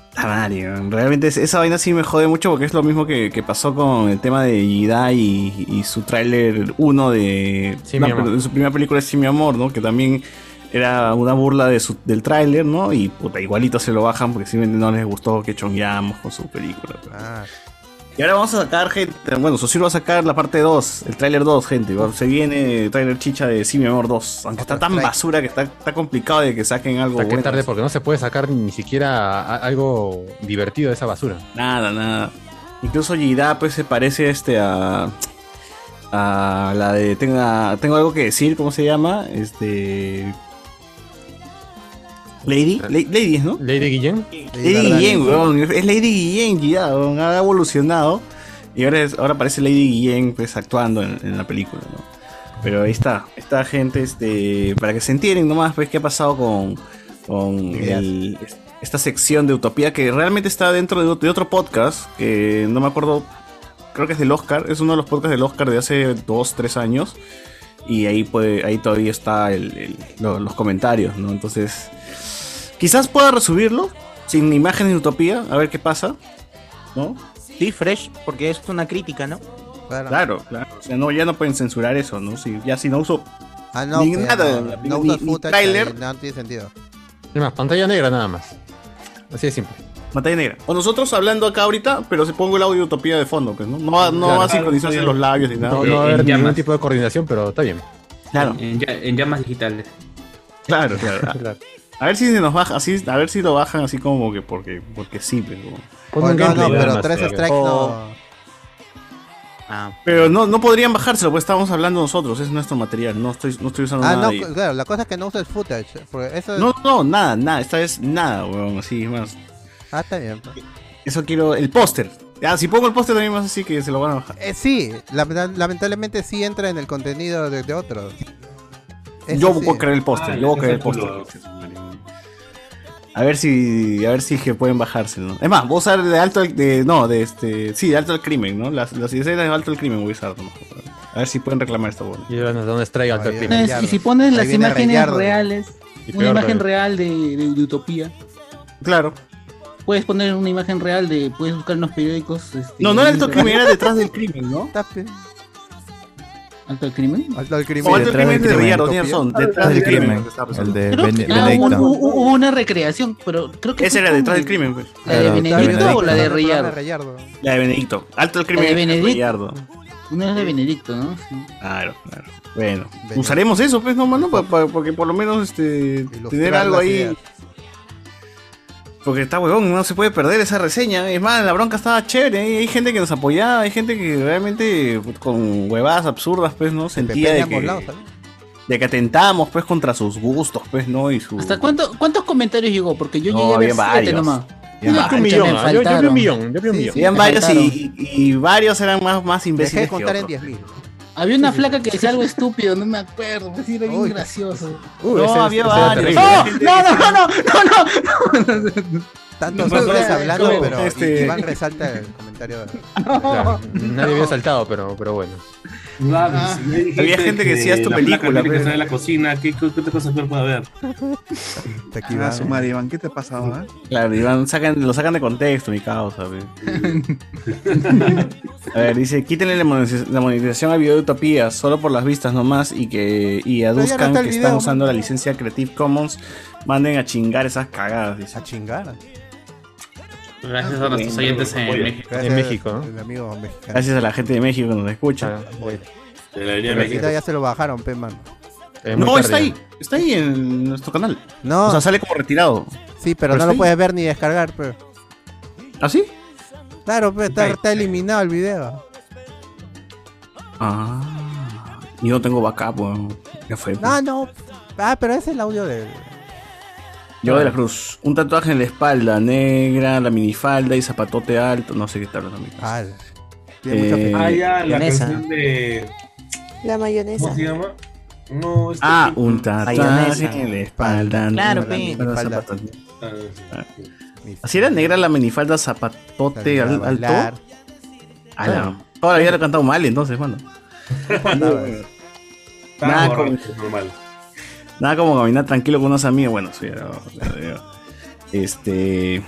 S16: Puta madre, man. Realmente es- esa vaina sí me jode mucho porque es lo mismo que, que pasó con el tema de Yidai y, y su tráiler 1 de
S2: Sí,
S16: no,
S2: mi amor.
S16: perdón, su primera película es Sí, mi amor, ¿no? Que también era una burla de su- del tráiler, ¿no? Y puta, igualito se lo bajan porque simplemente no les gustó que chongueamos con su película. pues.
S5: ah,
S16: Y ahora vamos a sacar, gente. Bueno, Sosir va a sacar la parte 2, el tráiler 2, gente. Va- Se viene el tráiler chicha de Sí, mi amor 2. Aunque está tan basura que está, está complicado de que saquen algo
S2: Hasta que
S16: bueno.
S2: tarde porque no se puede sacar ni siquiera a- algo divertido de esa basura.
S16: Nada, nada. Incluso Yida pues se parece este a a la de tenga tengo algo que decir, ¿cómo se llama? Este Lady, La- Lady, ¿no?
S2: Lady Guillén.
S16: Ah. Lady Guillén, weón, es Lady Guillén Yida, weón, ha evolucionado y ahora es- ahora parece Lady Guillén pues actuando en, en la película, ¿no? Pero ahí está, esta gente este para que se entiendan nomás pues qué ha pasado con con el- esta sección de Utopía que realmente está dentro de, ot- de otro podcast que no me acuerdo, creo que es del Oscar, es uno de los podcasts del Oscar de hace dos, tres años y ahí puede, ahí todavía está el- el- lo- los comentarios, ¿no? Entonces, quizás pueda resubirlo sin imágenes de Utopía, a ver qué pasa, ¿no?
S7: Sí, fresh, porque es una crítica, ¿no?
S16: Claro, claro. O sea, no, ya no pueden censurar eso, ¿no? Si, ya si no uso
S5: Ah, No,
S16: ni
S5: pe,
S16: nada,
S5: no,
S16: ni-
S5: no
S16: ni-
S5: usas
S16: ni
S5: footage
S16: tráiler,
S5: ahí, no tiene sentido.
S2: Es más, pantalla negra nada más. Así de simple.
S16: Pantalla negra. O nosotros hablando acá ahorita, pero se pongo el audio de Utopía de fondo, pues, ¿no? No va, no
S2: Claro.
S16: va a sincronizarse los labios ni nada.
S2: No, no va a haber ningún tipo de coordinación, pero está bien.
S16: Claro.
S4: En, ya- en llamas digitales.
S16: Claro, claro. A ver si se nos baja, así, a ver si lo bajan así como que porque, porque sí, pero.
S5: Pon un Oh, no, gameplay, no, nada pero más, tres claro. strikes no.
S4: Oh. Ah.
S16: Pero no, no podrían bajárselo, pues estamos hablando nosotros, es nuestro material, no estoy, no estoy usando
S5: Ah,
S16: nada.
S5: no,
S16: de-
S5: cu- claro, la cosa es que no uses footage. Porque eso
S16: No, no, nada, nada, esta vez nada, weón, así más.
S5: Ah, está bien. pues.
S16: Eso quiero, el póster. Ah, si pongo el póster también más así que se lo van a bajar.
S5: Eh, sí, lamenta- lamentablemente sí entra en el contenido de, de otros. Eso
S16: yo
S5: sí.
S16: voy a crear el
S4: Ah,
S16: póster, yo voy a crear el póster. A ver si, a ver si es que pueden bajárselo. Es más, voy a usar de alto, al- de, no, de este, sí, de alto al crimen, ¿no? Las, las escenas de alto al crimen voy a usar. ¿no? A ver si pueden reclamar esta bola.
S2: Y ahora nos da un strike al
S16: Ahí
S2: tag team.
S16: viene
S8: Pones- y si pones
S16: Ahí
S8: las
S16: viene
S8: imágenes
S16: Rayardo.
S8: reales,
S2: Y
S8: una
S2: peor
S8: imagen
S2: todavía.
S8: real de, de- de Utopía.
S16: Claro.
S8: Puedes poner una imagen real de. Puedes buscar en los periódicos. este,
S16: No, no era alto
S8: de-
S16: crimen, era detrás del crimen, ¿no?
S8: ¿Alto del crimen?
S16: Alto del
S8: crimen.
S16: O alto del
S8: Detrás del
S16: crimen de
S8: crimen.
S16: Rayardo, tienes razón.
S8: Alto
S16: Detrás del
S8: del
S16: crimen.
S19: El de
S8: Creo que-
S19: Bene-
S8: ah, hubo,
S19: Benedicta.
S8: hubo- hubo una recreación, pero creo que.
S16: Ese
S8: fue
S16: era detrás
S8: como-
S16: del crimen, pues.
S8: ¿La de
S16: Claro,
S8: Benedicto
S16: Benedicto.
S8: o la de Rayardo?
S16: La de Benedicto. Alto del
S8: La
S16: crimen
S8: de
S16: de
S8: Benedicto.
S16: Rayardo.
S8: Una es de Benedicto, ¿no?
S16: Claro, claro. Bueno, usaremos eso, pues, no, mano, pa- pa- porque por lo menos este, tener algo
S5: las
S16: ahí.
S5: ideas.
S16: Porque está huevón, no se puede perder esa reseña. Es más, la bronca estaba chévere. ¿eh? Hay gente que nos apoyaba, hay gente que realmente pues, con huevadas absurdas, pues, ¿no? Sentía
S5: pepea
S16: de
S5: ambos
S16: que,
S5: lados,
S16: de que atentábamos, pues, contra sus gustos, pues, ¿no? Y su...
S8: ¿Hasta cuánto- cuántos comentarios llegó? Porque yo
S16: No,
S8: llegué a ver
S16: habían
S8: siete
S16: varios.
S8: nomás.
S16: Habían
S8: Una
S16: varios.
S8: concha, me
S16: Un millón, ah, yo- yo vi un
S8: faltaron.
S16: millón, yo vi un
S8: Sí,
S16: millón.
S8: sí,
S16: Habían
S8: me
S16: varios
S8: faltaron.
S16: y- y- y varios eran más- más
S5: Dejé
S16: imbéciles
S5: de
S16: que
S5: contar en
S16: otros.
S5: 10.000.
S8: Había una flaca que decía algo estúpido, no me acuerdo, pero sí era bien gracioso.
S5: Uy,
S8: no,
S5: ese-
S8: había
S5: ese era
S8: varios.
S5: terrible.
S8: ¡No! ¡No, no, no, no, no,
S5: Tantos
S8: No,
S5: hombres
S8: no,
S5: hablando,
S8: no,
S5: pero
S8: este-
S5: Iván resalta el comentario. de-
S2: Claro, nadie había saltado, pero, pero bueno.
S16: Había gente que decía, "Es tu
S3: la
S16: película,
S3: placa tiene que
S16: pero-
S3: estar en la cocina, ¿qué, qué, qué otra cosa peor puede haber?
S9: Ah, su madre, Iván, ¿qué te ha pasado? eh?
S16: Claro, Iván, sacan, lo sacan de contexto, mi causa. pe. a ver, dice, quítenle la monetiz- la monetización al video de Utopía, solo por las vistas nomás, y que
S5: Pero
S16: y
S5: ya no
S16: aduzcan
S5: está el
S16: que
S5: video,
S16: están
S5: man.
S16: usando la licencia Creative Commons, manden a chingar esas cagadas. Dice. A chingar.
S12: Gracias a nuestros oyentes en México.
S16: En México, ¿no?
S5: El amigo mexicano.
S16: Gracias a la gente de México que nos escucha.
S5: Ah,
S3: De la Avenida
S5: Pero ahorita
S16: México.
S5: ya se lo bajaron, pe, mano.
S16: no, está ahí, está ahí en nuestro canal.
S5: No.
S16: O sea, sale como retirado.
S5: Sí, pero, no
S16: está
S5: lo
S16: ahí.
S5: puedes ver ni descargar, pero.
S16: Pues ¿Ah, sí?
S5: Claro, pero está, está eliminado el video.
S16: Ah, yo no tengo backup, weón. Ya fue. pues.
S5: No, no. Ah, pero ese es el audio de.
S16: Yo de la Cruz, un tatuaje en la espalda negra, la minifalda y zapatote alto, no sé qué tal también.
S5: Ah,
S12: tiene mucha
S16: Eh,
S12: fe. Ah, ya, la canción
S3: de.
S21: La mayonesa.
S12: ¿Cómo se
S3: llama? No, este
S16: Ah, un
S3: Mayonesa.
S16: tatuaje en la espalda
S3: Claro,
S16: negra,
S3: pe.
S16: la
S3: Minifalda.
S16: zapatote. Ah. Así era negra la minifalda zapatote
S5: Para
S16: al-
S5: bailar.
S16: alto. Ala, toda la vida lo he cantado mal entonces, mano. Nada,
S3: Estaba
S16: como-
S3: borracho, normal.
S16: Nada como caminar tranquilo con unos amigos. Bueno, sí, ya lo- ya lo digo. Este.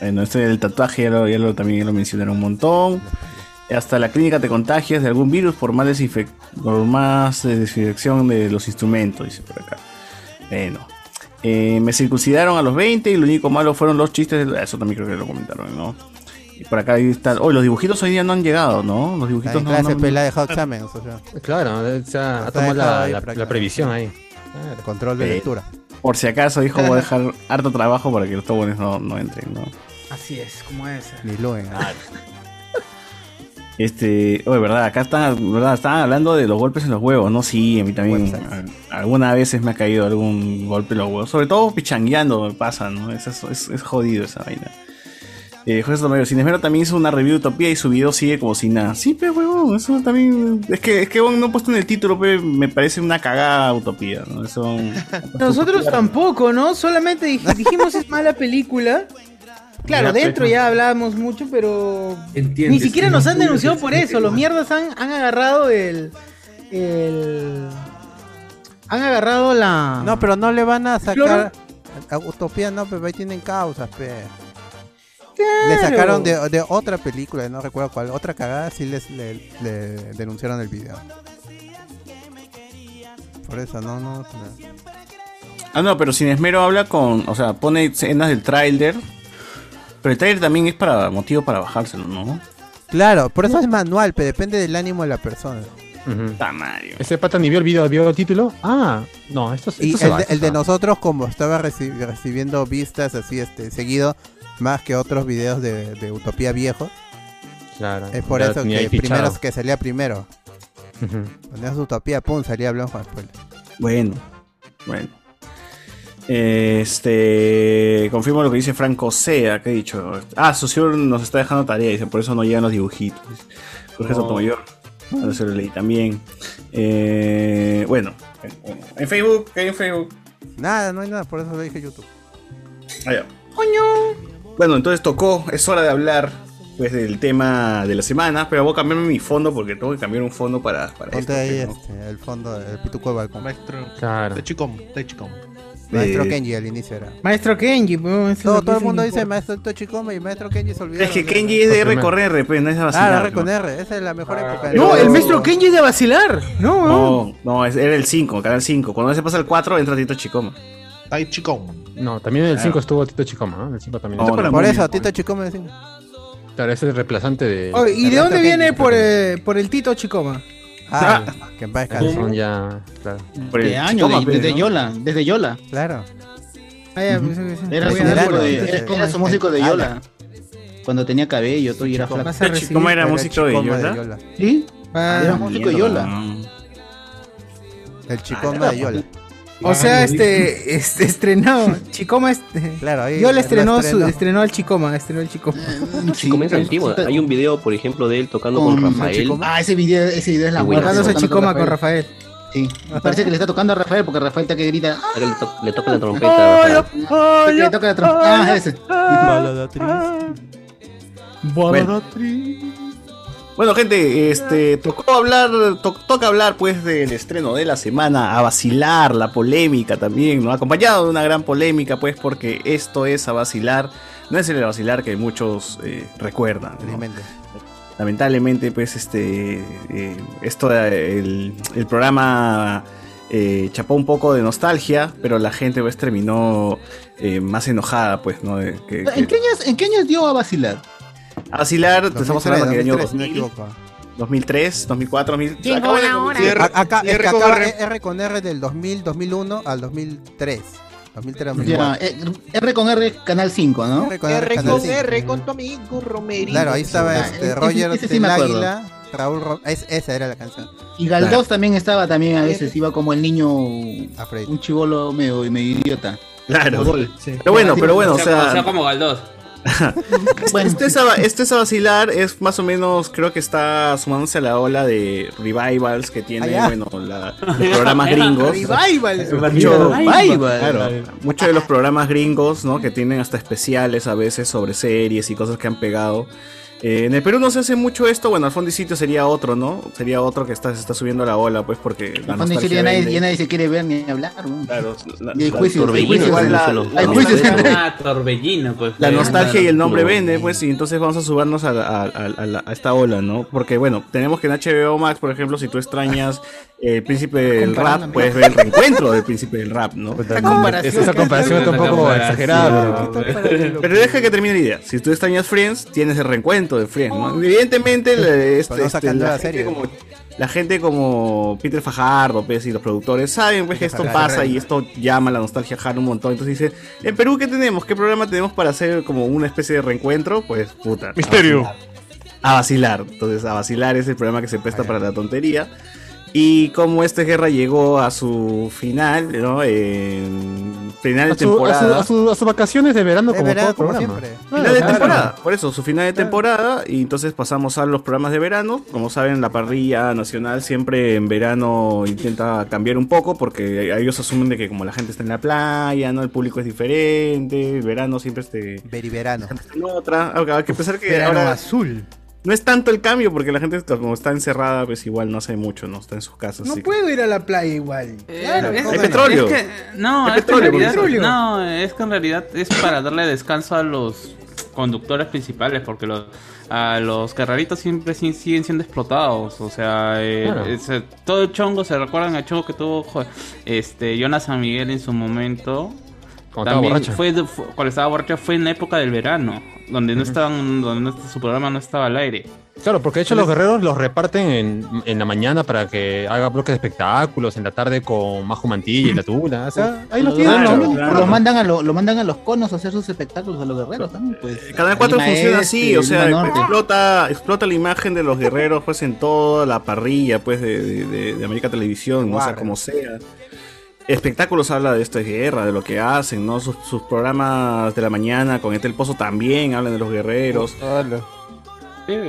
S16: Bueno, este del tatuaje ya lo, ya lo- también ya lo mencionaron un montón. Hasta la clínica te contagias de algún virus por más, desinfec- por más eh, desinfección de los instrumentos, dice por acá. Bueno. Eh, me circuncidaron a los 20 y lo único malo fueron los chistes. de- Eso también creo que lo comentaron, ¿no? Y por acá ahí está. Hoy los dibujitos hoy día no han llegado, ¿no? Los
S5: Está
S16: dibujitos
S5: en
S16: no-
S5: clase,
S16: no,
S5: pe, la ha dejado examen. O sea.
S2: Claro, o sea, ha
S5: Está dejado
S2: tomado la,
S5: ahí
S2: la-
S5: para
S2: la previsión ahí. Eh,
S5: Control de lectura.
S16: Por si acaso, dijo, voy a dejar harto trabajo para que los tobones no, no entren, ¿no?
S1: Así es, como es.
S5: Ni lo ven.
S16: Este, oye, verdad, acá está, verdad, estaban hablando de los golpes en los huevos, ¿no? Sí, a mí también a- algunas veces me ha caído algún golpe en los huevos, sobre todo pichangueando me pasa, ¿no? Es, es, es- es jodido esa vaina. Eh, José Romero, Sin Esmero también hizo una review de Utopía y su video sigue como si nada. Sí, pero huevón, eso también. Es que, es que huevón, no he puesto en el título, pero me parece una cagada Utopía, ¿no? Eso.
S1: Nosotros tampoco, ¿no? Solamente dij- dijimos es mala película. Claro,
S16: Ya, pues,
S1: dentro
S16: ¿no?
S1: ya hablábamos mucho, pero
S3: Entiendes,
S1: ni siquiera nos han
S3: entiendes,
S1: denunciado por
S3: entiendes,
S1: eso. Los
S3: entiendes.
S1: mierdas han, han agarrado el, el... Han agarrado la...
S5: No, pero no le van a
S1: Flora.
S5: sacar. A Utopía no, pero ahí tienen causas, pe. Le sacaron de, de otra película, no recuerdo cuál, otra cagada, sí les le, le denunciaron el video. Por eso, no, no. no.
S16: Ah, no, pero Sin Esmero habla con. O sea, pone escenas del tráiler. Pero el tráiler también es para motivo para bajárselo, ¿no?
S5: Claro, por eso es manual, pero depende del ánimo de la persona.
S16: Está Mario.
S2: Ese pata ni vio el video, vio el título. Ah, no, esto, esto
S5: Y
S2: se
S5: el,
S2: va,
S5: de,
S2: esto
S5: el
S2: se
S5: de
S2: va.
S5: nosotros, como estaba reci- recibiendo vistas así este seguido, más que otros videos de, de Utopía viejo,
S2: Claro.
S5: es por
S2: ya
S5: eso
S2: tenía ahí
S5: que primero
S2: fichado.
S5: que salía primero. Ponías Utopía, pum, salía blanco después.
S16: Bueno, bueno. Este. Confirmo lo que dice Franco Sea, que he dicho. Ah, Socio nos está dejando tarea, dice, por eso no llegan los dibujitos. Jorge
S2: No.
S16: Sotomayor. Ahora se lo leí también. Eh, bueno, En Facebook, ¿qué hay en Facebook?
S5: Nada, no hay nada, por eso le dije YouTube.
S16: allá. Bueno, entonces tocó, es hora de hablar pues del tema de la semana, pero voy a cambiarme mi fondo porque tengo que cambiar un fondo para, para
S5: Ponte
S16: esto,
S5: ahí
S16: pues, ¿no?
S5: este, el fondo, el pituco de balcón.
S18: Maestro.
S2: Claro.
S18: Techicom, Techicom.
S5: Maestro
S16: Eh,
S5: Kenji al inicio era.
S1: Maestro Kenji, pues, eso es
S5: Todo,
S1: lo que
S5: todo el
S1: dicen
S5: mundo
S1: en
S5: dice maestro Tochicoma y maestro Kenji se olvidó.
S16: Es que Kenji es de Ah. R con R, pues, no es de vacilar,
S5: Ah, R con
S16: ¿no?
S5: R, esa es la mejor época.
S1: No, el maestro Kenji es de vacilar. No, weón.
S16: No, no, es- era el 5, canal 5. Cuando se pasa el 4, entra Tito Chicoma. Ah.
S18: Tai Chicoma.
S2: No, también en el
S16: Claro. Este
S2: 5 estuvo Tito Chicoma, ¿no? En el 5 también.
S16: No,
S2: estuvo.
S5: Por eso, Tito Oh, Chicoma decimos.
S2: Claro, ese es el reemplazante de.
S1: Oye, ¿Y de dónde viene por, eh, por el Tito Chicoma?
S5: Ah, que en paz
S2: Esos
S5: descanse.
S2: Son ya. Claro.
S16: Por
S8: De
S16: el
S8: años,
S16: Chicoma,
S8: de-
S16: pues,
S8: desde
S16: ¿no?
S8: Yola, desde Yola.
S5: Claro.
S1: Ah, pues,
S8: Era su músico de, era- era su músico de Yola. Cuando tenía cabello, todo y era flaco.
S1: Vas a recibir- ¿Cómo era músico de
S5: Chicoma
S1: Yola?
S8: ¿Sí?
S1: Ah,
S8: era músico de Yola.
S5: El
S1: Ah,
S5: Chicoma de Yola.
S1: O sea, este, este estrenó Chicoma este.
S5: Claro, ahí
S1: Yo
S5: lo
S1: le estrenó su,
S5: estrenó.
S1: estrenó al Chicoma, estrenó el Chicoma.
S8: Eh,
S11: Chicoma es antiguo. Hay un video, por ejemplo, de él tocando con, Rafael.
S8: Ah, ese video, ese video es la
S11: Tocando
S8: hueva.
S11: ese
S8: Tocando
S11: Chicoma con
S1: Rafael.
S8: Sí. Me parece que le está tocando a Rafael porque Rafael está que grita. "Ah",
S11: Ahora Le, to- le toca la trompeta. a Rafael.
S8: que le toca la trompa. Ah, ese.
S16: Bueno. Bueno, gente, este, tocó hablar, to- toca hablar pues del estreno de la semana, a vacilar, la polémica también, ¿no? Acompañado de una gran polémica, pues, porque esto es a vacilar, no es el a vacilar que muchos eh, recuerdan. ¿no? Lamentablemente, pues, este, eh, esto, eh, el, el programa eh, chapó un poco de nostalgia, pero la gente, pues, terminó eh, más enojada, pues, ¿no? De- que- que-
S8: ¿En qué, años, ¿En qué años dio a vacilar?
S16: a vacilar, estamos hablando que año
S5: 2003, si no me
S16: 2000, 2003, 2004, 2000.
S5: Acá-
S16: acaba de cumplir-
S5: Acá, acá es que
S16: acaba-
S5: acaba R con R del 2000, 2001 al 2003. 2003
S8: Ya, eh, R con R, Canal 5, ¿no?
S5: R con R, R Canal con cinco. R,
S8: con tu amigo Romerito.
S5: Claro, ahí estaba este, Roger
S8: Ah, ese, sí
S5: del
S8: me acuerdo.
S5: Águila, Ah, Raúl Ro- es- esa era la canción.
S8: Y Galdós
S5: Claro.
S8: también estaba también a veces, iba como el niño, un chivolo medio, medio idiota.
S16: Claro.
S8: Como Gol.
S16: Pero bueno, pero bueno, o sea,
S4: como Galdós.
S16: este, es a, este es a vacilar, es más o menos, creo que está sumándose a la ola de revivals que tiene,
S1: Ah, ya.
S16: bueno, la- los programas gringos.
S1: Revivals.
S16: Mucho-
S1: Revivals.
S16: claro, muchos de los programas gringos, ¿no? Que tienen hasta especiales a veces sobre series y cosas que han pegado. Eh, en el Perú no se hace mucho esto, bueno, al fondo y sitio sería otro, ¿no? Sería otro que está, se está subiendo la ola, pues, porque la
S8: Cuando
S16: nostalgia
S8: dice, ya nadie,
S16: vende.
S8: ya nadie se quiere ver ni hablar.
S16: Claro,
S8: y el
S16: la-
S8: juicio,
S16: el
S8: el
S16: torbellino
S8: juicio igual,
S16: de
S8: la-
S16: los-
S8: hay
S16: los-
S8: juicios.
S4: Ah, torbellino, pues.
S16: La
S4: fue.
S16: nostalgia y el nombre vende, pues, y entonces vamos a subarnos a, a- a- a la- a esta ola, ¿no? Porque, bueno, tenemos que en HBO Max, por ejemplo, si tú extrañas eh, El Príncipe del Rap,
S2: Comparándome.
S16: puedes ver el reencuentro del Príncipe del Rap, ¿no?
S2: comparación Esa comparación que está un poco haciendo. exagerada,
S16: Pero, deja que termine la idea. Si tú extrañas Friends, tienes el reencuentro de Friends,
S2: Oh.
S16: ¿no? Evidentemente, la- este-
S5: Pero no
S16: este,
S5: sacan
S16: la
S5: nueva
S16: gente
S5: serie.
S16: como- la gente como Peter Fajardo pues, y los productores saben pues, que esto
S5: Fajardo.
S16: pasa y esto llama la nostalgia a un montón. Entonces dice, ¿en Perú qué tenemos? ¿Qué programa tenemos para hacer como una especie de reencuentro? Pues puta.
S18: Misterio.
S16: A vacilar. A vacilar. Entonces, a vacilar es el programa que se presta para la tontería. Y como esta guerra llegó a su final, ¿no? En final de
S2: A su- a su-
S16: temporada.
S2: a su- a sus vacaciones de verano,
S16: De
S2: como
S16: verano,
S2: todo
S16: como
S2: programa.
S16: Final de temporada, por eso, su final de temporada. Y entonces pasamos a los programas de verano. Como saben, la parrilla nacional siempre en verano intenta cambiar un poco porque ellos asumen de que como la gente está en la playa, ¿no? El público es diferente, el verano siempre este...
S5: Veriverano.
S16: otra. Aunque Hay que pensar que
S5: Verano
S16: ahora...
S1: azul.
S16: No es tanto el cambio porque la gente como está encerrada, pues igual no hace mucho, ¿no? Está en sus casas.
S1: No
S16: así que-
S1: puedo ir a la playa igual.
S16: Eh,
S1: Claro,
S4: Es-
S1: ¿cómo
S16: Hay
S1: no?
S16: petróleo.
S4: Es que, no,
S1: Hay
S4: es que en
S1: petróleo,
S4: realidad-
S1: petróleo.
S4: no, es que en realidad es para darle descanso a los conductores principales, porque los, a los carreritos siempre sí- siguen siendo explotados. O sea, eh,
S2: Claro.
S4: es, eh, todo el chongo, se recuerdan al chongo que tuvo jo- este Jonas San Miguel en su momento.
S2: Cuando estaba borracho.
S4: fue, de- fue- cuando estaba borracho fue en la época del verano, donde no
S2: Ujú.
S4: estaban, donde no- su programa no estaba al aire.
S2: Claro, porque de hecho los guerreros los reparten en, en la mañana para que haga bloques de espectáculos, en la tarde con Majo Mantilla y la Tula. O sea, ahí lo tienen.
S8: Claro,
S2: ¿no?
S8: los
S2: Claro.
S8: mandan a lo, lo mandan a los conos a hacer sus espectáculos a los guerreros también, pues.
S16: Canal 4
S8: Lima
S16: funciona
S8: Este,
S16: así, o sea,
S8: Lima Norte.
S16: explota, explota la imagen de los guerreros pues en toda la parrilla pues de, de- de- de América Televisión, ¿no? o sea,
S5: Guarda.
S16: como sea. Espectáculos habla de esta guerra, de lo que hacen, ¿no? Sus, sus programas de la mañana con este el pozo también hablan de los guerreros.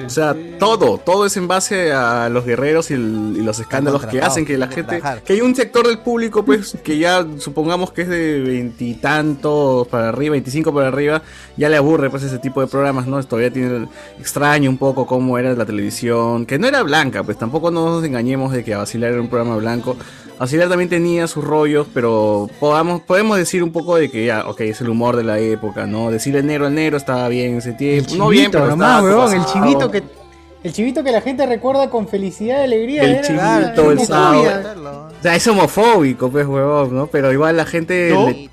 S16: O sea, todo, todo es en base a los guerreros y, el- y los escándalos que
S5: contratados,
S16: hacen que la
S5: por
S16: gente,
S5: trabajar.
S16: que hay un sector del público pues que ya supongamos que es de veintitantos para arriba, veinticinco para arriba, ya le aburre pues ese tipo de programas, ¿no? Todavía tiene el- extraño un poco cómo era la televisión, que no era blanca, pues tampoco nos engañemos de que Vacilar era un programa blanco. Vacilar también tenía sus rollos, pero podamos, podemos decir un poco de que ya, ok, es el humor de la época, ¿no? Decirle negro al negro estaba bien en ese tiempo. no bien,
S1: chivito
S16: pero
S1: nomás,
S16: estaba
S1: huevón, el
S16: pasado.
S1: chivito que el chivito que la gente recuerda con felicidad y alegría.
S16: El
S1: era-
S16: chivito,
S1: era
S16: el
S1: una
S16: sábado.
S1: movida.
S16: O sea, es homofóbico, pues, huevón, ¿no? Pero igual la gente.
S1: ¿No?
S16: le-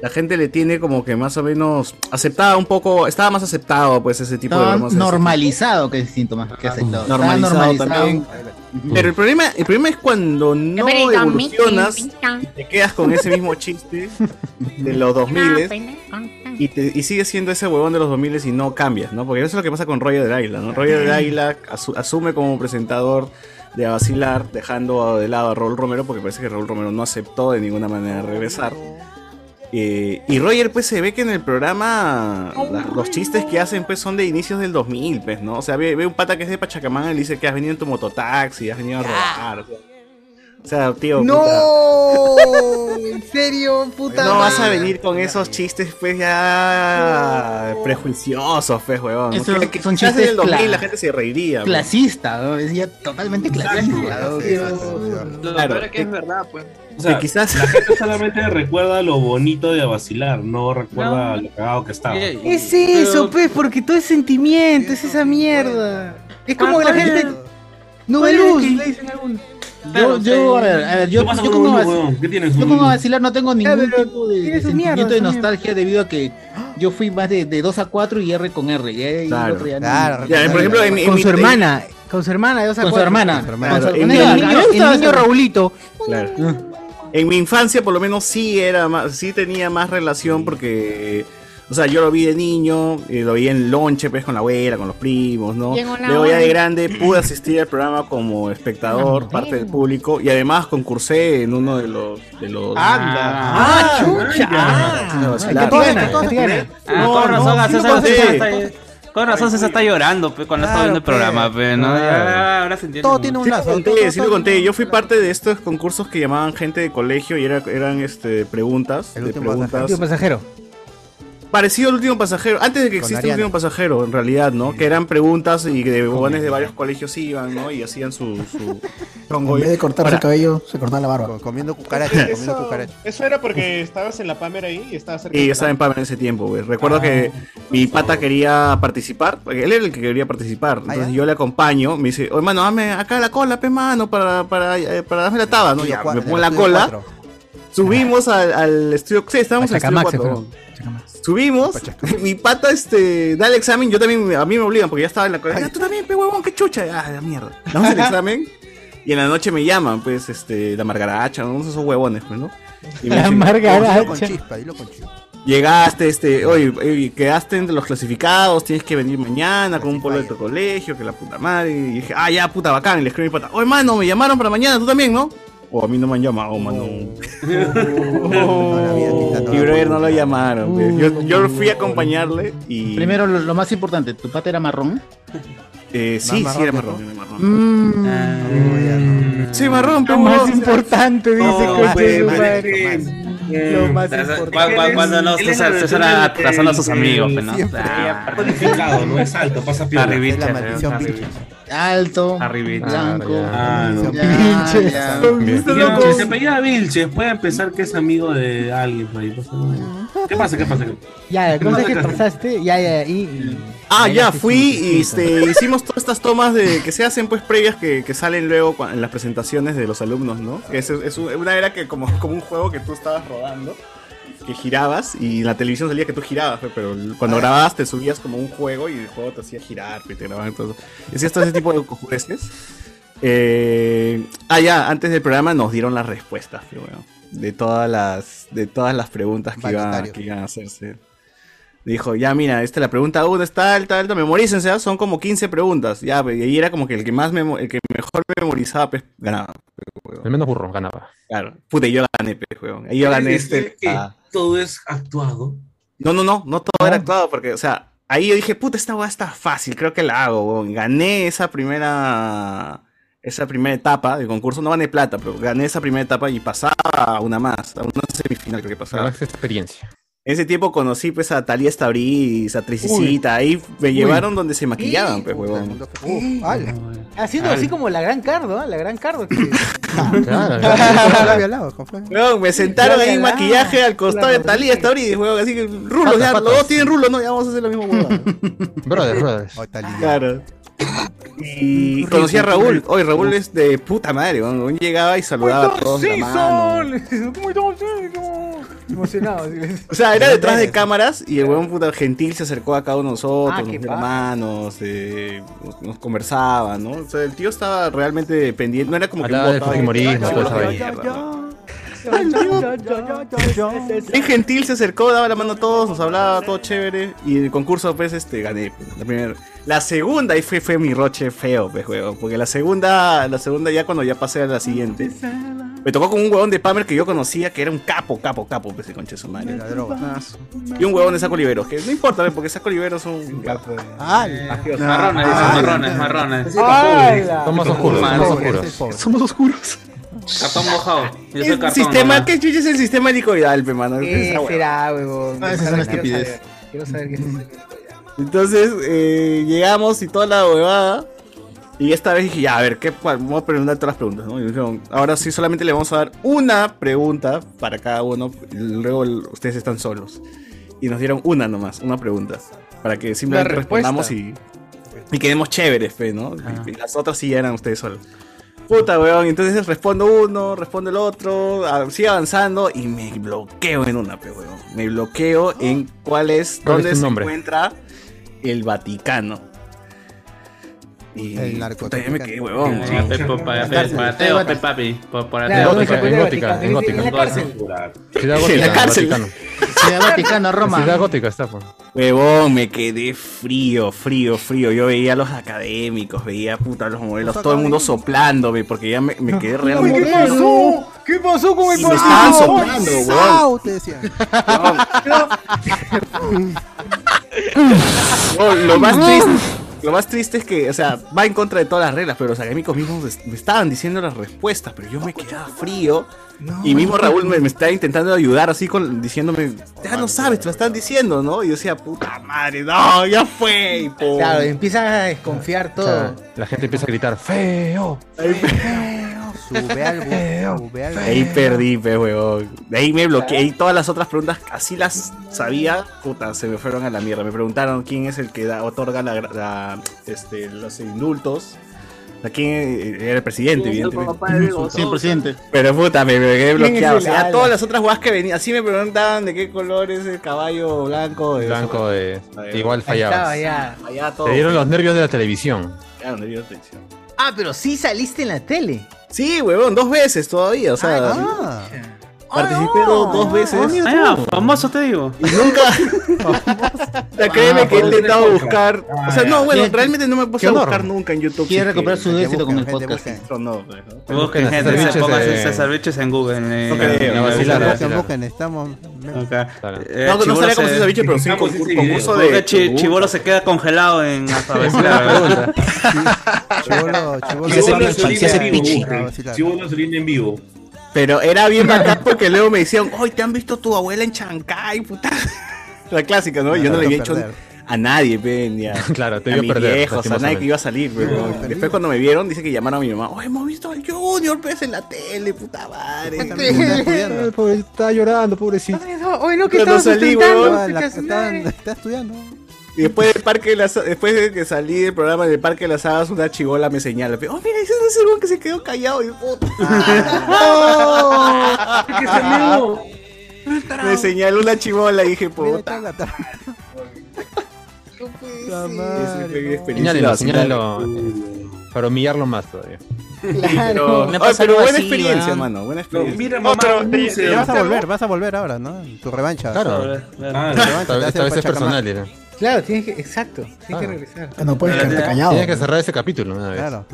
S16: la gente le tiene como que más o menos aceptaba un poco, estaba más aceptado pues ese tipo de
S8: Estaba
S16: bromas.
S8: normalizado que es distinto más que aceptado. Estaba
S16: normalizado también.
S8: Ujú.
S16: Pero el problema, el problema es cuando no evolucionas y te quedas con ese mismo chiste de los 2000 y, te, y sigues siendo ese huevón de los 2000 y no cambias, ¿no? Porque eso es lo que pasa con Roger del Águila, ¿no? Roger del Águila asu- asume como presentador de a vacilar, dejando de lado a Raúl Romero, porque parece que Raúl Romero no aceptó de ninguna manera regresar. Eh, y Roger, pues se ve que en el programa la- los chistes que hacen, pues son de inicios del 2000, pues, ¿no? O sea, ve, ve un pata que es de Pachacamán y le dice que has venido en tu mototaxi, has venido a robar. o sea. O sea, tío. puta.
S1: No, en serio, puta.
S16: No vas a
S1: madre.
S16: venir con esos chistes, pues ya. prejuiciosos, pues, huevón.
S8: Esos
S16: Que- que
S8: son
S16: quizás
S8: chistes
S16: en el 2000 la
S8: cla-
S16: gente se reiría. pues.
S8: Clasista, ¿no? Es ya totalmente clasista. ¿no?
S6: Lo
S16: Claro.
S6: peor es que es verdad, pues.
S3: O sea,
S16: Que quizás-
S3: la gente solamente recuerda lo bonito de vacilar, no recuerda lo cagado que estaba.
S1: Es eso, pues, porque todo es sentimiento, es esa mierda. Es como que la gente no ve luz. le dicen algunos.
S8: Yo, yo, a ver, a ver, yo,
S3: ¿Qué pasa
S8: yo
S3: con
S8: como,
S3: Lulu,
S8: vac-
S3: weón? ¿Qué tienes,
S8: yo
S3: Lulu?
S8: como vacilar no tengo ningún
S1: pero
S8: tipo de, de
S1: tiene su
S8: sentimiento
S1: mierda,
S8: de
S1: su
S8: nostalgia debido a que yo fui más de, de 2 a 4 y R con R. y ahí
S16: Claro,
S8: el otro ya no-
S16: claro. Ya, por ejemplo, en- en
S1: Con
S16: mi-
S1: su
S16: en-
S1: hermana, con su hermana, de dos a
S16: Con su
S1: cuatro.
S16: hermana.
S1: Con su
S16: Claro,
S1: con
S16: en
S1: el
S16: mi-
S1: niño-
S16: a mí me
S1: el
S16: gustaba
S1: niño
S16: esa-
S1: Raulito.
S16: Claro.
S8: Mm.
S16: En mi infancia, por lo menos, sí era más, sí tenía más relación porque. O sea, yo lo vi de niño, eh, lo vi en lonche, pues, con la abuela, con los primos, ¿no?
S10: Y en una
S16: Luego ya de
S10: hora.
S16: grande pude asistir al programa como
S8: Ah,
S16: espectador, parte del público, y además concursé en uno de los... De los
S1: ¡Ah, chucha!
S5: Ah,
S16: No,
S4: Ay,
S16: sí, claro.
S4: qué pena, qué pena. Ah, con razón,
S16: no, sí
S4: César
S16: lo Ah,
S4: César
S16: conté.
S4: está ahí- con razón César está llorando pe, cuando está viendo el programa, pe,
S16: Ah,
S4: ¿no? Ya, ahora se entiende.
S16: Sí lo conté, sí lo conté. Yo fui parte de estos concursos que llamaban gente de colegio y era- eran este, preguntas. de preguntas.
S1: Tío pasajero.
S16: Parecido al último pasajero, antes de que
S1: Con
S16: exista el
S1: Ariana.
S16: último pasajero, en realidad, ¿no? Que eran preguntas y de jóvenes de varios colegios iban, ¿no? Y hacían su. su...
S20: En vez de cortarse el cabello, se cortaba la barba.
S5: Comiendo
S22: Eso, eso era porque estabas en la Pamera ahí y estabas cerca.
S16: Y
S22: de
S16: yo
S22: la-
S16: estaba en Pamela en ese tiempo, güey. Recuerdo que mi pata quería participar, porque él era el que quería participar. Entonces yo le acompaño, me dice, oye, mano, dame acá la cola, pe, mano, para, para, eh, para darme la taba, ¿no?
S5: estudio
S16: Ya,
S5: cua-
S16: me
S5: del
S16: pongo la
S5: estudio
S16: cola.
S5: cuatro.
S16: Subimos al, al estudio. Sí, estábamos en el estudio
S1: Chacamac se
S16: 4. Subimos, mi pata este, da el examen, yo también, a mí me obligan porque ya estaba en la cola. "Ah, tú también, pe huevón, qué chucha. Ah, la mierda. Damos el examen y en la noche me llaman, pues, este, la margaracha, no sé, esos huevones, pues, ¿no? Y me
S1: La
S16: dicen,
S1: margaracha.
S5: Con chispa, dilo con chispa.
S16: Llegaste, este, oye, oye, quedaste entre los clasificados, tienes que venir mañana con un pueblo de tu colegio, que la puta madre. Y dije, ah, ya, puta, bacán. Y le escribí a mi pata, oye, mano, me llamaron para mañana, tú también, ¿no? O a mí no me han llamado, mano. y brother, no lo llamaron. pe. Yo, yo fui a acompañarle y.
S8: Primero, lo, lo más importante, ¿tu pata era marrón?
S16: Eh, sí,
S8: Más
S16: sí, era
S8: marrón
S16: marrón. era marrón.
S8: Sí,
S16: Sí, marrón, pero
S1: más
S16: Oh,
S1: importante, dice
S4: No,
S1: coche
S4: pues,
S1: su
S4: más
S1: madre.
S16: Eh,
S1: Lo más
S4: César-
S1: importante.
S4: cua- cua- Cuando no,
S1: Él es
S4: César
S1: la
S4: César
S1: versión
S4: atrasando a sus amigos, pe, ¿no? Ah.
S3: Codificado, no es alto, pasa piola.
S4: Arribita,
S3: Es la
S4: pe,
S3: maldición
S4: arribita.
S8: Alto,
S4: Arribita.
S8: blanco.
S3: Ah, no.
S8: Pinches.
S3: Ya,
S8: Bien.
S3: Este
S8: Bien.
S3: loco, Si se pedía a Vilches, pueden pensar que es amigo de alguien. por ahí, pues, no. ¿Qué pasa? ¿Qué pasa?
S1: Ya, ¿cómo es que pasaste? Ya, ya, y.
S16: Ah, ya, fui y este, hicimos todas estas tomas de que se hacen pues previas que, que salen luego cua- en las presentaciones de los alumnos, ¿no? Que es, es un- una era que como, como un juego que tú estabas rodando, que girabas y en la televisión salía que tú girabas, pe, pero l- cuando
S5: Ah.
S16: grababas te subías como un juego y el juego te hacía girar, pe, te grababan todo. Y hacías todo ese tipo de cojureces. Eh, ah, ya, antes del programa nos dieron las respuestas, pero bueno, de todas las, de todas las preguntas que, iban-
S5: Balotario.
S16: que iban a hacerse. Dijo, ya mira, esta la pregunta 1 está alta, alta, memorícense, ¿ah? son como 15 preguntas. Ya, pe, y ahí era como que el que más memo- el que mejor memorizaba, pues, ganaba.
S2: El menos burro ganaba.
S16: Claro. Puta, y yo gané, pues, weón. Ahí yo gané
S3: ¿Quieres decir
S16: este.
S3: que
S16: ah.
S3: todo es actuado.
S16: No, no, no, no todo era actuado, porque, o sea, ahí yo dije, puta, esta weá está fácil, creo que la hago, weón. Gané esa primera. Esa primera etapa del concurso, no gané plata, pero gané esa primera etapa y pasaba a una más, a una semifinal creo que pasaba.
S2: Ganaste experiencia.
S16: En ese tiempo conocí pues a Talía Stabriz, a Tricicita, ahí me
S1: Uy.
S16: llevaron donde se maquillaban, pues,
S1: Puta, el
S16: huevón.
S1: mundo que- Uf, ala. Haciendo así como la gran cardo, ¿ah? la gran cardo. que-
S16: Ah,
S2: Eh,
S16: Huevón, me sentaron ahí
S1: Claro.
S16: maquillaje al costado de
S1: Claro.
S16: Talía Stabriz, huevón, así que rulos,
S2: Patas,
S16: ya, los
S2: patas.
S16: dos tienen rulos, no, ya vamos a hacer lo mismo, huevón.
S2: Brother, brother.
S1: Oh,
S16: Claro. Y conocí a Raúl, hoy Raúl es de puta madre, huevón, Huevón llegaba y saludaba a todos de la mano.
S1: Muy dulces, Emocionado.
S16: O sea, era detrás de cámaras y el buen puta gentil se acercó a cada uno de nosotros,
S1: Ah,
S16: nos
S1: qué
S16: dio la
S1: paja.
S16: mano, se- nos, nos conversaba, ¿no? O sea, el tío estaba realmente pendiente, no era como que...
S2: Hablaba
S16: un
S2: del
S16: botado.
S2: fujimorismo,
S16: Ay,
S2: toda esa
S16: ay,
S2: vaina.
S16: mierda, ¿no? Bien gentil se acercó, daba la mano a todos, nos hablaba, todo chévere. Y en el concurso, pues, este, gané. pues, La primera. La segunda, ahí fue, fue mi roche feo, pues, huevón. Porque la segunda, la segunda ya cuando ya pasé a la siguiente. Me tocó con un huevón de Pamer que yo conocía, que era un capo, capo, capo, pues, de concha de su madre. Y un huevón de saco libero, que no importa, ¿ves? porque saco libero son un capo.
S14: Ah,
S4: Marrones,
S16: Ah,
S4: dicen, marrones, marrones.
S16: ¡Hala!
S2: Somos oscuros, somos oscuros.
S16: Somos oscuros.
S4: Cartón mojado. Yo soy
S16: El
S4: cartón.
S16: sistema,
S4: nomás.
S16: ¿qué chucha es el sistema helicoidal, pe, mano?
S1: ¿Qué
S16: Esa huevada.
S1: será, huevón?
S16: No, esa es
S1: Quiero
S16: una
S1: saber,
S16: estupidez.
S1: Quiero saber qué es.
S16: Entonces eh, llegamos y toda la huevada. Y esta vez dije, ya, a ver, ¿qué, cuál? vamos a preguntar todas las preguntas, ¿no? Y dijeron, ahora sí solamente le vamos a dar una pregunta para cada uno. y Luego el- ustedes están solos. Y nos dieron una nomás, una pregunta. Para que simplemente
S1: respuesta.
S16: respondamos y, y quedemos chéveres, fe, ¿no? Y las otras sí ya eran ustedes solos. Puta, weón. Entonces respondo uno, respondo el otro, a- sigue avanzando y me bloqueo en una, pe, weón. Me bloqueo en cuál es,
S2: ¿Cuál es
S16: dónde
S2: tu
S16: se
S2: nombre?
S16: encuentra el Vaticano. Y,
S4: El
S16: narco. Puta, ya me quedé, huevón.
S4: Sí,
S16: weón.
S4: pe- pe- pe-
S16: La
S4: pe-
S16: cárcel.
S4: Pateo, pe- papi. Por- por
S16: Claro,
S4: ateo,
S16: ¿dónde se
S4: pe-
S16: encuentra
S4: pe-
S16: el Vaticano?
S2: En gótica, en
S4: Vaticano.
S2: Ciudad
S16: En la
S2: gótica,
S16: cárcel.
S2: Vaticano.
S8: Ciudad Vaticano, Roma.
S2: Ciudad gótica está, pues.
S16: Huevón, me quedé frío, frío, frío. Yo veía a los académicos, veía puta a los modelos, todo el mundo soplándome, porque ya me, me quedé
S1: Uy,
S16: realmente.
S1: ¿Qué pasó? ¿Qué pasó con el
S16: Y me estaban
S1: partido?
S16: soplando, huevón.
S14: Te decía.
S16: No, lo más triste. Lo más triste es que, o sea, va en contra de todas las reglas, pero los académicos mismos es- me estaban diciendo las respuestas, pero yo me quedaba frío. y mismo Raúl me, me estaba intentando ayudar así con diciéndome, ya no sabes, te lo están diciendo, ¿no? Y yo decía, puta madre, no, ya fue. y pum.
S1: Claro, empiezan a desconfiar
S2: O sea,
S1: todo.
S2: la gente empieza a gritar, feo.
S1: Sube
S16: algo, Ahí perdí, pe, huevón. De ahí me bloqueé. Y todas las otras preguntas, así las sabía, puta, se me fueron a la mierda. Me preguntaron quién es el que da- otorga la, la- este, los indultos. ¿A quién era el presidente, evidentemente?
S8: Sí, presidente.
S16: Pero puta, me, me quedé
S8: ¿Quién es
S16: bloqueado. O
S8: el
S16: sea,
S8: ala?
S16: todas las otras guas que venían, así me preguntaban de qué color es el caballo blanco. de-
S2: Blanco de.
S16: Ahí
S2: Igual
S16: estaba,
S2: fallabas.
S1: ya.
S16: Fallaba todo.
S2: Te dieron los nervios de la televisión.
S16: Claro, me dieron atención.
S1: Ah, pero sí saliste en la tele.
S16: Sí, huevón, dos veces todavía, o
S1: Ah.
S16: sea.
S14: Ah.
S16: Participé dos- dos veces.
S4: Ah, famoso te digo.
S16: Y nunca. Ya, créeme que he intentado buscar.
S4: Ah,
S16: o sea, no,
S4: ya.
S16: bueno,
S4: Bien.
S16: realmente no me
S4: Qué
S16: puse a buscar
S4: honor.
S16: nunca en YouTube.
S4: Quiere recuperar su éxito
S16: éxito
S4: con el
S16: podcast. No,
S4: Busquen gente, se
S2: Ceviches
S4: pongan
S2: de-
S4: César Biches en Google. eh,
S2: No creo,
S4: en
S2: no,
S4: la
S2: sí,
S4: Biblia.
S2: la-
S4: Acá.
S2: sí, la-
S5: Busquen, estamos.
S4: Eh,
S16: No, no
S4: Chibolo
S16: sabía cómo
S4: se-
S16: se dice, pero sí,
S4: Busca
S16: concurso- concurso
S4: Busca
S16: de-
S4: Chi- Chibolo se queda congelado en hasta ver si la-
S14: Chibolo,
S3: Si hubo una salida en vivo. Si hubo una salida en vivo.
S16: Pero era bien bacán porque luego me decían, hoy te han visto tu abuela en Chancay, puta. La clásica, ¿no?
S2: Me
S16: Yo no le había hecho
S2: tocó perder.
S16: a nadie, pe, ni a,
S2: Claro, te
S16: a
S2: vio
S16: mis
S2: perder,
S16: viejos, a nadie
S2: lastimosamente.
S16: que iba a salir, pe,
S2: No,
S16: weón. Después cuando me vieron, dice que llamaron a mi mamá, oye, hemos visto al Junior, pues, en la tele, puta madre.
S14: Pobre, estaba llorando, pobrecito.
S1: Hoy no,
S16: que Pero no estabas salí, ostentando, huevón.
S14: La-
S16: concha de su
S14: estaban-
S16: madre.
S14: Estaba estudiando.
S16: Y después del parque de las después de que salí del programa del parque de las hadas, una chivola me señala, pe, oh mira, ese es el weón que se quedó callado y puta. Ah.
S4: Ah,
S16: me señaló una chivola y dije, puta. Esa fue mi experiencia
S2: Señálenlo,
S16: nacional.
S2: señálenlo. Para humillarlo más todavía.
S16: Pero,
S5: Me ha
S16: Ay,
S5: pasado
S16: pero buena
S5: así,
S16: experiencia,
S5: ¿verdad?
S16: hermano. Buena experiencia.
S5: No, pero te- te vas a volver, vas a volver ahora, ¿no? En Tu revancha.
S2: Claro.
S5: Tu revancha,
S2: Esta-
S5: te vas
S2: esta,
S5: a
S2: vez es
S5: Pachacamac.
S2: personal, era.
S1: Claro, tienes que. Exacto, tienes que regresar.
S2: No
S1: puedes quedarte
S2: callado. Tienes que cerrar ese capítulo Ah. una vez.
S5: Claro.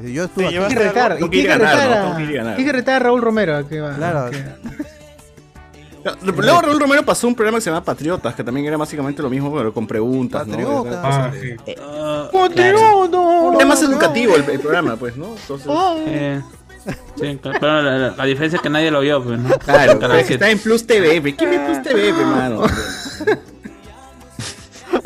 S14: Yo
S5: estuve
S1: Tienes que retar. y
S2: Tengo que ir
S1: Tienes que
S2: ganar,
S1: retar
S2: ¿no?
S1: a-
S2: Tengo que ir ganar.
S1: tienes que retar a Raúl Romero. a que va-
S5: Claro.
S1: que-
S16: Luego Raúl Romero pasó un programa que se llama Patriotas, que también era básicamente lo mismo, pero con preguntas. ¿no?
S3: Patriotas.
S16: Ah,
S3: sí.
S16: sí.
S3: Claro.
S16: Era más educativo el, el programa, pues, ¿no? Entonces-
S4: Eh, sí, claro, pero la, la- la diferencia es que nadie lo vio, pues, ¿no? Canal
S16: Claro, pero es que
S4: 7.
S16: está en Plus TV, pe. ¿Quién ve Plus
S8: Este
S16: TV, pe, mano?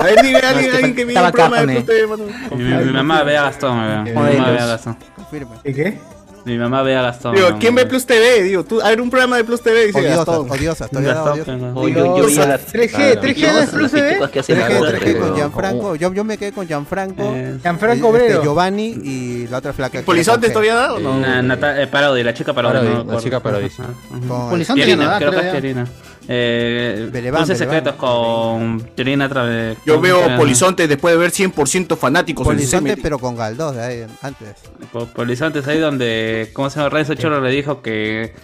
S16: A ver, dime a alguien, alguien que mire
S4: Estaba
S16: el programa
S4: acá,
S16: de Plus TV, mano.
S4: Mi, mi- mi mamá ve a Gastón, me ve. Mi mamá ve a Gastón.
S16: Confirma. qué?
S4: Mi mamá ve a Gastón.
S16: Digo,
S4: ¿no?
S16: ¿quién ve Plus TV? Digo, tú, a ver, un programa de Plus TV, dice
S5: Odiosa,
S16: Gastón.
S5: odiosa, todavía da
S4: Gastón,
S5: odiosa.
S4: ¿no?
S11: Uy, yo- yo vi a las-
S1: 3G, 3G no es Plus TV.
S5: 3G, 3G con
S11: pero-
S16: Oh.
S5: Gianfranco. Yo, yo me quedé con Gianfranco.
S1: Gianfranco
S5: y, este,
S1: Obrero.
S5: Giovanni y la otra flaca. que
S4: Polizonte
S5: era con G.
S4: Na- Nata- eh, Parodi, la chica Parodi.
S5: Parodi,
S4: no me
S5: la
S4: acuerdo.
S5: chica Parodi.
S4: Ajá, ajá.
S5: Con-
S1: Polizonte
S4: Pierina,
S1: ya no da,
S4: creo que
S1: creo
S4: es
S1: ya.
S4: Pierina. Eh,
S16: Belevan,
S4: Dulces
S16: Belevan.
S4: secretos con Pierina a través.
S16: Yo
S4: con
S16: veo
S4: Pierina.
S16: Polizonte después de ver 100% fanáticos en
S5: Polizonte,
S16: Cemetery.
S5: pero con Galdós, de ahí, antes.
S4: Po- Polizontes ahí donde, ¿cómo se llama? Renzo Cholo le dijo que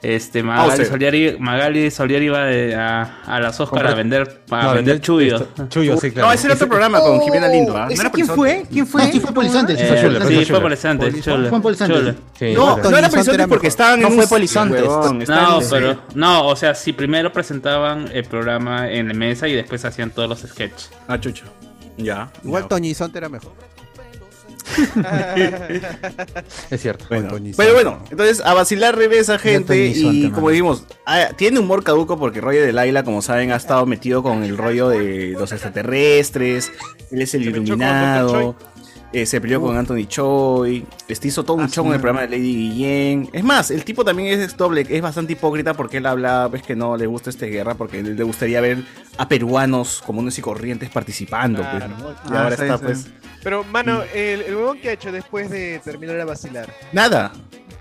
S4: este Magali
S2: Auser.
S4: Soliari, Magali Soliari iba de- a, a las Oscar
S2: Comprar-
S4: a vender, a
S2: no, a
S4: vender
S2: vender
S4: chullos.
S2: esto- chullos, sí, claro. No, ese
S8: Este
S2: era otro
S16: programa con Jimena Lindo, ¿ah?
S1: ¿Ese ¿Quién fue? ¿Quién fue?
S8: Ah,
S16: No, sí
S1: fue
S4: Eh,
S16: Polizonte,
S4: sí, fue Polizonte. Cholo.
S16: Fue Polizonte.
S4: Cholo.
S16: Sí, No, Polizonte. no era Polizonte porque estaban
S4: No
S16: en
S4: fue
S16: un-
S4: Polizonte.
S16: huevón, estaban
S4: No,
S16: en un-
S4: pero. No, o sea, si primero presentaban el programa en la mesa y después hacían todos los sketches.
S16: Ah, chucho. Ya.
S5: Igual Toñi Sonte era mejor.
S2: Es cierto.
S16: Bueno, pero bueno, entonces a vacilar regresa gente
S2: Tony Sonte,
S16: y
S2: mano.
S16: como dijimos, ah, tiene humor caduco porque Roger del Águila, como saben, ha estado metido con el rollo de los extraterrestres, él es el iluminado, eh, se peleó con Anthony Choi, este hizo todo
S22: Ah,
S16: un show en el programa de Lady Guillén. Es más, el tipo también es doble, es bastante hipócrita porque él habla, pues que no le gusta esta guerra, porque él- le gustaría ver a peruanos comunes y corrientes participando. pues,
S22: Claro.
S16: ¿no? Y
S22: Ah,
S16: ahora
S22: sí,
S16: está
S22: sí.
S16: pues...
S22: Pero, mano, el, el huevón que ha hecho después de terminar a vacilar.
S16: Nada.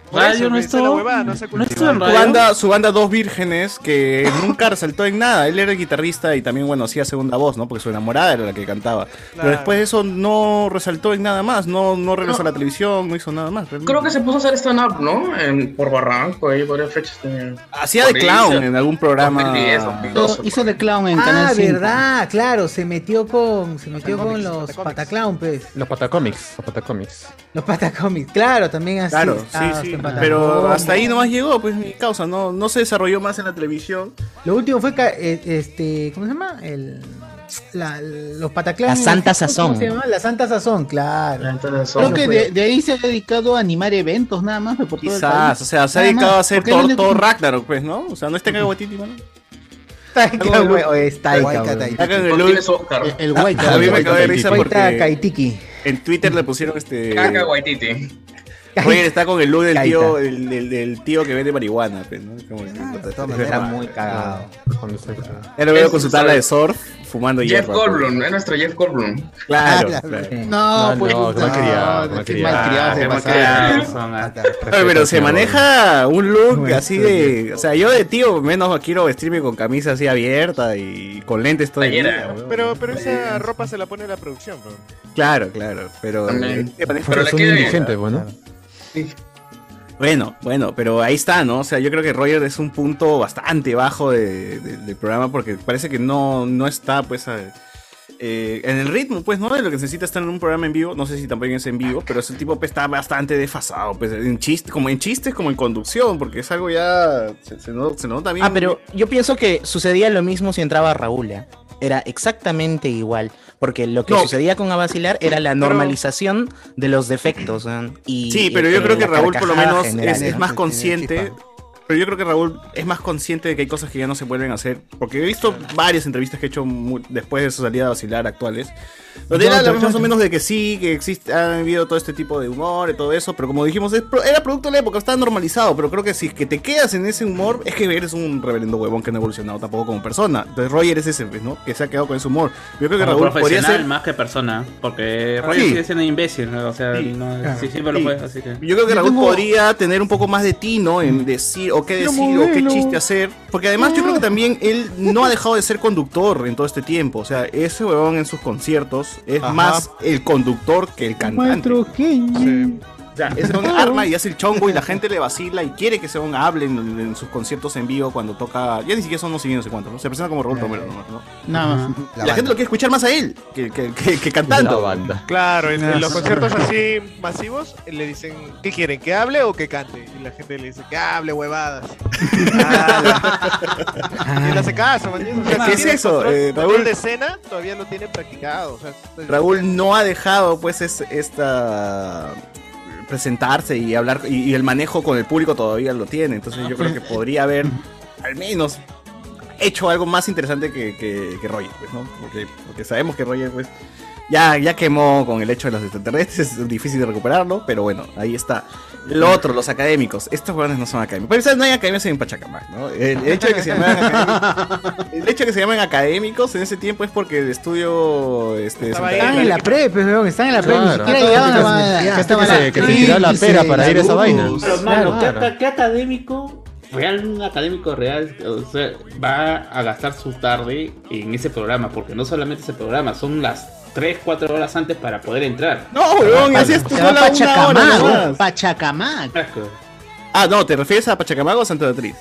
S22: Por
S16: Radio
S22: eso,
S16: no
S22: pues, esa es la
S16: estuvo-
S22: huevada, no se ha cultivado.
S16: su banda, su banda Dos Vírgenes, que nunca resaltó en nada. Él era el guitarrista y también, bueno, hacía segunda voz, ¿no? Porque su enamorada era la que cantaba. Pero
S12: Claro.
S16: después de eso no resaltó en nada más. No, no regresó a la televisión, no hizo nada más. realmente.
S12: Creo que se puso a hacer stand-up, ¿no? En- por Barranco, ahí varias fechas. tenía.
S16: Hacía de
S12: Por
S16: clown
S12: Ibiza.
S16: en algún programa. Ah,
S12: 2010, 2012.
S1: Hizo de clown
S12: en
S1: ah,
S12: Canal cinco.
S1: verdad, claro, se metió con se metió con los pataclown, pues.
S2: Los patacomics, los patacomics.
S1: Los patacomics, claro, también así.
S16: Claro, sí,
S1: estaba,
S16: sí.
S1: hasta en
S16: Pero
S1: Patacón.
S16: hasta ahí nomás llegó, pues mi causa. No, no se desarrolló más en la televisión.
S1: Lo último fue ca- eh, este, ¿cómo se llama? El la- los pataclown.
S7: La Santa
S1: ¿Cómo
S7: Sazón.
S1: se llama? La Santa Sazón, claro.
S8: Creo que de,
S1: Pero-
S8: de ahí se ha dedicado a animar eventos nada más. pero Por todo el
S16: Quizás,
S8: país.
S16: o sea, se
S8: Nada
S16: ha dedicado
S8: más,
S16: a hacer
S8: porque él
S16: todo,
S8: no es
S16: todo
S8: como-
S16: Ragnarok, pues, ¿no? O sea, no está Caguatiti, mano.
S1: Taika, Ah, güey, o es Taika, güey.
S16: Sacan el
S1: El- el
S16: Ah,
S1: Waika.
S16: A mí me acaba de risa
S1: Waika
S16: porque
S1: Kaitiki.
S16: en Twitter le pusieron este.
S12: Caca Guaititi.
S16: Roger está con el look del
S12: Kaita.
S16: tío, el, el- del tío que vende marihuana. pues, ¿no? Como que-
S12: maneras,
S16: Ah,
S12: muy
S16: cagado.
S2: Cuando se-
S16: Ya lo veo
S12: Es-
S16: con su tabla de surf fumando
S12: Jeff
S16: hierba. pues.
S12: Goldblum, es nuestro Jeff Goldblum.
S16: Claro,
S12: Ah,
S16: claro.
S8: No, pues.
S2: no, qué malcriado, qué malcriado.
S16: malcriado se
S4: qué
S16: pasaron.
S4: malcriados son, ah.
S16: Ay, pero se maneja un look así
S4: estoy
S16: de. O sea, yo de tío menos quiero vestirme con camisa así abierta y con lentes todo el día, weón.
S22: Pero, pero esa ropa se la pone la producción, bro.
S16: Claro, claro. Pero.
S22: También.
S16: se maneja-
S2: Pero son indigentes, bueno.
S16: Bueno, bueno, pero ahí está, ¿no? O sea, yo creo que Roger es un punto bastante bajo de- de- del programa porque parece que no, no está, pues, a- eh, en el ritmo, pues, ¿no? De lo que necesita estar en un programa en vivo. No sé si también es en vivo, pero ese tipo pues, está bastante desfasado, pues, en chiste, como en chistes, como en conducción, porque es algo ya. Se, se no- se nota bien.
S7: Ah, pero yo pienso que sucedía lo mismo si entraba Raúl. ¿ah? Era exactamente igual. Porque lo que
S16: No.
S7: sucedía con Abacilar era la normalización de los defectos. ¿ah? Y,
S16: Sí,
S7: y
S16: pero yo
S7: este,
S16: creo que
S7: la
S16: Raúl por lo
S7: carcajada
S16: menos
S7: general,
S16: es,
S7: ¿no?
S16: es más consciente. Pero yo creo que Raúl es más consciente de que hay cosas que ya no se vuelven a hacer. Porque he visto varias entrevistas que he hecho mu- después de su salida a vacilar actuales. Donde
S22: Yo,
S16: era
S22: yo,
S16: la- más
S22: yo.
S16: o menos de que sí, que existe, han habido todo este tipo de humor y todo eso. Pero como dijimos, es pro- era producto de la época, estaba normalizado. Pero creo que si es que te quedas en ese humor, es que eres un reverendo huevón que no ha evolucionado tampoco como persona. Entonces Roger es ese, pues, ¿no? Que se ha quedado con ese humor. Yo creo
S4: Como
S16: que Raúl podría
S4: profesional
S16: ser.
S4: más que persona, porque Roger
S16: Sí.
S4: sigue siendo imbécil, ¿no? o sea, no,
S16: claro.
S4: sí, siempre lo
S16: Sí.
S4: fue, así que...
S16: Yo creo que Raúl
S4: tengo-
S16: podría tener un poco más de tino en decir o qué
S4: Quiero
S16: decir o qué
S4: modelo.
S16: chiste hacer. Porque además yo creo que también él no ha dejado de ser conductor en todo este tiempo. O sea, ese huevón en sus conciertos es
S5: Ajá.
S16: más el conductor que el cantante.
S1: Maestro Kenji.
S16: sea, ese don arma y hace el chongo y la gente le vacila y quiere que Seon hable en, en sus conciertos en vivo cuando toca. Ya ni siquiera son no sé quién, no sé cuánto, ¿no? Se presenta como Raúl Romero, ¿no? ¿no?
S8: Nada más.
S16: La, gente lo quiere escuchar más a él que, que, que, que cantando.
S11: La banda.
S22: Claro, en, en los
S16: Ah,
S22: conciertos así masivos le dicen, ¿qué quieren? ¿Que hable o que cante? Y la gente le dice, que hable huevadas. y le hace caso, ¿me entiendes? O sea,
S16: ¿Qué
S22: tiene
S16: es eso?
S22: control-
S16: Eh,
S22: control
S16: Raúl-
S22: de escena todavía lo tienen practicado. o sea, es-
S16: Raúl no ha dejado pues es- esta presentarse y hablar y, y el manejo con el público todavía lo tiene. Entonces yo creo que podría haber al menos hecho algo más interesante que, que, que Roger, pues, ¿no? Porque, porque sabemos que Roger pues ya, ya quemó con el hecho de los extraterrestres, es difícil de recuperarlo, pero bueno, ahí está. Lo otro, los académicos. Estos jugadores no son académicos. Pero ¿sabes? no hay académicos en Pachacamac, ¿no? El, el hecho de que se llamen académicos, el hecho de que se llamen académicos en ese tiempo es porque el estudio este,
S1: Están en la pre, pues, weón, están en la pre, ni
S16: Claro.
S1: siquiera llegaban a la-
S16: Ya,
S1: a
S16: gente que
S1: la-
S16: se- que se tiraba la pera para ir a esa vaina.
S10: Pero, mano, ¿qué,
S4: Claro.
S10: aca- qué académico real, un académico real, o sea, va a gastar su tarde en ese programa? Porque no solamente ese programa, son las 3, 4 horas antes para poder entrar.
S16: No, weón, así es tu
S10: Se va
S16: sola una hora
S10: Pachacamac,
S16: nomás.
S10: weón.
S7: Pachacamac.
S16: Ah, no, ¿te refieres a Pachacamac o Santa Beatriz?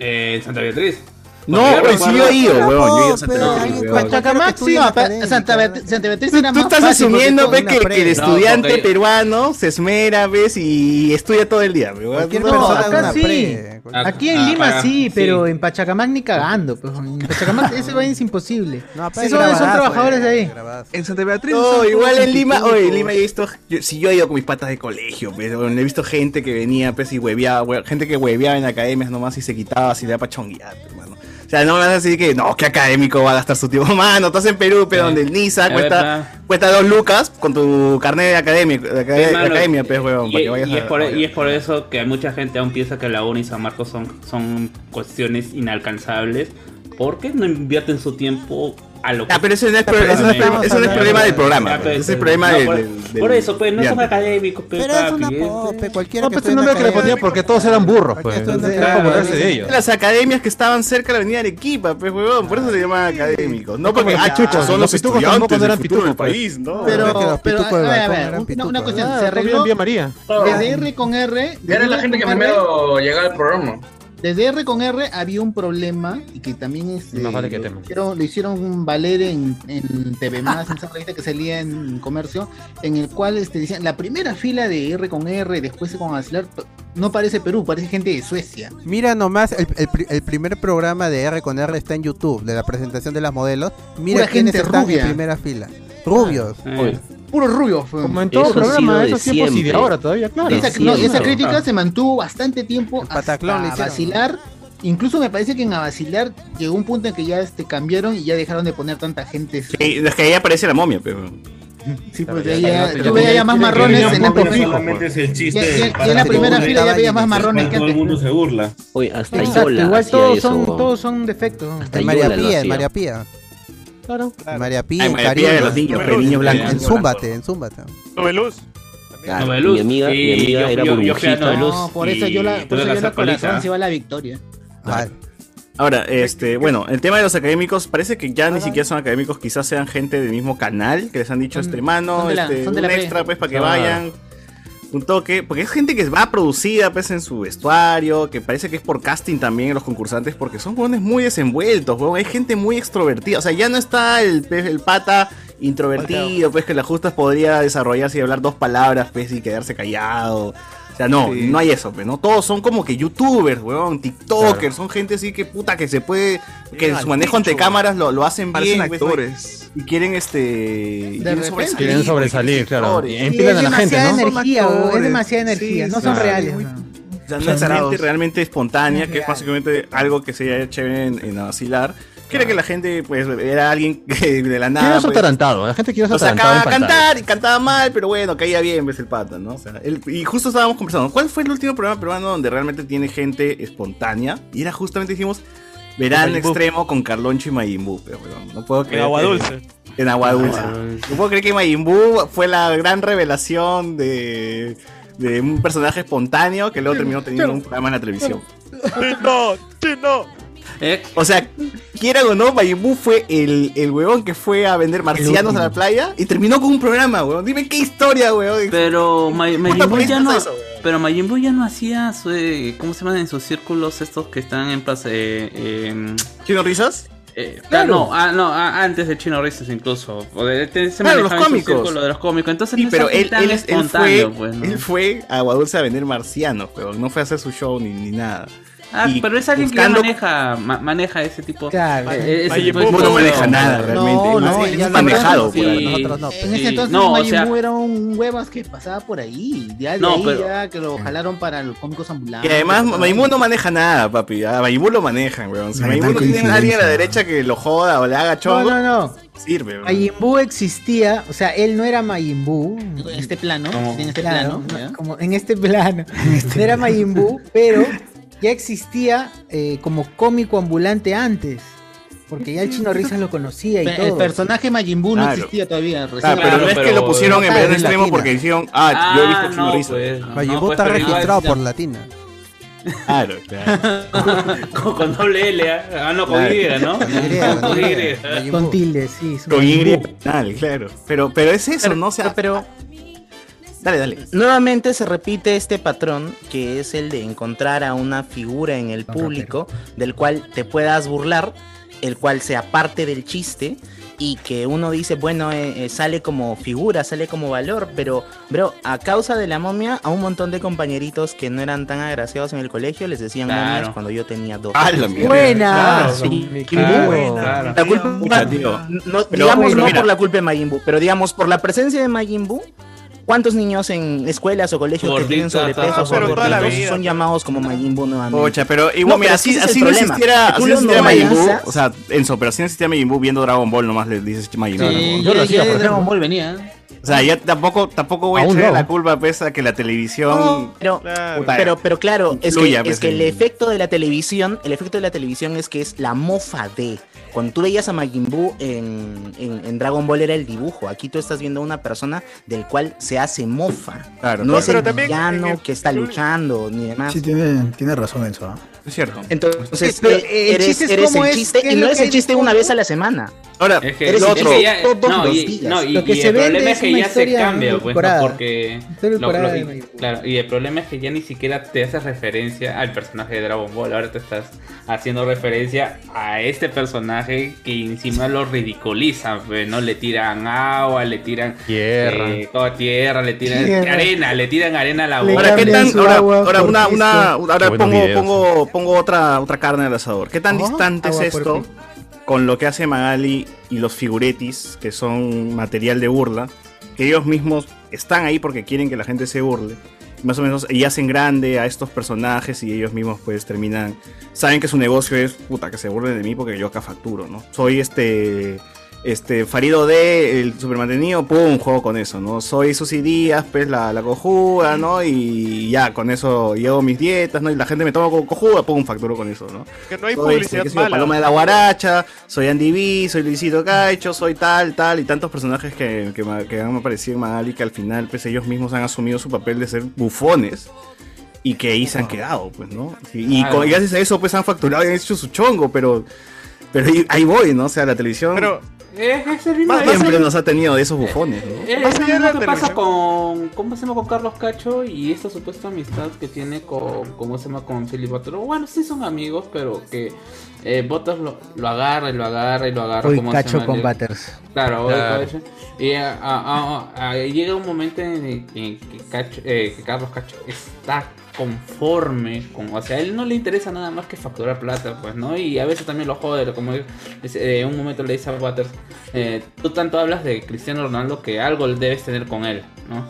S10: Eh, Santa Beatriz.
S16: No,
S10: Porque yo
S16: weón, sí
S10: recuerdo-
S16: yo he ido, weón, yo he ido a Santa Beatriz, weón.
S8: Pachacamac sí, pa- Santa Bet- Santa Beatriz
S16: Tú,
S8: era
S16: tú
S8: más
S16: estás
S8: fácil porque
S16: asumiendo
S8: con
S16: ves
S8: una
S16: que, que el
S8: previa. No,
S16: estudiante
S8: porque-
S16: peruano se esmera, ves, y estudia todo el día. weón. No,
S1: acá sí. Aquí en
S16: Ah,
S1: Lima
S16: acá,
S1: sí, pero en Pachacamac ni cagando. pues, En Pachacamac ese vaina es imposible.
S16: aparte
S1: Sí, son, son
S16: grabadazo,
S1: trabajadores de ahí.
S9: En Santa Beatriz.
S16: No,
S9: son
S16: igual
S9: puras
S16: en Lima,
S9: institutos.
S16: oye, en Lima yo he visto, yo- si yo he ido con mis patas de colegio, pero he visto gente que venía, pues, y hueveaba, hue- gente que hueveaba en academias nomás y se quitaba, así le da pa' chonguear, hermano. O sea, no me vas a decir que, no, qué académico va a gastar su tiempo, mano, estás en Perú, pero donde el NISA
S10: Es verdad.
S16: cuesta, cuesta dos lucas con tu carnet de académico, de, acad-
S10: Sí, mano,
S16: de academia, pues, huevón,
S10: Y,
S16: para que vayas
S10: y es
S16: a-
S10: por, e, y es por eso que mucha gente aún piensa que la ONU y San Marcos son, son cuestiones inalcanzables. ¿Por qué no invierten su tiempo a lo que...
S16: Ah, pero eso no es pro- eso no es pro- eso no es problema del programa,
S10: Ah,
S16: pues,
S10: pero-
S16: ese es el problema del-
S10: por,
S16: del-
S10: por eso, pues, no
S16: del-
S10: son académicos, pues,
S5: Pero es una
S10: papi, es-
S5: pope, cualquiera
S2: No,
S5: que
S2: pues
S5: esté
S2: no
S5: en la
S2: me
S5: calle-
S2: respondía porque todos eran burros, pues. Era como burlarse de ellos.
S16: Las academias que estaban cerca de la avenida Arequipa, pues, huevón, por eso se llamaban académicos. No porque,
S2: como
S16: ah,
S2: ya,
S16: chucha, son los
S2: los pitucos tampoco
S16: estudiantes
S2: cuando
S16: del
S2: eran
S16: futuro del
S2: pitucos, pues.
S16: país, ¿no?
S8: Pero, pero, a ver, a ver,
S16: eran
S8: una, una cuestión,
S16: pitucos. Ah,
S8: pues, se
S16: todo bien,
S8: arregló
S16: vía María.
S8: desde R con R.
S12: Era la gente que primero llegaba al programa.
S8: Desde R con R había un problema y que también este,
S2: Más vale que
S8: lo,
S2: tema.
S8: hicieron, lo hicieron valer en, en TV Más, en esa revista que salía en comercio, en el cual este, decían la primera fila de R con R, después con Acilar, no parece Perú, parece gente de Suecia.
S5: Mira nomás, el, el pri- el primer programa de R con R está en YouTube, de la presentación de las modelos. Mira
S8: Pura
S5: quiénes
S8: gente
S5: están
S8: rubia.
S5: en primera fila. Rubios.
S11: Ah,
S8: Oye.
S11: eh,
S8: Puro rubio. fue.
S5: Como en todo Eso ha programa, sido de esos tiempos y de siempre. ahora
S2: todavía,
S5: claro.
S8: Esa,
S5: De
S8: no, esa
S5: siempre.
S8: crítica
S5: Ah.
S8: se mantuvo bastante tiempo hasta
S5: Pataclón le hicieron,
S8: vacilar. Incluso me parece que en vacilar llegó un punto en que ya este, cambiaron y ya dejaron de poner tanta gente.
S16: Sí, es que ahí aparece la momia, pues, pero.
S8: Sí, pues ahí ya- tú veías ya más marrones en la primera-
S3: Solamente es el
S8: Y-
S3: chiste.
S8: y-
S3: del
S8: y en la
S3: parásito
S8: primera
S3: del
S8: fila ya veías más
S3: cual
S8: marrones que
S3: Todo el
S8: antes.
S3: mundo se burla.
S11: Oye, hasta
S1: Exacto,
S11: Yola
S1: igual
S11: hacía
S1: todos
S11: eso,
S1: son,
S11: weón.
S1: todos son defectos.
S5: En María Pía, en María Pía.
S1: Claro.
S5: En María Pía,
S11: Ay,
S5: en
S11: María Pía de
S5: Cariño.
S11: los niños, pe, niño blanco.
S5: En Zúmbate, en Zúmbate.
S22: Noveluz.
S11: Claro,
S10: Noveluz.
S11: Mi amiga, mi
S10: Sí,
S11: amiga
S10: yo-
S11: era
S10: yo- yo fui a
S11: burbujita.
S10: Noveluz.
S8: No, por eso
S11: y
S8: yo la, por
S11: tuve
S8: eso
S11: que
S8: yo la
S11: hacer colita.
S8: corazón se va a la victoria.
S16: Ahora, este, bueno, el tema de los académicos parece que ya ni siquiera son académicos, quizás sean gente del mismo canal que les han dicho, este mano,
S8: son de la-
S16: este,
S8: son de
S16: un
S8: la pre.
S16: extra, pues, para que
S8: Ah.
S16: vayan. Un toque, porque es gente que va producida, pues, en su vestuario, que parece que es por casting también en los concursantes, porque son hueones muy desenvueltos, huevón, hay gente muy extrovertida, o sea, ya no está el, pe- el pata introvertido, pues, que la justas podría desarrollarse y hablar dos palabras, pues, y quedarse callado. O sea, no,
S2: Sí.
S16: no hay eso, pues, ¿no? Todos son como que youtubers, huevón, tiktokers, son gente así que puta que se puede, que
S2: Llegan
S16: su
S2: al
S16: manejo ante
S2: techo.
S16: cámaras lo, lo hacen
S2: Parecen
S16: bien. pues,
S2: actores.
S16: Y quieren este. y quieren
S2: repente.
S16: sobresalir. pues,
S2: Quieren sobresalir, claro.
S16: actores.
S2: Y empilan a la gente,
S1: demasiada
S2: ¿no?
S1: energía,
S16: Son
S1: weón, es
S16: actores.
S1: demasiada energía, no son
S16: sí.
S1: reales.
S16: Muy-
S1: weón.
S16: O sea, no
S1: Son
S16: es gente
S1: raros.
S16: realmente espontánea, que es
S1: Real.
S16: básicamente algo que sería chévere en, en vacilar. Quiere que la gente, pues, era alguien que de la nada.
S17: Ah,
S2: Quiero ser
S16: pues,
S2: atarantado. La gente quiere ser
S16: o sea,
S2: atarantado.
S16: acaba de
S2: en pantalla.
S16: cantar y cantaba mal, pero bueno, caía bien, ves el pata, ¿no? O sea, el- y justo estábamos conversando, ¿cuál fue el último programa peruano donde realmente tiene gente espontánea? Y era justamente, dijimos, Verán
S2: Majin Buu.
S16: Extremo con Carloncho y Mayimbu, pero bueno, no puedo creer.
S22: Agua
S16: que-
S22: Dulce. Ah,
S16: En Agua Dulce.
S22: Agua
S16: No puedo creer que Mayimbu fue la gran revelación de, de un personaje espontáneo que luego terminó teniendo un programa en la televisión.
S22: ¡Chino! ¡Chino!
S16: O sea, quieran o no, Bayimbu fue el, el huevón que fue a vender marcianos a la playa y terminó con un programa, huevón. Dime qué historia, huevón.
S4: Pero Ma- Majin
S16: Puta,
S4: Buu
S16: ¿por qué
S4: ya
S16: haces
S4: no,
S16: eso, weón?
S4: pero Majin Buu ya no hacía su, eh, ¿cómo se llaman en sus círculos estos que están en plaza? Eh, eh,
S16: ¿Chino Risas?
S4: claro. No, ah, no ah, antes de Chino Risas incluso. O de- te- se
S16: Claro, los
S4: manejaba en su
S16: cómicos.
S4: círculo de los cómicos. Entonces
S16: Sí,
S4: no es
S16: pero
S4: así
S16: él,
S4: tan
S16: él, es- él fue,
S4: espontáneo, pues, ¿no?
S16: él fue a Aguadulce a vender marcianos, huevón. No fue a hacer su show ni, ni nada.
S4: Ah,
S16: Y
S4: pero es alguien
S16: buscando-
S4: que ya maneja, ma- maneja ese tipo.
S1: Claro.
S4: eh, ese
S16: Majin
S4: tipo
S16: Buu
S4: de
S16: no
S4: cosas.
S16: maneja nada, realmente. Es más,
S4: no,
S16: es
S4: ya
S16: manejado pues.
S4: no. Sí,
S16: por alguien.
S1: Nosotros no.
S8: En ese
S4: sí.
S8: entonces
S4: No, o
S8: Majin
S4: sea,
S8: Buu era un huevas que pasaba por ahí. Ya de
S4: No,
S8: ahí
S4: pero-
S8: ya que lo jalaron para los cómicos
S16: Y
S8: ambulantes.
S16: además,
S4: Ah,
S8: ¿no?
S16: Maimú no maneja nada, papi. A Maimú lo manejan, weón. Si
S20: Ay,
S16: Maimú
S20: tal
S16: no tiene a alguien a
S20: coincidencia.
S16: la derecha que lo joda o le haga chongo,
S1: No, no, no.
S16: sirve, weón.
S1: Majin Buu existía, o sea, él no era Majin Buu.
S8: En este plano,
S1: Como-
S8: en este
S1: Claro,
S8: plano, ¿ya?
S1: como en este plano. No era Majin Buu, pero ya existía eh, como cómico ambulante antes. Porque ya el chino Risas lo conocía y
S8: Pe-
S1: todo.
S8: El personaje Majin Buu no
S1: Claro.
S8: existía todavía. recién-
S16: Ah, pero no es que lo pusieron en
S8: Ah,
S16: vez de
S8: en
S16: extremo
S8: Latina.
S16: porque dijeron, ah, pues. yo he visto Chino Risas.
S19: Majin Buu está registrado por Latina.
S16: Claro,
S4: con, con doble L, ¿ah? ah, no, con
S16: Claro.
S4: Y, ¿no? Con Y.
S1: Con tilde, sí.
S16: Con Y final, claro. Pero, pero es eso, ¿no? O sea, ah,
S7: pero.
S16: Dale, dale.
S7: Nuevamente se repite este patrón que es el de encontrar a una figura en el público del cual te puedas burlar, el cual sea parte del chiste y que uno dice, bueno, eh, eh, sale como figura, sale como valor, pero, bro, a causa de la momia, a un montón de compañeritos que no eran tan agraciados en el colegio les decían
S4: Claro.
S7: momias cuando yo tenía dos.
S16: ¡Ah, la
S7: años.
S16: mierda! Buena. Claro,
S7: Sí,
S16: son-
S7: claro,
S16: buena.
S7: claro.
S16: La culpa-
S7: Pucha, tío. No,
S16: Pero,
S7: digamos
S16: pero
S7: no
S16: mira.
S7: por la culpa de Majin Buu, pero digamos por la presencia de Majin Buu, ¿cuántos niños en escuelas o colegios que
S16: Gordita,
S7: tienen sobrepeso
S16: ah,
S7: o
S16: pero toda la
S7: gorditos
S16: vida,
S7: son llamados como Majin Buu nuevamente?
S16: Ocha, pero igual,
S7: No,
S16: mira,
S7: es que
S16: así,
S7: ese es el
S16: así no
S7: problema.
S16: existiera,
S7: Que tú
S16: así no
S7: lo
S16: existiera Majin Buu,
S7: normalizas.
S16: o sea, Enzo, pero así no existiera Majin Buu viendo Dragon Ball, nomás le dices Majin Buu.
S8: Sí,
S16: ¿no?
S8: yo lo hacía, por Dragon Ball venía.
S16: O sea, ya tampoco, tampoco voy a
S7: Aún
S16: echarle
S7: no.
S16: la culpa pesa que la televisión...
S7: No, pero,
S16: puta,
S7: pero, pero claro, es,
S16: influya,
S7: que,
S16: pues,
S7: es que el
S16: en-
S7: efecto de la televisión, el efecto de la televisión es que es la mofa de. Cuando tú veías a Majin Buu en, en- en Dragon Ball era el dibujo. Aquí tú estás viendo a una persona del cual se hace mofa.
S16: Claro,
S7: no
S16: claro.
S7: es el
S16: Pero también
S7: villano
S16: en el-
S7: que está luchando ni demás.
S20: Sí, tiene, tiene razón eso. ¿ah?
S16: Es cierto.
S7: Entonces,
S1: Pero,
S7: eh,
S1: eh, el
S7: eres,
S1: chiste es
S7: eres
S1: cómo
S7: el
S1: es,
S7: chiste
S1: ¿qué es
S7: y
S1: lo
S7: no es
S1: que
S7: el
S1: hay
S7: chiste una vez a la semana.
S16: Ahora,
S4: Es que,
S7: Eres
S4: lo
S7: el
S4: otro.
S7: chiste
S4: ya-
S7: todos
S4: no,
S7: los
S4: y,
S7: días.
S4: no, y-
S7: Lo que
S4: y
S7: se
S4: el
S7: vende
S4: problema
S7: es
S4: es que
S7: una
S4: ya se
S7: historia
S4: cambia, pues,
S7: edulcorada.
S4: ¿no? porque...
S7: Historia edulcorada de
S4: y-
S7: Majin Buu.
S4: claro, y el problema es que ya ni siquiera te haces referencia al personaje de Dragon Ball, ahora te estás haciendo referencia a este personaje que encima lo ridiculizan, pues, ¿no? Le tiran agua, le tiran...
S2: Tierra.
S4: eh, toda tierra, le tiran
S16: Tierra.
S4: arena, le tiran arena a la boca.
S16: Ahora, ¿qué tan, ahora, ahora una, una, ahora
S2: buenos
S16: pongo,
S2: videos. eh.
S16: pongo, pongo otra, otra carne al asador. ¿Qué tan
S2: Ajá.
S16: distante es
S2: Agua por
S16: esto
S2: fin.
S16: con lo que hace Magali y los figuretis, que son material de burla, que ellos mismos están ahí porque quieren que la gente se burle? Más o menos, y hacen grande a estos personajes y ellos mismos pues terminan, saben que su negocio es, puta, que se burlen de mí porque yo acá facturo, ¿no? Soy este, este, Farido D, el supermantenido, pum, juego con eso, ¿no? Soy Susy Díaz, pues la, la cojuda, ¿no? Y ya, con eso llevo mis dietas, ¿no? Y la gente me toma como cojuda, pum, facturo con eso, ¿no?
S22: Que no hay
S16: Soy, este,
S22: publicidad
S16: qué sé yo,
S22: mala.
S16: Paloma de la Guaracha, soy Andy B, soy Luisito Caicho, soy tal, tal, y tantos personajes que, que ma- que han aparecido en Magali que al final, pues ellos mismos han asumido su papel de ser bufones. Y que ahí se han quedado, pues, ¿no? Y,
S22: Ah.
S16: y
S22: Claro.
S16: con- y gracias a eso, pues, han facturado y han hecho su chongo, pero... Pero ahí- ahí voy, ¿no? O sea, la televisión...
S4: Eh, es el mismo-
S16: Más
S4: es el-
S22: ah,
S16: siempre nos ha tenido de esos bufones, ¿no?
S4: Eh, Es lo mismo que pasa con. ¿Cómo se llama con Carlos Cacho? Y esta supuesta amistad que tiene con. ¿Cómo se llama con Philip Butler? Bueno, sí son amigos, pero que. Eh, Butler lo, lo agarra y lo agarra y lo agarra.
S1: Uy,
S4: ¿cómo se
S1: cacho
S4: llama?
S1: con
S4: Le-
S1: Butters.
S4: Claro, hoy
S1: Claro.
S4: Cacho. Y ah, ah, ah, ah, llega un momento en el que, que Cacho- eh, que Carlos Cacho está conforme con. O sea, a él no le interesa nada más que facturar plata, pues, ¿no? Y a veces también lo jode, como en un momento le dice a Waters, eh, tú tanto hablas de Cristiano Ronaldo que algo debes tener con él, ¿no?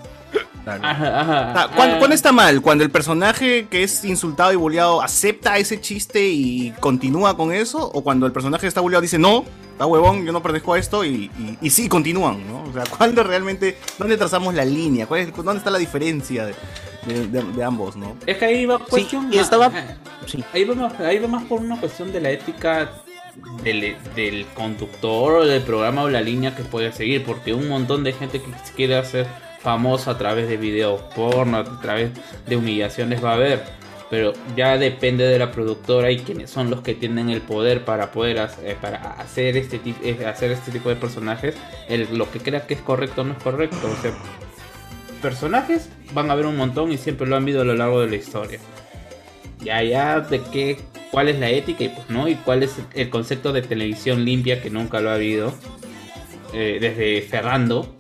S4: Ajá, ajá.
S16: Ah, ¿cuándo,
S4: Ah,
S16: cuándo está mal? Cuando el personaje que es insultado y bulleado acepta ese chiste y continúa con eso, o cuando el personaje que está bulleado dice no, está huevón, yo no pertenezco a esto y, y, y sí continúan, ¿no? O sea, ¿cuándo realmente, dónde trazamos la línea? ¿Cuál es- ¿Dónde está la diferencia de, de- de- de ambos, no?
S4: Es que ahí va cuestión más-
S7: estaba-
S4: Ahí va más, ahí va más por una cuestión de la ética del, del conductor o del programa o la línea que puede seguir, porque un montón de gente que quiere hacer famoso a través de videos porno, a través de humillaciones va a haber. pero ya depende de la productora y quienes son los que tienen el poder para poder hacer, para hacer este tipo hacer este tipo de personajes el- lo que crea que es correcto o no es correcto o sea, personajes van a haber un montón y siempre lo han visto a lo largo de la historia ya ya de qué cuál es la ética y pues no y cuál es el concepto de televisión limpia que nunca lo ha habido eh, desde Ferrando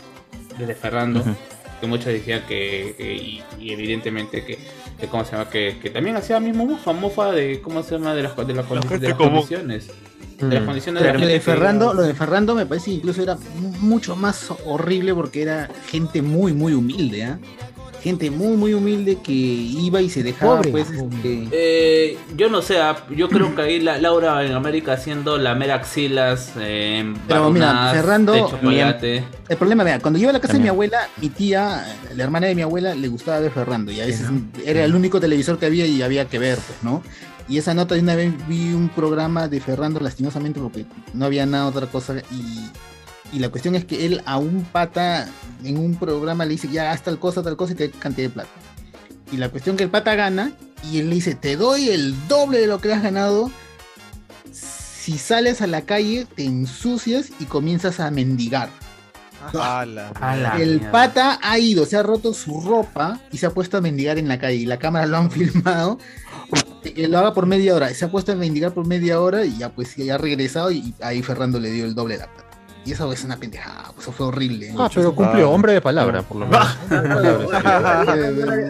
S4: desde Ferrando
S7: Ujú.
S4: que muchos decían que, que- y, y evidentemente que, que cómo se llama que, que también hacía mismo mofa mofa de cómo se llama de las de las, condi- de
S22: gente
S4: las
S22: común.
S4: condiciones de las
S22: Mm.
S4: condiciones de la
S8: Pero lo
S4: gente
S8: de
S4: que-
S8: Ferrando, lo de Ferrando me parece que incluso era mu- mucho más horrible porque era gente muy, muy humilde, ¿ah? Gente muy, muy humilde que iba y se dejaba,
S4: Pobre.
S8: pues, este,
S4: Eh, yo no sé, ah, yo creo que ahí la, Laura en América haciendo la mera axilas, eh,
S8: Pero mira,
S4: baronadas
S8: Ferrando,
S4: de chocolate.
S8: El problema, vea, cuando yo iba a la casa de
S4: También.
S8: mi abuela, mi tía, la hermana de mi abuela, le gustaba ver Ferrando y a veces era el único televisor que había y había que ver, pues, ¿no? Y esa nota de una vez vi un programa de Ferrando, lastimosamente, porque no había nada otra cosa y, y la cuestión es que él a un pata en un programa le dice, ya haz tal cosa, tal cosa y te doy cantidad de plata. Y la cuestión que el pata gana y él le dice, te doy el doble de lo que has ganado si sales a la calle, te ensucias y comienzas a mendigar. el pata ha ido, se ha roto su ropa y se ha puesto a mendigar en la calle. Y la cámara lo han filmado. Que lo haga por media hora. Se ha puesto a mendigar por media hora y ya pues ya ha regresado y ahí Ferrando le dio el doble de la plata. Y eso es una pendejada, pues, eso fue horrible.
S2: Ah, pero cumplió, hombre de palabra, por lo menos.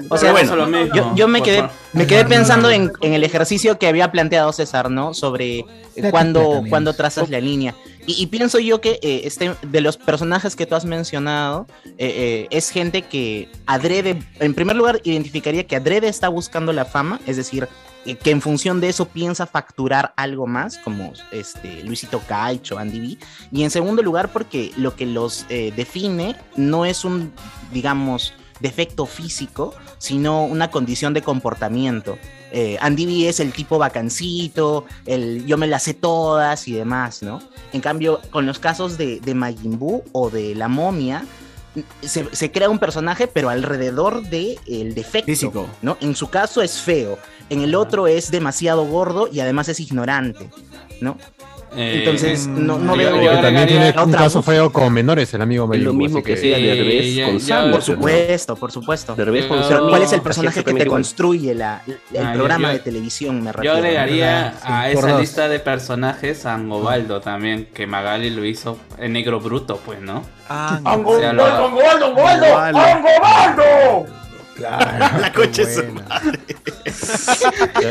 S7: O sea,
S4: bueno, lo mismo,
S7: yo, yo me
S4: por
S7: quedé,
S4: favor.
S7: me quedé pensando en, en el ejercicio que había planteado César, ¿no? Sobre
S4: Plata, plata,
S7: cuándo,
S4: amigos.
S7: cuándo trazas la línea. Y, y pienso yo que eh, este, de los personajes que tú has mencionado, eh, eh, es gente que adrede, en primer lugar, identificaría que adrede está buscando la fama, es decir, eh, que en función de eso piensa facturar algo más, como este, Luisito Calcho, Andy B. Y en segundo lugar, porque lo que los eh, define no es un, digamos, defecto físico, sino una condición de comportamiento. Eh, Andy B es el tipo vacancito, el yo me las sé todas y demás, ¿no? En cambio, con los casos de, de Majin Buu o de la momia, se, se crea un personaje, pero alrededor de el defecto. ¿no? En su caso es feo, en el otro es demasiado gordo y además es ignorante, ¿no?
S4: Eh,
S7: Entonces,
S16: mm.
S7: no, no
S4: yo-
S7: veo.
S4: yo
S2: Que también tiene
S7: otra
S2: un caso
S7: música.
S2: feo con menores, el amigo Mayimbu, así
S7: Sí, ya- ya- Por supuesto, por supuesto.
S11: Derbez con
S7: Pero,
S11: Sammy,
S7: ¿cuál ah, es el
S11: hacía
S7: personaje
S11: su
S7: que te
S11: primer gol.
S7: construye la, el
S4: Ah, yo-
S7: programa
S4: yo-
S7: de televisión? Me
S4: Yo
S7: refiero.
S4: agregaría a
S7: Por
S4: esa
S7: dos.
S4: lista de personajes a Angobaldo también, que Magali lo hizo en negro bruto, pues, ¿no?
S9: Ah,
S4: O sea, lo-
S9: Angobaldo.
S16: La coche es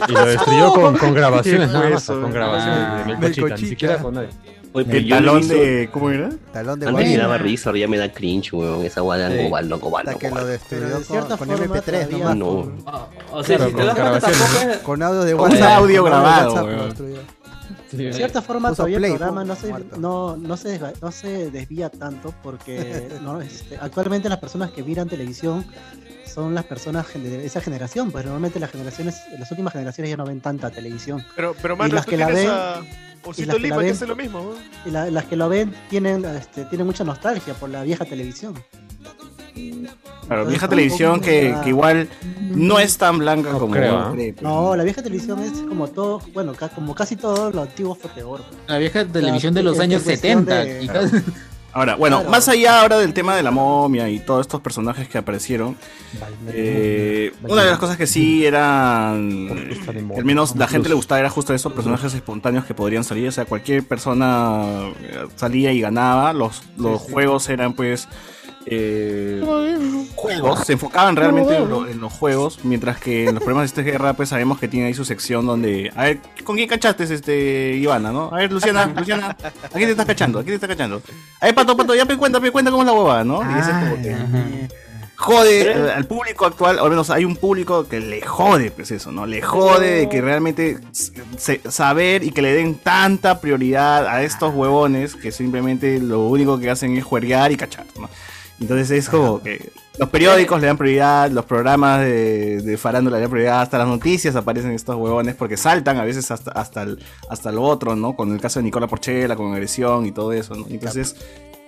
S2: Y lo destruyó con, con grabaciones,
S16: Qué
S2: nada más,
S16: hueso.
S2: con grabaciones
S16: Ah,
S2: de
S16: Melcochita.
S2: Melcochita, ni siquiera con nadie.
S11: Oye, pero
S16: El
S11: yo lo
S16: talón
S11: hizo-
S16: de. ¿Cómo era?
S11: Talón Antes
S16: de
S11: me
S16: Guadalupe.
S11: daba risa, ahora ya me da cringe, weón. Esa guada
S16: Sí.
S11: Gobaldo, Gobaldo,
S19: Hasta que lo
S11: Gobaldo.
S19: destruyó
S14: cierta
S19: con, con
S14: forma,
S19: MP3
S14: todavía
S19: nomás.
S11: No.
S4: O sea,
S19: Claro,
S4: si te
S19: con
S4: das cuenta,
S19: grabaciones.
S4: tampoco es-
S19: Con audio de
S4: Con
S19: WhatsApp.
S16: audio
S19: Con
S16: grabado,
S19: WhatsApp lo
S16: weón.
S19: destruyó.
S14: De cierta forma,
S19: Puso
S14: todavía
S19: play,
S14: el programa
S19: pum,
S14: no se,
S19: muerto.
S14: no, no, se, desva- no se desvía tanto porque no, este, actualmente las personas que miran televisión son las personas gen- de esa generación, pues normalmente las generaciones, las últimas generaciones ya no ven tanta televisión.
S22: Pero, pero
S14: Y
S22: Marla,
S14: las
S22: tú
S14: que la
S22: tienes
S14: ven,
S22: a
S14: y las
S22: Osito
S14: que la
S22: Lima que
S14: ven-
S22: hace lo mismo, weón.
S14: y la- las que lo ven tienen, este, tienen mucha nostalgia por la vieja televisión.
S16: Claro,
S14: Entonces,
S16: vieja
S14: tampoco
S16: televisión que,
S14: era-
S16: que igual no es tan blanca como
S2: creo,
S22: ¿ah?
S16: uno
S2: ¿eh?
S16: cree.
S14: No, la vieja televisión es como todo, bueno, ca- como casi todo lo antiguo fue peor.
S8: La vieja televisión de
S14: que-
S8: los
S14: que
S8: años
S14: cuestión
S8: 70.
S14: de-
S8: quizás.
S16: Ahora, bueno,
S8: Claro.
S16: más allá ahora del tema de la momia y todos estos personajes que aparecieron, eh, una de las cosas que sí eran, que al menos la gente le gustaba era justo esos personajes espontáneos que podrían salir, o sea, cualquier persona eh, salía y ganaba, los, los juegos eran pues... eh, juegos, se enfocaban realmente en, lo- en los juegos, mientras que en los problemas de esta guerra pues sabemos que tiene ahí su sección donde... A ver, ¿con quién cachaste este Ivana, no? A ver, Luciana, Luciana, ¿a quién te estás cachando? ¿A quién te estás cachando? A ver, Pato, Pato, ya me cuenta, me cuenta cómo es la huevada, ¿no? Y ese es como que, Jode eh, al público actual, o al menos hay un público que le jode, pues eso, ¿no? Le jode de que realmente s- se- saber y que le den tanta prioridad a estos huevones que simplemente lo único que hacen es juerguear y cachar, ¿no? Entonces es como que los periódicos le dan prioridad, los programas de, de farándula le dan prioridad, hasta las noticias aparecen estos huevones porque saltan a veces hasta, hasta, el- hasta lo otro, ¿no? Con el caso de Nicola Porchela, con agresión y todo eso, ¿no? Entonces...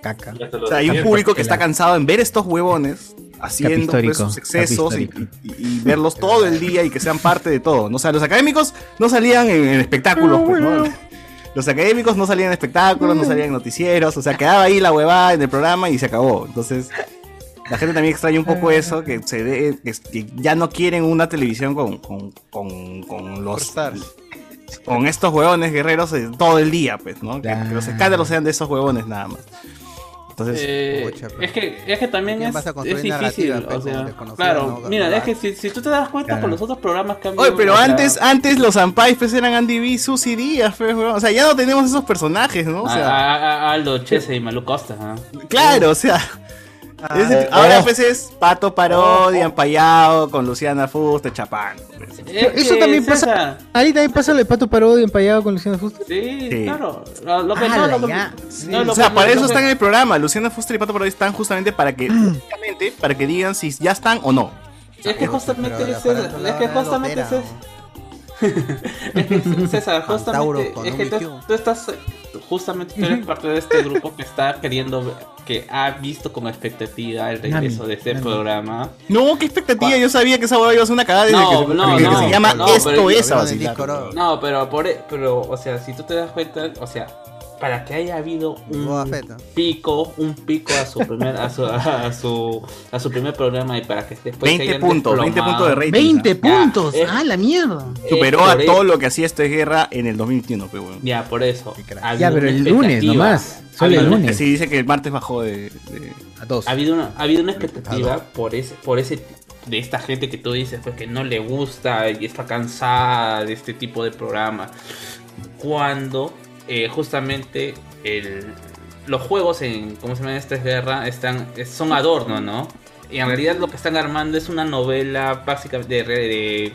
S19: Caca.
S16: O sea, hay un público que está cansado en ver estos huevones haciendo pues,
S15: histórico,
S16: sus excesos y,
S15: capi
S16: y- y verlos todo el día y que sean parte de todo. ¿no? O sea, los académicos no salían en, en espectáculos, pues, ¿no? Los académicos no salían en espectáculos, no salían en noticieros, o sea, quedaba ahí la huevada en el programa y se acabó. Entonces, la gente también extraña un poco eso, que se dé- que, que ya no quieren una televisión con, con, con- con los con estos huevones guerreros eh, todo el día, pues, ¿no? Que, que los escándalos sean de esos huevones nada más. Entonces,
S4: Eh, es, que, es que también
S16: ¿Quién
S4: es,
S16: vas a construir
S4: es difícil.
S16: narrativa, pues,
S4: o
S16: pe,
S4: sea,
S16: con desconocidos,
S4: claro,
S16: no?
S4: mira, es
S16: Claro.
S4: que si, si tú te das cuenta
S16: Claro.
S4: con los otros programas que han
S16: Oye,
S4: habido,
S16: pero
S4: o sea,
S16: antes, antes los Zampai pues eran Andy B, Susy Díaz, pues, weón. O sea, ya no tenemos esos personajes, ¿no? O
S4: a-
S16: sea,
S4: a- a- a Aldo Chese y Malú Costa. ¿ah? ¿no?
S16: claro, o sea. es el-
S4: Ah.
S16: ahora pues es Oh, Pato Parodia, Empallado, con Luciana Fuste, Chapán. pues.
S4: Es
S1: Eso
S4: que,
S1: también
S4: eh, César,
S1: pasa. Ahí también pasa lo de Pato Parodio empallado con Luciana Fuster.
S4: Sí,
S16: Sí.
S4: claro. Lo, lo que
S1: Ala,
S4: no, lo que-
S1: ya.
S4: no, lo
S16: o sea,
S4: que-
S16: para
S4: lo
S16: eso
S4: que-
S16: están en el programa. Luciana Fuster y Pato Parodia están justamente para que,
S1: Mm.
S16: justamente para que digan si ya están o no.
S4: Es que justamente
S16: Pero
S4: es,
S16: la
S4: César, es que
S16: farándula
S4: justamente
S16: lotera,
S4: es- es que César,
S5: Tauro
S4: justamente
S5: con
S4: es
S5: un
S4: que tú,
S5: Mikio.
S4: tú estás justamente tú eres parte de este grupo que está queriendo ver- que ha visto con expectativa el regreso de este programa.
S16: No, qué expectativa. Yo sabía que esa hueá iba a ser una cagada desde
S4: No,
S16: Ah, que,
S4: no,
S16: que
S4: no,
S16: se llama
S4: no, pero-
S16: Esto es a vacilar.
S4: No, pero por e- pero o sea, si tú te das cuenta, o sea, para que haya habido un pico, un pico a su primer a su a su, a su primer programa y para Pues, que después se
S16: 20
S4: hayan
S16: puntos, 20
S4: desplomado.
S16: puntos de rating.
S8: 20 puntos.
S4: es-
S8: Ah, la mierda.
S16: eh. Superó
S4: Eh,
S16: a
S4: por
S16: todo lo que hacía Esto es Guerra en el 2021, pues, weón.
S4: Ya, por eso. Ha habido
S1: Ya, pero
S4: una
S1: el lunes
S4: expectativa.
S1: nomás. Solo
S4: Ah,
S1: el
S4: no,
S1: lunes.
S16: Sí, dice que el martes bajó de. de-
S4: Ha habido una, ha habido una expectativa por ese, por ese de esta gente que tú dices pues, que no le gusta y está cansada de este tipo de programa. Cuando eh, justamente el- los juegos en cómo se llama esta guerra están es- son adorno, ¿no? Y en realidad lo que están armando es una novela básicamente de, re- de-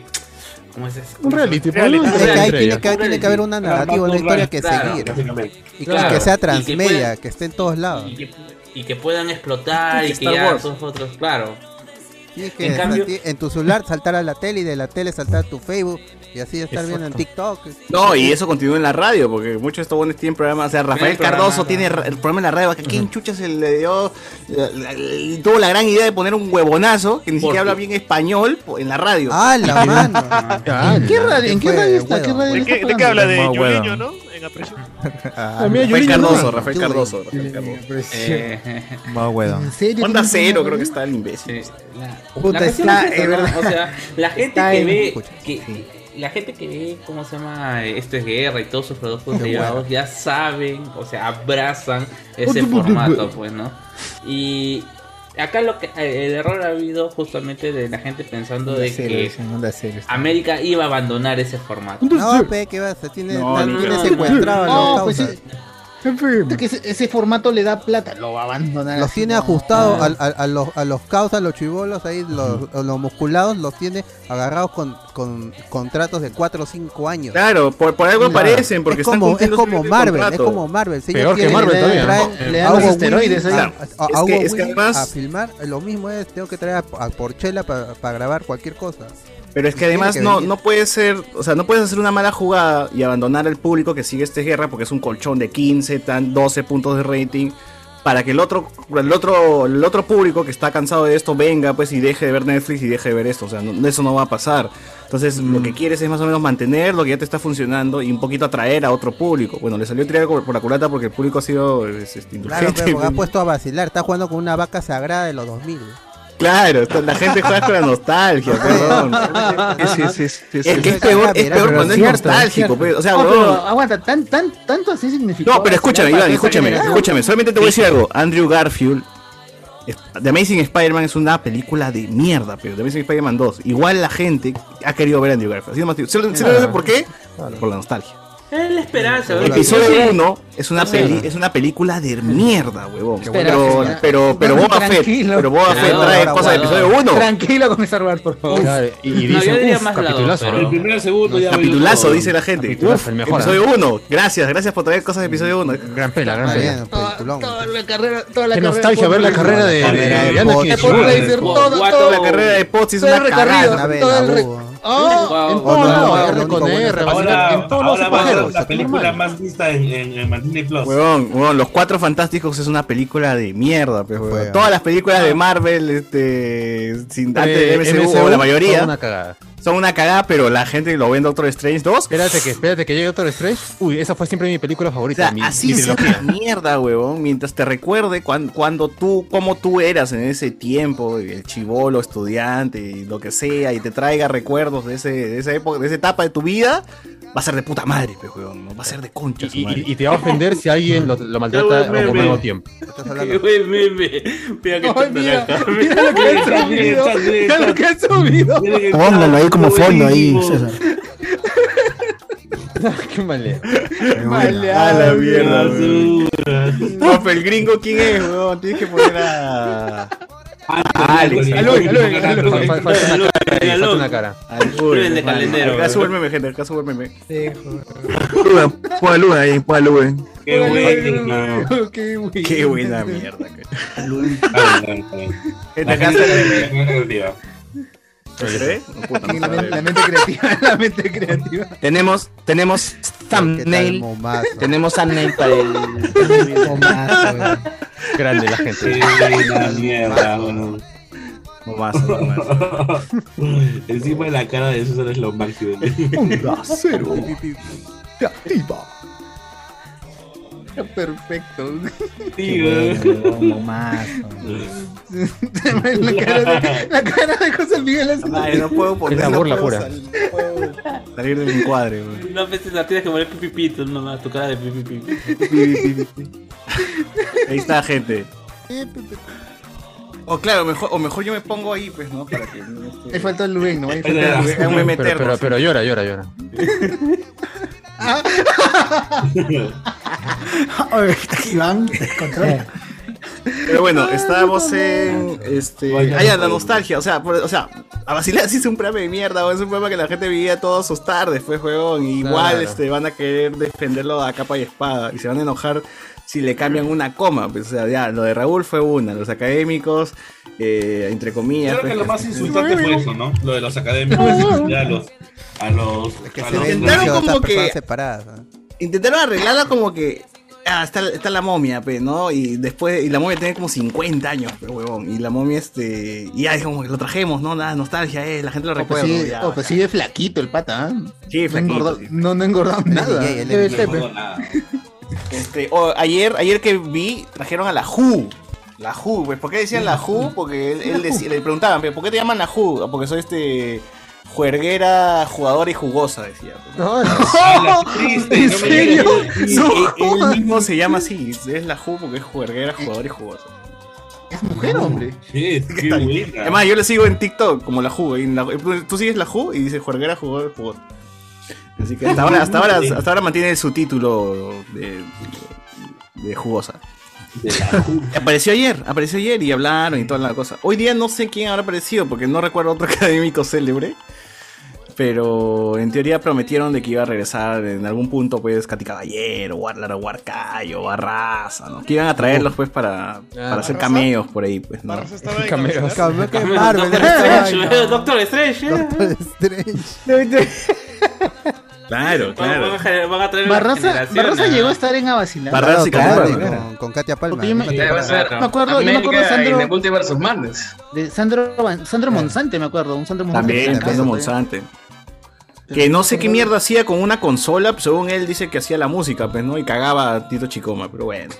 S4: ¿cómo es eso?
S5: Un reality, pues,
S4: Reality.
S5: es que ahí tiene que-
S4: Un
S5: tiene que haber una
S4: reality. pues,
S5: narrativa, una historia que
S4: Claro,
S5: seguir.
S4: básicamente.
S5: Y que-
S4: Claro.
S5: que sea
S4: Y puedan-
S5: transmedia, que esté en todos lados.
S4: Y que, y que puedan explotar y que
S5: Star
S4: ya
S5: Wars.
S4: todos otros, claro.
S5: Tienes que
S4: en cambio,
S5: salti- en tu celular saltar a la tele y de la tele saltar a tu Facebook y así estar viendo en TikTok.
S16: No, y eso continúa en la radio, porque muchos de estos buenos tienen programas. O sea,
S5: Tienen
S16: Rafael
S5: programa,
S16: Cardoso tiene ra- el programa en la radio. que ¿Quién chucha se le dio? la- la- la- tuvo la gran idea de poner un huevonazo que ni siquiera habla bien español po- en la radio.
S5: ¡Ah, la mano!
S16: ¿En qué radio,
S5: en qué radio
S16: está? ¿Qué
S5: radio
S22: ¿De
S5: está
S22: qué, de qué habla?
S5: hablando?
S22: ¿De
S5: Más hueva.
S22: Juliño, no? En aprecio.
S16: Ah,
S8: Ah,
S16: Rafael Cardoso, Rafael
S22: Yuri.
S16: Cardoso, Rafael Cardoso.
S4: Eh,
S15: Más huevo.
S16: Onda cero, creo que está el imbécil.
S4: la cuestión
S16: está-
S4: es esa,
S16: es
S4: ¿no?
S16: verdad.
S4: O sea, la gente
S16: Está
S4: que
S16: en-
S4: ve.
S16: Escucha,
S4: que- La gente que ve, ¿cómo se llama? eh, Esto es guerra y todos sus productos
S16: Qué
S4: derivados
S16: bueno.
S4: ya saben, o sea, abrazan ese
S16: Oye, pues,
S4: formato,
S16: pues.
S4: pues, ¿no? Y acá lo que eh, el error ha habido justamente de la gente pensando
S1: Onda
S4: de
S1: cero,
S4: que
S1: dicen, onda cero.
S4: América iba a abandonar ese formato.
S5: No, pe, ¿qué vas? Se tiene,
S4: No,
S5: la
S4: no,
S5: tiene
S4: no.
S5: secuestrado.
S4: No,
S5: los
S4: pues
S5: causas.
S8: Puta, que ese, ese formato le da plata, lo va a abandonar.
S5: Los
S8: así,
S5: tiene
S8: no.
S5: ajustados a, a- a los, a los causas, los chivolos ahí, los, a los musculados, los tiene agarrados con, con contratos de 4 o 5 años.
S16: Claro, por, por algo aparecen, porque
S5: es
S16: están
S5: como, es
S16: cumpliendo
S5: como
S16: su
S5: Marvel, es
S16: contrato.
S5: como Marvel. Si ellos
S16: Peor que
S5: quieren,
S16: Marvel
S5: le
S16: todavía.
S8: Eh,
S5: traen-
S16: Le
S5: a
S16: dan los
S5: Hugo
S16: esteroides
S5: Weaving
S16: ahí.
S5: a- a- a
S16: Es que-
S5: Hugo
S16: es
S5: Weaving
S16: que además-
S5: a filmar, lo mismo es, tengo que traer a, a Porchela para grabar cualquier cosa.
S16: Pero es que
S5: Tiene
S16: además
S5: que
S16: no,
S5: venir.
S16: no puede ser, o sea, no puedes hacer una mala jugada y abandonar al público que sigue esta guerra porque es un colchón de 15, tan 12 puntos de rating para que el otro el otro el otro público que está cansado de esto venga pues y deje de ver Netflix y deje de ver esto, o sea, no- eso no va a pasar. Entonces, lo
S5: Mm.
S16: que quieres es más o menos mantener lo que ya te está funcionando y un poquito atraer a otro público. Bueno, le salió el trigo por la culata porque el público ha sido es, este,
S5: Claro,
S16: indulgente.
S5: pero pues, porque ha puesto a vacilar, está jugando con una vaca sagrada de los 2000.
S16: Claro, esto- la gente juega con la nostalgia, perdón.
S9: Sí, sí, sí, sí,
S16: Es
S9: sí.
S16: que es peor, es peor cuando es nostálgico. pues, O sea,
S8: No, pero
S16: huevón.
S8: aguanta, tan, tan, tanto así significó.
S16: No, pero escúchame, Iván, escúchame, escúchame. Solamente te voy a decir algo. Andrew Garfield, es- The Amazing Spider-Man es una película de mierda, pero The Amazing Spider-Man 2. Igual la gente ha querido ver a Andrew Garfield. Así nomás te digo. ¿Se, se lo
S9: Ah.
S16: digo por qué? Por la nostalgia.
S4: Es la esperanza,
S16: El
S4: ¿verdad?
S16: episodio
S4: Sí.
S16: 1 es una,
S4: Sí.
S16: peli, es una película de mierda, huevón.
S4: Qué buena
S16: Pero,
S4: película.
S16: pero, pero
S4: Bueno,
S16: Boba Fett,
S4: tranquilo.
S16: pero Boba Fett
S4: Claro,
S16: trae
S4: ahora,
S16: cosas del
S4: ahora.
S16: episodio 1.
S8: Tranquilo con esa rueda, por favor.
S16: y- y
S4: no,
S16: dicen,
S4: yo diría
S16: "Uf,
S4: más la dos,
S16: capitulazo,
S4: pero-
S16: ¿no?"
S22: Primero, segundo, ya
S16: Capitulazo,
S22: veo.
S16: dice la gente.
S22: Capitulazo,
S16: Uf,
S22: el mejor,
S16: episodio
S22: ¿eh?
S16: 1. Gracias, gracias por traer cosas de episodio 1. Gran pela, gran
S5: pela.
S8: Toda la carrera, toda la carrera.
S16: Qué nostalgia ver la carrera de- de- de Anakin
S8: Anakin
S16: Skywalker.
S8: Todo,
S16: La
S8: todo.
S16: carrera de Potts es
S8: Todo el
S16: una
S8: recorrido,
S16: cagada.
S8: todo el re-
S15: Ah, en todos lados, R con R,
S17: Ahora,
S15: en todos lados
S17: ahora va a ser
S15: pajeros.
S17: la película más vista en, en, en Martini Plus.
S16: Huevón, huevón, Los Cuatro Fantásticos es una película de mierda, pues, huevón.
S17: Huevón.
S8: ah.
S16: Todas las películas de Marvel, este, sin, antes
S17: Eh,
S16: de MCU,
S17: MCU,
S16: o la mayoría,
S17: son una cagada.
S16: son una cagada, pero la gente lo ve en Doctor Strange 2.
S2: Espérate que, espérate que llegue Doctor Strange. Uy, esa fue siempre mi película favorita. mi,
S16: Así
S2: mi
S16: es
S2: trilogía.
S16: la mierda, huevón. Mientras te recuerde cuan- cuando tú, cómo tú eras en ese tiempo, el chivolo, estudiante, y lo que sea, y te traiga recuerdos de, ese, de esa época, de esa etapa de tu vida, va a ser de puta madre, pe, huevón. ¿no? Va a ser de concha. su
S2: Y,
S16: madre.
S2: y- y te va a ofender si alguien lo, lo maltrata
S16: Qué buen
S2: a un
S16: meme.
S2: nuevo tiempo.
S4: Qué buen meme. Mira que
S17: Ay,
S4: mira,
S17: mira lo que han subido, mira lo que han subido.
S20: Póngalo ahí como fondo ahí, César.
S2: Qué malea.
S16: A la mierda, huevón. No, pero el gringo, ¿quién es, huevón? Tienes que poner
S2: Ah,
S16: a.
S9: Ah,
S16: A Alex.
S2: Al Luis, al Luis, al Luis. Falta- falta una cara ahí, falta una cara.
S16: Al Luis,
S2: Luis de
S16: hermano.
S2: calendero,
S16: Acá sube el
S2: huevón.
S16: meme, gente. Acá sube el meme.
S17: Ponga luna ahí, ponga luna.
S16: Qué
S17: buena.
S9: Oh,
S16: Qué buena mierda.
S17: Gente, Este acá
S16: gente
S17: está
S16: de
S17: el
S16: la
S17: meme.
S16: ¿Se ve? Puta
S17: La
S16: madre.
S17: men- la mente creativa, la mente creativa.
S7: Tenemos, tenemos thumbnail. Tenemos thumbnail para el.
S2: Grande la gente.
S17: la mierda, bueno. Encima de la cara de César es lo máximo. Onda cero. Te activa. Perfecto. Como más. la, cara de, la cara de José Miguel es.
S16: Madre, no puedo poner.
S17: la
S16: no
S17: burla
S16: puedo
S17: pura.
S16: salir, no puedo Salir de mi cuadro,
S4: No, veces pues, la tienes que poner pipipito, nomás, tu cara de pipipito.
S16: Ahí está, gente. O claro, mejor, o mejor yo me pongo ahí, pues, ¿no? Para que.
S17: Ahí faltó el Luen, ¿no? Ahí faltó el Luen.
S16: Es un meme
S2: Pero, pero,
S16: eterno.
S2: pero, pero llora, llora, llora.
S20: Iván, controla.
S16: Pero bueno, estábamos en. Este.
S20: Vaya,
S16: Ah, ya, la
S20: vaya.
S16: nostalgia. O sea, por- o sea, a Basilea sí es un programa de mierda, o es un programa que la gente vivía todas sus tardes, pues, juego. Igual
S17: Claro.
S16: este, van a querer defenderlo a capa y espada. Y se van a enojar si le cambian una coma. Pues, o sea, ya, lo de Raúl fue una, los académicos, eh, entre comillas.
S17: Creo
S16: pues,
S17: que lo
S16: que-
S17: más insultante fue eso, ¿no? Lo de los académicos. pues, Ya los. A los. a los-
S16: intentaron como que
S17: personas
S16: intentaron arreglarla como que ah, está, está la momia, pe, ¿no? Y después, y la momia tiene como 50 años, pe, huevón. Y la momia, este, y ya es como que lo trajemos, ¿no? Nada, nostalgia, eh, la gente lo
S17: pues
S16: recuerda.
S17: sí,
S16: ya.
S17: oh, pues sí, es flaquito el pata, ¿ah?
S16: Sí,
S17: no
S16: flaquito,
S17: engordó,
S16: sí.
S17: no, no engordó nada.
S16: DJ, el DJ.
S17: pe.
S16: No engordó Este, o ayer, ayer que vi, trajeron a la Ju. La Ju, pues, ¿por qué decían la Ju? Porque él, él decía- le preguntaban, pero ¿por qué te llaman la Ju? Porque soy este juerguera, jugadora y jugosa, decía. pues. Este,
S17: No, no.
S16: ¿En
S17: no me
S16: serio?
S17: digas.
S16: Y-
S17: No
S16: y- Él
S17: jodas.
S16: mismo se llama así, es la Ju porque es juerguera, jugadora y jugosa.
S17: ¿Es mujer o hombre?
S16: ¿Qué tal? Además, yo le sigo en TikTok como la Ju. en la- tú sigues la Ju y dices juerguera, jugador, jugador. Así que hasta ahora, hasta ahora, hasta ahora mantiene su título de, de jugosa. apareció ayer, apareció ayer y hablaron y toda la cosa. Hoy día no sé quién habrá aparecido porque no recuerdo otro académico célebre. Pero en teoría prometieron de que iba a regresar en algún punto, pues, Cati Caballero, Warlar o Warcayo, Barraza, ¿no? Que iban a traerlos, pues, para, para hacer cameos por ahí, pues, ¿no?
S17: Cameos.
S16: Cameos.
S17: Cameos,
S16: Marvel,
S17: Doctor
S16: ¿eh?
S17: Strange,
S16: Ay,
S17: ¿eh? Doctor Strange. Doctor
S16: ¿eh?
S17: Strange.
S16: Claro,
S4: Van a gener- van a traer
S17: Barraza,
S4: generaciones,
S17: Barraza
S4: ¿no?
S17: llegó a estar en Avacilada.
S16: Barraza y
S17: Claro,
S16: Cameos.
S17: claro.
S16: Claro.
S17: Con Katia Palma. Porque yo me-
S12: Ya va a ser
S17: me acuerdo, yo me acuerdo de
S12: América
S17: Sandro-
S12: y the Multiverse of Madness.
S17: De Sandro, Ban- Sandro Monsante, me acuerdo. Un Sandro Monsante. que
S16: También,
S17: se
S16: Pedro
S17: casó,
S16: Monsanto. Que no sé qué mierda hacía con una consola, pues, según él dice que hacía la música, pues, ¿no? Y cagaba a Tito Chicoma, pero bueno.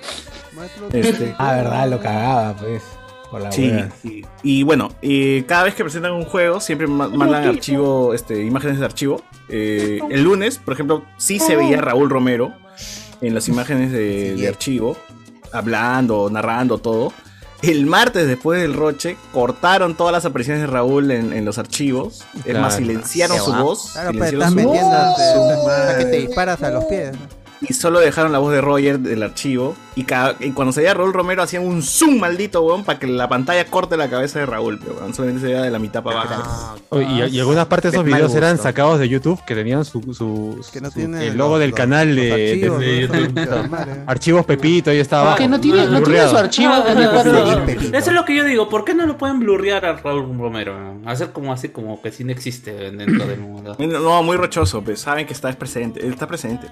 S16: Este,
S1: Ah, verdad, lo cagaba, pues. Por la
S16: Sí,
S1: hueá.
S16: sí. Y bueno, eh, cada vez que presentan un juego, siempre ma- mandan archivo, este, imágenes de archivo. Eh, el lunes, por ejemplo, sí se veía a Raúl Romero en las imágenes de, de archivo, hablando, narrando todo. El martes, después del roche, cortaron todas las apariciones de Raúl en, en los archivos. Es
S17: Claro. Ah,
S16: más, silenciaron
S17: Se
S16: su
S17: va.
S16: voz.
S17: Claro,
S5: pues,
S16: silenciaron
S17: pero estás
S16: su voz.
S17: metiéndote,
S16: Su
S17: estás-
S16: madre.
S17: que te disparas a los pies.
S16: y solo dejaron la voz de Roger del archivo. Y, cada- y cuando salía Raúl Romero hacían un zoom maldito, weón, para que la pantalla corte la cabeza de Raúl, pero weón, solamente se veía de la mitad para abajo.
S2: Oh, Y, y algunas partes de esos
S16: Mal
S2: videos
S16: gusto.
S2: eran sacados de YouTube que tenían su, su- su- el logo del canal de,
S17: archivos,
S2: de- de
S17: los-
S2: YouTube.
S17: los-
S2: Claro. Archivos Pepito, ahí estaba.
S4: que
S2: abajo. Blurreado.
S1: Ah,
S4: Eso es lo que yo digo. ¿Por qué no lo pueden blurrear a Raúl Romero? Hacer como así, como que sí no existe dentro del mundo.
S16: No, muy rochoso, pero saben que está presente. Él está presente.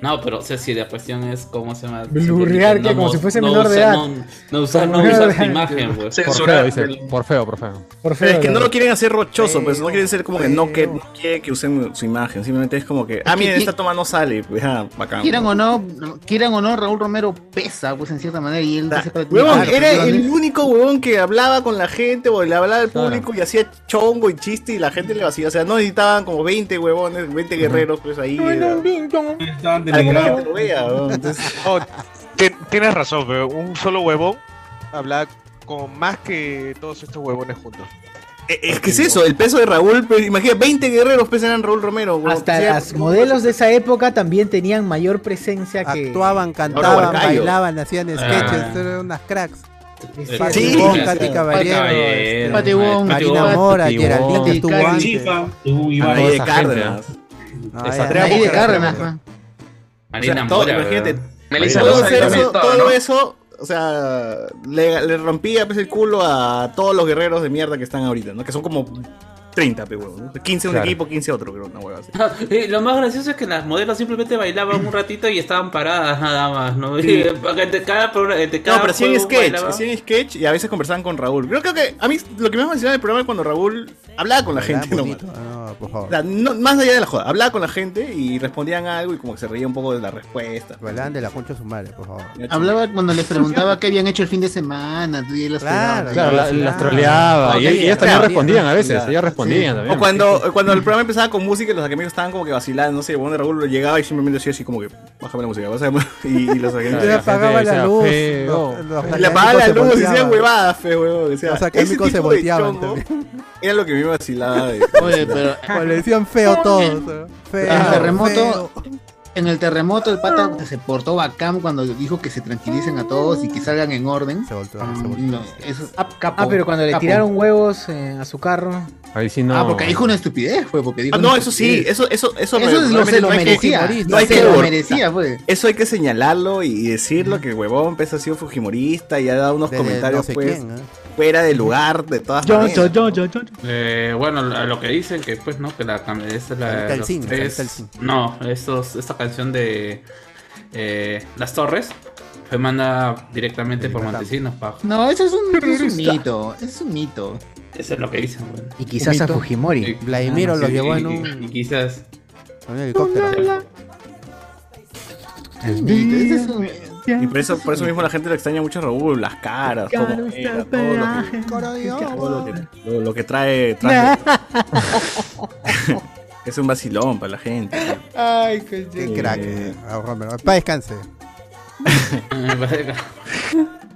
S4: No, pero o sea, si la cuestión es cómo se llama.
S1: Blurrear,
S4: No
S1: que como
S4: mos-
S1: si fuese
S4: no
S1: menor de edad.
S4: usar- No, no usar, no
S1: Menor de
S4: usar
S1: edad.
S4: tu imagen, pues.
S2: Por feo, dice. Por feo, por feo.
S1: Por
S16: Pero es que
S2: feo.
S16: no lo quieren hacer rochoso, pues no quieren ser como que no, que, no quieren que usen su imagen. Simplemente es como que, ah, miren, esta toma no sale. Pues, ah, bacán.
S8: Quieran o no, quieran o no, Raúl Romero pesa, pues en cierta manera, y él hace parte-
S16: Huevón,
S8: Claro,
S16: era
S8: pero-
S16: el único huevón que hablaba con la gente o le hablaba al público y hacía chongo y chiste y la gente le vacía. O sea, no necesitaban como 20 huevones, 20 guerreros pues ahí. era-
S17: Estaban
S16: Para que la
S17: denigrando.
S16: gente lo vea, huevón. Entonces,
S22: Oh, ti- tienes razón, pero un solo huevón hablaba con más que todos estos huevones juntos.
S16: eh, es que es eso, el peso de Raúl, pero imagina, 20 guerreros pesan en Raúl Romero. huevón.
S1: Hasta
S16: O sea,
S1: las modelos de esa época también tenían mayor presencia que.
S5: Actuaban, cantaban, bailaban, hacían sketches, eran unas cracks.
S1: Sí,
S5: Patti
S1: sí.
S5: Wong,
S1: sí.
S5: Katy
S1: Patti
S5: Caballero, este,
S1: Caballero, Patti Wong,
S5: Marina
S1: Patti Wong,
S5: Mora,
S1: Patti
S5: Geraldine
S1: Wong,
S5: que estuvo
S1: Karen
S5: antes.
S1: Chifa,
S16: Anaí de Cárdenas.
S5: No,
S16: Exacto.
S5: ya,
S16: Anaí de Cárdenas,
S5: Cárdenas.
S16: O sea, todo, imagínate,
S5: Melissa
S16: todo
S5: Rosa
S16: eso,
S5: también,
S16: todo
S5: ¿no?
S16: eso, o sea, le, le rompía pues, el culo a todos los guerreros de mierda que están ahorita, ¿no? Que son como 30, pe, huevón, ¿no? 15 un
S4: Claro.
S16: equipo, 15 otro, creo, una hueva así.
S4: Y Lo más gracioso es que las modelos simplemente bailaban un ratito y estaban paradas nada más, ¿no?
S16: Sí.
S4: Y entre cada, pro- entre cada
S16: No, pero hacían
S4: juego
S16: sketch,
S4: bailaban.
S16: hacían sketch y a veces conversaban con Raúl. Creo, creo que a mí lo que más me mencionaba del programa es cuando Raúl hablaba con la
S5: Hablaba
S16: gente, nomás.
S5: bonito. No, por favor.
S16: O sea, no- más allá de la joda, hablaba con la gente y respondían algo y como que se reía un poco de las respuestas.
S5: Hablaban de la concha de su madre, por favor.
S8: Hablaba cuando les preguntaba qué habían hecho el fin de semana, y él las
S5: Claro,
S8: pegaba,
S2: Claro,
S8: y
S2: la-
S8: las-
S2: las troleaba.
S16: Ah,
S2: Y
S16: ok, claro.
S2: ellas también respondían a veces.
S16: Claro.
S2: Ellas respondían
S16: Sí.
S2: también.
S16: O cuando, cuando el programa empezaba con música y los amigos estaban como que vacilando, no sé, bueno, Raúl llegaba y simplemente decía así como que, bájame la música, bájame y, y los
S5: Le
S16: amigos...
S5: apagaba la luz, los- los
S16: Le apagaba la
S5: académicos
S16: luz
S5: se
S16: y decía
S5: volteaban.
S16: huevadas, fe, huevón. O sea,
S5: Los
S16: ese
S5: académicos se
S16: tipo de
S5: volteaban
S16: chongo era lo que me vacilaba de...
S8: Oye, pero-
S5: Cuando Ah, le decían feo todos. Feo,
S8: en el
S5: feo.
S8: terremoto, en el terremoto el pata se portó bacán cuando dijo que se tranquilicen a todos y que salgan en orden. No, eso-
S1: Ah, pero cuando le
S8: capo.
S1: tiraron huevos eh, a su carro.
S2: Ahí sí no.
S8: Ah, porque dijo una estupidez, fue pues. porque dijo
S16: Ah,
S8: una
S16: no, eso sí,
S8: estupidez.
S16: eso, eso, eso,
S8: Eso es lo- se lo merecía.
S16: No hay
S8: Se
S16: que
S8: lo
S16: borrar.
S8: merecía, pues.
S16: Eso hay que señalarlo y decirlo que huevón empezó ha sido fujimorista y ha dado unos
S5: Desde
S16: comentarios
S5: no sé
S16: pues
S5: quién, ¿eh?
S16: fuera de lugar de todas
S1: Yo,
S16: maneras.
S1: yo, yo, yo, yo.
S4: Eh, bueno, a lo que dicen que pues no, que la canción es la
S5: Salita al
S4: los
S5: cine,
S4: tres-
S5: salita al cine.
S4: No, estos, esta canción de eh, Las Torres fue mandada directamente por Montesinos, pa.
S8: No, eso es un, eso es un mito, eso es un mito.
S4: Eso es lo que dicen, bueno.
S1: Y quizás a Fujimori.
S16: Ah,
S5: Vladimiro los
S4: Sí,
S5: llevó
S4: y-
S5: en
S4: y-
S5: un,
S4: y quizás.
S5: en un helicóptero.
S8: Ese es un-
S16: Y por eso, por eso mismo la gente lo extraña mucho a Raúl, las caras, cómo era, todo lo que, todo lo que- lo- lo que trae, traje. es un vacilón para la gente.
S5: Ay, qué
S16: Eh,
S5: crack. Para descanse.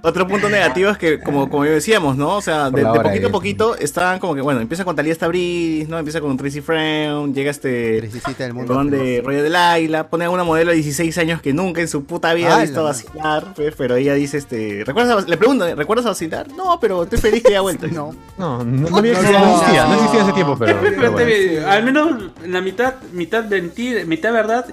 S16: Otro punto negativo es que, como, como decíamos, ¿no? O sea,
S1: Por
S16: de,
S1: la
S16: de
S1: hora,
S16: poquito a
S1: eh.
S16: poquito estaban como que, bueno, empieza con Talía Stabris, ¿no? Empieza con Tracy Frown, llega este...
S5: del
S16: mundo. de Roger del Águila, pone a una modelo de 16 años que nunca en su puta vida
S5: Ah,
S16: ha visto
S5: la
S16: vacilar, pues, pero ella dice, este... ¿recuerdas a vac- le preguntan, ¿recuerdas a vacilar? No, pero estoy feliz que haya vuelto. no.
S2: No, no, no había- no existía, no existía
S16: Ah.
S2: ese tiempo, pero.
S4: Pero
S2: pero
S4: te
S2: bueno.
S4: vi- al menos la mitad, mitad mentira, mitad verdad,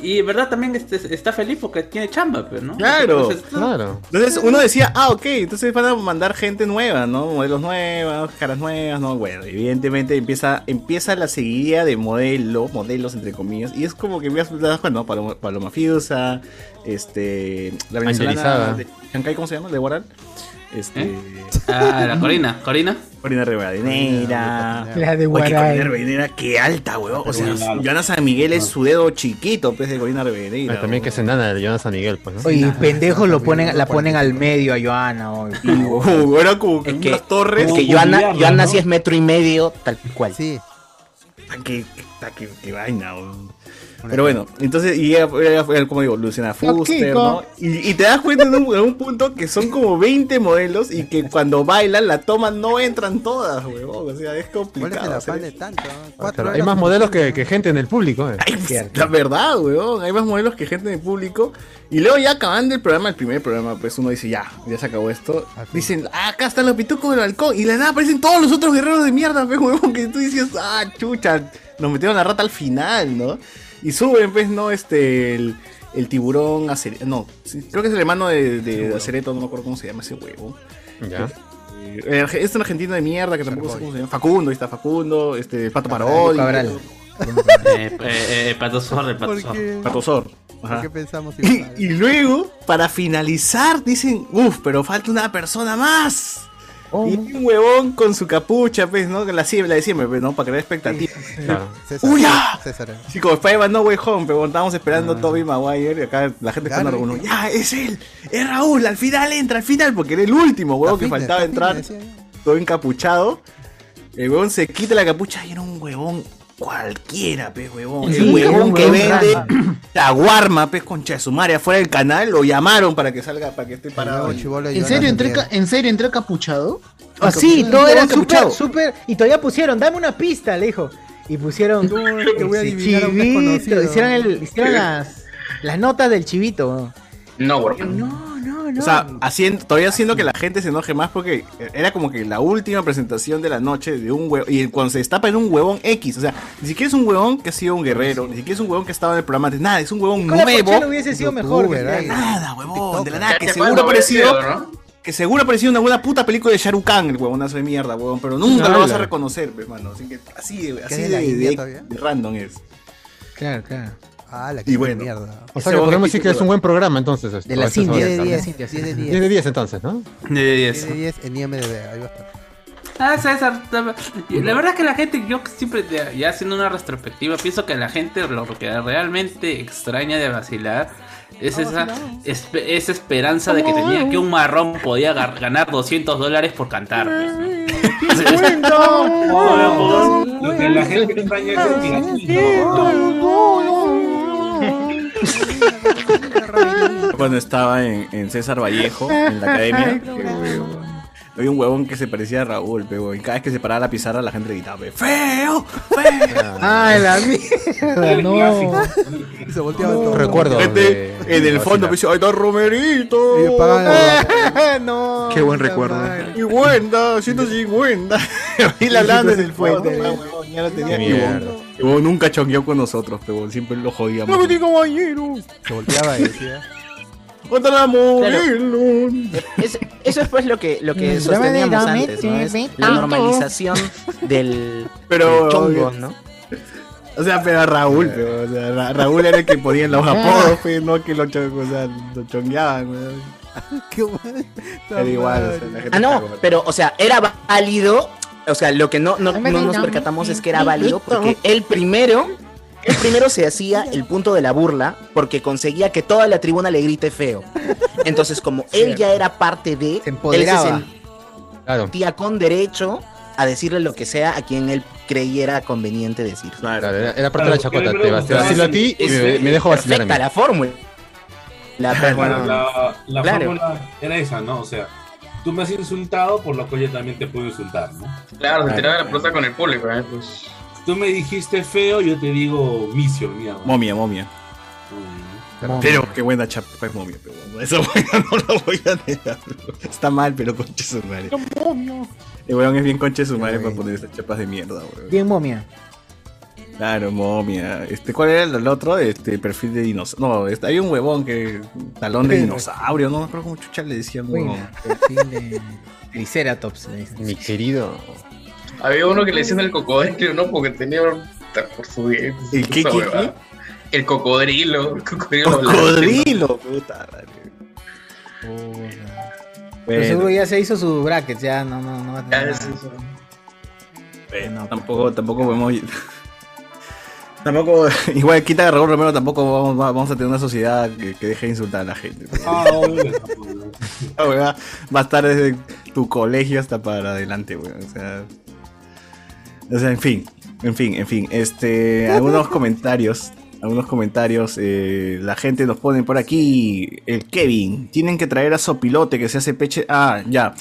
S4: y y verdad también este- está feliz porque tiene chamba, pero no.
S16: Claro,
S4: Entonces,
S2: claro.
S16: Entonces uno decía, ah, ok, entonces van a mandar gente nueva, ¿no? Modelos nuevos, caras nuevas, ¿no? Bueno, evidentemente empieza, empieza la seguidilla de modelos, modelos entre comillas, y es como que me das cuenta, ¿no? Paloma, Paloma Fiusa, este, la venezolana
S4: Angelizada.
S16: de Chancay, ¿cómo se llama? De Guaral. Este,
S4: Ah, la Corina, Corina.
S16: Corina Rivadeneira.
S1: La de
S16: Oye,
S1: Guaral.
S16: Corina Rivadeneira, qué alta, weón. O sea,
S2: Claro.
S16: Joana San Miguel
S4: Ah.
S16: es su dedo chiquito, pues de Corina Rivadeneira.
S2: Pero Ah, también que es enana de Jonas San Miguel, pues. ¿no?
S1: Oye, y pendejos lo ponen, la ponen al medio a Joana. hoy.
S16: Era como
S1: Es
S16: que unas torres.
S7: Es que Joana, Joana sí es metro y medio, tal cual.
S5: Sí.
S16: Qué, qué, qué vaina, weón. Pero bueno, entonces, y ella, ella fue, como digo, Luciana Fuster,
S17: Kiko.
S16: ¿no? Y, y te das cuenta en un, en un punto que son como 20 modelos y que cuando bailan la toma no entran todas, huevón. O sea, es complicado.
S5: la
S16: hacer
S5: fan de
S16: eso.
S5: tanto?
S2: Pero hay más modelos que, que gente en el público. eh.
S16: La verdad, weón. Hay más modelos que gente en el público. Y luego ya acabando el programa, el primer programa, pues uno dice, ya, ya se acabó esto. Dicen, "Ah, acá están los pitucos del balcón. Y de la nada aparecen todos los otros guerreros de mierda, pues, weón. Que tú dices, ah, chucha, nos metieron la rata al final, ¿no? Y suben, pues, ¿no? Este, el, el tiburón, acere- no, sí, creo que es el hermano de, de Acereto, no me acuerdo cómo se llama ese huevo.
S2: Ya.
S16: Eh, Es un argentino de mierda que tampoco sé cómo se llama. Facundo, ahí está Facundo, este, el Pato Parodi.
S7: Cabral.
S4: Eh, eh, eh, pato zorro, pato zorro.
S16: Patosor.
S5: ¿Por
S16: Ajá.
S5: qué pensamos
S16: Y, y luego, para finalizar, dicen, uff, pero falta una persona más. Y un huevón con su capucha, pues, ¿no? La, sie- la de siempre, pues, ¿no? Para crear expectativas.
S5: Claro. César,
S16: ¡Uy, ya!
S5: César.
S16: Sí, como Spider-Man No Way Home, pero estábamos
S5: Ah.
S16: esperando a Toby Maguire y acá la gente está en
S5: Claro.
S16: alguno. ¡Ya, es él! ¡Es Raúl! ¡Al final entra, al final! Porque era el último, huevón, que
S5: fitness,
S16: faltaba
S5: está
S16: entrar. Todo encapuchado. El huevón se quita la capucha y era un huevón cualquiera, pues, huevón.
S5: Sí,
S16: el huevón
S5: un
S16: que
S5: huevón
S16: vende
S5: raro.
S16: Taguarma, pues, concha de su madre, afuera del canal, lo llamaron para que salga, para que esté parado.
S8: ¿En serio, entré, ca- ¿En serio entró capuchado?
S1: Así,
S8: Encapuchado.
S1: todo era súper, súper. Y todavía pusieron, dame una pista, le dijo. Y pusieron.
S5: que voy a
S1: ese
S5: adivinar a un desconocido.
S1: Hicieron, el- hicieron las, las notas del chivito.
S16: No,
S1: No, no, no.
S16: O sea, haciendo, todavía haciendo que la gente se enoje más porque era como que la última presentación de la noche de un huevón. Y cuando se destapa en un huevón X, o sea, ni siquiera es un huevón que ha sido un guerrero, ni siquiera es un huevón que estaba en el programa antes, nada, es un huevón
S1: Nicola Porchelo
S16: nuevo.
S1: hubiese sido mejor. que
S16: ¿verdad?
S1: Fidel.
S16: Nada, huevón, de la nada,
S1: Ya
S16: que
S1: te
S16: seguro
S1: mando,
S16: apareció.
S1: hubiera sido,
S16: Que seguro apareció una buena puta película de Shahrukh Khan, el huevonazo de mierda, huevón, pero nunca
S1: Ala.
S16: lo vas a reconocer, pe, mano. Así, que, así, de- así
S5: es de
S16: de,
S5: la India
S16: de-
S5: todavía?
S16: de random es.
S1: Claro, claro.
S5: Ah, la
S16: Y bueno.
S5: mierda.
S2: O sea que podemos decir que es un buen programa entonces. este, esto,
S5: De las
S2: esto es
S5: Indias,
S2: ahorita.
S5: de las Indias,
S2: 10
S5: 10
S2: de
S5: de
S2: 10.
S5: 10.
S2: entonces, ¿no?
S5: 10 de 10. en IMDB, ahí va a estar.
S4: Ah, César, la- la verdad que la gente, yo siempre, te- ya haciendo una retrospectiva, pienso que la gente lo que realmente extraña de vacilar es esa, espe- esa esperanza de que tenía que un marrón podía gar- ganar 200 dólares por cantar. pues, ¿no?
S17: Lo que la gente extraña es el piratismo.
S16: Cuando estaba en, en César Vallejo, en la academia, que, huevón, había un huevón que se parecía a Raúl, pe, huevón, y cada vez que se paraba la pizarra la gente le gritaba, pe, ¡Feo! ¡Feo!
S1: ¡Ay, la mierda! No.
S5: Se volteaba todo.
S2: Recuerdo
S16: Gente,
S2: de-
S16: en el fondo me dice, ¡ay, está Romerito!
S5: Y pagan
S16: no,
S2: Qué buen recuerdo.
S16: Y buena, 150. eh. y la hablando en el fondo. Ah, ya lo tenía. Y huevón- y huevón nunca chongueó con nosotros, pe, huevón, siempre lo jodíamos.
S17: me
S16: digo bañero.
S5: Se volteaba y
S16: ¿eh?
S5: decía.
S16: ¡Otra
S7: Es- eso es pues lo que, lo que
S16: Mm,
S7: sosteníamos
S16: dame,
S7: antes, ¿no?
S16: dame
S7: Es la
S16: tanto.
S7: normalización del,
S16: Pero-
S7: del chongo, ¿no?
S16: O sea, pero a Raúl, pero, o sea, Ra- Raúl era el que ponía los apodos, pe, no que lo, chon- o sea, lo chongueaban, weón.
S5: Qué bueno.
S16: Era igual, o sea, la gente
S7: Ah, no,
S16: estaba-
S7: pero, o sea, era válido. O sea, lo que no, no, no nos percatamos es que era válido porque el primero, el primero se hacía el punto de la burla porque conseguía que toda la tribuna le grite feo. Entonces, como él ya era parte de,
S1: empoderaba.
S7: él se sentía con derecho a decirle lo que sea a quien él creyera conveniente decir.
S2: Claro, era, era parte de la chacota. Te, vas- te vacilo a ti y me, me dejo vacilar a mí.
S7: Perfecta la fórmula. La
S17: Bueno, la, la
S7: Claro.
S17: fórmula era esa, ¿no? O sea, tú me has insultado, por lo cual yo también te puedo insultar, ¿no?
S12: Claro, se
S17: Claro.
S12: tiraba la pelota con el público, ¿eh? Pues.
S17: Tú me dijiste feo, yo te digo micio, mierda.
S16: Momia, momia. Pero qué buena chapa es momia, pero bueno, esa weón no la voy a negar. Está mal, pero conche su madre. El weón es bien conche su madre para poner esas chapas de mierda, weón.
S1: Bien momia.
S16: Claro, momia. Este, ¿cuál era el, el otro? Este, perfil de dinosaurio. No, este, hay un huevón que. Talón de dinosaurio, no me acuerdo cómo chucha le decían,
S1: Bueno,
S16: huevón.
S1: perfil de Triceratops. le dicen.
S2: Mi querido.
S12: Había uno que le decían el cocodrilo, ¿no? Porque tenía puta, por su bien.
S16: ¿El qué,
S12: esa
S16: qué,
S12: huevada. El cocodrilo. El cocodrilo.
S16: Cocodrilo, puta madre.
S1: Pero
S12: Oh.
S16: Bueno.
S1: seguro ya se hizo su bracket, ya no, no, no va a tener nada. eh,
S16: Bueno, tampoco, tampoco podemos. Tampoco, igual quita a Raúl Romero, tampoco vamos, vamos a tener una sociedad que, que deje de insultar a la gente.
S1: Ah,
S16: La weá va a estar desde tu colegio hasta para adelante, weón. O sea, o sea, en fin, en fin, en fin. Este, algunos comentarios algunos comentarios. eh, la gente nos pone por aquí. El Kevin. Tienen que traer a Sopilote que se hace peche. Ah, ya.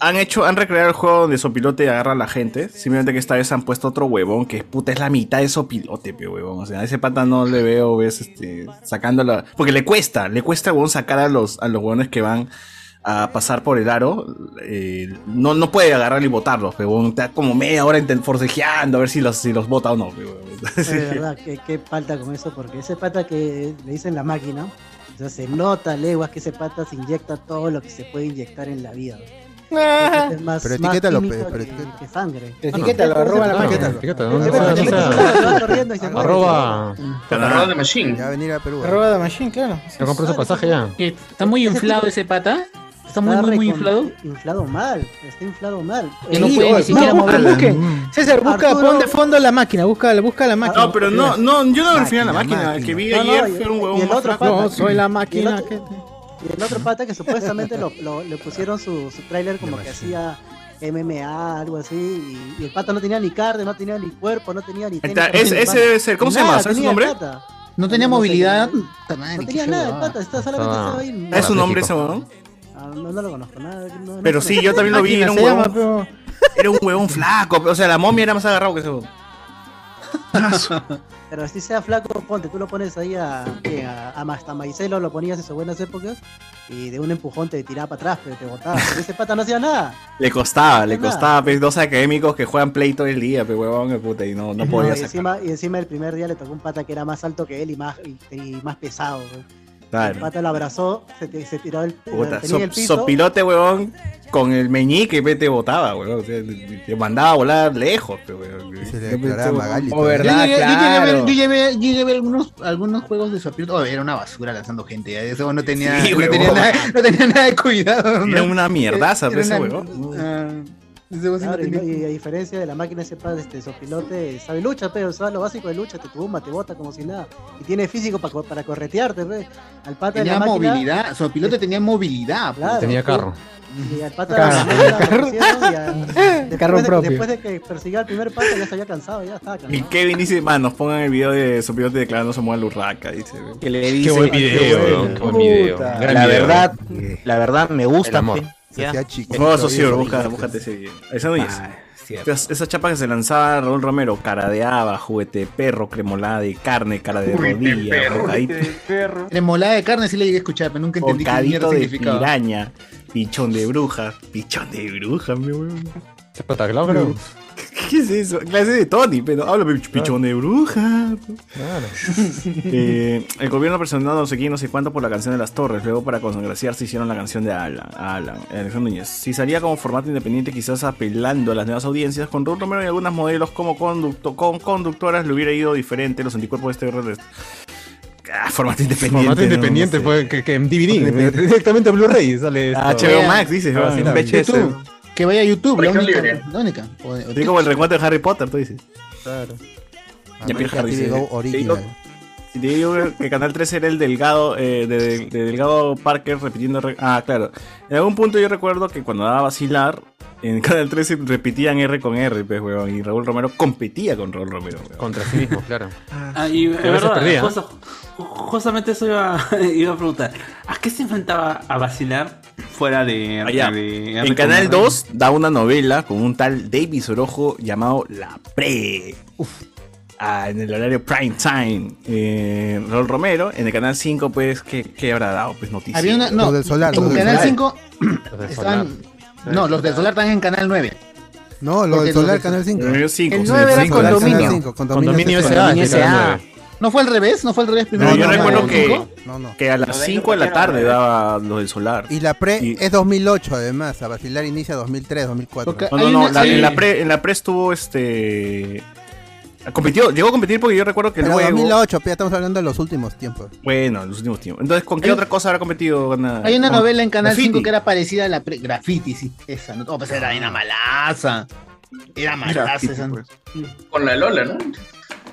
S16: Han hecho, han recreado el juego donde Sopilote agarra a la gente. Simplemente que esta vez han puesto otro huevón que es puta, es la mitad de Sopilote, pe huevón. O sea, a ese pata no le veo, ves, este, sacándola. Porque le cuesta, le cuesta huevón sacar a los, a los huevones que van a pasar por el aro, eh, no, no puede agarrar y botarlos, pero está como media hora intent- forcejeando a ver si los, si los bota o no. pe, huevón.
S14: Es verdad, qué, qué falta con eso, porque ese pata que le dicen la máquina, o sea, se nota leguas que ese pata se inyecta todo lo que se puede inyectar en la vida. Ese es más-
S5: Pero
S14: más
S5: etiquétalo,
S14: químico
S5: pe, pero
S14: que, que sangre.
S1: Ah. Etiquétalo, arroba la máquina.
S2: Etiquétalo, no, no, no, no. Arroba.
S12: Arroba de Machine.
S5: Ya va a venir a Perú. ¿eh?
S1: Arroba de Machine, claro.
S2: Ya compró su pasaje ya.
S10: Que Está muy inflado ese pata. Está muy,
S14: Está
S10: muy, muy
S14: recon-
S10: inflado.
S14: Inflado mal, está inflado mal.
S10: Que no
S14: Eh,
S10: puede ni
S14: oye,
S10: siquiera
S14: no,
S10: moverlo.
S5: Mm.
S1: Busquen. César, busca,
S14: Arturo-
S1: pon de fondo la máquina, busca, busca la máquina.
S16: No, pero no, no, yo no me refiero a la máquina.
S1: máquina.
S16: El que vi
S1: No, no,
S16: ayer
S1: y-
S16: fue un
S1: y
S16: huevón
S1: el
S16: más
S1: otro
S16: flaco.
S1: pata- No, soy la máquina.
S14: Y el otro, y el otro pata que supuestamente lo, lo- le pusieron su, su tráiler como que hacía MMA, algo así, y, y el pata no tenía ni carne, no tenía ni cuerpo, no tenía ni... técnica,
S16: está,
S14: no
S16: ese-
S14: tenía
S16: ese
S14: nada.
S16: debe ser. ¿Cómo se
S14: Nada
S16: llama? ¿Sabes su
S14: tenía el
S16: nombre?
S14: pata.
S8: No tenía
S14: No sé,
S8: movilidad.
S14: No tenía nada, el pata, está solamente
S16: Ah.
S14: estaba ahí.
S16: ¿Es su nombre ese huevón?
S14: Ah, no, no lo conozco, nada. no- no
S16: Pero
S14: sé.
S16: sí, yo también lo vi. Era un huevón, era un huevón flaco. O sea, la momia era más agarrado que ese huevón.
S14: Pero si sea flaco, ponte, tú lo pones ahí a, ¿qué? a, a Masta Maicelo, lo ponías en sus buenas épocas y de un empujón te tiraba para atrás, pero te botaba. Pero ese pata no hacía nada.
S16: Le costaba, le
S14: Nada.
S16: costaba. Pues, dos académicos que juegan play todo el día, pe huevón, que puta, y no, no podía
S14: No, y,
S16: sacar.
S14: encima, y encima el primer día le tocó un pata que era más alto que él y más, y, y más pesado. güey. El
S16: Claro.
S14: pata lo abrazó, se, te- se tiró el,
S16: Puta,
S14: tenía
S16: so-
S14: el piso.
S16: sopilote, huevón, con el meñique pe, te botaba, huevón. O sea, te te mandaba a volar lejos, pe, huevón. oh, Se le
S5: declaraba Magali,
S8: Yo llegué- yo llegué a ver- Yo llegué yo llegué a ver algunos, algunos juegos de su oh, era una basura lanzando gente. ya, Eso no tenía,
S16: Sí,
S8: no
S16: huevón.
S8: tenía nada, no tenía nada de cuidado.
S16: Era una mierdaza,
S8: Era
S16: pe, ese
S8: una-
S16: huevón.
S8: ah,
S14: Claro, y, y a diferencia de la máquina ese pata, este sopilote sabe lucha, pero sabe lo básico de lucha, te tumba, te bota como si nada. Y tiene físico pa co- para corretearte, pe. Al pata de
S8: Tenía
S14: la máquina,
S8: movilidad. Su piloto tenía movilidad. pues.
S14: Claro. Tenía carro. Y al pata de
S8: Carro.
S14: la máquina lo pusieron y a- después
S16: Carro
S14: de-
S16: propio.
S14: Después de que persiguió al primer pata ya se había cansado, ya estaba
S16: Y
S14: cansado.
S16: Kevin dice, man, nos pongan el video de sopilote declarando su amor a Lurraca, dice.
S7: Que le dice- buen video,
S16: huevón,
S7: qué buen video.
S16: Puta.
S7: Gran La video. verdad, la verdad me gusta,
S16: El amor.
S7: pe. Se Ya. hacía chiquito
S16: No,
S7: y
S16: eso sí,
S7: eso
S16: bro,
S7: dice.
S16: busca- búscate ese video. Esa no es.
S7: cierto.
S16: Esas- Esa chapa que se lanzaba Raúl Romero, cara de haba, juguete de perro, cremolada de carne, cara de
S8: Juguete de
S16: rodilla,
S8: perro.
S16: bocadito,
S8: Remolada de carne sí le llegué a escuchar, pero nunca entendí qué mierda
S16: bocadito de
S8: significaba.
S16: piraña, pichón de bruja, pichón de bruja, mi weón. ¿Se
S2: creo.
S16: ¿Qué es eso? Clase de Tony, pero habla pichón de bruja. Claro. Eh, el gobierno presionó no sé quién, no sé cuánto por la canción de las torres. Luego, para congraciarse, hicieron la canción de Alan. Alan, Alejandro Núñez. Si salía como formato independiente, quizás apelando a las nuevas audiencias, con Raúl Romero y algunas modelos como conducto, con conductoras le hubiera ido diferente. Los anticuerpos de este guerrero. Ah, formato independiente.
S2: Formato
S16: no, no
S2: independiente, pues.
S16: sé.
S2: fue que, que en DVD.
S16: Independiente.
S2: Directamente a Blu-ray sale.
S16: Ah,
S2: esto.
S16: HBO Max, dices,
S2: Ah,
S16: weón,
S2: sí,
S16: un
S2: la-
S16: VHS.
S2: YouTube.
S8: Que vaya a YouTube, la
S16: Región
S8: única.
S16: libre.
S8: La única. O- o
S16: Sí, como el recuento de Harry Potter, tú dices.
S8: Claro.
S16: Ya Pierre
S5: América
S16: Harris
S5: TV
S16: dice,
S5: Go
S16: te digo-
S5: Original.
S16: te digo que Canal 3 era el delgado eh, de, de Delgado Parker repitiendo. re- ah, claro. En algún punto yo recuerdo que cuando daba a vacilar, en Canal 13 repetían R con R, pues, weón. Y Raúl Romero competía con Raúl Romero. Contra sí mismo, claro.
S4: Ah, y
S16: Que a veces
S4: verdad,
S16: perdía.
S4: justo- ju- justamente eso iba, iba a preguntar. ¿A qué se enfrentaba a vacilar fuera de... de-
S16: En Canal 2 da una novela con un tal Davis Orojo llamado La Pre. Uf. Ah, en el horario prime time. Eh, Raúl Romero. En el Canal 5, pues, ¿qué, qué habrá dado? Pues noticias.
S8: Había una. No, en Canal 5 estaban.
S16: Solar.
S8: No, los del Solar están en Canal 9.
S5: No, lo
S8: Porque
S5: del Solar,
S8: los-
S5: Canal 5.
S16: Canal 5,
S8: El
S16: sí,
S8: 9 era
S16: Canal 5, Canal
S8: Condominio.
S16: 5,
S8: Condominio
S16: sí,
S8: SA,
S16: Condominio
S8: este canal
S16: SA.
S8: nueve. ¿No fue al revés? ¿No fue al revés primero?
S16: No, yo
S8: ¿No?
S16: recuerdo
S8: ¿no?
S16: que,
S5: No, no.
S16: que a las 5 de la tarde daba lo del solar.
S5: Y la pre
S16: Y-
S5: es 2008 además, a vacilar inicia 2003, 2004.
S16: No, no, no, la- en, la pre, en la pre estuvo este. Competió, llegó a competir porque yo recuerdo que
S5: Pero
S16: luego.
S5: 2008, pe, pues, ya estamos hablando de los últimos tiempos.
S16: Bueno, en los últimos tiempos. Entonces, ¿con qué otra cosa habrá competido? Gana?
S8: Hay una
S16: Con-
S8: novela en Canal
S16: Graffiti.
S8: 5 que era parecida a la pre Graffiti, sí, esa, ¿no? Oh, pues
S12: Ah.
S8: era una malaza. Era malaza
S12: Graffiti,
S8: esa.
S12: Con la Lola, ¿no?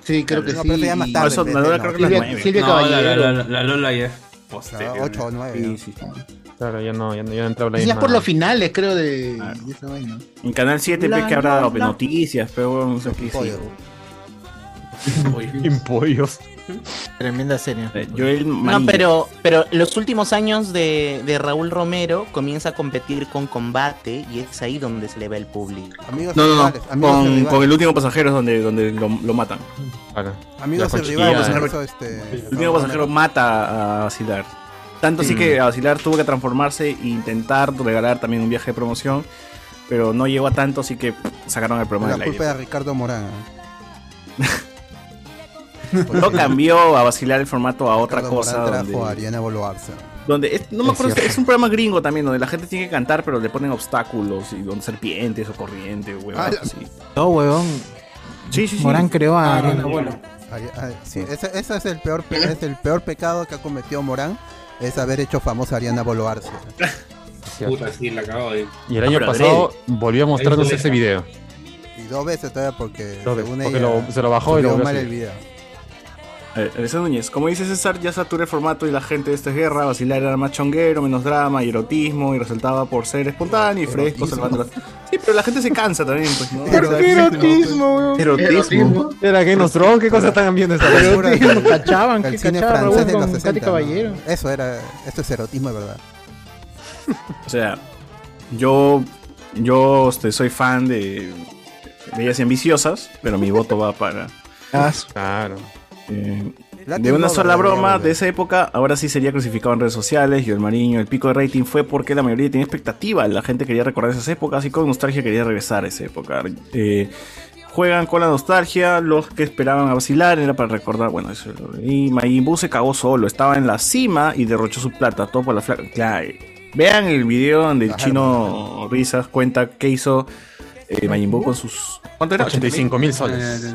S8: Sí, creo que
S12: No,
S8: sí.
S12: pero eso ya más tarde, pues,
S8: y-
S12: Eso, la Lola creo que
S8: Silvia-
S12: las nueve.
S8: Silvia
S12: No,
S8: Caballero.
S12: la-
S4: La, la Lola ya es
S16: eh,
S4: posterior.
S5: 8 o 9.
S16: Sí, sí, sí. Claro, ya no, ya no, ya no
S5: Pues
S16: entraba la
S8: Sí, Pues es
S16: misma-
S8: por los finales, creo, de, de esa vaina.
S16: En Canal 7,
S8: La,
S16: pe, que habrá pues,
S8: la,
S16: dado pe,
S8: la.
S16: noticias, pero bueno, no sé qué sí.
S2: Impollos.
S7: Tremenda serie.
S16: Eh, Joel
S7: No,
S16: Manilla.
S7: pero, pero los últimos años de, de Raúl Romero comienza a competir con combate y es ahí donde se le ve el público.
S5: Amigos
S16: No, no, no. Con, con el último pasajero es donde, donde lo, lo matan.
S5: Amigos
S16: La
S5: y rivales,
S16: cochilla,
S5: eso,
S16: eh.
S5: este,
S16: el último pasajero mata a Asilar. Tanto así
S5: Mm.
S16: que Asilar tuvo que transformarse e intentar regalar también un viaje de promoción. Pero no llegó a tanto, así que pff, sacaron el programa
S5: La
S16: del aire.
S5: culpa de Ricardo Morán. ¿eh?
S16: No cambió a vacilar el formato a otra
S5: Ricardo
S16: cosa.
S5: Morán trajo
S16: donde-
S5: a Ariana Boluarza.
S16: Donde es- no me
S5: Es
S16: acuerdo,
S5: cierto.
S16: es un programa gringo también, donde la gente tiene que cantar, pero le ponen obstáculos y donde serpientes o corriente, huevadas
S5: Ah,
S16: así.
S20: No, huevón.
S16: Sí, sí, Ah, sí.
S20: Morán creó a Ariana
S5: Bueno. Sí, ese, ese es, el peor, pe- es el peor pecado que ha cometido Morán, es haber hecho famosa a Ariana Boluarza.
S10: Puta, sí, la acabo
S16: eh.
S10: de.
S2: Y el año pasado volvió a mostrarnos ese video.
S5: Y dos veces todavía porque,
S2: Dos veces,
S5: según
S2: porque
S5: ella,
S2: lo- se lo bajó y lo
S5: subió
S2: volvió a
S5: mal
S2: subir.
S5: el video.
S16: A ver, Elisa Núñez, como dice César, ya saturé el formato y la gente de esta guerra, vacilar era más chonguero, menos drama y erotismo, y resaltaba por ser espontáneo y fresco, salvando las- Sí, pero la gente se cansa también, pues, ¿no? O sea,
S2: weón? Erotismo. Era Game of Thrones, ¿qué cosa están viendo esta
S5: Erotismo,
S1: cachaban,
S5: El
S1: que
S5: cine
S1: cachaba Raúl
S5: francés de
S1: con
S5: los
S1: Katy
S5: 60. ¿no?
S1: Caballero.
S5: Eso era, esto es erotismo de verdad.
S16: O sea, yo, yo este, soy fan de Bellas y Ambiciosas, pero mi voto va para... Claro. de una sola broma de esa época, ahora sí sería crucificado en redes sociales. Y el Mariño, el pico de rating fue porque la mayoría tenía expectativa. La gente quería recordar esas épocas y con nostalgia quería regresar a esa época. Eh, juegan con la nostalgia, los que esperaban a vacilar era para recordar. Bueno, eso. Y Majin Buu se cagó solo, estaba en la cima y derrochó su plata, todo por la flaca. Claro. Vean el video donde el chino Risas cuenta qué hizo eh, Majin Buu con sus. ¿Cuánto era?
S2: 85 mil
S1: Eh,
S2: soles.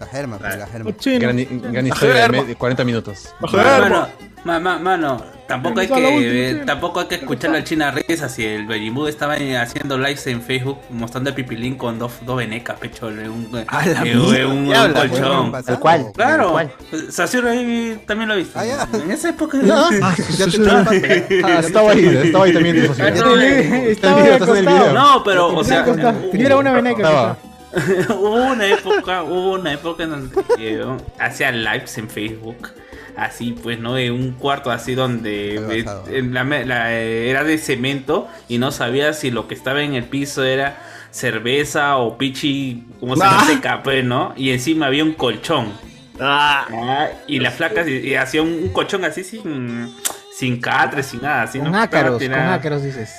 S5: La germa, pues, la germa.
S2: Gran, gran historia de me- de 40 minutos.
S4: Mano, ma- ma- mano, tampoco hay
S2: Permiso a la
S4: que eh,
S2: última.
S4: tampoco hay que escuchar la China Risa si el Bellimud estaba eh, haciendo lives en Facebook mostrando el pipilín con dos dos venecas, pecho, eh, un, eh, eh,
S16: la mierda,
S4: eh, un-
S16: ¿qué
S4: un
S16: hablas?
S4: colchón.
S16: Tal cual,
S4: Claro.
S16: tal cual.
S4: Sasuro ahí también lo he visto. En esa época
S1: Ah,
S4: ya te-
S1: Ah, estaba ahí, estaba ahí también.
S4: Ah, no, eh,
S1: Estaba ahí
S4: acostado.
S1: acostado.
S4: No, pero, o sea,
S1: Tuviera una veneca.
S4: Estaba. hubo una época, hubo una época en donde eh, hacía lives en Facebook. Así pues, ¿no? En un cuarto así donde eh, en la me- la, eh, era de cemento y no sabía si lo que estaba en el piso era cerveza o pichi, como se
S1: Ah.
S4: dice, capé, ¿no? Y encima había un colchón. Ah, y las flacas y, y hacía un, un colchón así sin, sin catre, sin nada. Así,
S1: Con
S4: no
S1: ácaros,
S4: Sin
S1: con
S4: nada.
S1: ácaros dices.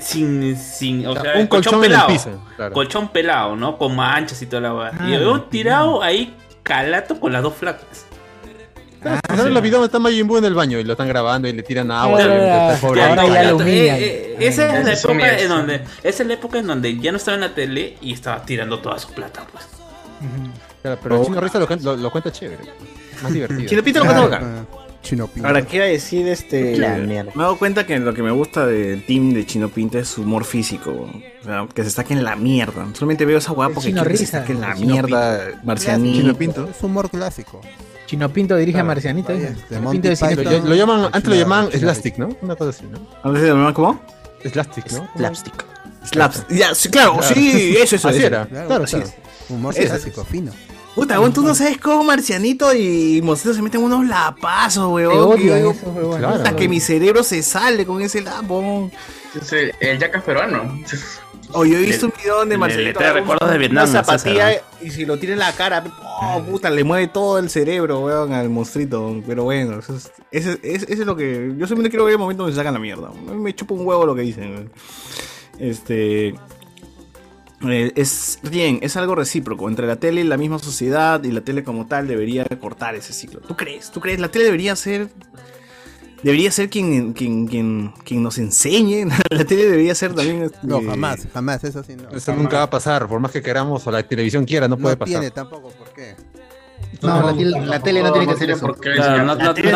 S4: Sin, sin, o sea,
S1: un
S4: el colchón,
S1: colchón en el
S4: pelado.
S1: piso, claro.
S4: Colchón pelado, ¿no? Con manchas y toda la weá.
S1: Ah,
S4: y yo tirado ahí calato con las dos flacas.
S16: Ah,
S2: ¿Sabes los videos donde está Majin Buu en el baño y lo están grabando y le tiran agua?
S4: Ahora-
S2: le- le- le- pobre
S4: Ya,
S2: Majin
S4: no, ya
S2: Buu.
S4: no, eh, eh, esa es la
S2: Esas son
S4: época
S2: mías.
S4: en donde, esa es la época en donde ya no estaba en la tele y estaba tirando toda su plata, pues.
S2: Claro, Pero
S16: Oh.
S2: el chino Risa lo, can- lo- lo cuenta chévere. Más divertido.
S16: Chino Pita lo cuenta bacán.
S5: Chino Pinto.
S16: Ahora, ¿qué iba a decir este?
S5: La
S16: Me he
S5: mierda.
S16: dado cuenta que lo que me gusta del team de Chino Pinta es su humor físico. O sea, que se saquen la mierda. Solamente veo esa guapa porque
S1: Chino
S16: quiero que se
S1: Risa,
S16: saquen la
S1: el Chino
S16: mierda.
S1: Pinto.
S16: Marcianito.
S1: Chino Pinto.
S5: Es humor clásico.
S1: Chino Pinto dirige a Marcianita. dice. Chino Pinto de cine.
S2: Lo, lo llaman, antes lo llamaban Slastic, ¿no? Una cosa así, ¿no?
S16: ¿Antes lo llamaban cómo?
S2: Slastic, ¿no?
S7: Slapstick.
S16: Slaps. Ya, sí, claro, sí, eso, eso.
S2: Así
S16: eso.
S2: era.
S16: Claro,
S2: Claro,
S16: así
S2: claro.
S16: es.
S5: Humor
S16: Eso.
S5: clásico, fino.
S16: Puta, weón, tú no sabes cómo Marcianito y Monstruo se meten unos lapazos,
S5: Te
S16: weón.
S5: odian
S16: que yo digo,
S5: esos, weón.
S16: puta,
S5: Claro.
S16: que mi cerebro se sale con ese lapo.
S12: Sí, el Jackass peruano.
S16: O yo he visto un video donde
S12: Le-
S16: Marcelito
S12: le- te
S16: agarra
S12: recuerdos de
S16: una
S12: Vietnam,
S16: zapatilla
S12: César.
S16: y si lo tira en la cara, oh, puta, le mueve todo el cerebro, weón, al monstruito. weón. Pero bueno, eso es, ese- ese- ese es lo que. Yo solamente quiero ver el momento donde se sacan la mierda. weón. A mí Me chupa un huevo lo que dicen. weón. Este. eh, es bien, es algo recíproco. Entre la tele y la misma sociedad y la tele como tal debería cortar ese ciclo. ¿Tú crees? ¿Tú crees? La tele debería ser Debería ser quien, quien, quien, quien nos enseñe. La tele debería ser también. este,
S5: No, jamás, jamás, eso sí no.
S2: Eso nunca va a pasar, por más que queramos o la televisión quiera, no puede
S5: No tiene
S2: pasar.
S5: tampoco por qué.
S4: No, la tele- la tele no tiene que hacer eso. Claro, no- no- no tiene-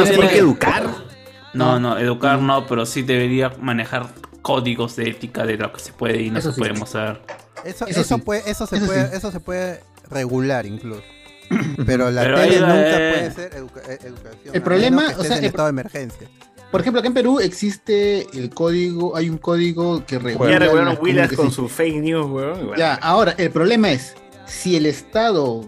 S4: No, no, educar no, pero sí debería manejar códigos de ética de lo que se puede y no
S5: Eso
S4: se
S5: sí.
S4: puede mostrar.
S5: Eso,
S4: Eso
S5: eso,
S4: sí.
S5: puede, eso, se
S4: Eso
S5: puede,
S4: sí.
S5: eso se puede regular incluso. Pero la
S4: Pero
S5: tele
S4: ahí va,
S5: nunca
S4: eh.
S5: puede ser educa- eh, educación.
S8: El
S5: a
S8: problema,
S5: menos que
S8: o
S5: estés
S8: sea,
S5: en
S8: el-
S5: estado de emergencia.
S8: Por ejemplo, acá en Perú existe el código, hay un código que regula.
S16: Ya regularon
S8: las
S16: Willas con
S8: comunicaciones.
S16: su fake news, weón. y bueno.
S8: Ya, ahora, el problema es, si el Estado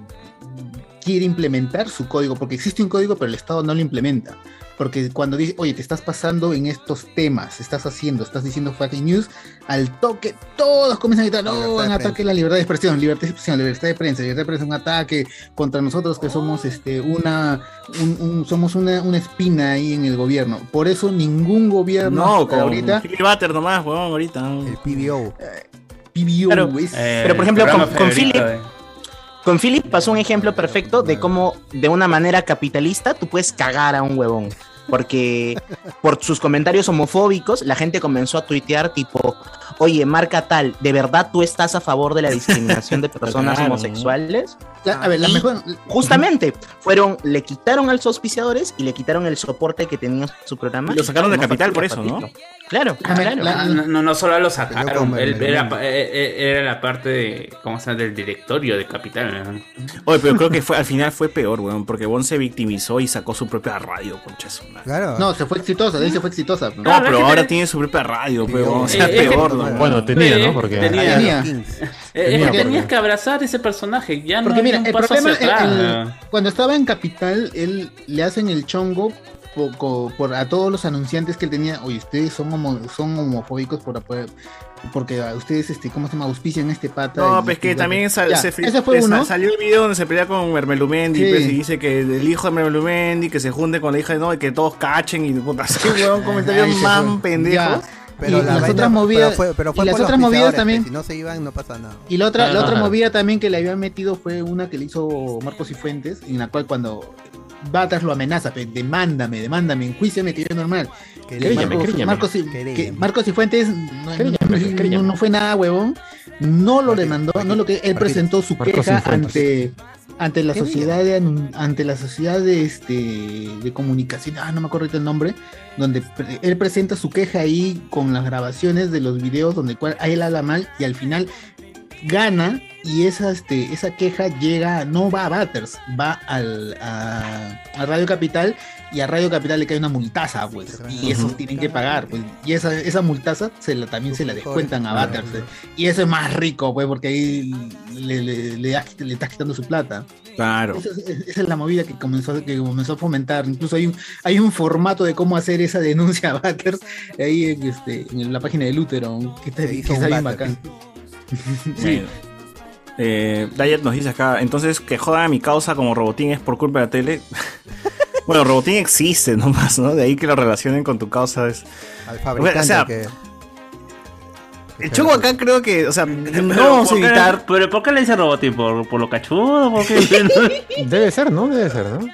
S8: quiere implementar su código, porque existe un código, pero el Estado no lo implementa. Porque cuando dice, oye, te estás pasando en estos temas, estás haciendo, estás diciendo fucking news, al toque todos comienzan a gritar, no, un ataque a la libertad de expresión, libertad de expresión, libertad de prensa, libertad de prensa, un ataque contra nosotros que somos este una un- un- somos una, una espina ahí en el gobierno. Por eso ningún gobierno
S16: No,
S8: hasta
S16: con
S8: ahorita
S16: Philly Butter nomás, huevón, ahorita. El
S5: PBO.
S8: PBO
S7: Claro,
S8: es-
S16: Eh,
S7: pero por ejemplo, con, con Philip, con Philip pasó un ejemplo perfecto de cómo de una manera capitalista tú puedes cagar a un huevón. Porque por sus comentarios homofóbicos la gente comenzó a tuitear tipo, oye, marca tal, ¿de verdad tú estás a favor de la discriminación de personas
S8: Claro.
S7: homosexuales?
S8: La- a ver, la
S7: Y
S8: mejor-
S7: Justamente, fueron, le quitaron a los auspiciadores y le quitaron el soporte que tenía su programa.
S16: Y lo sacaron de Capital por eso, ¿no?
S7: Claro, claro.
S4: Ah, no, no, no solo lo sacaron,
S7: Peleó
S4: él
S7: con
S4: era,
S7: Mermelina.
S4: eh, eh, era la parte de, ¿cómo se llama? del directorio de Capital. ¿no?
S16: Oye, pero creo que fue, al final fue peor, weón, porque Bon se victimizó y sacó su propia radio, concha de su madre.
S5: Claro.
S8: No, se fue exitosa, de ahí se fue exitosa.
S16: No, pero ahora tiene su propia radio, weón. O sea,
S4: Eh, eh,
S16: peor,
S4: eh,
S16: weón.
S2: Bueno, tenía, ¿no? Porque-
S8: Tenía.
S2: Tenía.
S4: Eh, es
S2: Tenía,
S4: que tenías
S2: porque-
S4: que abrazar ese personaje, ya no
S8: Porque mira,
S4: hay un
S8: el
S4: paso
S8: problema
S4: hacia
S8: el- el-
S4: atrás.
S8: cuando estaba en Capital, él le hacen el chongo poco por a todos los anunciantes que él tenía, oye, ustedes son homo- son homofóbicos por apoyar- porque a ustedes este cómo se llama auspician este pata.
S16: No,
S8: y-
S16: pues
S8: y-
S16: que también sal-
S8: Ya,
S16: se,
S8: ese fue
S16: se-
S8: uno.
S16: salió el video donde se pelea con Mermelumendi
S8: Sí.
S16: pues, y dice que el hijo de Mermelumendi que se junte con la hija de no y que todos cachen y puta, así, weón, comentarios
S5: Ahí se
S16: más
S5: fue.
S16: pendejos.
S5: Ya, Pero
S8: Y
S5: la
S8: las
S5: vaina-
S8: otras movidas-
S5: pero fue, pero fue
S8: y las
S5: por los
S8: otras movidas
S5: auspiciadores,
S8: también-
S5: que Si no se iban, no pasa nada.
S8: Y la otra,
S2: Ah,
S8: la
S5: Ajá.
S8: otra movida también que le habían metido fue una que le hizo Marcos y Fuentes, en la cual cuando Batas lo amenaza, pe, demándame, demándame, enjuíciame que yo normal. Que
S16: Queréllame,
S8: Marcos,
S16: queréllame.
S8: Marcos y,
S16: Queréllame.
S8: que Marcos y Fuentes no,
S16: Queréllame,
S8: no-
S16: queréllame.
S8: no fue nada, huevón. No lo demandó, no lo que él presentó su
S16: Marcos
S8: queja
S16: y Fuentes.
S8: ante ante la
S16: Qué bien.
S8: sociedad de anun- ante la sociedad de este de comunicación ah no me acuerdo ahorita el nombre donde pre- él presenta su queja ahí con las grabaciones de los videos donde cual a él habla mal y al final gana y esa este esa queja llega no va a Batters va al a, a Radio Capital y a Radio Capital le cae una multaza pues y esos tienen que pagar pues y esa esa multaza se la también se la descuentan a Batters pues. y eso es más rico pues porque ahí le, le, le das- le estás quitando su plata
S16: Claro.
S8: esa es, esa es la movida que comenzó, que comenzó a fomentar. Incluso hay un, hay un formato de cómo hacer esa denuncia a Batters ahí en, este, en la página de Lutheran, que está,
S5: Se hizo
S8: que está
S5: un
S8: bien
S5: Batters.
S8: bacán.
S16: Bueno. Eh, Dayet nos dice acá, entonces que jodan a mi causa como Robotín es por culpa de la tele. bueno, Robotín existe nomás, ¿no? De ahí que lo relacionen con tu causa es...
S5: Al fabricante
S16: O sea,
S5: que-
S16: El chongo acá creo que, o sea, no
S4: Pero
S16: vamos a
S4: ¿por qué-
S16: evitar...
S4: Pero ¿por qué le dice Robotín? ¿Por, por lo cachudo? ¿Por qué?
S2: Debe ser, ¿no? Debe ser, ¿no?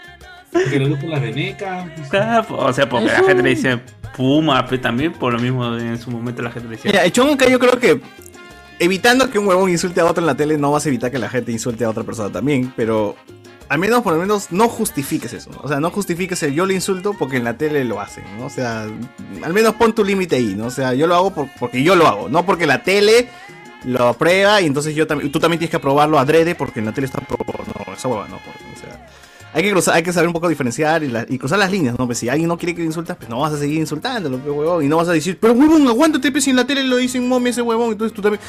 S3: Que le gustan las venecas.
S4: Ah, o sea, porque la
S16: Eso-
S4: gente le dice Puma, pero también por lo mismo en su momento la gente le decía.
S16: Mira, el chongo acá yo creo que evitando que un huevón insulte a otro en la tele, no vas a evitar que la gente insulte a otra persona también, pero al menos por lo menos no justifiques eso. ¿no? O sea, no justifiques el yo le insulto porque en la tele lo hacen, ¿no? O sea, al menos pon tu límite ahí, ¿no? O sea, yo lo hago por- porque yo lo hago, no porque la tele lo aprueba y entonces yo también tú también tienes que aprobarlo adrede porque en la tele está aprobado. No, esa hueva no, porque, o sea, hay que cruzar, hay que saber un poco diferenciar y, la- y cruzar las líneas, ¿no? Pues si alguien no quiere que le insultas, pues no vas a seguir insultándolo, pues, huevón, y no vas a decir, pero huevón, aguántate, pues si en la tele lo dicen mami ese huevón, entonces tú también.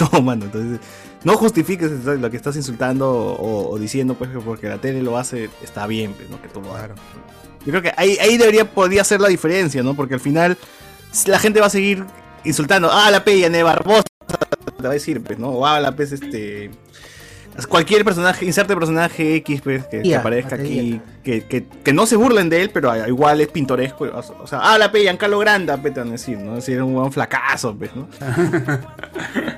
S16: no, mano, entonces no justifiques lo que estás insultando o, o diciendo, pues, que porque la tele lo hace, está bien, pues, ¿no? Que tú lo hagas. Yo creo que ahí, ahí debería, podría ser la diferencia, ¿no? Porque al final la gente va a seguir insultando, ah, la peña de Barbosa, te va a decir, pues, ¿no? O ah, la pez, este. Cualquier personaje, inserte personaje X, pues, que, que
S5: Tía,
S16: aparezca
S5: batería.
S16: aquí, que, que, que no se burlen de él, pero ah, igual es pintoresco. O sea, ah, la pe, Giancarlo Granda, pe, te van a decir, ¿no? Si era un buen flacazo, pues, ¿no?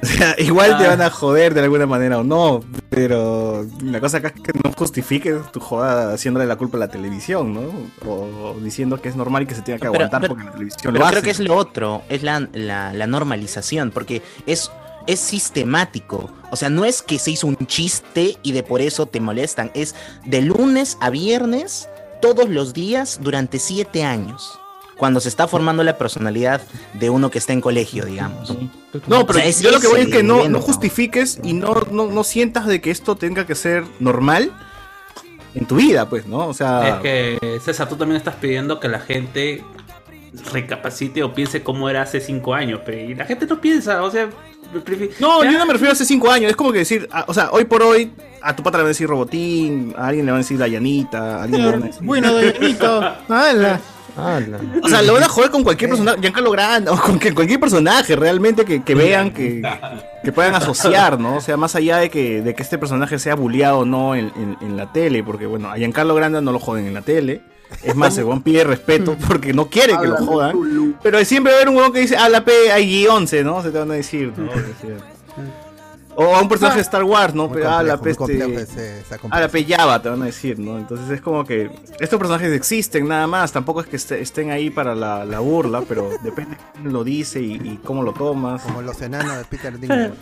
S16: O sea, igual
S9: Ah.
S16: te van a joder de alguna manera o no, pero la cosa acá es que no justifiques tu joda haciéndole la culpa a la televisión, ¿no? O, diciendo que es normal y que se tenga que
S7: Pero-
S16: aguantar
S7: pero-
S16: porque la televisión
S7: Pero
S16: lo
S7: creo
S16: hace.
S7: que es lo otro, es la, la- la normalización, porque es, es sistemático. O sea, no es que se hizo un chiste y de por eso te molestan. Es de lunes a viernes, todos los días, durante siete años. Cuando se está formando la personalidad de uno que está en colegio, digamos.
S16: No,
S7: O
S16: pero
S7: sea, es-
S16: yo lo que voy
S7: ese
S16: es que no,
S7: elemento.
S16: no justifiques y no, no, no sientas de que esto tenga que ser normal en tu vida, pues, ¿no? O sea,
S4: Es que, César, tú también estás pidiendo que la gente recapacite o piense cómo era hace cinco años. Pero y la gente no piensa, o sea. prefi-
S16: No,
S4: ya-
S16: yo no me refiero a hace cinco años. Es como que decir, ah, o sea, hoy por hoy a tu pata le van a decir robotín, a alguien le van a decir la llanita, a alguien le van a decir.
S15: Bueno, Dayanito.
S16: ¡Hala! O sea, lo van a joder con cualquier personaje, Giancarlo Grande, o con que- cualquier personaje realmente que, que vean, que, que puedan asociar, ¿no? O sea, más allá de que, de que este personaje sea bulleado o no en, en- en la tele, porque bueno, a Giancarlo Grande no lo joden en la tele. Es más, el weón pide respeto porque no quiere que lo
S15: Háblame,
S16: jodan. Pero siempre va a haber un weón que dice, ah, la P, hay 11, ¿no? Se te van a decir, ¿no?
S9: Mm.
S16: O a un personaje de Star Wars, ¿no? Pero, ah, la P,
S5: complejo, muy
S16: este,
S5: complejo ese- esa
S16: Ah, la pellaba, te van a decir, ¿no? Entonces es como que estos personajes existen nada más, tampoco es que est- estén ahí para la, la burla, pero depende de quién lo dice y, y cómo lo tomas. Como
S5: los enanos de Peter Dinklage.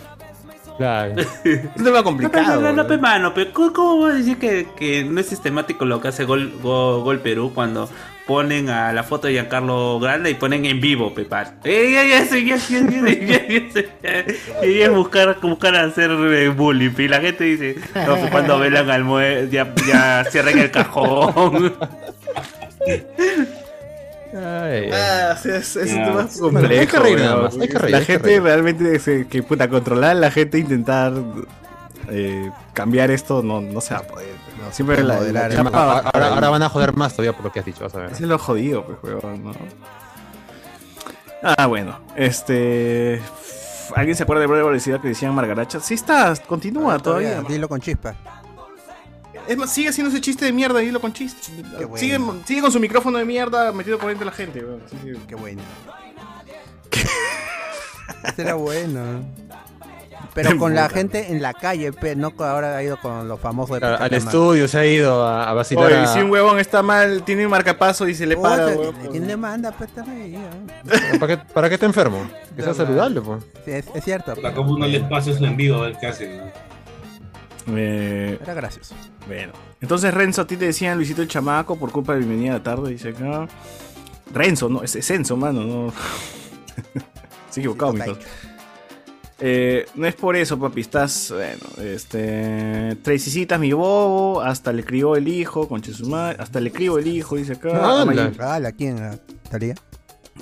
S16: Claro. Es un tema
S4: No, pero,
S16: complicado.
S4: no, no,
S16: bro.
S4: pe, mano, pe, ¿cómo, cómo vas a decir que, que no es sistemático lo que hace Gol, Go- Gol Perú cuando ponen a la foto de Giancarlo Grande y ponen en vivo, Pepa? Eh, ya, ya, sí, ya, ya, ya, ya, ya, ya. Y es buscar, buscar hacer eh, bullying. Y la gente dice, no, pe, cuando velan al mue ya, ya cierren el cajón.
S16: Ah, sí, es, es un
S4: Ya.
S16: tema
S4: Bueno,
S16: complejo.
S4: hay que reír nada
S16: bro.
S4: más, hay que reír,
S16: la
S4: hay que
S16: gente
S4: reír.
S16: realmente, se- que puta, controlar a la gente, intentar eh, cambiar esto, no, no se va a poder. ¿no? Siempre la, la
S2: Ya,
S16: chapa va-
S2: ahora, ahora- ahora van a joder más todavía por lo que has dicho, vas a ver.
S16: Ese es lo jodido, pues, weón, ¿no? Ah, bueno. Este. ¿Alguien se acuerda de Brother Velocidad que decían Margaracha? Sí está, continúa todavía.
S5: Ah, Todavía, dilo con chispa.
S16: Es más, sigue haciendo ese chiste de mierda y lo con chiste.
S5: bueno.
S16: Sigue, sigue con su micrófono de mierda metido por dentro de la gente, weón.
S5: Qué bueno. Ese era bueno. Pero con la gente en la calle, pe, no con- ahora ha ido con los famosos de
S2: Claro, al
S5: Pachamama.
S2: estudio se ha ido a, a vacilar.
S16: Oye,
S2: a-
S16: si un huevón está mal, tiene un marcapaso y se le para,
S5: Puta,
S16: weón.
S5: ¿Quién le manda? Pues está ahí, ¿eh?
S2: ¿Para qué, ¿Para qué te enfermo? Que sea
S5: Verdad.
S2: saludable, pues.
S5: Sí, es, es cierto.
S3: Puta, como uno les pasa eso en vivo a ver qué hacen. ¿no?
S16: Eh,
S5: Era gracioso.
S16: Bueno. Entonces, Renzo, a ti te decían Luisito el chamaco por culpa de bienvenida a la tarde. Dice acá. Renzo, no, es es Enzo, mano, no. Se equivocado, mijo. Eh, no es por eso, papi. Estás, bueno, este. Tracicitas, mi bobo. Hasta le crió el hijo, con Hasta le crió el hijo, dice acá. A Majin-
S5: Ah, la quién ah, estaría.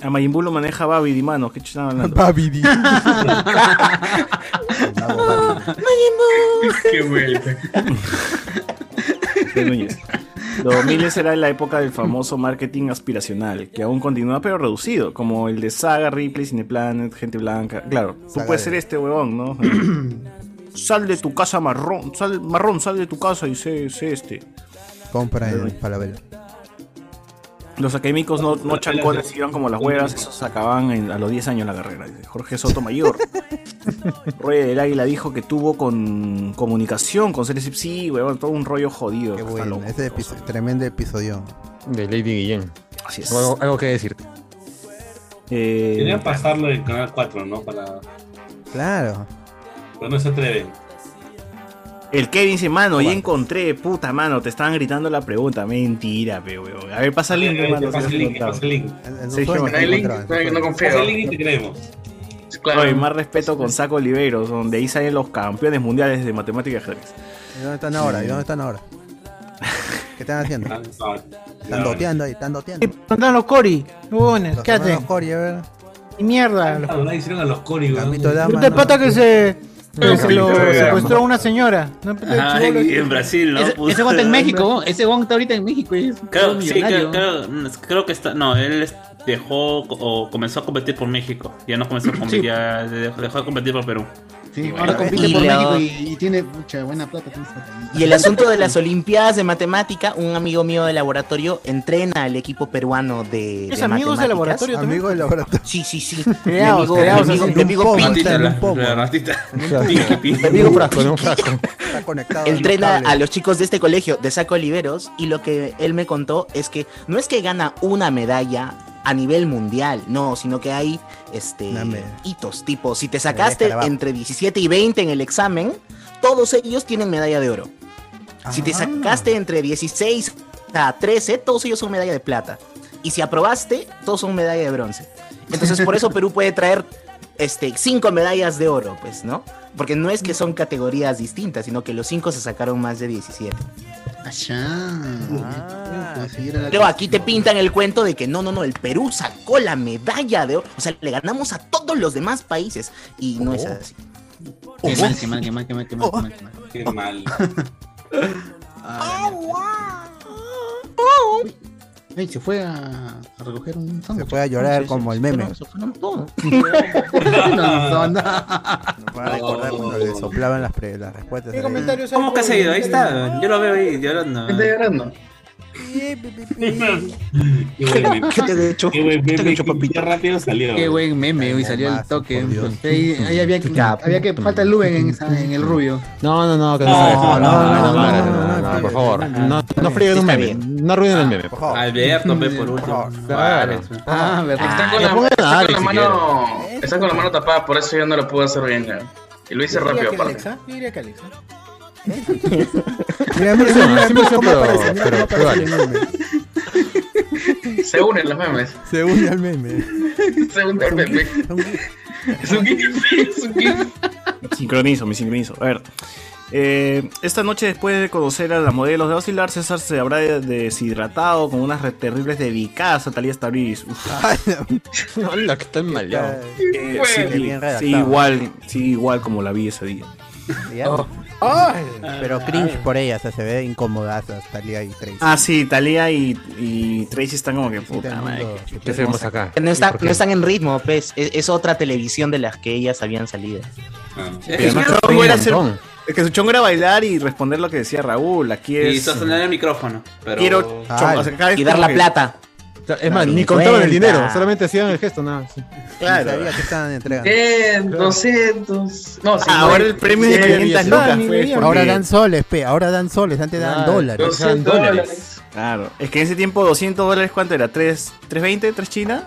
S16: A Majin Buu lo maneja Babidi, mano. ¿Qué chucha están hablando?
S5: Babidi.
S12: Qué bueno.
S16: de Núñez. 2000 será la época del famoso marketing aspiracional, que aún continúa pero reducido, como el de Saga, Ripley, Cineplanet, Gente Blanca. Claro, tú
S5: Saga
S16: puedes
S5: de-
S16: ser este huevón, ¿no? sal de tu casa marrón, sal, marrón, sal de tu casa y sé, sé este.
S5: Compra en Falabella.
S16: Los académicos no, no chancones iban como las huevas, esos acababan en- a los 10 años la carrera. dice Jorge Sotomayor. Roger del Águila dijo que tuvo con comunicación con seres sí, huevón, todo un rollo jodido. Qué
S5: Bueno, ese episo- tremendo episodio.
S2: De Lady Guillén.
S16: Así
S2: es. Algo, algo que decirte.
S16: Eh,
S3: Querían pasarlo en Canal 4, ¿no? Para...
S5: Claro.
S3: Pero no se atreven.
S16: El Kevin dice, mano, ya encontré, puta mano, te estaban gritando la pregunta. Mentira, pe, weón. A ver, pasa el link,
S3: Ay, ay,
S16: hermano.
S3: Eh, pasa
S16: si
S3: el
S16: has
S3: link,
S16: encontrado.
S3: pasa el link.
S5: en
S16: Sergio
S5: sueño,
S16: Martín.
S5: en el link,
S12: Ay, no confío.
S3: Pasa el link y te creemos.
S16: Oye, más respeto con Saco Oliveros, donde ahí salen los campeones mundiales de matemática y ajedrez.
S5: ¿Y dónde están ahora? ¿Y dónde están ahora? ¿Qué están haciendo? Están doteando ahí, están doteando.
S1: Mandan los Cori, huevones,
S5: Los
S1: ¿qué hacen?
S5: hermanos Cori, a ver.
S1: Y mierda. los-
S3: Ah, ¿verdad? Hicieron a los códigos.
S1: Puta de pata que se, que se lo
S3: Cambito,
S1: secuestró a
S3: Dama.
S1: una señora. No, puta de
S4: Ay,
S1: chibolo.
S4: en Brasil, ¿no?
S1: Ese-
S4: Puta.
S1: ese guante
S8: en México, ¿no? ese Wong está ahorita en México y es un
S4: Creo, sí,
S8: millonario.
S4: creo, creo- creo que está. No, él es- dejó o comenzó a competir por México. Ya no comenzó a competir, ya dejó, dejó de competir por Perú.
S8: Sí,
S4: Y
S8: ahora
S4: bueno.
S8: compite
S7: Y
S8: por
S7: la-
S8: México y, y tiene mucha buena plata. tiene esa plata.
S7: Y el asunto de las Olimpiadas de Matemática, un amigo mío de laboratorio entrena al equipo peruano de,
S1: ¿Es
S7: de
S1: amigos de
S7: matemáticas.
S1: laboratorio también?
S5: Amigos de laboratorio.
S7: Sí, sí, sí. Mi
S1: Creados,
S7: amigo,
S1: creados,
S7: mi amigo,
S1: así,
S7: mi amigo
S1: un pomo,
S7: Pinky.
S1: está en un pomo.
S4: La ratita.
S7: Mi amigo Frasco, ¿no?
S5: Está conectado. al
S7: Entrena
S5: cable.
S7: a los chicos de este colegio de Saco Oliveros y lo que él me contó es que no es que gana una medalla a nivel mundial, no, sino que hay este hitos, tipo, si te
S5: Medalla
S7: sacaste
S5: de Carabao.
S7: entre 17 y 20 en el examen, todos ellos tienen medalla de oro. Si
S8: Ah.
S7: te sacaste entre 16 a 13, todos ellos son medalla de plata. Y si aprobaste, todos son medalla de bronce. Entonces, por eso Perú puede traer este, cinco medallas de oro, pues, ¿no? Porque no es que son categorías distintas, sino que los cinco se sacaron más de 17.
S5: Ah,
S7: Pero aquí te pintan el cuento de que no, no, no, el Perú sacó la medalla de oro. O sea, le ganamos a todos los demás países. Y no es así.
S8: Oh.
S7: Oh,
S8: Qué mal, qué mal, qué mal, qué mal, qué mal, qué mal, qué mal.
S10: Qué mal.
S8: Ey, se fue a, a recoger un
S5: Se fue a llorar como el meme. Para recordar cuando le soplaban las, pre- las respuestas.
S4: ¿Qué comentarios hay? ¿Cómo que se ha ido? Ahí está.
S1: Ah.
S4: Yo lo veo ahí llorando.
S5: Está llorando.
S8: ¿Qué te he hecho?
S17: Qué buen meme, qué rápido salió.
S8: Qué buen meme, hoy salió el toque. Ahí, ahí había que, había que falta el Luben en, esa- en el rubio.
S2: No, no, no, que no,
S8: No,
S2: se deje.
S8: no,
S2: no,
S8: no, no,
S2: no, no, no, por favor. No, no frieguen un meme. No arruinen el meme, por favor.
S4: Alberto, ve por último.
S2: Claro.
S8: Ah,
S2: verdad.
S12: Está pues con
S2: Ya
S12: la,
S2: pongan
S12: está
S2: a Alex,
S12: con la
S2: si
S12: mano, está con la mano tapada, por eso yo no lo pude hacer bien. ya. Y lo hice
S1: Yo diría
S12: rápido,
S1: que
S12: aparte.
S1: Alexa, yo diría que Alexa.
S12: Mira,
S1: mira,
S12: mira,
S1: mira, mira
S12: siempre se-
S1: cómo
S12: pero-
S1: aparece, mira
S12: pero-
S1: cómo
S12: pero
S1: aparece
S12: vale.
S1: el meme.
S12: Se unen los memes.
S5: Se une al meme.
S12: Se une el meme. Es un gif, es un gif.
S16: Me sincronizo, me sincronizo. A ver. eh, esta noche, después de conocer a las modelos de Oscilar, César se habrá deshidratado con unas re- terribles de Vicasa, Talía Stabris.
S2: Hola, que tan maleado.
S16: Eh,
S3: Pues,
S2: Bueno.
S16: sí,
S2: Qué bien redactado.
S16: sí, igual, sí, igual como la vi ese día.
S1: Oh.
S5: Pero cringe por ella, o sea, se ve incómoda Talía y Tracy.
S16: Ah, sí, Talía y, y Tracy están como que puta madre. ¿qué-
S7: Que
S16: ¿Qué hacemos acá?
S7: No,
S16: ¿Y
S7: están,
S16: por qué?
S7: no están en ritmo, pues. Es, es otra televisión de las que ellas habían salido.
S4: Ah.
S16: Es que, su chongo era hacer- es que su chongo era bailar y responder lo que decía Raúl. Aquí es.
S4: Y sostener el micrófono. Pero...
S16: Quiero chongo, o sea, cada vez como que-
S2: Es más, ni
S16: Ni
S2: contaban el
S16: cuenta.
S2: dinero, solamente hacían el gesto, nada. sí.
S5: Claro. Sabía que estaban entregando.
S12: 100, 200. No,
S16: Ah,
S5: Ah,
S16: ahora el premio es de 500 lucas. pues, porque-
S5: Ahora dan soles, pe. Ahora dan soles, antes daban
S16: Claro,
S5: dólares.
S16: antes daban dólares. Claro. Es que en ese tiempo 200 dólares, ¿cuánto era? ¿3, 320? ¿3 China?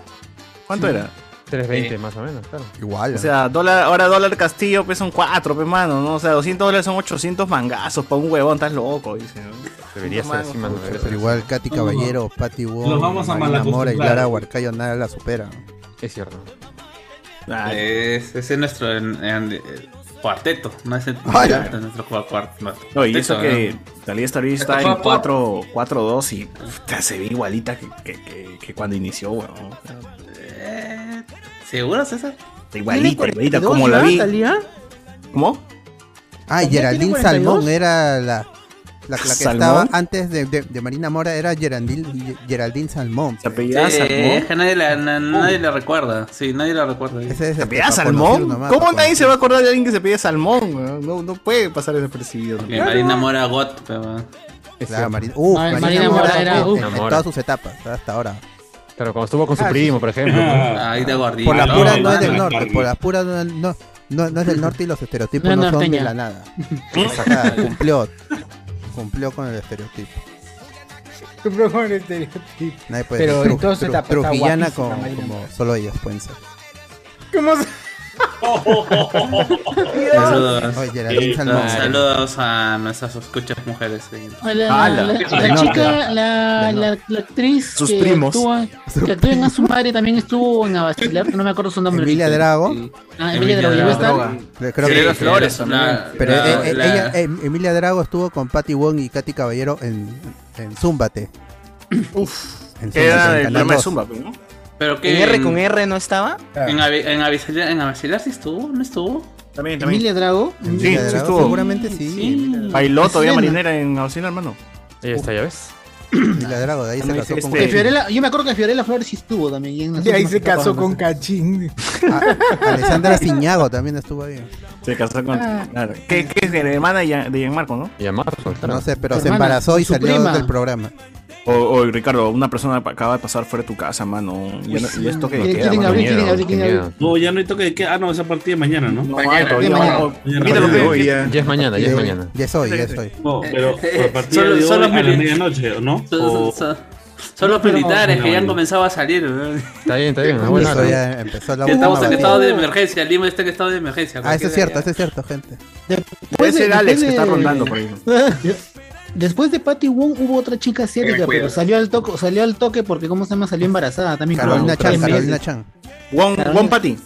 S16: ¿Cuánto
S2: Sí.
S16: era?
S2: 320 más o menos, claro.
S5: Igual.
S16: O sea, dólar, ahora dólar Castillo pues son 4, pe mano, ¿no? O sea, 200 dólares son 800 mangazos para un huevón, estás loco, dice. ¿no?
S2: Debería ser así, mano. debería ser así.
S5: Igual Katy Caballero, Patty Wong,
S2: Los vamos a
S5: Marina Mora
S2: malacostumbrar.
S5: y Lara Huarcayo nada la supera.
S2: Es cierto.
S4: Es, ese es nuestro en- en- eh, cuarteto. No es el
S16: Ay,
S4: cuarteto, es nuestro cua- cuart- no,
S16: No, y eso
S4: cuarteto,
S16: que
S4: ¿no?
S16: Talía Starry
S4: Esto
S16: está en
S4: fue por-
S16: 4 4-2 y puta, se ve igualita que, que- que- que cuando inició, huevón.
S4: ¿Seguro, César?
S16: Igualita,
S4: ¿Tiene
S16: igualita,
S4: 42
S16: como la
S4: ya,
S16: vi.
S4: Thalía?
S16: ¿Cómo?
S5: Ah,
S16: ¿También
S5: Geraldine
S16: tiene 42?
S5: Salmón era la, la, la que
S16: ¿Salmón?
S5: estaba antes de, de- de Marina Mora, era Geraldine, Geraldine Salmón. ¿Se
S16: apellidaba
S4: Sí, es que nadie la, na- nadie la recuerda. Sí, nadie la recuerda.
S5: Ese es
S16: Uh. ¿Se apellida Salmón? ¿Cómo nadie se va a acordar de alguien que se pide Salmón? huevón? No, no puede pasar desapercibido. ¿no?
S4: Que Marina Mora Got, pero...
S5: Claro, Marina, uf, Marina, Mora, Ah, uh, en- en,
S2: Mora.
S5: todas sus etapas, hasta ahora.
S2: Claro, cuando estuvo con su
S5: Ah, sí. Ah,
S2: primo, por ejemplo. pues.
S4: Ahí de gordito.
S5: Por las
S4: no,
S5: puras no
S4: no,
S5: es del
S4: no,
S5: norte,
S4: Barbie.
S5: por las puras no, no, no- no es del norte y los estereotipos
S4: No
S5: no,
S4: es
S5: son de
S4: norteña.
S5: la nada. O sea, cumplió, cumplió con el estereotipo.
S1: Pero con el estereotipo.
S5: Nadie puede
S1: Pero
S5: decir,
S1: en todas sus
S5: pues, Tru-
S1: etapas está
S5: Trujillana
S1: guapísima,
S5: como-
S1: Marina
S5: como solo ellas pueden ser.
S1: ¿Cómo se-
S4: Saludos.
S5: Oye, Geraldine
S4: Eh,
S5: Salmón.
S4: Saludos a nuestras escuchas mujeres. sí. Ah,
S8: La, la, la chica, la, la, la actriz
S4: Sus
S8: que
S4: primos.
S8: actúa, que actúa en a su madre también estuvo en Abachilar, no me acuerdo su nombre.
S5: Emilia
S8: ahorita.
S5: Drago.
S8: Ah, Emilia Drago, ¿llegó a estar?
S5: Creo que-
S8: Cerebro Flores,
S5: Pero,
S8: la-
S5: eh,
S8: la-
S5: eh,
S8: la-
S5: ella- em- Emilia Drago estuvo con Patty Wong y Katy Caballero en, en Zúmbate.
S16: Uf.
S5: En
S16: Que era
S5: en
S16: el
S5: Canal
S16: programa de
S5: 2.
S16: Zumba, pues, ¿no?
S4: Pero que
S7: ¿En R con R no estaba?
S4: Ah,
S5: Ah.
S4: En, Avi- en Avicilla- en Avicilla sí estuvo, ¿no estuvo?
S16: También,
S7: también. ¿Emilia
S4: Drago?
S16: Sí, sí estuvo. Bailó todavía Marinera en Auxilia, hermano.
S2: Ahí está, ya ves.
S5: Emilia Drago, de ahí se
S16: También
S5: casó
S16: dice
S5: con
S8: Que
S16: este-
S8: Fiorella- yo me acuerdo que Fiorella Flores sí estuvo también. y en las
S1: Y ahí
S8: últimas
S1: se
S8: etapas,
S1: casó
S8: ¿no?
S1: con Cachín.
S5: Alessandra Ciñago también estuvo ahí.
S16: Se casó con.
S1: Ah.
S16: Claro. ¿Qué, qué es de la hermana de Gian- de Gianmarco, no?
S2: Gianmarco,
S5: No sé, pero se embarazó y salió del programa.
S16: O, oye, Ricardo, una persona pa- acaba de pasar fuera de tu casa, mano. Ya, no- ya es toque de
S3: Quieren-
S16: queda,
S3: Pues, quieren
S16: mano.
S3: abrir,
S16: Qué
S3: quieren abrir,
S16: qué
S3: quieren
S16: miedo.
S3: No, ya no hay toque de queda. Ah, no, esa partida es mañana, ¿no?
S16: Mañana, todavía
S3: Mañana.
S16: no.
S3: Mañana.
S16: Míralo,
S3: Mañana.
S16: ve, ya-
S2: ya es mañana, ya es mañana.
S5: Ya soy, ya soy.
S3: No, Oh, pero
S4: Eh,
S3: a partir
S4: solo-
S3: de hoy
S4: solo
S3: a la
S4: miren.
S3: medianoche, ¿o ¿no?
S4: Son,
S2: Oh.
S3: O-
S4: son- son los
S3: Pero-
S4: militares que ya han
S3: Bueno.
S4: comenzado a salir.
S2: Está bien, está bien. una buena
S5: Eso
S2: hora.
S5: ya empezó la
S4: Ya estamos
S5: última
S4: en estado de
S5: batalla.
S4: emergencia. Lima está en estado de emergencia.
S5: Ah, eso
S4: cualquier
S5: es cierto,
S4: día.
S5: eso es cierto, gente.
S8: Después de-
S16: ser Alex, que está
S8: después de-
S16: rondando por ahí.
S8: Ah, Después de Patty Wong hubo otra chica asiática,
S16: Tengan
S8: pero
S16: cuidado.
S8: salió al toque, salió al Pues, toque porque cómo se llama, salió embarazada también. como
S5: Carolina Chan,
S8: tres
S5: Carolina
S8: meses.
S5: Chan.
S16: Wong,
S8: Carolina-
S16: Wong Patty.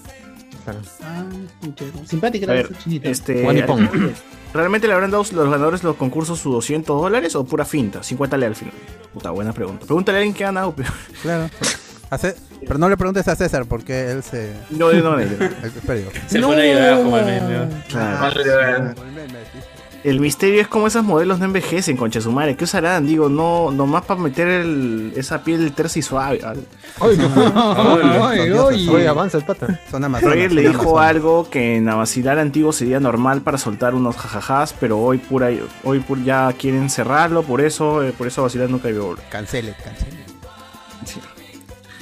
S2: claro.
S8: Ah, puchero. Simpática
S16: A
S8: era
S16: ver,
S8: esa chinita.
S16: este,
S2: Juan y Pong.
S16: ¿Realmente le habrán dado los ganadores de los concursos sus 200 dólares o pura finta? 50 le al final. Puta, buena pregunta. Pregúntale a alguien que ha ganado. pero-
S5: Claro. A Ce- pero no le preguntes a César porque él se.
S16: No, yo no, yo no.
S5: Él se perdió.
S16: Se pone a llorar como el meme, ¿no?
S5: Claro.
S16: Claro. El misterio es como esos modelos no envejecen, concha su madre. ¿Qué usarán? Digo, no, nomás para meter el- esa piel tersa y suave. Al-
S2: Oye, oye, oye, avanza el pata.
S5: Son
S16: Roger le dijo algo que en Abasilar antiguo sería normal para soltar unos jajajas, pero hoy pura, hoy pur- ya quieren cerrarlo, por eso, eh, por eso Abasilar nunca vio
S5: Cancele, cancele.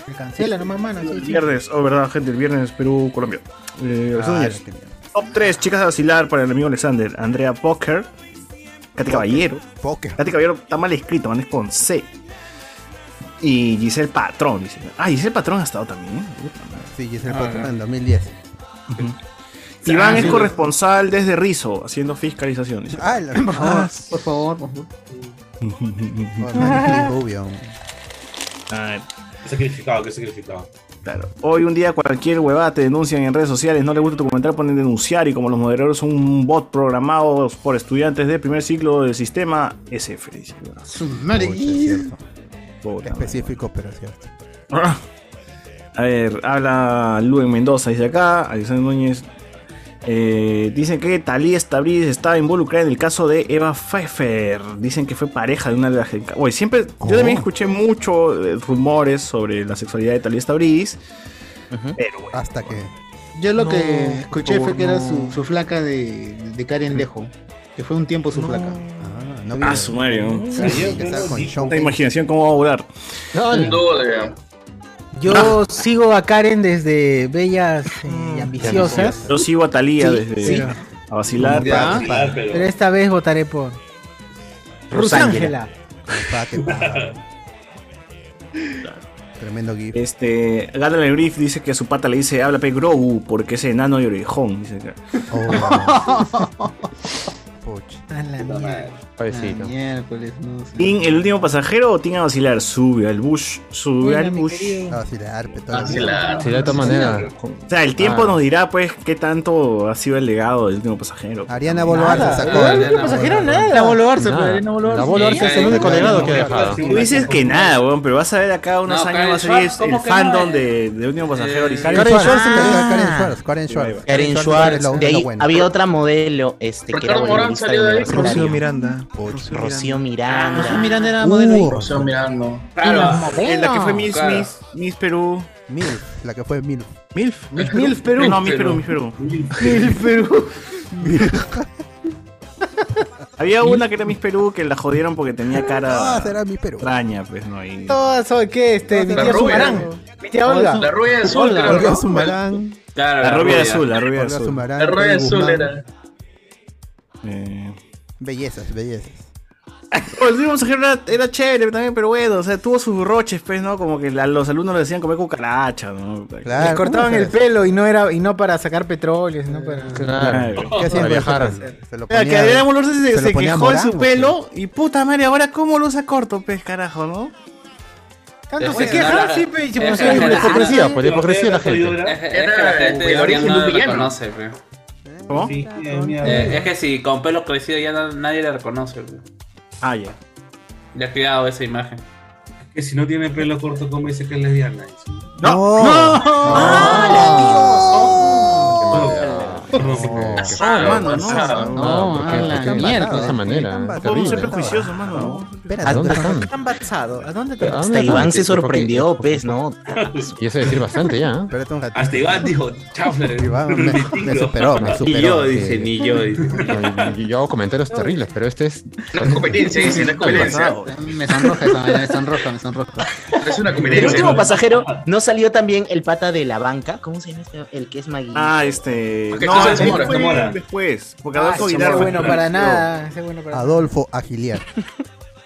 S1: Me cancela, no me hermano. sí,
S16: El
S1: sí.
S16: viernes, oh verdad, gente, el viernes Perú, Colombia. Eh, los
S5: Ah,
S16: dueños. Top 3, chicas a vacilar para el amigo Alexander. Andrea Poker. Katy Caballero.
S5: Poker.
S16: Katy Caballero está mal escrito, man, es con C. Y Giselle Patrón, dice. Ah, Giselle Patrón ha estado también. ¿eh? Puta madre.
S5: Sí, Giselle
S16: Ah,
S5: Patrón
S16: ya.
S5: en 2010.
S16: Iván
S5: Ah,
S16: es
S5: sí.
S16: corresponsal desde Rizo, haciendo fiscalizaciones.
S5: Ah, la-
S8: Por favor, por favor, por favor.
S3: Ah, Qué sacrificado, qué sacrificado.
S16: Claro. Hoy un día cualquier huevada te denuncian en redes sociales, no les gusta tu comentario, ponen denunciar y como los moderadores son un bot programado por estudiantes de primer ciclo del sistema SF. dice.
S5: Específico, pero cierto.
S16: A ver, habla Luen Mendoza, dice acá, Alexander Núñez. Eh, dicen que Talía Stabriz estaba involucrada en el caso de Eva Pfeiffer. Dicen que fue pareja de una de las. Oye, siempre. Yo también escuché muchos rumores sobre la sexualidad de Talía Stabriz. Pero bueno.
S5: Hasta que.
S8: Yo lo que
S5: No,
S8: escuché
S5: por
S8: fue que era su,
S5: no.
S8: su flaca de, de Karen Lejo. Que fue un tiempo su flaca.
S5: No
S16: Ah, su madre, ¿no?
S8: Sí, sí, que
S5: estaba con Sean
S16: Esta imaginación, ¿cómo va a volar?
S12: Sin duda, ya.
S1: Yo sigo a Karen desde bellas eh,
S5: Mm.
S1: y ambiciosas.
S16: Yo sigo a Talía
S1: Sí,
S16: desde.
S1: sí.
S16: A vacilar.
S1: Ya.
S16: A vacilar, pero-
S1: Pero esta vez votaré por Rosángela.
S16: Rosángela.
S5: Tremendo gif.
S16: Este, Gandalf el Brief dice que a su pata le dice, habla pe Grogu, porque ese enano y orejón. Dice que-
S5: Oh,
S1: A la mierda.
S2: Pobrecito.
S8: Miércoles, no sé.
S16: ¿Tin el último pasajero o Tin a vacilar? Sube al Bush, sube
S8: Hola,
S16: al
S8: mi
S16: Bush.
S8: querido.
S5: Ah, sí, la arpe, todo.
S16: Vacilar.
S2: Sí, de otra manera.
S16: O sea, el tiempo nos dirá, pues, qué tanto ha sido el legado del último pasajero.
S5: Ariana Bolovar se sacó.
S1: No, no pasajeros nada. La Boloarse,
S16: Nada.
S1: pero Ariana Boloarse.
S16: La Boloarse es el único legado que ha dejado. Tú dices que nada, weón, pero vas a ver acá unos
S1: No,
S16: años,
S1: Karen
S16: va a salir
S1: Schwartz,
S16: el
S1: ¿cómo que no?
S16: fandom de, de Último Pasajero original. ah.
S5: Karen Schwartz, Karen Schwartz.
S7: Karen Schwartz, de ahí había otra modelo este, que era
S12: Ricardo Morán
S7: volerista
S12: salió de ahí.
S7: universitario.
S12: Rocío
S5: Miranda.
S7: Rocío Miranda. Uh.
S12: Rocío Miranda
S5: Ah, era modelo ahí.
S12: Rocío Miranda.
S16: En la que fue Miss,
S12: Claro.
S16: Miss, Miss Perú.
S5: Milf, la que fue Milf.
S16: Milf.
S5: Milf
S16: Milf Perú. No, Miss Perú, Miss Perú.
S5: Milf
S16: Perú.
S1: Ah.
S16: Había una que era Miss Perú que la jodieron porque tenía cara.
S5: Ah, será Miss Perú.
S16: Extraña, pues no hay.
S1: Todas son que este, mi
S16: La
S1: tía
S16: rubia.
S1: Sumarán. Mi tía Olga.
S12: La rubia de azul,
S1: Olga.
S12: creo, ¿no? Claro,
S16: la rubia de azul, la rubia de
S5: Olga
S16: azul.
S5: Sumarán,
S12: La rubia de
S5: Freddy
S12: azul
S5: Guzmán.
S12: era.
S16: Eh,
S5: Bellezas, bellezas.
S16: El último pasajero era, era chévere también, pero bueno, o sea, tuvo sus roches, pues, ¿no? Como que la- los alumnos le decían comer cucaracha, ¿no?
S1: Les Ah, cortaban el pelo y no era y no para sacar petróleo, sino para
S16: Claro.
S5: ¿Qué hacían
S16: Para viajar.
S5: Se lo
S16: Mira,
S5: ponía-
S16: que Adrián Bolorza se,
S5: se lo
S16: se
S5: ponía
S16: quejó de
S5: morado,
S16: su pelo y puta madre, ahora cómo lo usa corto, pues, carajo, ¿no?
S1: Tanto
S16: Bueno,
S1: se queja,
S16: la-
S1: sí, pe, y se
S16: Eh,
S1: emociona.
S16: eh,
S1: y
S16: la
S1: dice,
S16: hipocresía,
S1: "Ay,
S16: pues, la hipocresía de la gente".
S4: Es, es que la gente de
S12: El origen
S4: ahora
S12: de un
S4: no la
S12: villano.
S4: reconoce, fe.
S16: ¿Cómo?
S4: Eh, es que si con pelo crecido ya na- nadie la reconoce. fe.
S16: Ah, ya.
S4: Le ha cuidado esa imagen.
S3: Que si no tiene pelo corto, ¿cómo dice que es lesbiana?
S16: ¡No!
S3: ¡No!
S16: mano, no.
S2: No,
S16: No,
S2: ¿por qué-
S16: ala,
S2: por qué
S16: mierda.
S2: De esa manera.
S16: Todo
S2: terrible.
S16: ser prejuicioso, mano.
S2: ¿A dónde están?
S7: tan avanzado? ¿A dónde
S2: ¿A dónde
S7: Hasta Iván
S2: están?
S7: se
S2: ¿Por qué?
S7: sorprendió, pues, ¿no?
S2: Y eso es decir bastante ya. ¿eh?
S5: Espérate un ratito.
S3: Hasta Iván dijo, chafle.
S5: me- me superó, me superó.
S2: Ni yo, dice,
S5: Sí.
S2: ni yo, dice. Y yo hago comentarios terribles, pero este es.
S12: No es competencia, dice, no es competencia.
S8: Me sonroja esa vaina, me sonroja, me sonroja.
S12: Es una
S7: El
S12: competencia.
S7: último pasajero no salió también el pata de la banca. ¿Cómo se llama este? El que es Magui.
S16: Ah, este.
S7: Ok,
S16: No,
S7: Zamora,
S16: ese
S7: Zamora,
S16: fue
S7: Zamora.
S16: después. Porque
S7: Ah,
S16: Adolfo
S7: ese
S16: Aguilar.
S7: fue
S1: bueno para nada, ese bueno para nada.
S5: Adolfo Agiliar.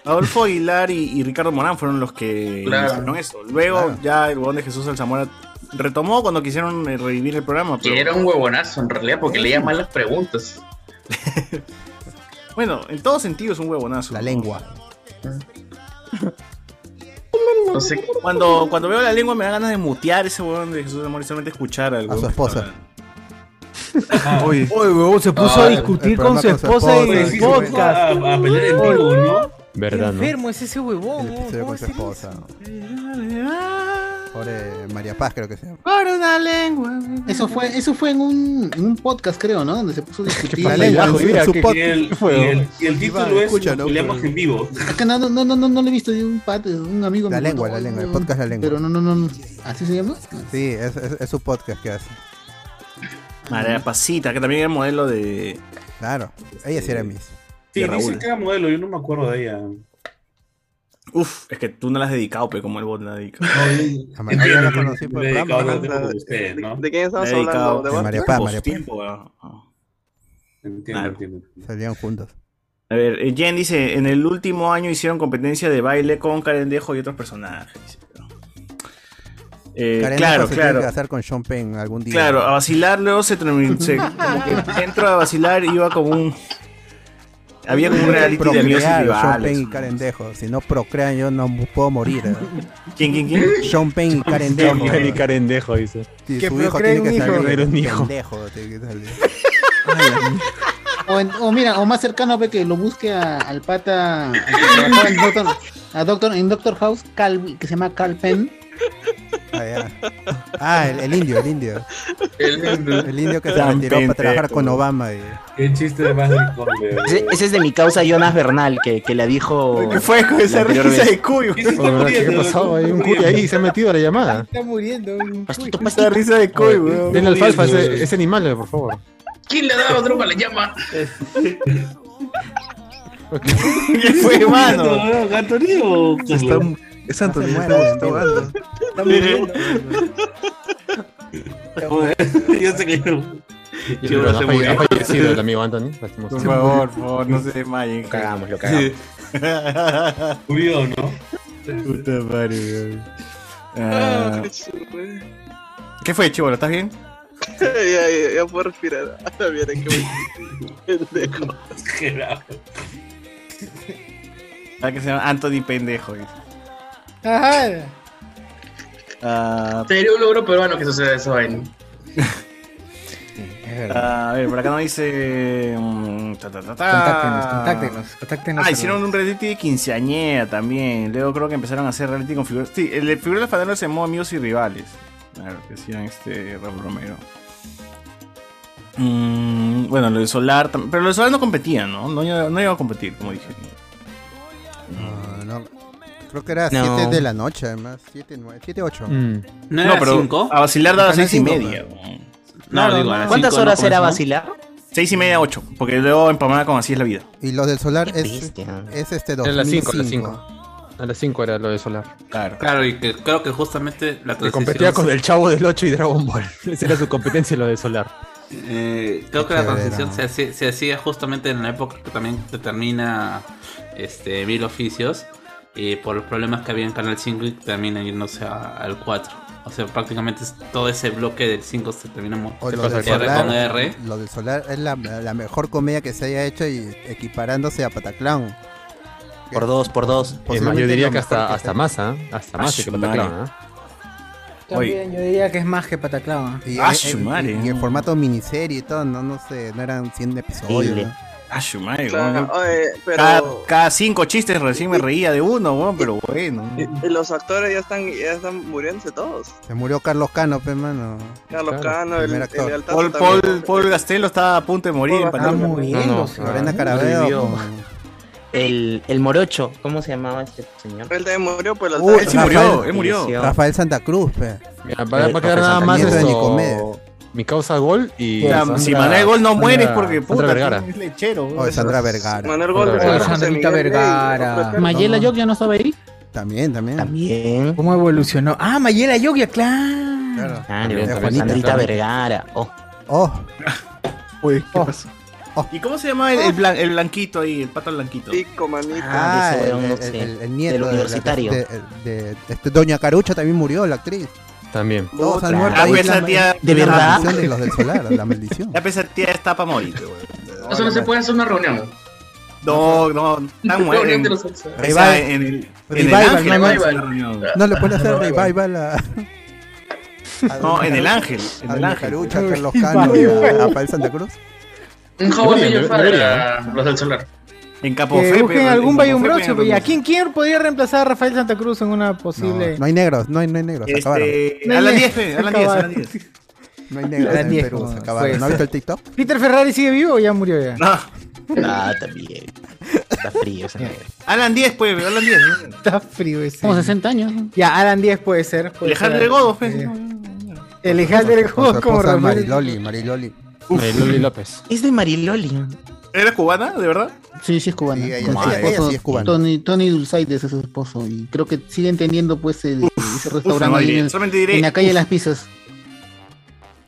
S16: Adolfo Aguilar y, y Ricardo Morán fueron los que
S5: Claro.
S16: hicieron eso. Luego ya el huevón de Jesús El Zamora retomó cuando quisieron eh, revivir el programa. pero-
S12: Que era un huevonazo en realidad porque leía mal las preguntas.
S16: Bueno, en todo sentido es un huevonazo. La lengua.
S12: Ah.
S16: Cuando, cuando veo la lengua me da ganas de mutear ese huevón de Jesús El Zamora y solamente escuchar al
S5: A su
S16: huevón.
S5: esposa.
S1: Oye, huevón, se puso
S9: Ah,
S1: a
S9: el-
S1: discutir
S9: el
S1: con
S9: problema
S1: su
S9: con su
S1: esposa en
S9: esposa,
S1: el
S9: sí, se puso
S1: podcast.
S9: a- a pelear en vivo, ¿no?
S2: Verdad,
S1: Qué
S2: ¿no?
S1: enfermo es ese huevón.
S5: El
S1: ¿no?
S5: episodio con su esposa. Pobre María Paz, creo que sea.
S1: Por una lengua.
S8: Eso fue, eso fue en un, en un podcast, creo, ¿no? Donde se puso a discutir.
S5: pasa, Yajo? Mira, qué-
S9: Y el, y el- y el título
S5: Iván,
S9: es
S5: escúchalo,
S9: Peleamos en vivo.
S8: Acá no, no, no, no, no, no lo he visto de un pat, de un amigo.
S5: La
S8: me
S5: lengua,
S8: contó,
S5: la lengua, el
S8: no,
S5: podcast La Lengua.
S8: Pero no, no, no, no. ¿Así se llama?
S5: Sí, es, es, es su podcast que hace.
S16: María Pasita, que también es modelo de.
S5: Claro, ella sí era Miss.
S9: Sí, dice que era modelo, yo no me acuerdo de ella.
S16: Uf, es que tú no la has dedicado, pe, como el bot la dedica.
S5: A María yo la conocí por el
S9: Dedicado
S5: programa.
S9: al tiempo de ustedes, ¿no?
S12: Ah, ¿De quién estamos
S16: Le he
S12: hablando?
S16: dedicado-
S12: ¿De
S5: De
S12: Bart?
S5: María Paz, María Paz.
S16: Tiempo, weón.
S9: Entiendo, entiendo.
S5: Salían juntos.
S16: A ver, eh, Jen dice, en el último año hicieron competencia de baile con Carendejo y otros personajes. Eh,
S5: Karen
S16: claro,
S5: Ojo se tiene que
S16: claro.
S5: casar con Sean Penn algún día.
S16: Claro, a vacilar luego se, termi- se- como que dentro de vacilar iba como un había como un reality de amigos
S5: Procrear,
S16: y
S5: Sean Penn
S16: rivales.
S5: y Karen Dejo. Si no procrean, yo no puedo morir. ¿eh?
S16: ¿Quién, quién, quién?
S5: Sean Penn y Karen Dejo.
S2: Sean Penn y Karen Dejo, dice.
S5: Sí,
S2: Que
S5: su hijo
S2: procreen
S5: tiene que
S2: un hijo.
S5: salir.
S2: Un hijo.
S5: Pendejo, tiene que salir.
S8: O, en- o mira, o más cercano ve que lo busque a- al pata al que trabajaba en Doctor, a Doctor, en Doctor House, Cal- que se llama Carl Penn.
S5: Ah, ya. Ah, el, el indio, el indio.
S23: El
S5: indio. que se
S7: Tan
S5: retiró para trabajar
S7: pendejo.
S5: con Obama. Y...
S9: Qué chiste de más rico,
S7: Ese, ese es de mi causa Jonas Bernal, que, que la dijo.
S16: ¿Qué fue con esa
S7: la anterior
S16: risa
S7: vez.
S16: de cuyo?
S2: ¿Qué pasó? Hay un cuy ahí, se ha metido a la llamada. Eh,
S1: Está muriendo.
S16: Esa risa de cuy, weón.
S2: Denle alfalfa a ese, ese animal, eh, por favor.
S23: ¿Quién le daba droga a la llama?
S16: ¿Qué fue,
S9: hermano? ¿Gato Río?
S3: Está, es Antonio,
S9: se
S3: está,
S9: muera,
S3: está ahogando.
S9: Joder, yo sé que yo.
S2: Pero
S9: Yo no
S2: ha
S9: sé
S2: falle-
S9: muy
S2: ha
S9: bien.
S2: fallecido el amigo Anthony.
S16: Por favor, por favor, no se desmayen. cagamos, lo
S2: cagamos.
S9: Murió, ¿no?
S16: Puta madre, weón. Ah, ¿Qué fue, Chivolo? ¿Estás bien?
S12: ya, ya, ya puedo respirar. A la mierda, qué pendejo.
S16: Ah, que se llama Anthony Pendejo. dice.
S1: Ajá.
S16: Ah,
S23: Sería un logro peruano que suceda eso ahí.
S16: ah, a ver, por acá no dice. mm, ta, ta, ta, ta.
S23: Contáctenos, contáctenos,
S1: contáctenos.
S16: Ah, hicieron un reality de quinceañera también. Luego creo que empezaron a hacer reality con figuras. Sí, el de figuras de Fadero se llamó Amigos y Rivales. A ver, que decían este Raúl Romero. Mm, bueno, lo de Solar también. Pero lo de Solar no competía, ¿no? No, iba- no iba a competir, como dije.
S5: No, no. Creo que era
S16: No.
S5: 7 de la noche, además. 7, 9, 7, 8.
S16: No, pero a vacilar daba seis y media.
S5: No, No, digo, a las ¿cuántas cinco no horas comenzó? era vacilar?
S16: Seis y media, ocho. Porque luego empamada con así es la vida.
S5: Y los del solar es, es este
S2: Era a las
S5: 2005.
S2: 5, a las 5. A las 5 era lo de Solar.
S16: Claro.
S4: Claro, y que, creo que justamente la
S2: Que
S4: transición.
S2: competía con el Chavo del 8 y Dragon Ball. Esa era su competencia, lo de Solar.
S4: Eh, creo que la transición se hacía, se hacía justamente en la época que también se termina este, Mil Oficios. Y por los problemas que había en Canal 5 y termina yéndose a- al 4. O sea, prácticamente es- todo ese bloque del 5 se termina mo-
S5: O
S4: se
S5: lo, del
S4: pasa R con R.
S5: solar, lo del solar es la, la mejor comedia que se haya hecho y equiparándose a Pataclown.
S7: Por dos, por dos.
S2: Es más, Eh, yo diría que hasta, hasta masa, ¿eh? hasta
S7: Ah,
S2: más que
S7: su
S2: Pataclón, ¿eh?
S1: También yo diría que es más que pataclava.
S5: Y,
S7: Ah,
S5: eh, eh, y, y en formato miniserie y todo, no, no sé, no eran 100 episodios.
S16: Horrible.
S5: ¿no?
S16: Ah, su madre,
S12: Claro,
S16: weón.
S12: oye, pero-
S16: cada, cada cinco chistes recién me reía de uno, weón, pero bueno.
S12: Y los actores ya están, ya están muriéndose todos.
S5: Se murió Carlos Cano, pe mano.
S12: Carlos Cano, el,
S5: primer
S12: el,
S5: actor.
S12: Altazo
S16: Paul,
S12: también.
S16: Paul, Paul Gastelo está a punto de morir.
S12: Paul
S16: empatado.
S7: Gastelo. Ah, no,
S5: Lorena
S7: ah,
S5: Carabeo.
S7: revivió.
S5: po.
S7: El, el morocho, ¿cómo se llamaba este señor?
S12: Él también murió por el
S5: Uh,
S12: Altazo.
S5: Rafael- Rafael Santa Cruz, pe.
S2: Mira, va, va a quedar nada más
S5: Nieto de
S2: esto.
S5: Nicomedes.
S2: Mi causa gol y.
S5: Ya,
S2: Sandra-
S5: si Manuel Gol no muere es porque,
S2: Sandra
S5: puta,
S2: Vergara.
S5: es
S16: lechero.
S5: Oh, Sandra Vergara.
S12: Manuel
S2: Gol, Sandra Vergara.
S1: Sandrita
S16: eh,
S1: Vergara.
S5: Mayela
S1: Yogi no estaba ahí.
S5: También, también.
S7: También.
S1: ¿Cómo evolucionó? Ah, Mayela Yogi, claro.
S7: Claro,
S5: También,
S7: Ah, Juanita
S5: también,
S7: Sandrita
S5: también.
S7: Vergara. Oh.
S5: Oh.
S3: Uy, ¿qué
S1: Oh.
S3: pasó?
S16: ¿Y cómo se llama el, el blan- el blanquito ahí, el pato blanquito?
S12: Oh. Pico, manito.
S5: Ah, el, el- el- el nieto de la- De, de- de- este, Doña Carucha también murió, la actriz.
S2: También.
S5: Todos han
S16: Claro.
S5: muerto.
S16: Ah,
S5: ahí
S16: pues,
S5: la-
S16: esa tía-
S5: la
S16: ¿de verdad?
S5: maldición de los del solar, la maldición.
S16: Ya pensé, tía está para morir, weón.
S23: Eso no se puede hacer una reunión.
S16: No, no, están muertos.
S23: Reunión
S16: En,
S23: de
S16: o
S23: los
S16: sea,
S5: Revival.
S16: en el, en el
S5: Revival,
S16: ángel,
S5: no hay
S16: weón,
S5: más.
S16: la reunión.
S5: No le pueden hacer revival a.
S16: No, en el ángel. En el
S5: Aldo
S16: ángel.
S5: Carucha, Carlos Cano y a, a Pael Santa Cruz.
S4: Un jaboncillo
S16: Debería, ¿eh?
S4: para
S16: debería.
S4: los del solar.
S16: En
S1: Que
S16: Capofe.
S1: busquen
S16: pero-
S1: algún
S16: en
S1: Bayumbroso,
S16: Capofe,
S1: pues, ¿y ¿A quién, quién podría reemplazar a Rafael Santa Cruz en una posible.
S5: No hay negros, no hay, no hay negros, se
S1: Este,
S5: acabaron.
S1: no hay
S16: Alan
S1: ne-
S16: Díez, fe, Alan Díez, Alan
S1: acabaron.
S5: No hay negros
S1: Alan
S5: en
S1: Díez,
S5: Perú, se
S1: no,
S5: acabaron.
S1: pues.
S5: ¿No has visto el TikTok?
S1: ¿Peter Ferrari sigue vivo o ya murió ya?
S7: Ah, también. Está frío esa mierda.
S16: Alan 10, pues, Alan 10.
S1: Está frío ese.
S7: Como 60 años. ¿no?
S1: Ya, Alan 10 puede ser. puede
S16: Alejandro
S1: ser.
S16: Godo, pues.
S1: Eh, El Alejandro
S5: Con su
S1: Godo como
S5: esposa
S1: Rafael.
S5: Mariloli, Mariloli.
S2: Mariloli López.
S7: Es de Mariloli.
S16: ¿Eres cubana, de verdad?
S8: Sí, sí es cubana.
S16: ella-
S8: Con su
S16: ella- ella
S8: esposo,
S16: sí es cubana.
S8: Tony, Tony Dulzaides es su esposo. Y creo que siguen teniendo pues el, ese restaurante
S16: no
S8: ahí
S16: diré,
S8: en, el-
S16: solamente diré,
S8: en la calle de
S16: uf.
S8: las pizzas.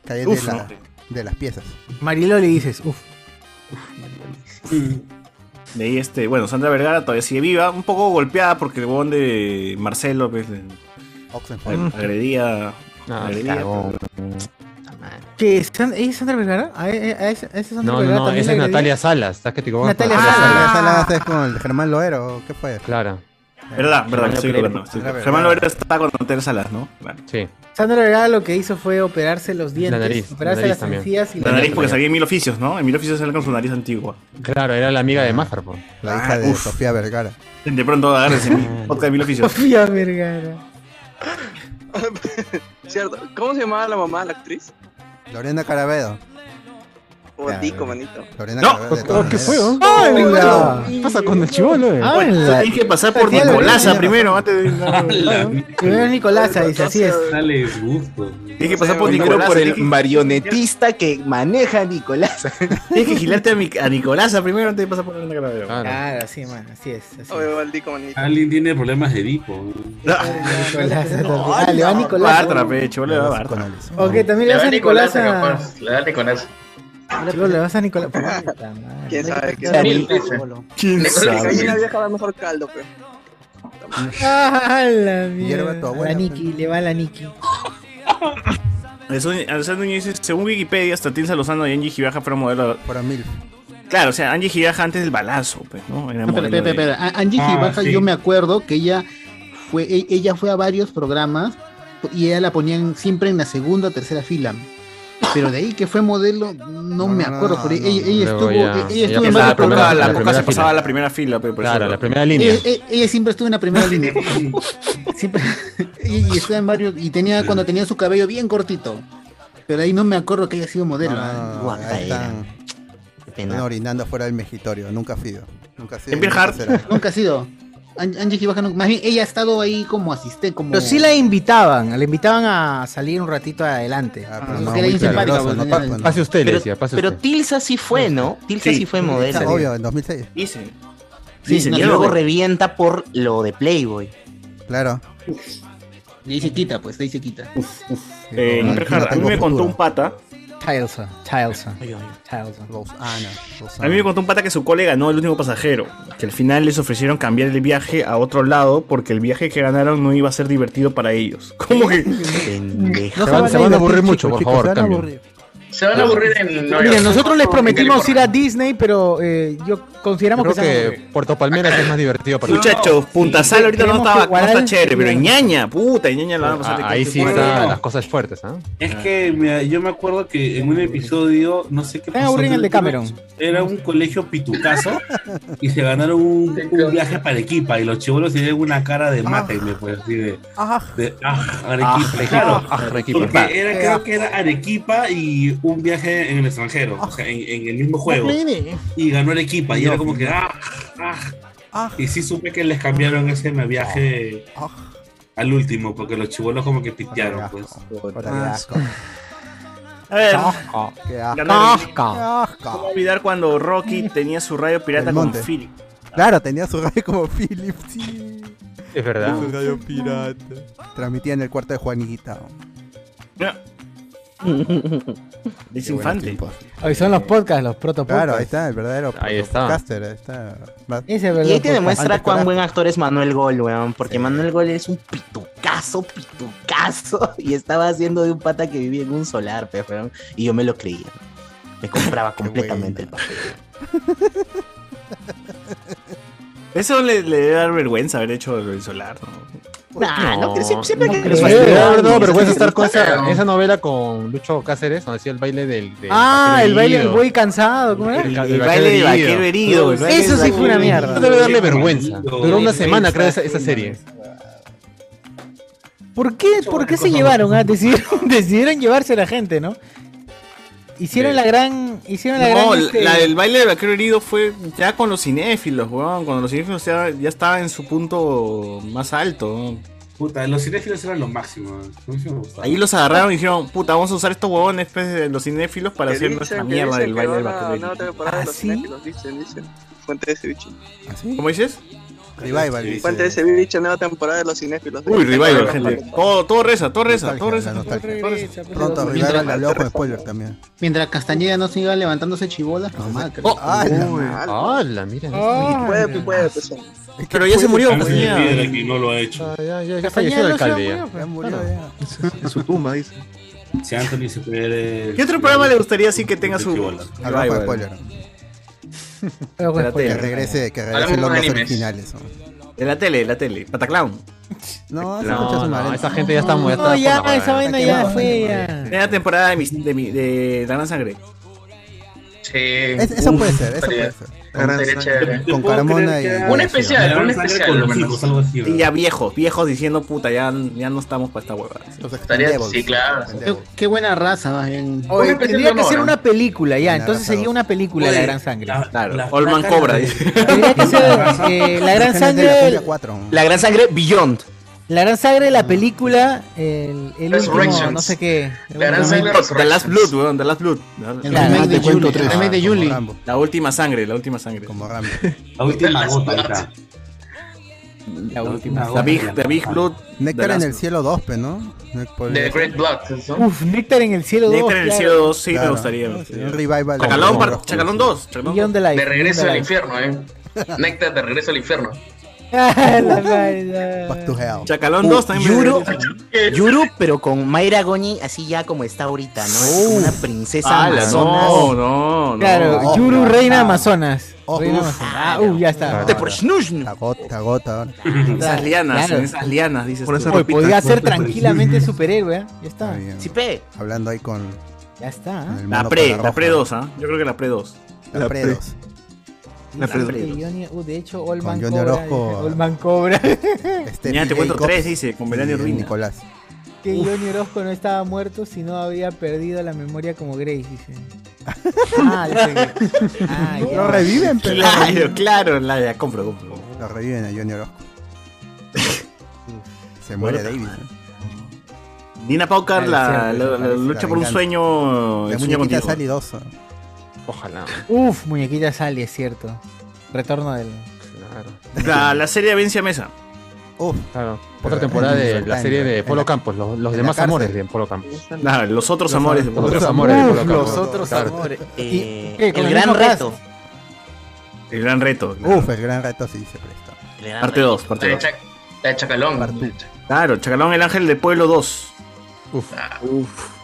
S5: Calle
S8: Uf,
S5: de, la-
S8: no.
S5: de las piezas.
S1: Mariloli dices, uff.
S16: De ahí este, bueno, Sandra Vergara todavía sigue viva, un poco golpeada porque el huevón de Marcelo pues, le-
S2: Mm.
S5: Oxenford.
S16: ag- agredía.
S2: Ah,
S16: agredía,
S2: cagón.
S1: ¿Qué? ¿Es San- ¿es Sandra Vergara? Ah, eh, ¿A, a- a esa a esa Sandra
S2: No, no,
S1: Vergara
S2: no,
S1: también
S2: esa
S1: la
S2: es
S1: agredí?
S2: Natalia Salas. ¿Sabes que te equivocas?
S16: Ah.
S1: Natalia
S2: Natalia
S1: Salas.
S5: Esa la haces con el Germán Loero, ¿qué fue?
S2: Claro.
S16: Verdad, verdad, estoy
S2: Sandra
S16: equivocando, estoy-
S5: Vergara.
S16: Germán Loera está con Hotel Salas, ¿no?
S2: Sí.
S1: Sandra Vergara lo que hizo fue operarse los dientes,
S2: nariz,
S1: operarse
S2: la nariz
S1: las
S2: también.
S1: encías y
S16: La nariz porque sabía en mil oficios, ¿no? En mil oficios sale con su nariz antigua. Ah,
S2: Claro, era la amiga de Maffer, po.
S5: La hija de Sofía Vergara.
S16: De pronto agárrense en podcast de mil oficios.
S1: Sofía Vergara.
S12: Cierto. ¿Cómo se llamaba la mamá de la actriz?
S5: Lorena Carabedo.
S12: Botico, manito.
S5: Lorena
S12: No.
S5: Carabedo. de
S12: Oh,
S5: todas
S12: qué
S5: maneras.
S12: feo.
S2: ¡Hola! Pasa con el chivolo, eh.
S1: Ah,
S16: Bueno,
S1: la-
S16: tienes que pasar por
S1: Tatiana
S16: Nicolasa
S1: Vergara.
S16: primero antes de.
S1: Primero es Nicolasa, dice, así es.
S3: Dale gusto.
S16: Tienes que pasar por
S7: Primero
S16: Nicolasa.
S7: por el
S16: tienes que-
S7: marionetista que maneja a Nicolás.
S16: Tienes que gilarte a, mi, a Nicolasa primero antes de pasar por Lorena Caraballo.
S1: Claro, así, man, así es. Así
S12: Oye, Baldico, manito.
S3: Alguien tiene problemas de Edipo.
S1: Nicolasa también. Ah, le va a Nicolasa.
S16: Bartra, pe, chivolo, le va a Bartra.
S1: Ok, también le vas a Nicolás a.
S4: Le da Nicolás.
S1: Chivolo, le vas a Nicolás.
S12: ¿Quién sabe? ¿Quién
S1: Mil
S12: sabe?
S1: veces.
S16: ¿Quién
S1: sabe?
S12: Ahí la vieja da mejor caldo, pero.
S1: Ah, la mierda.
S5: Hierba tu abuela, pues.
S1: la Niki, le va a la Niki.
S16: Eso- Alessandro Núñez dice, según Wikipedia, hasta Tinsa Lozano y Angie Gibaja fueron modelo.
S5: Para mil.
S16: Claro, o sea, Angie Gibaja antes del balazo, pues, ¿no? Era
S8: No, espera,
S16: modelo
S8: espera,
S16: de-
S8: espera. A- Angie
S16: Ah,
S8: Gibaja,
S16: sí.
S8: yo me acuerdo que ella fue, e- ella fue a varios programas y ella la ponían siempre en la segunda o tercera fila. Pero de ahí que fue modelo, no, me acuerdo. pero ella, ella estuvo,
S2: Luego ya-
S8: e- ella
S2: ella
S8: estuvo en
S2: pasaba
S8: varios
S2: la primera-
S8: programas.
S2: la
S16: La
S2: primera
S16: boca se
S2: fila.
S16: pasaba a la primera fila, pe, por
S2: Claro,
S16: ejemplo.
S2: la primera línea.
S8: Ella, ella- Eh, ella siempre estuvo en la primera línea. Siempre- y, y estuvo en varios. Y tenía cuando tenía su cabello bien cortito. Pero ahí no me acuerdo que haya sido modelo. ¿eh?
S5: Ah,
S8: Guapa
S5: ahí
S8: era.
S5: están, están orinando fuera del mejitorio. Nunca ha sido. Nunca ha sido.
S8: Empieza
S5: nunca será.
S8: Nunca ha sido. An- Angie Gibaja nunca- Más bien, ella ha estado ahí como asistente. Como...
S1: Pero sí la invitaban, la invitaban a salir un ratito adelante.
S2: Ah,
S8: pero no, muy peligroso, no, pa- no.
S2: Pase usted, le
S7: Pero-
S2: decía, pase
S7: Pero
S2: usted.
S7: Tilsa sí fue, ¿no? Tilsa sí, fue modelo.
S5: Obvio, en 2006.
S16: Dice.
S7: Sí,
S5: Dice,
S7: no,
S5: yo-
S7: luego revienta por lo de Playboy.
S5: Claro.
S8: Y ahí se quita, pues, ahí se quita.
S16: Eh,
S5: Martina
S16: Imperjar, a mí
S5: tengo
S16: me contó
S5: futuro.
S16: un pata.
S1: Tilsa, Tilsa, Tilsa.
S16: A mí me contó un pata que su cole ganó el último pasajero. Que al final les ofrecieron cambiar el viaje a otro lado porque el viaje que ganaron no iba a ser divertido para ellos. ¿Cómo que?
S2: se van, se van a aburrir mucho, por favor,
S5: se van a
S2: cambio.
S5: aburrir.
S4: Se van a aburrir en Nueva
S1: Miren,
S4: York.
S1: nosotros les
S4: En
S1: prometimos ir
S4: California.
S1: a Disney, pero eh, yo consideramos
S2: Creo
S1: que, se van a
S2: que Puerto Palmeras es más divertido para
S16: Muchachos, Punta Sal ahorita no
S1: Queremos
S16: estaba,
S1: que
S16: no está
S1: Guadal-
S16: chévere, pero ñaña, puta, ñaña la van a pasar de
S2: Ah, Ahí
S16: coche.
S2: sí están las cosas fuertes, ¿ah?
S3: Es que mira, yo me acuerdo que en un episodio, no sé qué
S1: Te aburren Ah, el de Cameron.
S3: Era un colegio pitucazo y se ganaron un, un viaje para Arequipa y los chivolos tienen una cara de mátenme, pues así de.
S5: Ajá.
S3: de ah, Arequipa,
S2: Arequipa,
S3: claro.
S2: ah, Arequipa.
S3: Porque era, creo que era Arequipa y un viaje en el extranjero, o sea, en, en el mismo juego. Y ganó Arequipa y era como que. Ah, ah. Y sí supe que les cambiaron ese viaje al último, porque los chivolos como que pitearon, pues.
S16: Ah, A ver,
S2: Casca.
S5: Qué
S16: ganaron.
S5: Casca.
S16: ¿Cómo olvidar cuando Rocky tenía su radio pirata
S5: Del
S16: con
S5: monte.
S16: Philip?
S5: Claro, tenía su radio como Philip, sí.
S2: Es verdad.
S5: Su radio pirata. Transmitía en el cuarto de Juanita.
S16: Desinfante.
S1: Hoy son los podcasts, los protopodcasts.
S5: Claro, ahí está, el verdadero
S1: Ahí está.
S5: podcaster. Ahí está. Va-
S1: Ese es
S7: Y ahí te
S1: Antes
S7: demuestra
S1: que nada.
S7: cuán buen actor es Manuel Gol, weón. Porque Manuel Gol es un pitucazo, pitucazo. Y estaba haciendo de un pata que vivía en un solar, pe, weón. Y yo me lo creía. Me compraba completamente el papel.
S16: Eso le, le debe dar vergüenza haber hecho el solar, ¿no? Nah, no, creo, siempre- siempre
S2: no
S16: que
S2: creo.
S16: nos fastidian.
S2: Me da vergüenza estar con
S16: No.
S2: esa, esa novela con Lucho Cáceres, donde hacía el baile del. del
S1: Ah,
S2: vaquero
S1: el baile del
S2: herido.
S1: güey cansado, ¿cómo era?
S2: El- el baile del vaquero herido, el baile
S1: Eso
S2: del
S1: sí fue una
S2: vaquero herido.
S1: mierda.
S2: No debe darle vergüenza. Duró una semana, creo, esa, esa serie.
S1: ¿Por qué, ¿por qué se llevaron? ah? Decidieron, decidieron llevarse a la gente, ¿no? Hicieron la gran. Hicieron la
S16: No,
S1: gran.
S16: la-
S1: este,
S16: la del baile de vaquero herido fue ya con los cinéfilos, weón. Cuando los cinéfilos ya, ya estaban en su punto más alto.
S3: Puta, los cinéfilos eran lo máximo. A mí sí me gustaba.
S16: Ahí los agarraron y dijeron, puta, vamos a usar estos huevones pues, de los cinéfilos para
S24: Que
S16: hacer
S24: dicen,
S16: nuestra
S24: que
S16: mierda
S24: dicen
S16: del
S24: que
S16: baile de
S24: van a-
S16: vaquero herido.
S24: van a temporada de los cinéfilos, dicen, dicen. Fuente de ceviche.
S5: ¿Ah,
S16: ¿Cómo dices?
S24: Revival, Fuente de ceviche, nueva temporada de los cinéfilos.
S16: Uy, revival, gente. Todo, todo reza, todo reza, todo reza. todo reza.
S5: Pronto arribará el habló con spoiler también. Oh,
S8: Mientras Castañeda no siga levantándose chibolas, normal, creo.
S5: ah,
S2: ¡Hala, mira!
S24: Puede, puede, pues.
S16: Pero ya se murió,
S3: Antes de
S16: Castañeda.
S3: piedra que no lo ha hecho.
S2: Ya falleció el alcalde. ya.
S25: En su tumba, dice.
S3: Si Anthony se puede.
S16: ¿Qué otro programa le gustaría así que tenga su
S5: Hablamos con
S16: revival?
S5: spoiler.
S16: Espérate.
S5: Que regrese, que regrese los dos originales. ¿no?
S16: De la tele, de la tele. Pataclown.
S5: No,
S1: esa concha de su madre.
S16: esa gente ya está
S1: No,
S16: muerta.
S1: no,
S16: por
S1: ya,
S16: la huevada.
S1: esa vaina ya
S16: Está
S1: fue,
S16: quemada.
S1: ya.
S16: Primera temporada de, mis- de, mi- de La Gran Sangre.
S12: Sí.
S5: Es- eso puede ser, eso puede ser.
S12: Con,
S5: Con- con Carmona y-
S12: Un especial, un especial. al menos.
S16: Y ya viejos, viejos diciendo, puta, ya, ya no estamos para esta huevada.
S12: Estaría, sí, claro.
S8: Qué, qué buena raza, más bien.
S1: Oye, tendría que ser una película, ya.
S8: Una
S1: Entonces
S8: raza
S1: sería
S8: dos.
S1: una película
S8: Oye,
S1: La Gran Sangre.
S16: Claro, Olman Cobra. dice.
S1: Tendría que ser eh, La Gran Sangre.
S16: La Gran Sangre Beyond.
S1: La Gran Sangre, la película. El, el último,
S16: Mm. Resurrections.
S1: no sé qué.
S16: The Last Blood, weón, The Last Blood. El
S1: Claro. remake de Julie.
S16: tres.
S1: El remake de
S16: Ah, como
S1: Julie.
S16: Rambo. La última sangre, la última sangre. Como
S5: Rambo.
S3: La última gota, ahí está.
S16: La última.
S5: Una
S16: La
S5: gota
S16: Big,
S5: de la
S16: the Big
S5: mano.
S16: Blood.
S5: Néctar
S16: The
S5: en
S16: Last
S5: el cielo 2, pe, ¿no? Ne- por-
S12: The Great Blood. ¿no?
S1: Uf, Néctar en el cielo 2.
S16: Blood. Nectar en el
S1: claro.
S16: cielo 2 sí me
S5: Claro.
S16: gustaría. me
S5: Un
S16: gustaría.
S5: revival.
S16: Chacalón,
S5: Como
S16: par-
S5: Rojo.
S16: Chacalón 2.
S1: Guión de la
S12: De regreso
S1: guión
S12: al
S1: de
S12: infierno, eh. Néctar de regreso al infierno.
S16: Ah,
S8: Ah,
S1: la-
S5: Back to hell.
S16: Chacalón
S7: Uh,
S16: 2 también. me
S7: Yuru,
S16: gustaría.
S7: Yuru, pero con Mayra Goñi así ya como está ahorita, ¿no? Es una princesa
S16: Ala,
S7: amazonas.
S16: Ah, no, no, no.
S1: Claro,
S16: Oh,
S1: Yuru,
S16: no.
S1: reina Amazonas. Reina
S16: uf.
S1: Amazonas. Ah, uh, ya está.
S16: Te por snusnu.
S5: La gota, la gota.
S16: Esas lianas,
S1: Claro.
S16: en esas lianas, dices.
S5: Por
S16: tú.
S5: esa
S1: Oye,
S5: ropita.
S1: podría ser tranquilamente superhéroe, ¿eh? Ya está.
S7: Chipe.
S5: Hablando ahí con.
S1: Ya está. ¿ah?
S5: con el
S16: La
S5: mono
S16: pre,
S5: cola
S16: la
S5: roja.
S16: pre 2, ¿ah? Yo creo que la pre 2.
S5: La pre 2.
S16: La pre
S1: Porque
S16: 2.
S1: Johnny- uh, de hecho, Olman
S5: Johnny
S1: Cobra.
S5: Orozco, Este
S1: dice, Olman Cobra.
S16: Ya te cuento
S5: Jacobs
S16: 3, dice, con Melania
S5: y
S16: Urbina.
S5: Nicolás.
S1: que Johnny Orozco no estaba muerto, sino había perdido la memoria como Grace, dice. Ah, dice que- Ah, ya.
S5: Lo reviven, pero.
S16: Claro, claro, la ya compro, compro.
S5: Lo reviven a Johnny Orozco. Se muere David.
S16: Bueno, Nina Paucar,
S5: Claro,
S16: la,
S5: cierto,
S16: la- la
S5: la
S16: lucha por un
S5: venganza.
S16: sueño.
S5: La
S16: el sueño
S5: muñequita
S16: contigo.
S5: Sally 2. ¿no?
S2: Ojalá.
S1: Uf, muñequita Sally, es cierto. Retorno del.
S16: La, la serie de Vencia Mesa.
S5: Uf.
S2: Claro. Otra temporada de la serie de Polo Campos, los, los
S16: en la
S2: demás
S16: cárcel.
S2: amores de Polo Campos.
S16: Nah, los otros amores de
S2: Los
S16: Polo
S2: otros
S16: Campos.
S2: amores de Polo
S16: Uf,
S2: Campos.
S16: los otros
S2: Claro.
S16: amores.
S7: Eh,
S16: ¿Qué, con
S7: el
S16: el
S7: gran
S16: mismo
S7: reto.
S16: El gran reto.
S5: Uf, el gran reto sí se presta.
S7: El gran
S16: Parte
S7: reto.
S16: 2, parte
S12: La de
S16: 2.
S12: Chac- la de Chacalón.
S16: Claro, Chacalón, el ángel del pueblo 2.
S2: Uf.
S16: Uf.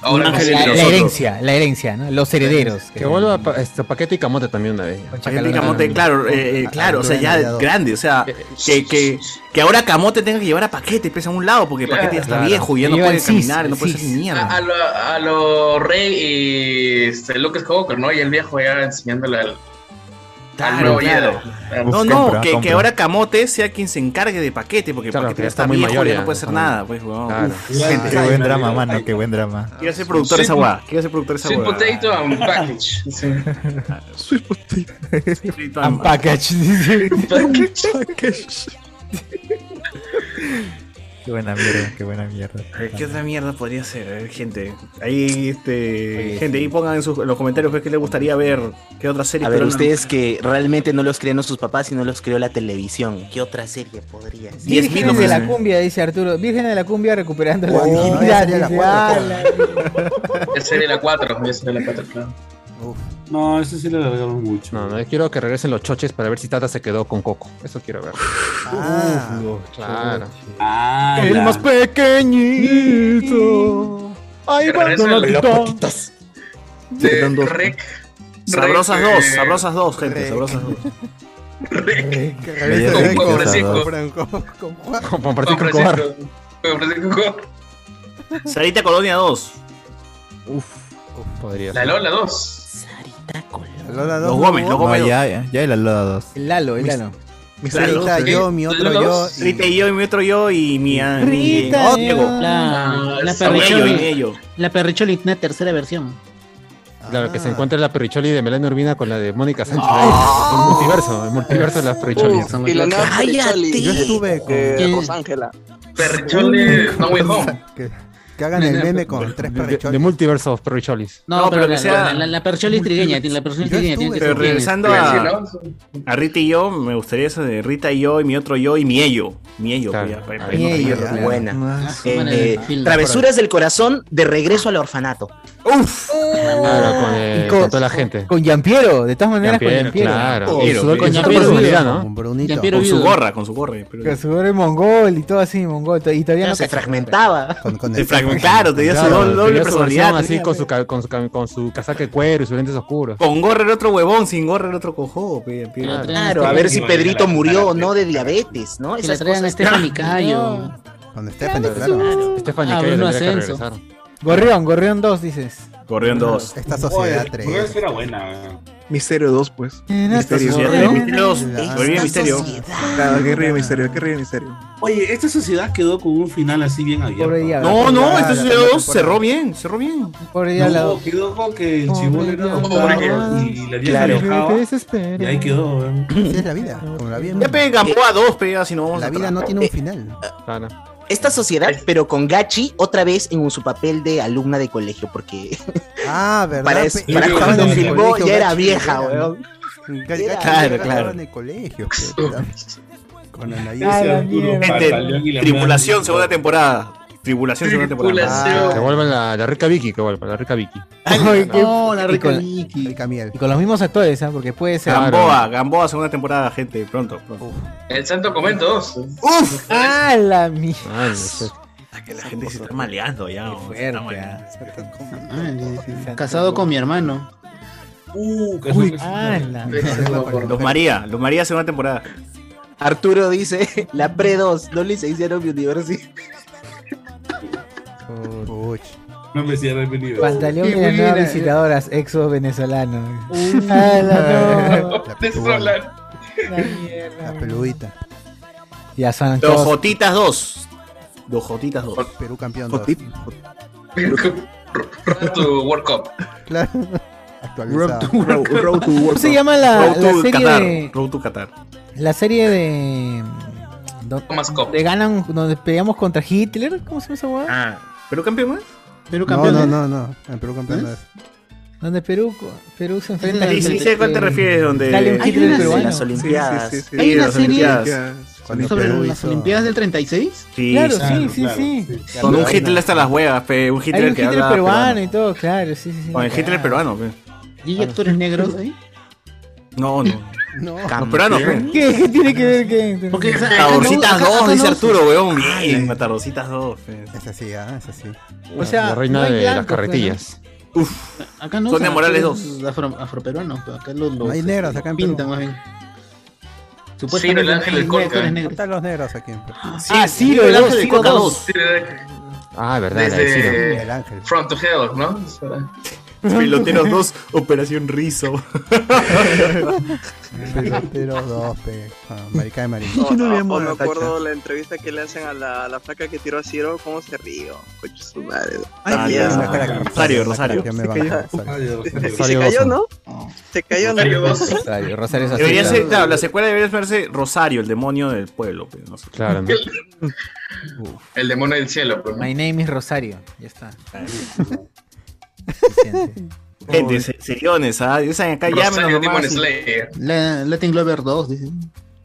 S12: Ahora
S16: Un
S12: con
S16: ángel
S1: La,
S16: entre
S1: la
S16: nosotros.
S1: herencia, la herencia, ¿no? Los herederos.
S2: Que vuelva pa- este, Paquete y Camote también una vez.
S16: Paquete y Camote, claro, eh, eh, claro, o sea, ya
S2: Alejandro
S16: grande, o sea, que, que, que ahora Camote tenga que llevar a Paquete, pesa a un lado, porque
S12: Claro.
S16: Paquete ya está
S12: Claro.
S16: viejo y ya
S12: Y
S16: no
S12: lleva
S16: puede
S12: el cis,
S16: caminar, no
S12: el
S16: puede
S12: cis.
S16: hacer ni mierda.
S12: A, a lo, a lo Rey y este, Luke Skywalker, ¿no? Y el viejo ya enseñándole al. al nuevo
S16: claro.
S12: Jedi.
S16: No, no, que, que ahora Camote sea quien se encargue de Paquete, porque Paquete
S9: que
S16: ya
S9: ya
S16: está,
S9: está muy
S16: viejo y
S9: mayor
S16: ya
S9: ya.
S16: no puede hacer
S9: Ah.
S16: nada, pues, weón.
S9: Claro.
S16: Uf,
S9: Qué
S16: ay,
S9: buen
S16: ay,
S9: drama,
S16: ay,
S9: mano,
S16: ay.
S9: qué buen drama.
S16: Quiero ser productor
S9: Sí.
S16: esa weá, quiero ser productor esa
S12: Sweet
S16: weá.
S12: Potato and Package. Sí.
S1: Un package, dice.
S9: Qué buena mierda, qué buena mierda.
S16: A ver, Eh, ¿Qué otra mierda pues. podría ser? A ver, gente. Ahí, este. gente, ahí pongan en, sus, en los comentarios pues, qué les gustaría ver. ¿Qué otra serie
S7: A ver, ustedes que realmente no los crearon sus papás, sino los creó la televisión. ¿Qué otra serie podría ser?
S1: Vírgenes de la cumbia, dice Arturo. Vírgenes de la cumbia recuperando la
S7: Uy, no,
S1: dignidad.
S7: ya sería la
S1: dice.
S7: cuarta.
S1: Ah,
S12: Ya sería la 4. Ya sería la 4, claro.
S2: No, eso sí lo alargamos mucho. No, no, yo quiero que regresen los choches para ver si Tata se quedó con Coco. Eso quiero ver.
S5: Ah,
S2: claro. Ah.
S1: El más pequeñito. Ahí va Donatito.
S16: eh, Sabrosas dos, sabrosas dos, gente, sabrosas dos.
S5: Que regrese
S12: Con
S5: Franco,
S12: Juan Francisco.
S5: Franco, con Juan.
S2: Con Francisco Escobar.
S16: Sarita Colonia 2.
S2: Uf, podría
S12: La
S2: ser.
S12: Lola 2.
S5: Lola
S16: Los Gómez, los Gómez dos.
S26: Ya, ya, ya el Lola 2.
S1: El Lalo, el
S26: Mis-
S1: Lalo.
S26: mis Rita,
S16: Claro,
S26: yo,
S16: sí.
S26: mi
S1: otro yo
S26: y-
S16: Rita y yo, y mi otro yo, y mi. a-
S1: Rita,
S16: mi- Diego.
S1: yo.
S16: Ah,
S2: la
S16: esa Ello,
S2: perricholi.
S16: ello.
S8: La perricholi, una tercera versión.
S2: Claro, que se encuentra la perricholi de Melania Urbina con la de Mónica Sánchez. El multiverso, el multiverso de las perricholis.
S14: Y la nueva Perricholi.
S5: Yo estuve con-
S14: eh, Rosángela.
S12: Perrichole No Way Home.
S5: Que, que hagan el meme con tres perricholis.
S2: De Multiverse of Perricholis.
S8: No, pero, la, la, la, la perricholi trigueña, tiene- la perricholi trigueña tiene que
S16: Pero
S8: ser-
S16: regresando a, a Rita y yo, me gustaría eso de Rita y yo, y mi otro yo, y mi ello. Mi ello, pues, ya, para- para-
S7: Mi ello,
S16: para-
S7: claro.
S16: buena.
S7: Eh,
S16: Eh,
S7: eh, travesuras del corazón de regreso al orfanato.
S16: Uf.
S2: Claro, con, eh,
S1: Y
S2: con,
S1: con-
S2: toda la gente.
S1: Con Giampiero, de todas maneras con Giampiero.
S2: Claro.
S1: Con
S2: Con su- con su
S1: Giampiero
S2: personalidad,
S1: Viudo.
S2: ¿no?
S1: Con Brunito.
S16: Con su gorra, con su gorra. pero-
S1: Que su gorra es mongol y todo así, mongol. to- Y todavía no
S7: se
S1: casó.
S7: fragmentaba.
S16: Se fragmentaron, tenía su doble, doble
S2: tenía su
S16: personalidad.
S2: versión así
S16: tenía-
S2: con su, ca- con, su, ca- con su casaca de cuero y sus lentes oscuros.
S16: Con gorra el otro huevón, sin gorra el otro cojo. pe- pe-
S7: Claro, a ver si Pedrito murió o no de diabetes, ¿no?
S8: Que
S7: Esas
S8: la traigan este a
S7: cosas.
S8: Stephanie Cayo.
S5: Con Stephanie,
S7: claro.
S5: claro.
S2: Stephanie
S8: Ah,
S2: Cayo
S8: Bruno
S2: tenía que
S8: Ascenso.
S2: regresar.
S1: Gorrión, Gorrión 2, dices.
S16: Gorrión 2.
S5: Esta sociedad
S9: Oye,
S5: 3.
S9: Gorrión
S5: Esta
S9: era buena. Misterio 2, pues.
S1: En
S9: Misterio.
S16: esta sociedad. Misterios, Guerrilla Misterio.
S9: Claro, qué río misterio, qué río misterio.
S3: Oye, esta sociedad quedó con un final así bien abierto.
S9: Pobre diablo.
S16: No, no, esta
S9: la
S16: sociedad
S9: primera
S16: 2 cerró bien, cerró bien.
S1: Pobre
S3: No, quedó como que el chibolo era adoptado y la tía
S16: Claro.
S3: se alejaba, Y ahí quedó. weón.
S5: es la vida, como la vida.
S16: Ya pe,
S7: Eh,
S16: Gamboa 2, pe, ya, si no vamos
S5: La
S16: a
S5: vida no tiene un final.
S7: Esta sociedad, pero con Gachi otra vez en su papel de alumna de colegio, porque
S5: Ah, ¿verdad?
S7: para, es-
S5: Pe-
S7: para
S5: estaban
S7: cuando
S5: en el
S7: filmó
S5: colegio,
S7: ya era
S5: gacho,
S7: vieja,
S5: eran-
S7: weón.
S5: Gacho,
S7: Era-
S5: gacho,
S7: Claro,
S5: eran
S7: claro.
S5: En el colegio. pe, ¿verdad? Con Anaí.
S16: Ah, la Gente,
S5: segunda
S16: tribulación, segunda temporada. Tribulación, segunda temporada. Ah,
S2: Que vuelvan la, la rica Vicky, que vuelvan la rica Vicky.
S1: No, la rica
S5: Vicky. Rica miel.
S1: Y con los mismos actores, ¿ah? Porque puede ser.
S16: Gamboa, Gamboa, segunda temporada, gente, pronto. pronto.
S12: El Santo Comento 2.
S1: ¡Uf! ¡Ah, la mierda!
S16: Ay, no sé. Ah, que la gente se está maleando ya. weón, se está maleando.
S8: Ah, Casado con mi hermano.
S3: Uh,
S16: Uy,
S8: ah, la
S16: Los María, los María, segunda temporada.
S7: Arturo dice, la pre 2, no licenciaron mi universidad.
S3: No me cierra el video.
S1: Pantaleón
S3: Qué
S1: de las nuevas
S3: buena.
S1: visitadoras, exos venezolanos. Ah, la no.
S5: La peludita.
S1: Ya son
S16: Los
S1: todos.
S16: Jotitas 2. Los Jotitas 2.
S5: Perú campeón.
S16: dos.
S12: Road to World Cup.
S5: Claro.
S16: Road
S5: Actualizado.
S16: to, Road- Road to World
S1: ¿Cómo se
S16: Cup.
S1: llama la-
S16: Road
S1: la
S16: to
S1: serie
S16: Qatar,
S1: de-
S16: Road to Qatar.
S1: La serie de. mm, do- Donde ganan, donde peleamos contra Hitler. ¿Cómo se llama esa hueá?
S16: Ah, ¿Perú campeón más?
S8: Perú
S5: No,
S1: campeón,
S5: no,
S1: ¿eh?
S5: no, no. En Perú campeón no es.
S1: Donde Perú, Perú se enfrenta
S16: Sí, sí, sé a cuál te refieres, donde-
S1: Sale un
S16: Hay
S1: Hitler
S16: una serie-
S1: peruano.
S16: Las Olimpiadas. Sí, sí, sí, sí.
S8: Hay
S16: Sí,
S8: una
S16: las
S8: serie
S16: Olimpiadas.
S5: Cuando
S8: sobre
S5: Perú
S8: las
S5: hizo-
S8: Olimpiadas del 36.
S16: Sí,
S1: Claro, sí,
S16: claro,
S1: sí,
S16: claro.
S1: sí.
S16: Con un
S1: Claro.
S16: Hitler hasta las huevas, pe, un Hitler
S1: Hay un
S16: que
S1: Hitler
S16: habla
S1: peruano,
S16: peruano.
S1: y todo, claro, sí, sí, sí.
S16: Con el Hitler peruano, pe.
S8: ¿Y hay actores negros ahí?
S16: No, no. pues.
S1: No.
S16: Campeón. Peruano, pe.
S1: ¿Qué, qué tiene que ver que
S8: Porque esa-
S16: Matadorcitas
S8: acá no-
S16: 2,
S8: acá
S16: dice
S8: no-
S16: Arturo, weón. Bien, Matadorcitas 2, pe.
S5: Es así, ah, es así.
S8: O sea,
S2: la reina
S8: no hay
S2: de las
S8: blancos,
S2: carretillas.
S8: Acá no
S16: Sonia
S8: usan
S16: Morales
S8: actores afro- afroperuanos, pero acá los, los eh,
S5: hay negros acá en Perú.
S8: pintan más bien.
S12: Ciro, el ángel del
S8: hay
S12: Colca.
S8: actores negros.
S5: Están los negros aquí en Perú.
S1: Ah, Ciro, el ángel de Coca 2.
S12: Sí, de-
S2: Ah, verdad, la de Ciro.
S12: Desde From to Hell, ¿no? Espera.
S1: pues,
S16: Peloteros 2, Operación Rizo.
S5: Pelotero dos, pe. Ah, Maricá de Marín.
S14: O- o- o me acuerdo la entrevista que le hacen a la, a la flaca que tiró a Ciro, cómo se río. Coño, su madre.
S5: Ay,
S14: ya.
S5: es la cara que-
S16: Rosario,
S5: la cara
S16: Rosario.
S5: que me van a dejar,
S14: Y se cayó, ¿no? Se cayó, ¿no?
S5: Rosario, Rosario es así.
S16: Debería ser, claro, la secuela debería llamarse Rosario, el demonio del pueblo. pe, no sé.
S2: Claro, ¿no?
S12: El demonio del cielo. pues, ¿no?
S1: My name is Rosario. Ya está.
S16: Gente, se- seriones, ¿ah? Yo saben, acá
S12: Rosario
S16: llámenos
S12: Demon
S16: nomás. y-
S12: Slayer.
S8: La- Latin Glover 2, dice.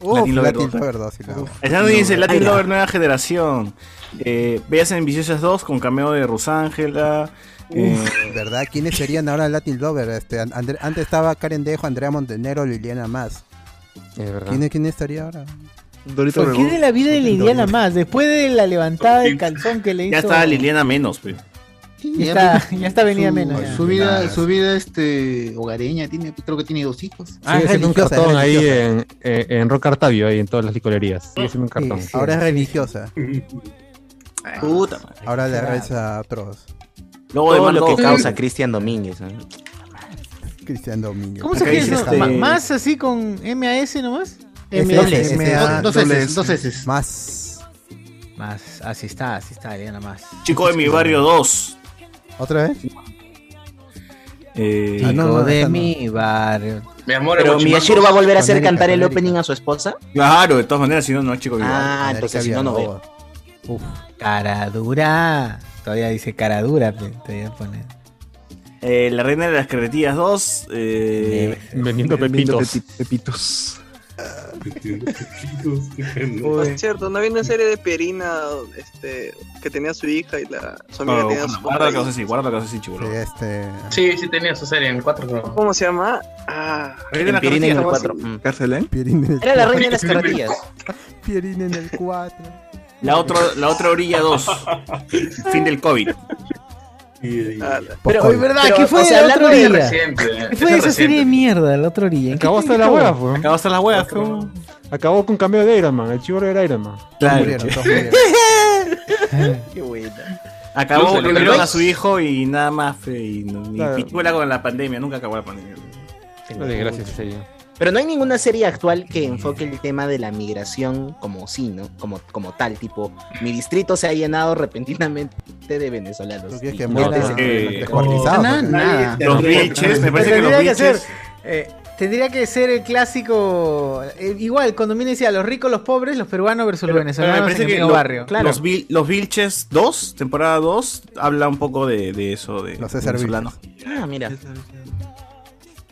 S5: Uf,
S16: Latin Lover
S5: Latin
S16: dos. ¿eh?
S5: Lover dos, sí, la-
S16: Allá nos dice Latin Lover Nueva Generación. Eh, veas en Viciosas 2 con cameo de Rosángela. eh,
S5: Uf, ¿Verdad? ¿Quiénes serían ahora Latin Lover? Este, an- Andre- antes estaba Karen Dejo, Andrea Montenegro, Liliana Más.
S2: Es verdad.
S5: ¿Quién, ¿Quién estaría ahora?
S1: ¿Por qué de la vida de Liliana más? Después de la levantada de calzón que le hizo.
S16: ya está Liliana menos, pues. pe.
S27: Ya está- ya está venida
S8: su-
S27: menos, ya.
S8: Su vida,
S27: Nada.
S8: su vida este, hogareña, tiene, creo que tiene dos hijos.
S1: Ah,
S16: Ah,
S2: Sigue siendo un cartón ahí en, en, en Rock Artavio, ahí en todas las licorerías. Sigue siendo un cartón.
S5: Ahora es religiosa.
S8: Puta madre.
S5: Ahora le reza a otros.
S7: Todo lo que causa Ah, Cristian Domínguez. ¿eh?
S5: Cristian Domínguez.
S7: ¿Cómo
S5: ¿Cómo se
S7: se Acá escribe dice eso? este- Ma-
S5: Más
S7: más
S1: así con MAS nomás?
S5: este Más.
S1: Más, así está, así está, Eliana más.
S16: Chico de mi barrio 2.
S5: ¿Otra vez?
S16: Eh,
S1: Chico
S5: Ah, no, no,
S1: de
S5: esta no.
S1: mi barrio.
S28: Mi amor,
S7: Pero
S16: Guachimango,
S7: Miyashiro va a volver a hacer
S16: América,
S7: cantar el
S16: América.
S7: opening a su esposa.
S16: Claro, de todas maneras, si no, no es chico de mi barrio.
S7: Ah, entonces si no, no veo.
S1: Uf, cara dura. Todavía dice cara dura, pe, todavía pone.
S16: Eh, la reina de las carretillas 2. Eh,
S2: Vendiendo pepitos.
S16: pepitos.
S12: Por cierto, no había una serie de Perina este, que tenía su hija y la, su amiga
S5: Oh,
S16: Claro,
S12: tenía su
S16: Oh, guarda la
S12: papá
S16: cosa así, guarda la cosa así, chibolo.
S5: este.
S28: Sí, sí tenía su serie en cuatro. pero-
S12: ¿Cómo se llama? Ah,
S5: En Pirina en el cuatro.
S16: Mm.
S9: ¿Carcelén?
S5: Era la reina de las
S16: carretillas.
S5: Pierín en el 4.
S16: La, otro, la otra orilla 2. fin del COVID.
S1: Pero es verdad,
S16: Ah, Pero,
S1: ¿qué fue
S16: o sea,
S1: de la otra
S16: hablando de
S1: orilla?
S16: reciente,
S1: ¿Qué fue de
S2: eso
S1: esa serie de mierda, la otra orilla? ¿En qué
S2: Acabó hasta la
S1: acabó?
S2: hueá, fue. Acabó hasta la hueá, fue. Acabó con cambio de Iron Man. El chivo era Iron Man.
S16: Claro.
S2: Murieron, todos murieron.
S7: Qué buena.
S16: Acabó,
S2: Luz, el
S16: volvieron
S2: reloj.
S16: a su hijo y nada más. fe, Y, no- ni
S7: Claro.
S16: pichula con la pandemia, nunca acabó la pandemia.
S2: Una desgracia esa serie.
S7: Pero no hay ninguna serie actual que enfoque el tema de la migración como sí, ¿no? Como, como tal, tipo, mi distrito se ha llenado repentinamente de venezolanos.
S5: ¿Tú quieres
S7: Y
S5: que
S7: no
S5: muera
S7: te-
S5: eh, descuartizado? pues.
S7: Nada, nada.
S16: Los Vilches, me parece que los
S1: tendría que ser,
S16: Vilches.
S1: eh, tendría que ser el clásico. eh, igual, cuando viene decía los ricos, los pobres, los peruanos versus los
S16: Pero Eh, me
S1: venezolanos en
S16: parece
S1: el
S16: que
S1: mismo
S16: lo-
S1: barrio. Claro.
S16: los, Vil- los Vilches 2, temporada 2, habla un poco de, de eso, de los
S5: César
S7: Ah, mira.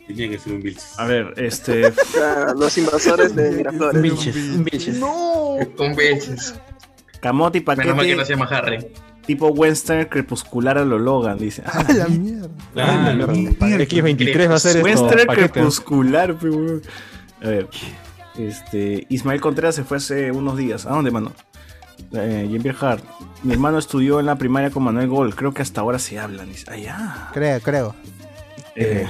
S3: Tenía que ser un Vilches.
S16: A ver, este.
S12: Ah, los invasores de Miraflores.
S16: No.
S28: Un Vilches.
S16: Camote y paquete.
S28: Menos mal que no se llama Harry.
S16: Tipo Western crepuscular a lo Logan, dice. Ah,
S5: la mierda.
S2: X23 va a ser esto,
S16: Western
S2: paquete.
S16: crepuscular, pe, weón. A ver. Este, Ismael Contreras se fue hace unos días. ¿A dónde, mano? Eh, Jean Pierre Hart. Mi hermano estudió en la primaria con Manuel Gol. Creo que hasta ahora se hablan. Dice, allá.
S5: Creo, creo.
S16: Eh,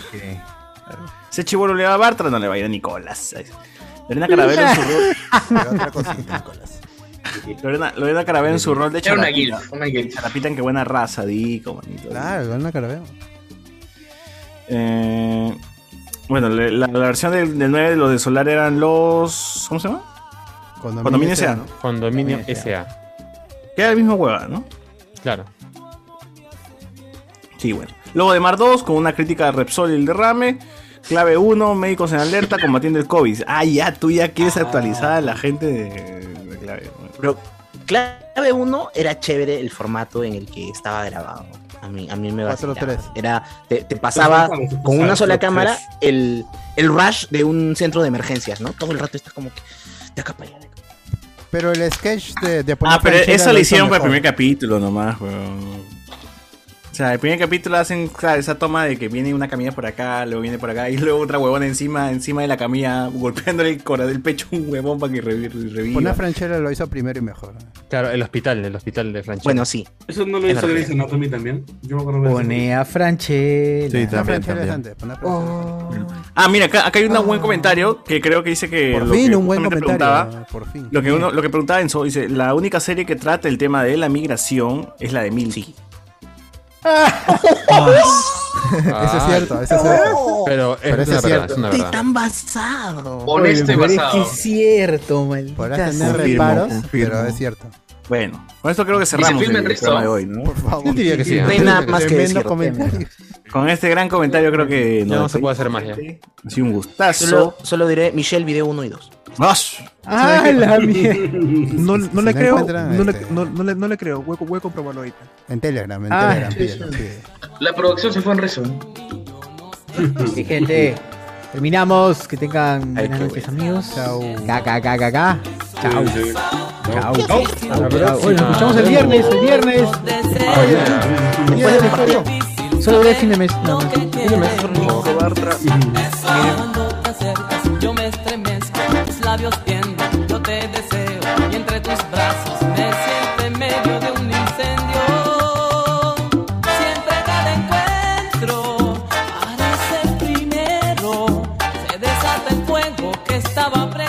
S16: Ese chivolo le va a Bartra, no le va a ir a Nicolás. Ay. Lorena Carabelo en su rol. Lorena, Lorena Carabelo en su rol de
S28: Era una
S16: charapita.
S28: guilf, una guilf.
S16: Charapita en qué buena raza, Dico, manito.
S5: Claro, con una carabeo.
S16: Eh, bueno, le- la, la versión del, del 9 de los de Solar eran los. ¿Cómo se llama?
S5: Condominio
S16: Condominio
S5: S.A.,
S16: S.A.
S5: ¿no?
S2: Condominio
S16: Condominio
S2: SA.
S16: Queda el mismo hueva, ¿no?
S2: Claro.
S16: Sí, bueno. Luego de Mar 2, con una crítica de Repsol y el derrame. Clave 1, médicos en alerta, combatiendo el COVID. Ah, ya, tú ya quieres actualizar a la gente de, de Clave.
S7: Pero clave 1 era chévere el formato en el que estaba grabado. A mí, a mí me vacilaba.
S5: 4-3.
S7: Era, te, te pasaba con una sola cámara el, el rush de un centro de emergencias, ¿no? Todo el rato estás como que de acá para allá. de acá.
S5: Pero el sketch de, de
S16: Ah, pero
S5: Franchella
S16: eso
S5: lo
S16: lo
S5: hizo
S16: hicieron para el
S5: mejor.
S16: primer capítulo nomás, weón. O sea, el primer capítulo hacen claro, esa toma de que viene una camilla por acá, luego viene por acá, y luego otra huevona encima, encima de la camilla, golpeándole el corazón del pecho a un huevón para que revi- reviva.
S5: Una franchera lo hizo primero y mejor.
S2: Claro, el hospital, el hospital de Francia.
S7: Bueno, sí.
S3: ¿Eso no lo
S2: Es
S3: hizo
S2: verdad.
S3: Grey's Anatomy también? Yo me acuerdo de
S1: Pone a Franchella.
S3: Sí, también,
S5: Franchella es antes, pone a Franchella.
S16: Ah, mira, acá, acá hay un buen comentario que creo que dice que.
S5: Por
S16: lo
S5: fin,
S16: que
S5: un buen
S16: justamente
S5: comentario. Ah,
S16: preguntaba-
S5: Por fin.
S16: Lo que, uno, lo que preguntaba Enzo, dice: La única serie que trata el tema de la migración es la de Milky. Ah.
S5: Eso es cierto, eso es cierto.
S2: Pero es
S5: Pero eso
S2: una
S5: es
S2: verdad,
S5: cierto.
S2: es una
S5: Sí,
S2: verdad.
S7: Tan basado.
S1: Honesto y Pero es basado. que es cierto, maldita
S5: Podrás tener
S1: sea.
S5: reparos,
S1: Confirmo.
S5: pero es cierto.
S16: Bueno, con esto creo que
S5: Y se
S16: cerramos el,
S5: filma en
S16: el
S5: Rizzo.
S16: programa de hoy, ¿no?
S5: Por favor.
S16: Yo diría que sí, ¿eh?
S5: No hay nada más que decir. comentario.
S16: Con este gran comentario creo que
S2: Ya no se puede
S16: hacer
S2: más ya.
S16: Ha sido un gustazo.
S7: Solo, solo diré Michelle, video 1 y 2.
S16: ¡Más!
S1: Ah, la mierda.
S9: No, no
S5: Si
S9: le
S5: no
S9: creo.
S5: encuentran,
S9: No le,
S5: este-
S9: no, no le, no le creo. Voy, a- voy a comprobarlo ahorita.
S5: En Telegram, en
S9: Ah,
S5: Telegram.
S9: sí,
S5: pídelo,
S9: sí.
S5: pídelo.
S28: La producción se fue en rezo.
S1: Sí, gente. Terminamos. Que tengan buenas noches, amigos. Chao. Ca, ca, ca, ca, ca. Chao.
S9: Ah,
S1: Chao. Chao. Oye, nos escuchamos el viernes. El viernes. Después del episodio. Solo duré fin de mes. No, no. Fin de mes.
S19: Cuando te acercas, yo me estremezco, tus labios tienden, yo te deseo, y entre tus brazos me siento en medio de un incendio. Siento estaba pre